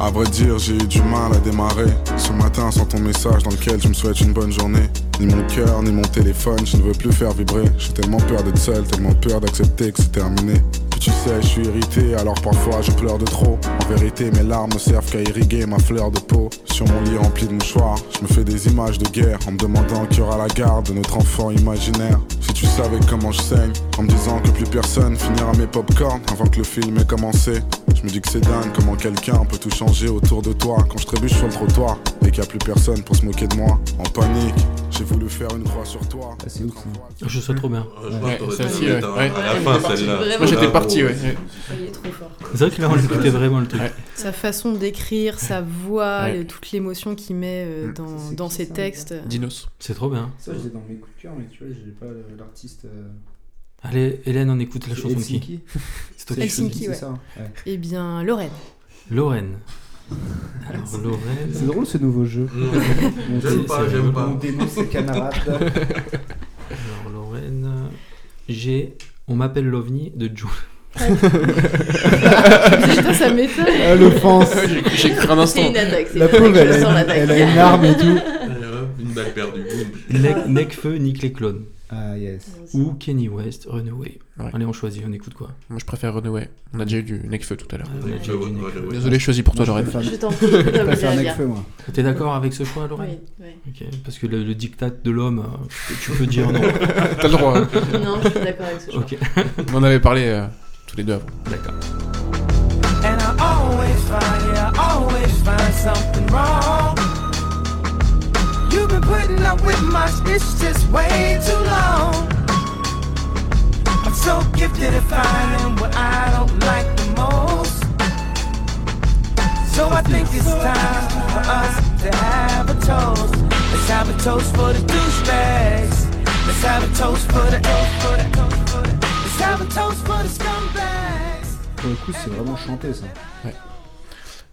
U: À vrai dire, j'ai eu du mal à démarrer. Ce matin, sans ton message dans lequel tu me souhaites une bonne journée. Ni mon cœur, ni mon téléphone, je ne veux plus faire vibrer. J'ai tellement peur d'être seul, tellement peur d'accepter que c'est terminé. Puis tu sais, je suis irrité, alors parfois je pleure de trop. En vérité, mes larmes ne servent qu'à irriguer ma fleur de peau. Sur mon lit rempli de mouchoirs, je me fais des images de guerre en me demandant qui aura la garde de notre enfant imaginaire. Si tu savais comment je saigne, en me disant que plus personne finira mes popcorn avant que le film ait commencé. Je me dis que c'est dingue comment quelqu'un peut tout changer autour de toi quand je trébuche sur le trottoir et qu'il n'y a plus personne pour se moquer de moi. En panique, j'ai voulu faire Ah, une croix sur toi.
B: c'est ouf.
A: Je sais trop bien.
I: je pense que t'aurais
C: celle-ci,
I: dû
C: ouais.
I: mettre un-
C: Ouais.
I: à la fin, celle-là.
C: Vraiment. Moi, j'étais parti, ouais. Ouais.
D: Oh. Il est trop fort.
A: C'est vrai que là, on écoutait vraiment le truc.
D: Sa façon d'écrire, sa voix,
A: Ouais.
D: le- toute l'émotion qu'il met
C: Mm.
D: euh, dans, dans ses textes.
C: Dinos.
A: C'est trop bien.
B: Ça, je l'ai dans mes coups de cœur, mais tu vois, j'ai pas euh, l'artiste. euh,
A: Allez, Hélène, on écoute la chanson de qui
B: Helsinki.
A: C'est toi qui choisis.
D: Helsinki, ouais.
C: hein.
D: Eh bien, Lorraine.
A: Lorraine. Alors, Lorraine.
B: C'est drôle ce nouveau jeu. On
I: J'aime
B: dé-
I: pas,
B: c'est-
I: j'aime pas.
B: On dénonce ses camarades.
A: Alors, Lorraine. J'ai On m'appelle l'OVNI de Jules.
D: Putain, ça m'étonne.
B: Ah, l'offense.
C: J'ai- j'ai cru un instant. C'est une attaque, c'est
B: La
C: vrai
B: pauvre,
C: que je
B: elle, a
C: sens
B: une-
C: l'attaque.
B: elle a une arme et tout.
A: Euh,
I: Allez, hop, Euh, Une balle perdue. boum.
A: Nec- Necfeu nique les clones.
B: Ah, yes.
A: Ou Kenny West, Runaway.
C: Ouais.
A: Allez, on choisit, on écoute quoi
C: Moi, je préfère Runaway. On a déjà eu du Necfeu tout à l'heure.
A: On a déjà eu du Necfeu.
C: Désolé, je choisis pour toi,
A: Moi, je
C: Lorraine.
A: préfère-
E: Je t'en prie, je t'en prie,
B: préfère
E: Nadia.
B: Nekfeu, moi.
A: Ah, T'es d'accord avec ce choix, Lorraine
E: Oui, oui.
A: Ok, parce que le, le diktat de l'homme, euh, tu peux- tu peux dire non.
C: T'as le droit. hein.
E: Non, je suis d'accord avec ce choix.
A: Ok.
C: On en avait parlé euh, tous les deux avant.
A: D'accord.
G: And I always find, yeah, I always find something wrong. You've been putting up with my it's just way too long. I'm so gifted at finding what I don't like the most. So I think it's time for us to have a toast. Let's have a toast for the douchebags. Let's have a toast for the, for the, for the, let's have a toast for the scumbags.
B: Pour le coup, c'est vraiment chanté ça.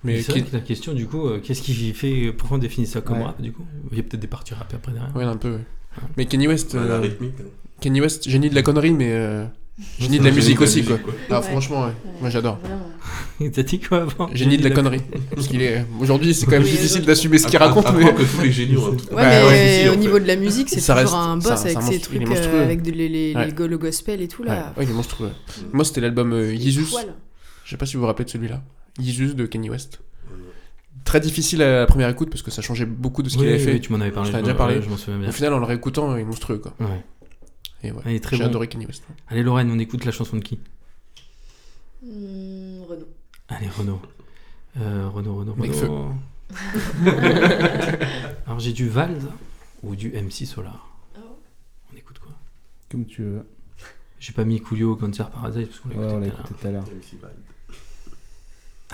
A: Mais
C: Mais
A: c'est
C: qui-
A: vrai que la question, du coup, euh, qu'est-ce qui fait. Pourquoi on définit ça comme
B: Ouais.
A: rap, du coup Il y a peut-être des parties rap après derrière.
C: Ouais, un peu. ouais. Mais Kenny West.
I: Ouais, la
C: euh,
I: rythmique, hein.
C: Kenny West, génie de la connerie, mais euh, génie de
I: C'est
C: la
I: un
C: musique
I: génie
C: aussi,
I: de la
C: quoi.
I: musique,
C: Ah,
I: ouais.
C: franchement, ouais. Moi, j'adore.
A: T'as dit quoi avant
C: Génie de la connerie. Parce qu'il est. Aujourd'hui, c'est quand même
I: Oui,
C: difficile
I: je-
C: d'assumer ce qu'il
I: Apprends-
C: raconte,
I: apprends
C: mais.
I: que tous les génies ont un tout-
C: Bah
D: Ouais, mais au niveau de la musique, c'est
C: Ça
D: toujours
C: reste-
D: un
C: ça-
D: boss
C: c'est
D: avec
C: un
D: ses
C: monstre- il est
D: trucs,
C: monstrueux.
D: euh, avec de- les, les-
C: Ouais.
D: les go- le gospel et tout là.
C: Ouais, ouais, il est monstrueux. Moi, c'était l'album euh, Jesus.
D: étoile.
C: Je sais pas si vous vous rappelez de celui-là. Jesus de Kanye West. Très difficile à la première écoute parce que ça changeait beaucoup de ce qu'il
A: Oui,
C: avait
A: oui,
C: fait.
A: oui, tu m'en avais parlé,
C: Je t'en ai
A: je
C: déjà
A: me-
C: parlé.
A: ouais, je m'en souviens bien.
C: Au final, en le réécoutant, il est monstrueux quoi.
A: Ouais.
C: Et ouais.
A: Elle est très
C: J'ai
A: bon.
C: adoré Kanye West.
A: Allez, Lorraine, on écoute la chanson de qui
E: Hmm, Renaud.
A: Allez, Renaud. Euh, Renaud, Renaud,
C: Mec
A: Renaud. Alors, j'ai du Vald ou du MC Solar
B: Comme tu veux.
A: J'ai pas mis Coolio au Cancer Paradise parce qu'on l'a
B: Ouais, on
A: écouté
B: l'a
A: tout à l'heure.
B: écouté tout à l'heure.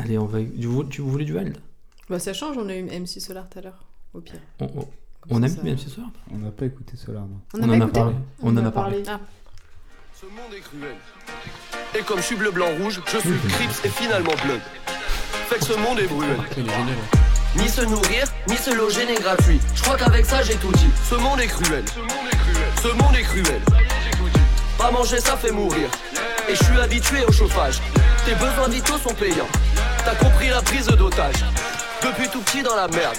A: Allez, on va. Du, tu voulais du Wild
D: Bah ça change, on a eu MC Solar tout à l'heure, au pire.
A: On, on- on a mis
D: ça-
A: même ce soir
B: On n'a pas écouté Solar, non.
D: On n'a pas
A: en a
D: écouté
A: parlé. On en a parlé.
D: Ah.
V: Ce monde est cruel. Et comme je suis bleu, blanc, rouge, je suis Crips et finalement bleu. Fait que ce monde est bruel. Ni se nourrir, ni se loger n'est gratuit. Je crois qu'avec ça j'ai tout dit. Ce monde est cruel. Ce monde est cruel. Pas manger ça fait mourir. Et je suis habitué au chauffage. Tes besoins vitaux sont payants. T'as compris la prise d'otage. Depuis tout petit dans la merde.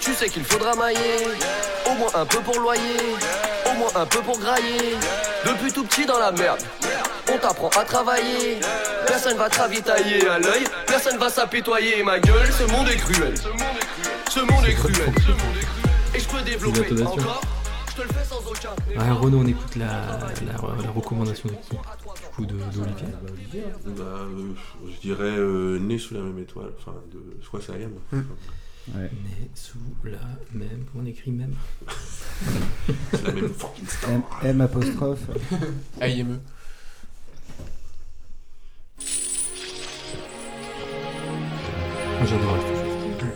V: Tu sais qu'il faudra mailler. Au moins un peu pour loyer. Au moins un peu pour grailler. Depuis tout petit dans la merde. On t'apprend à travailler. Personne va te ravitailler à l'œil. Personne va s'apitoyer. Ma gueule, ce monde est cruel. Ce monde est cruel. Et je peux développer
A: intonations.
V: encore. Je te le fais sans aucun.
A: Ah, Renaud, on écoute la, la, la recommandation de qui Du coup, de- d'Olivier.
I: Bah, euh, je dirais euh, né sous la même étoile. Enfin, de, je crois que c'est AM.
A: Mais sous la même. On écrit même.
I: C'est la même fucking star.
B: M, M apostrophe.
C: AIME.
A: Moi, j'adore cette chose.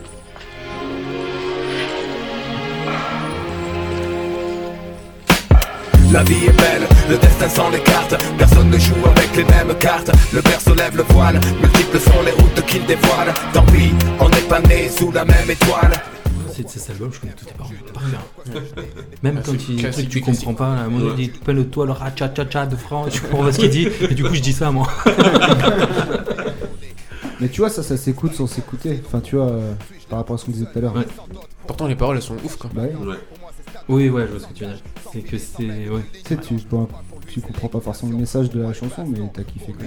S: La vie est belle, le destin sans les cartes Personne ne joue avec les mêmes cartes Le père se lève le voile, multiples sont les routes qu'il dévoile Tant pis, on n'est pas né sous la même étoile
A: C'est de cet album, je connais toutes les paroles. par cœur. Même
C: Ah,
A: quand
C: c'est
A: il y a des trucs
C: classique
A: que
C: du
A: tu comprends pas, là, moi
C: Ouais.
A: je dis pas le toit, le ratchatchatcha de France, je comprends pas ce qu'il dit, et du coup je dis ça moi.
B: Mais tu vois, ça, ça s'écoute sans s'écouter. Enfin, tu vois, euh, par rapport à ce qu'on disait tout à l'heure.
C: Pourtant, les paroles elles sont ouf
B: Bah
C: quoi.
A: oui, ouais, je vois ce que tu veux dire. C'est que c'est. Ouais.
B: Tu sais, tu, bon, tu comprends pas forcément le message de la chanson, mais t'as kiffé quand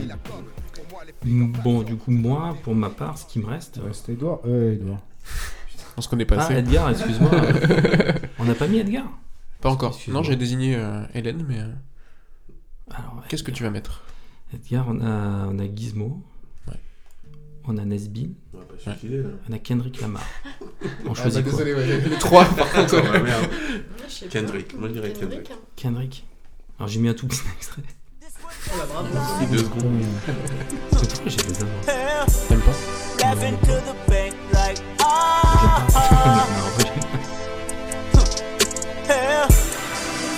B: même.
A: Bon, du coup, moi, pour ma part, ce qui me reste.
B: C'était Edouard Ouais, Edouard.
C: On se connaît pas
A: Ah,
C: assez.
A: Edgar, excuse-moi. On n'a pas mis Edgar
C: Pas encore.
A: Excuse-moi.
C: Non, j'ai désigné euh, Hélène, mais. euh, Qu'est-ce que tu vas mettre
A: Edgar, on a, on a Gizmo. On a Nesbill.
I: On va pas se suicider, là.
A: On a Kendrick Lamar. On
I: Ah,
A: choisit
I: bah,
A: quoi
I: désolé, ouais, il y a que les trois, par contre. Ah, ouais, merde.
A: Je sais pas.
I: Kendrick, moi, je dirais Kendrick. hein.
A: Kendrick. Alors j'ai mis un tout petit extrait.
I: Deux secondes.
A: C'est pourquoi j'ai des avant.
C: T'aimes pas
W: Laughing to the bank like ah,
A: ah,
W: yeah.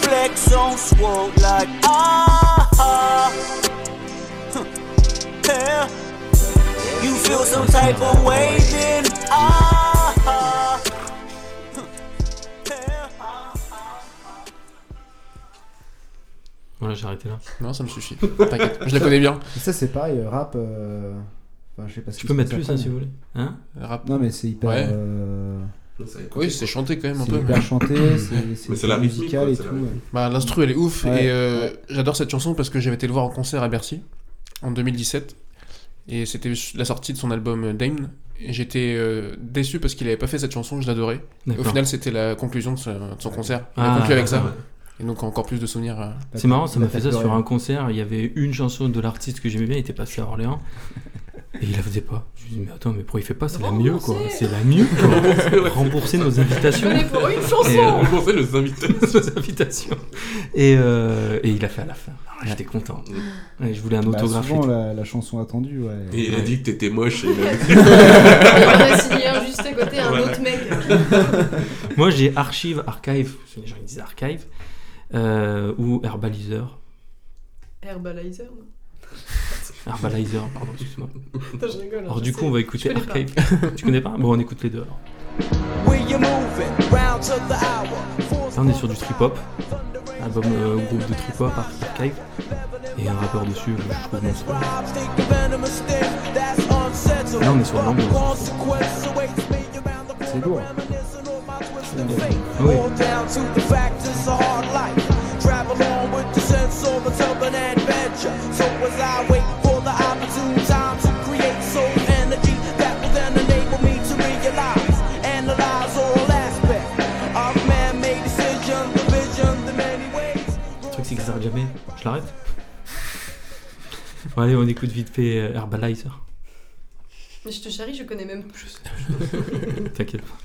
W: Flex on swole like ah, ah. Huh. Yeah. You feel some type of way then ah, ah.
A: Voilà, j'ai arrêté là.
C: Non, ça me suffit. T'inquiète, je la connais bien.
B: Et ça, c'est pareil, euh, rap. euh, Enfin, je sais pas ce
A: Tu
B: qui
A: peux
B: se
A: mettre
B: passe
A: plus,
B: après,
A: hein, si
B: mais-
A: vous voulez. Hein
C: Rap.
B: Non, mais c'est hyper.
C: Ouais.
B: euh,
C: Oui, c'est chanté quand même un
B: C'est
C: peu.
B: hyper
C: mais-
B: chanté, c'est- c'est Mais c'est la rythmique, musical quoi, et c'est la tout, rythmique. ouais.
C: Bah, l'instru, elle est ouf.
B: Ouais,
C: et euh, j'adore cette chanson parce que j'avais été le voir en concert à Bercy en 2017. Et c'était la sortie de son album Dame. Et j'étais euh, déçu parce qu'il avait pas fait cette chanson que je l'adorais. Et Au
A: D'accord.
C: final, c'était la conclusion de, sa- de son concert. Il
A: Ah,
C: a conclu avec ça.
A: d'accord.
C: Et donc, encore plus de souvenirs. euh.
A: C'est marrant, ça m'a fait ça sur un concert. Il y avait une chanson de l'artiste que j'aimais bien, il était passé à Orléans. Et il la faisait pas. Je me suis dit, mais attends, mais pourquoi il fait pas C'est la mieux, quoi. C'est la mieux, quoi. Rembourser nos invitations.
I: Venez pour une
A: Et,
I: chanson.
A: euh,
I: Rembourser nos invitations.
A: nos invitations. Et, euh, et il a fait à la fin. Alors, J'étais content.
D: Ah.
A: Ouais, je voulais un
B: Bah,
A: autographe. et
B: souvent, la, la chanson attendue, ouais.
I: Et il a dit que t'étais moche. Et il a-
D: On a signé un juste à côté, un autre mec.
A: Moi, j'ai Archive, Archive, parce que les gens ils disent Archive, euh, ou Herbalizer.
D: Herbalizer, non
A: Herbalizer, pardon, excuse-moi.
D: Attends, je rigole,
A: Alors,
D: je
A: du
D: sais.
A: coup, on va
D: Je
A: écouter
D: connais pas.
A: Archive. tu connais pas Bon, on écoute les deux alors.
W: Where you moving? Round to the hour.
A: Là, on est sur du trip-hop, album euh, groupe de trip-hop, Ar- Archive, et un rappeur dessus, euh, je trouve monstrueux. Là, on est sur l'ambiance.
B: C'est lourd.
A: Oui.
W: All down to the fact it's a hard life. Travel on with the sense of a tub and adventure. So as I wait for the opportune time to create soul energy that will then enable me to realize, analyze all aspects of man-made decision, the vision, the many ways.
A: Le truc, c'est qu'ils s'arrêtent jamais. Je l'arrête Bon, allez, on écoute vite fait euh, Herbalizer.
D: Mais je te charrie, je connais même plus.
A: T'inquiète pas.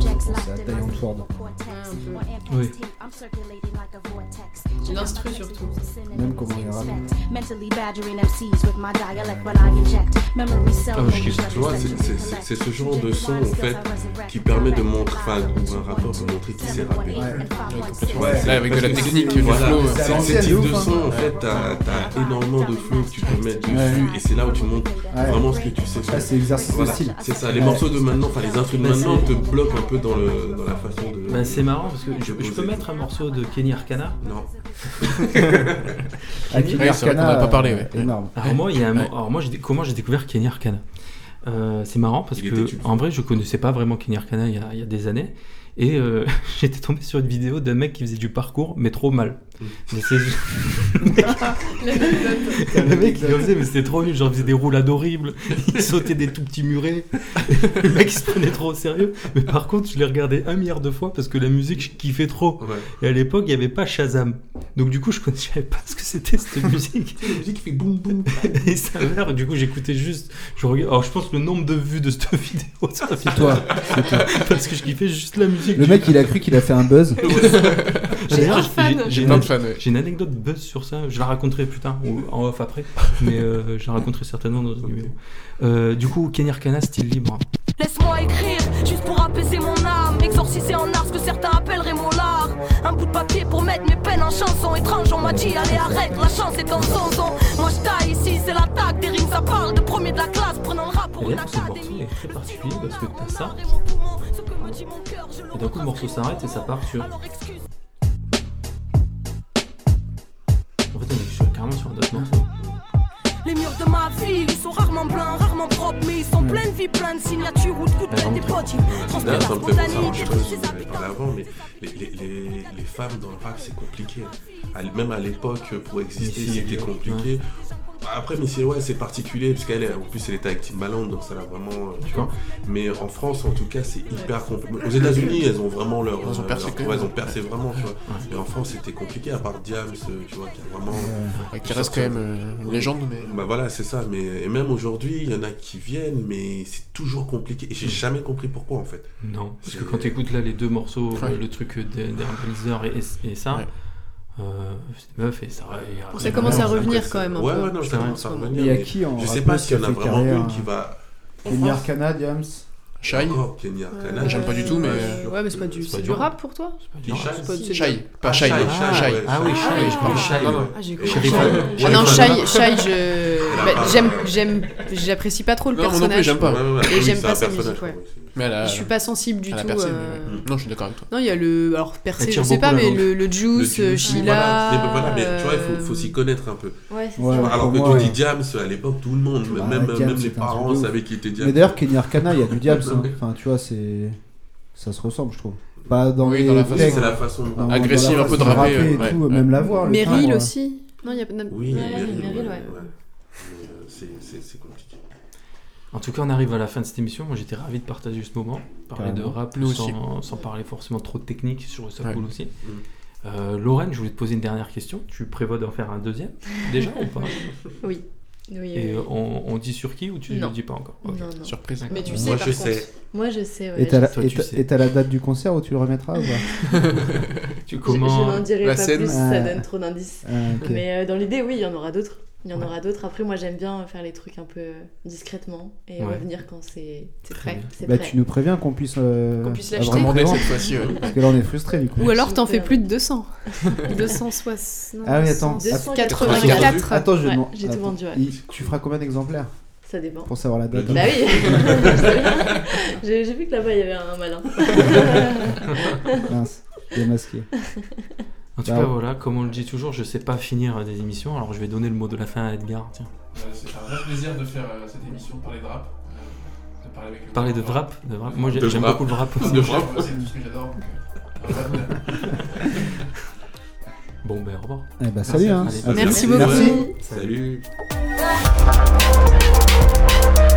X: Got some
B: Ford.
A: Oui.
D: L'instru surtout.
B: Même
I: Oh
B: comment il rappe.
Y: Mentally badgering MCs with my dialect when I inject memory
I: Ah,
Y: cell
I: je kiffe. Tu vois, c'est- c'est- c'est- c'est ce genre de son en fait qui permet de montrer, enfin, ou un rappeur peut montrer qu'il sait rapper.
C: Ouais,
I: c'est-
C: avec de la
I: parce que
C: technique,
I: c'est-
C: du
I: voilà,
C: flow.
W: euh,
I: c'est-
C: C'est
I: C'est
C: l'ancienne,
I: ce type
C: de
I: de
C: ouf,
I: son
C: hein.
I: en fait, t'as t'as énormément de flow que tu peux mettre dessus
B: Ouais.
I: et c'est là où tu montres
B: Ouais.
I: vraiment ce que tu sais
B: Ah,
I: faire.
B: c'est l'exercice de
I: Voilà,
B: style.
I: C'est ça, les
B: Ouais.
I: morceaux de maintenant, enfin les instruments de
B: Bah, c'est-
I: maintenant te bloquent un peu dans le- dans la façon de.
A: Bah, c'est marrant parce que
I: de
A: je, je peux
I: poser.
A: mettre un morceau de Kenny Arcana
I: Non.
B: Ah,
A: Kenny
C: Kenny Ouais, c'est vrai qu'on Arcana, en a pas parlé, ouais. euh, énorme.
A: Alors moi, Ah, il y a un-
C: Ouais.
A: alors moi, j'ai dé- comment j'ai découvert Kenny Arcana Euh, C'est marrant parce
I: Il
A: que
I: était tube.
A: en vrai, je connaissais pas vraiment Kenny Arcana il y a, il y a des années. Et euh, j'étais tombé sur une vidéo d'un mec qui faisait du parcours, mais trop mal.
I: Mm.
A: Mais c'est- le mec, il en faisait, mais c'était trop nul. Genre, il faisait des roulades horribles, il sautait des tout petits murets. le mec, il se prenait trop au sérieux. Mais par contre, je l'ai regardé un milliard de fois parce que la musique, je kiffais trop. Et à l'époque, il n'y avait pas Shazam. Donc, du coup, je ne savais pas ce que c'était cette musique.
I: la musique qui fait boum boum.
A: Et ça mère, du coup, j'écoutais juste. Je regarde... Alors, je pense que le nombre de vues de cette vidéo, ça fait
B: toi, c'est toi.
A: Parce que je kiffais juste la musique.
B: Le mec, il a cru qu'il a fait un buzz.
A: D'ailleurs,
B: fan.
A: j'ai-
B: J'ai
A: J'ai
B: plein
A: une,
B: de fans, ouais.
A: j'ai une anecdote buzz sur ça. Je la raconterai plus tard, ou en off après. Mais euh, je la raconterai certainement dans un numéro. Euh, du coup, Kenny Arcana, style libre.
X: Laisse-moi écrire, juste pour apaiser mon âme. Exorciser en art ce que certains appelleraient mon lard. Un bout de papier pour mettre mes peines en chanson étrange. On m'a dit, allez, arrête, la chance est en son son. Moi je taille ici, c'est l'attaque. Des rimes, ça parle de premier de la classe. Prenant le rap pour
A: Et
X: une
A: là, ce morceau
X: académie.
A: est très particulier parce que t'as ça.
X: Ce que me dit mon cœur, je le
A: Et d'un coup, le morceau s'arrête et ça part sur. En
X: excuse.
A: fait, on est sur- carrément sur un autre morceau.
X: Les murs de ma vie, ils sont rarement pleins, rarement propres, mais ils sont
I: Hmm.
X: pleins de vie, pleins de signatures ou de coups de tête des potes. Ils
I: Là,
X: transpirent la
I: ça me fait penser à un
X: spontanéité.
I: je sais pas si vous en avez parlé avant, mais les, les, les, les femmes dans le rap, c'est compliqué. À- Même à l'époque, pour exister,
A: Missy
I: c'était
A: Elliott,
I: compliqué. Après, Missy, ouais, c'est particulier, parce qu'elle, est- en plus, elle était avec Timbaland, donc ça l'a vraiment, euh, tu vois. Mais en France, en tout cas, c'est hyper compliqué. Aux États-Unis, elles ont vraiment leur.
C: Elles ont
I: euh,
C: percé
I: leur-
C: quand
I: ouais,
C: même.
I: elles ont percé vraiment, tu vois. Mais en France, c'était compliqué, à part Diams, euh, tu vois, qui a vraiment.
C: Ouais, qui reste quand même, euh, une légende, mais-
I: Bah voilà, c'est ça. Mais et même aujourd'hui, il y en a qui viennent, mais c'est toujours compliqué. Et j'ai
B: Mm.
I: jamais compris pourquoi en fait.
A: Non, parce que
I: C'est-
A: quand t'écoutes là les deux morceaux,
I: Ouais.
A: euh, le truc de- d'Aaron Pelzer et, et ça, euh, cette meuf et ça. et-
D: Ça
A: et-
D: commence à
A: ouais,
D: revenir
A: c'est-
D: quand même un
A: ouais,
D: peu.
A: ouais, non,
I: ça
A: c'est vrai.
I: commence à revenir.
B: Mais il y a
I: mais
B: qui en
I: Je sais
B: rappeur
I: pas s'il y en
B: qui
I: a
B: a fait
I: vraiment
B: carrière,
I: une qui
B: hein.
I: va. en
B: Kenny
I: France
B: Arcana, Diams.
C: Shy
I: Encore Kenny Arcana.
C: J'aime pas du tout, mais.
I: sûr
D: Ouais, mais c'est
I: que
D: pas du,
I: c'est pas
D: c'est
I: du
D: du
I: rap.
D: rap pour toi
I: Du Shy.
D: C'est pas- c'est-
C: Shy, pas Shy,
I: Ah,
C: Shy.
I: Shy, ouais,
C: Ah oui,
I: Shy.
C: Shy, je parle
I: Ah,
C: Shy.
I: non, non.
D: Ah, j'ai
I: Et
D: compris.
I: Shy,
D: Ah
I: ouais.
D: non,
I: Ouais,
D: Shy,
I: ouais.
D: Shy, je.
I: Elle a
D: bah,
I: pas-
D: j'aime, j'aime, j'apprécie pas trop le
C: Non, moi non plus,
D: personnage.
C: j'aime pas. Ouais, ouais, ouais.
D: Et
C: Oui,
D: j'aime
C: c'est
D: pas
C: un
D: sa
C: personnage,
D: musique, ouais.
C: pour moi aussi. Mais elle a-
D: je suis pas sensible du
C: elle
D: tout.
C: a percé,
D: euh,
C: mais ouais. Non, je suis d'accord avec toi.
D: Non, il y a le. Alors, percé,
C: Elle
D: je
C: tire
D: sais
C: beaucoup
D: pas,
C: la
D: mais
C: langue.
D: le, le Juice,
I: Le
D: euh,
I: Juice,
D: Sheila.
I: Voilà, Mais bah voilà, mais tu vois, il
D: euh,
I: faut, faut s'y connaître un peu.
D: Ouais, c'est
I: Tu vois,
B: ça.
I: Alors que
B: Pour moi,
I: Dodie
B: ouais.
I: Diams, à l'époque, tout le monde,
B: Bah,
I: même, même
B: Diams, c'est
I: les
B: un truc
I: parents
B: de ouf.
I: savaient qui était Diams.
B: Mais d'ailleurs, Kenny Arcana, il y a du
C: Ah bah
B: Diams. hein. Enfin, tu vois, c'est. Ça se ressemble, je trouve. Pas dans
C: Oui,
B: les
C: dans la façon-
B: textes,
C: c'est la façon de-
B: dans- dans
C: Agressive,
B: la
C: un peu de
B: façon
C: rapper,
B: rapper et
C: ouais.
B: tout,
C: Ouais.
B: même la voix. le
D: Meryl
B: timbre,
D: aussi. Non, il y a.
B: hein.
I: Oui,
D: Ouais, ouais,
I: Meryl,
D: Meryl,
I: ouais,
D: ouais.
I: ouais. Mais, euh, c'est- c'est- C'est compliqué.
A: En tout cas, on arrive à la fin de cette émission. Moi, j'étais ravi de partager ce moment, parler de
C: Carrément.
A: rap
C: Nous
A: sans, sans parler forcément trop de technique sur ça
C: Ouais.
A: cool aussi.
I: Mm.
A: Euh, Lorraine, je voulais te poser une dernière question. Tu prévois d'en faire un deuxième déjà ou pas
E: Oui. Oui,
A: Et
E: oui.
A: euh, on, on dit sur qui ou tu ne
E: Non.
A: le dis pas encore Ok.
E: Non, non.
C: Surprise.
E: Mais tu
A: Moi,
E: sais, par
A: je
E: contre.
A: sais.
E: Moi, je sais, ouais.
B: Et t'as euh, la,
A: Toi,
B: et
A: tu
B: t'as-
A: sais.
B: et t'as la date du concert où tu le remettras ou pas
A: Tu
E: Je- Je, n'en dirai
B: La
E: pas
B: scène
E: plus, ça
B: Ah.
E: donne trop d'indices.
B: Ah, ok.
E: Mais euh, dans l'idée, oui, il y en aura d'autres. Il y en aura d'autres. Après, moi, j'aime bien faire les trucs un peu euh, discrètement et
A: Ouais.
E: revenir quand c'est c'est
A: Très
E: prêt.
A: bien.
E: c'est
B: Bah,
E: prêt.
B: tu nous préviens qu'on puisse. euh,
E: Qu'on puisse
B: avoir
E: l'acheter.
B: une
C: Commander
B: prévente.
C: cette fois-ci, ouais.
B: Parce que là, on est frustrés, du coup.
D: Ou alors, t'en fais
E: Super.
D: plus de 200. 260.
B: Ah oui, attends.
D: 284.
B: Attends, je
E: Ouais,
B: demande.
E: j'ai tout
B: Attends.
E: vendu, ouais.
B: Il- Tu feras combien d'exemplaires
E: Ça dépend.
B: Pour savoir la date.
E: Bah oui J'ai j'ai vu que là-bas, il y avait un malin.
B: Mince, il est masqué.
A: En tout
B: Bah,
A: cas, voilà, comme on le dit toujours, je sais pas finir des émissions, alors je vais donner le mot de la fin à Edgar. Tiens.
C: C'est un vrai plaisir de faire euh, cette émission, parler de rap. De parler avec
A: Parler de rap, de rap. Moi, j'ai-
I: De
A: j'aime
I: rap.
A: beaucoup le rap.
I: De rap.
C: C'est tout ce que j'adore. euh,
A: Bon, ben, au revoir.
B: Eh ben, salut, hein.
A: Allez,
B: Merci
A: à bientôt.
B: beaucoup.
I: Salut.
A: Salut.
G: Salut.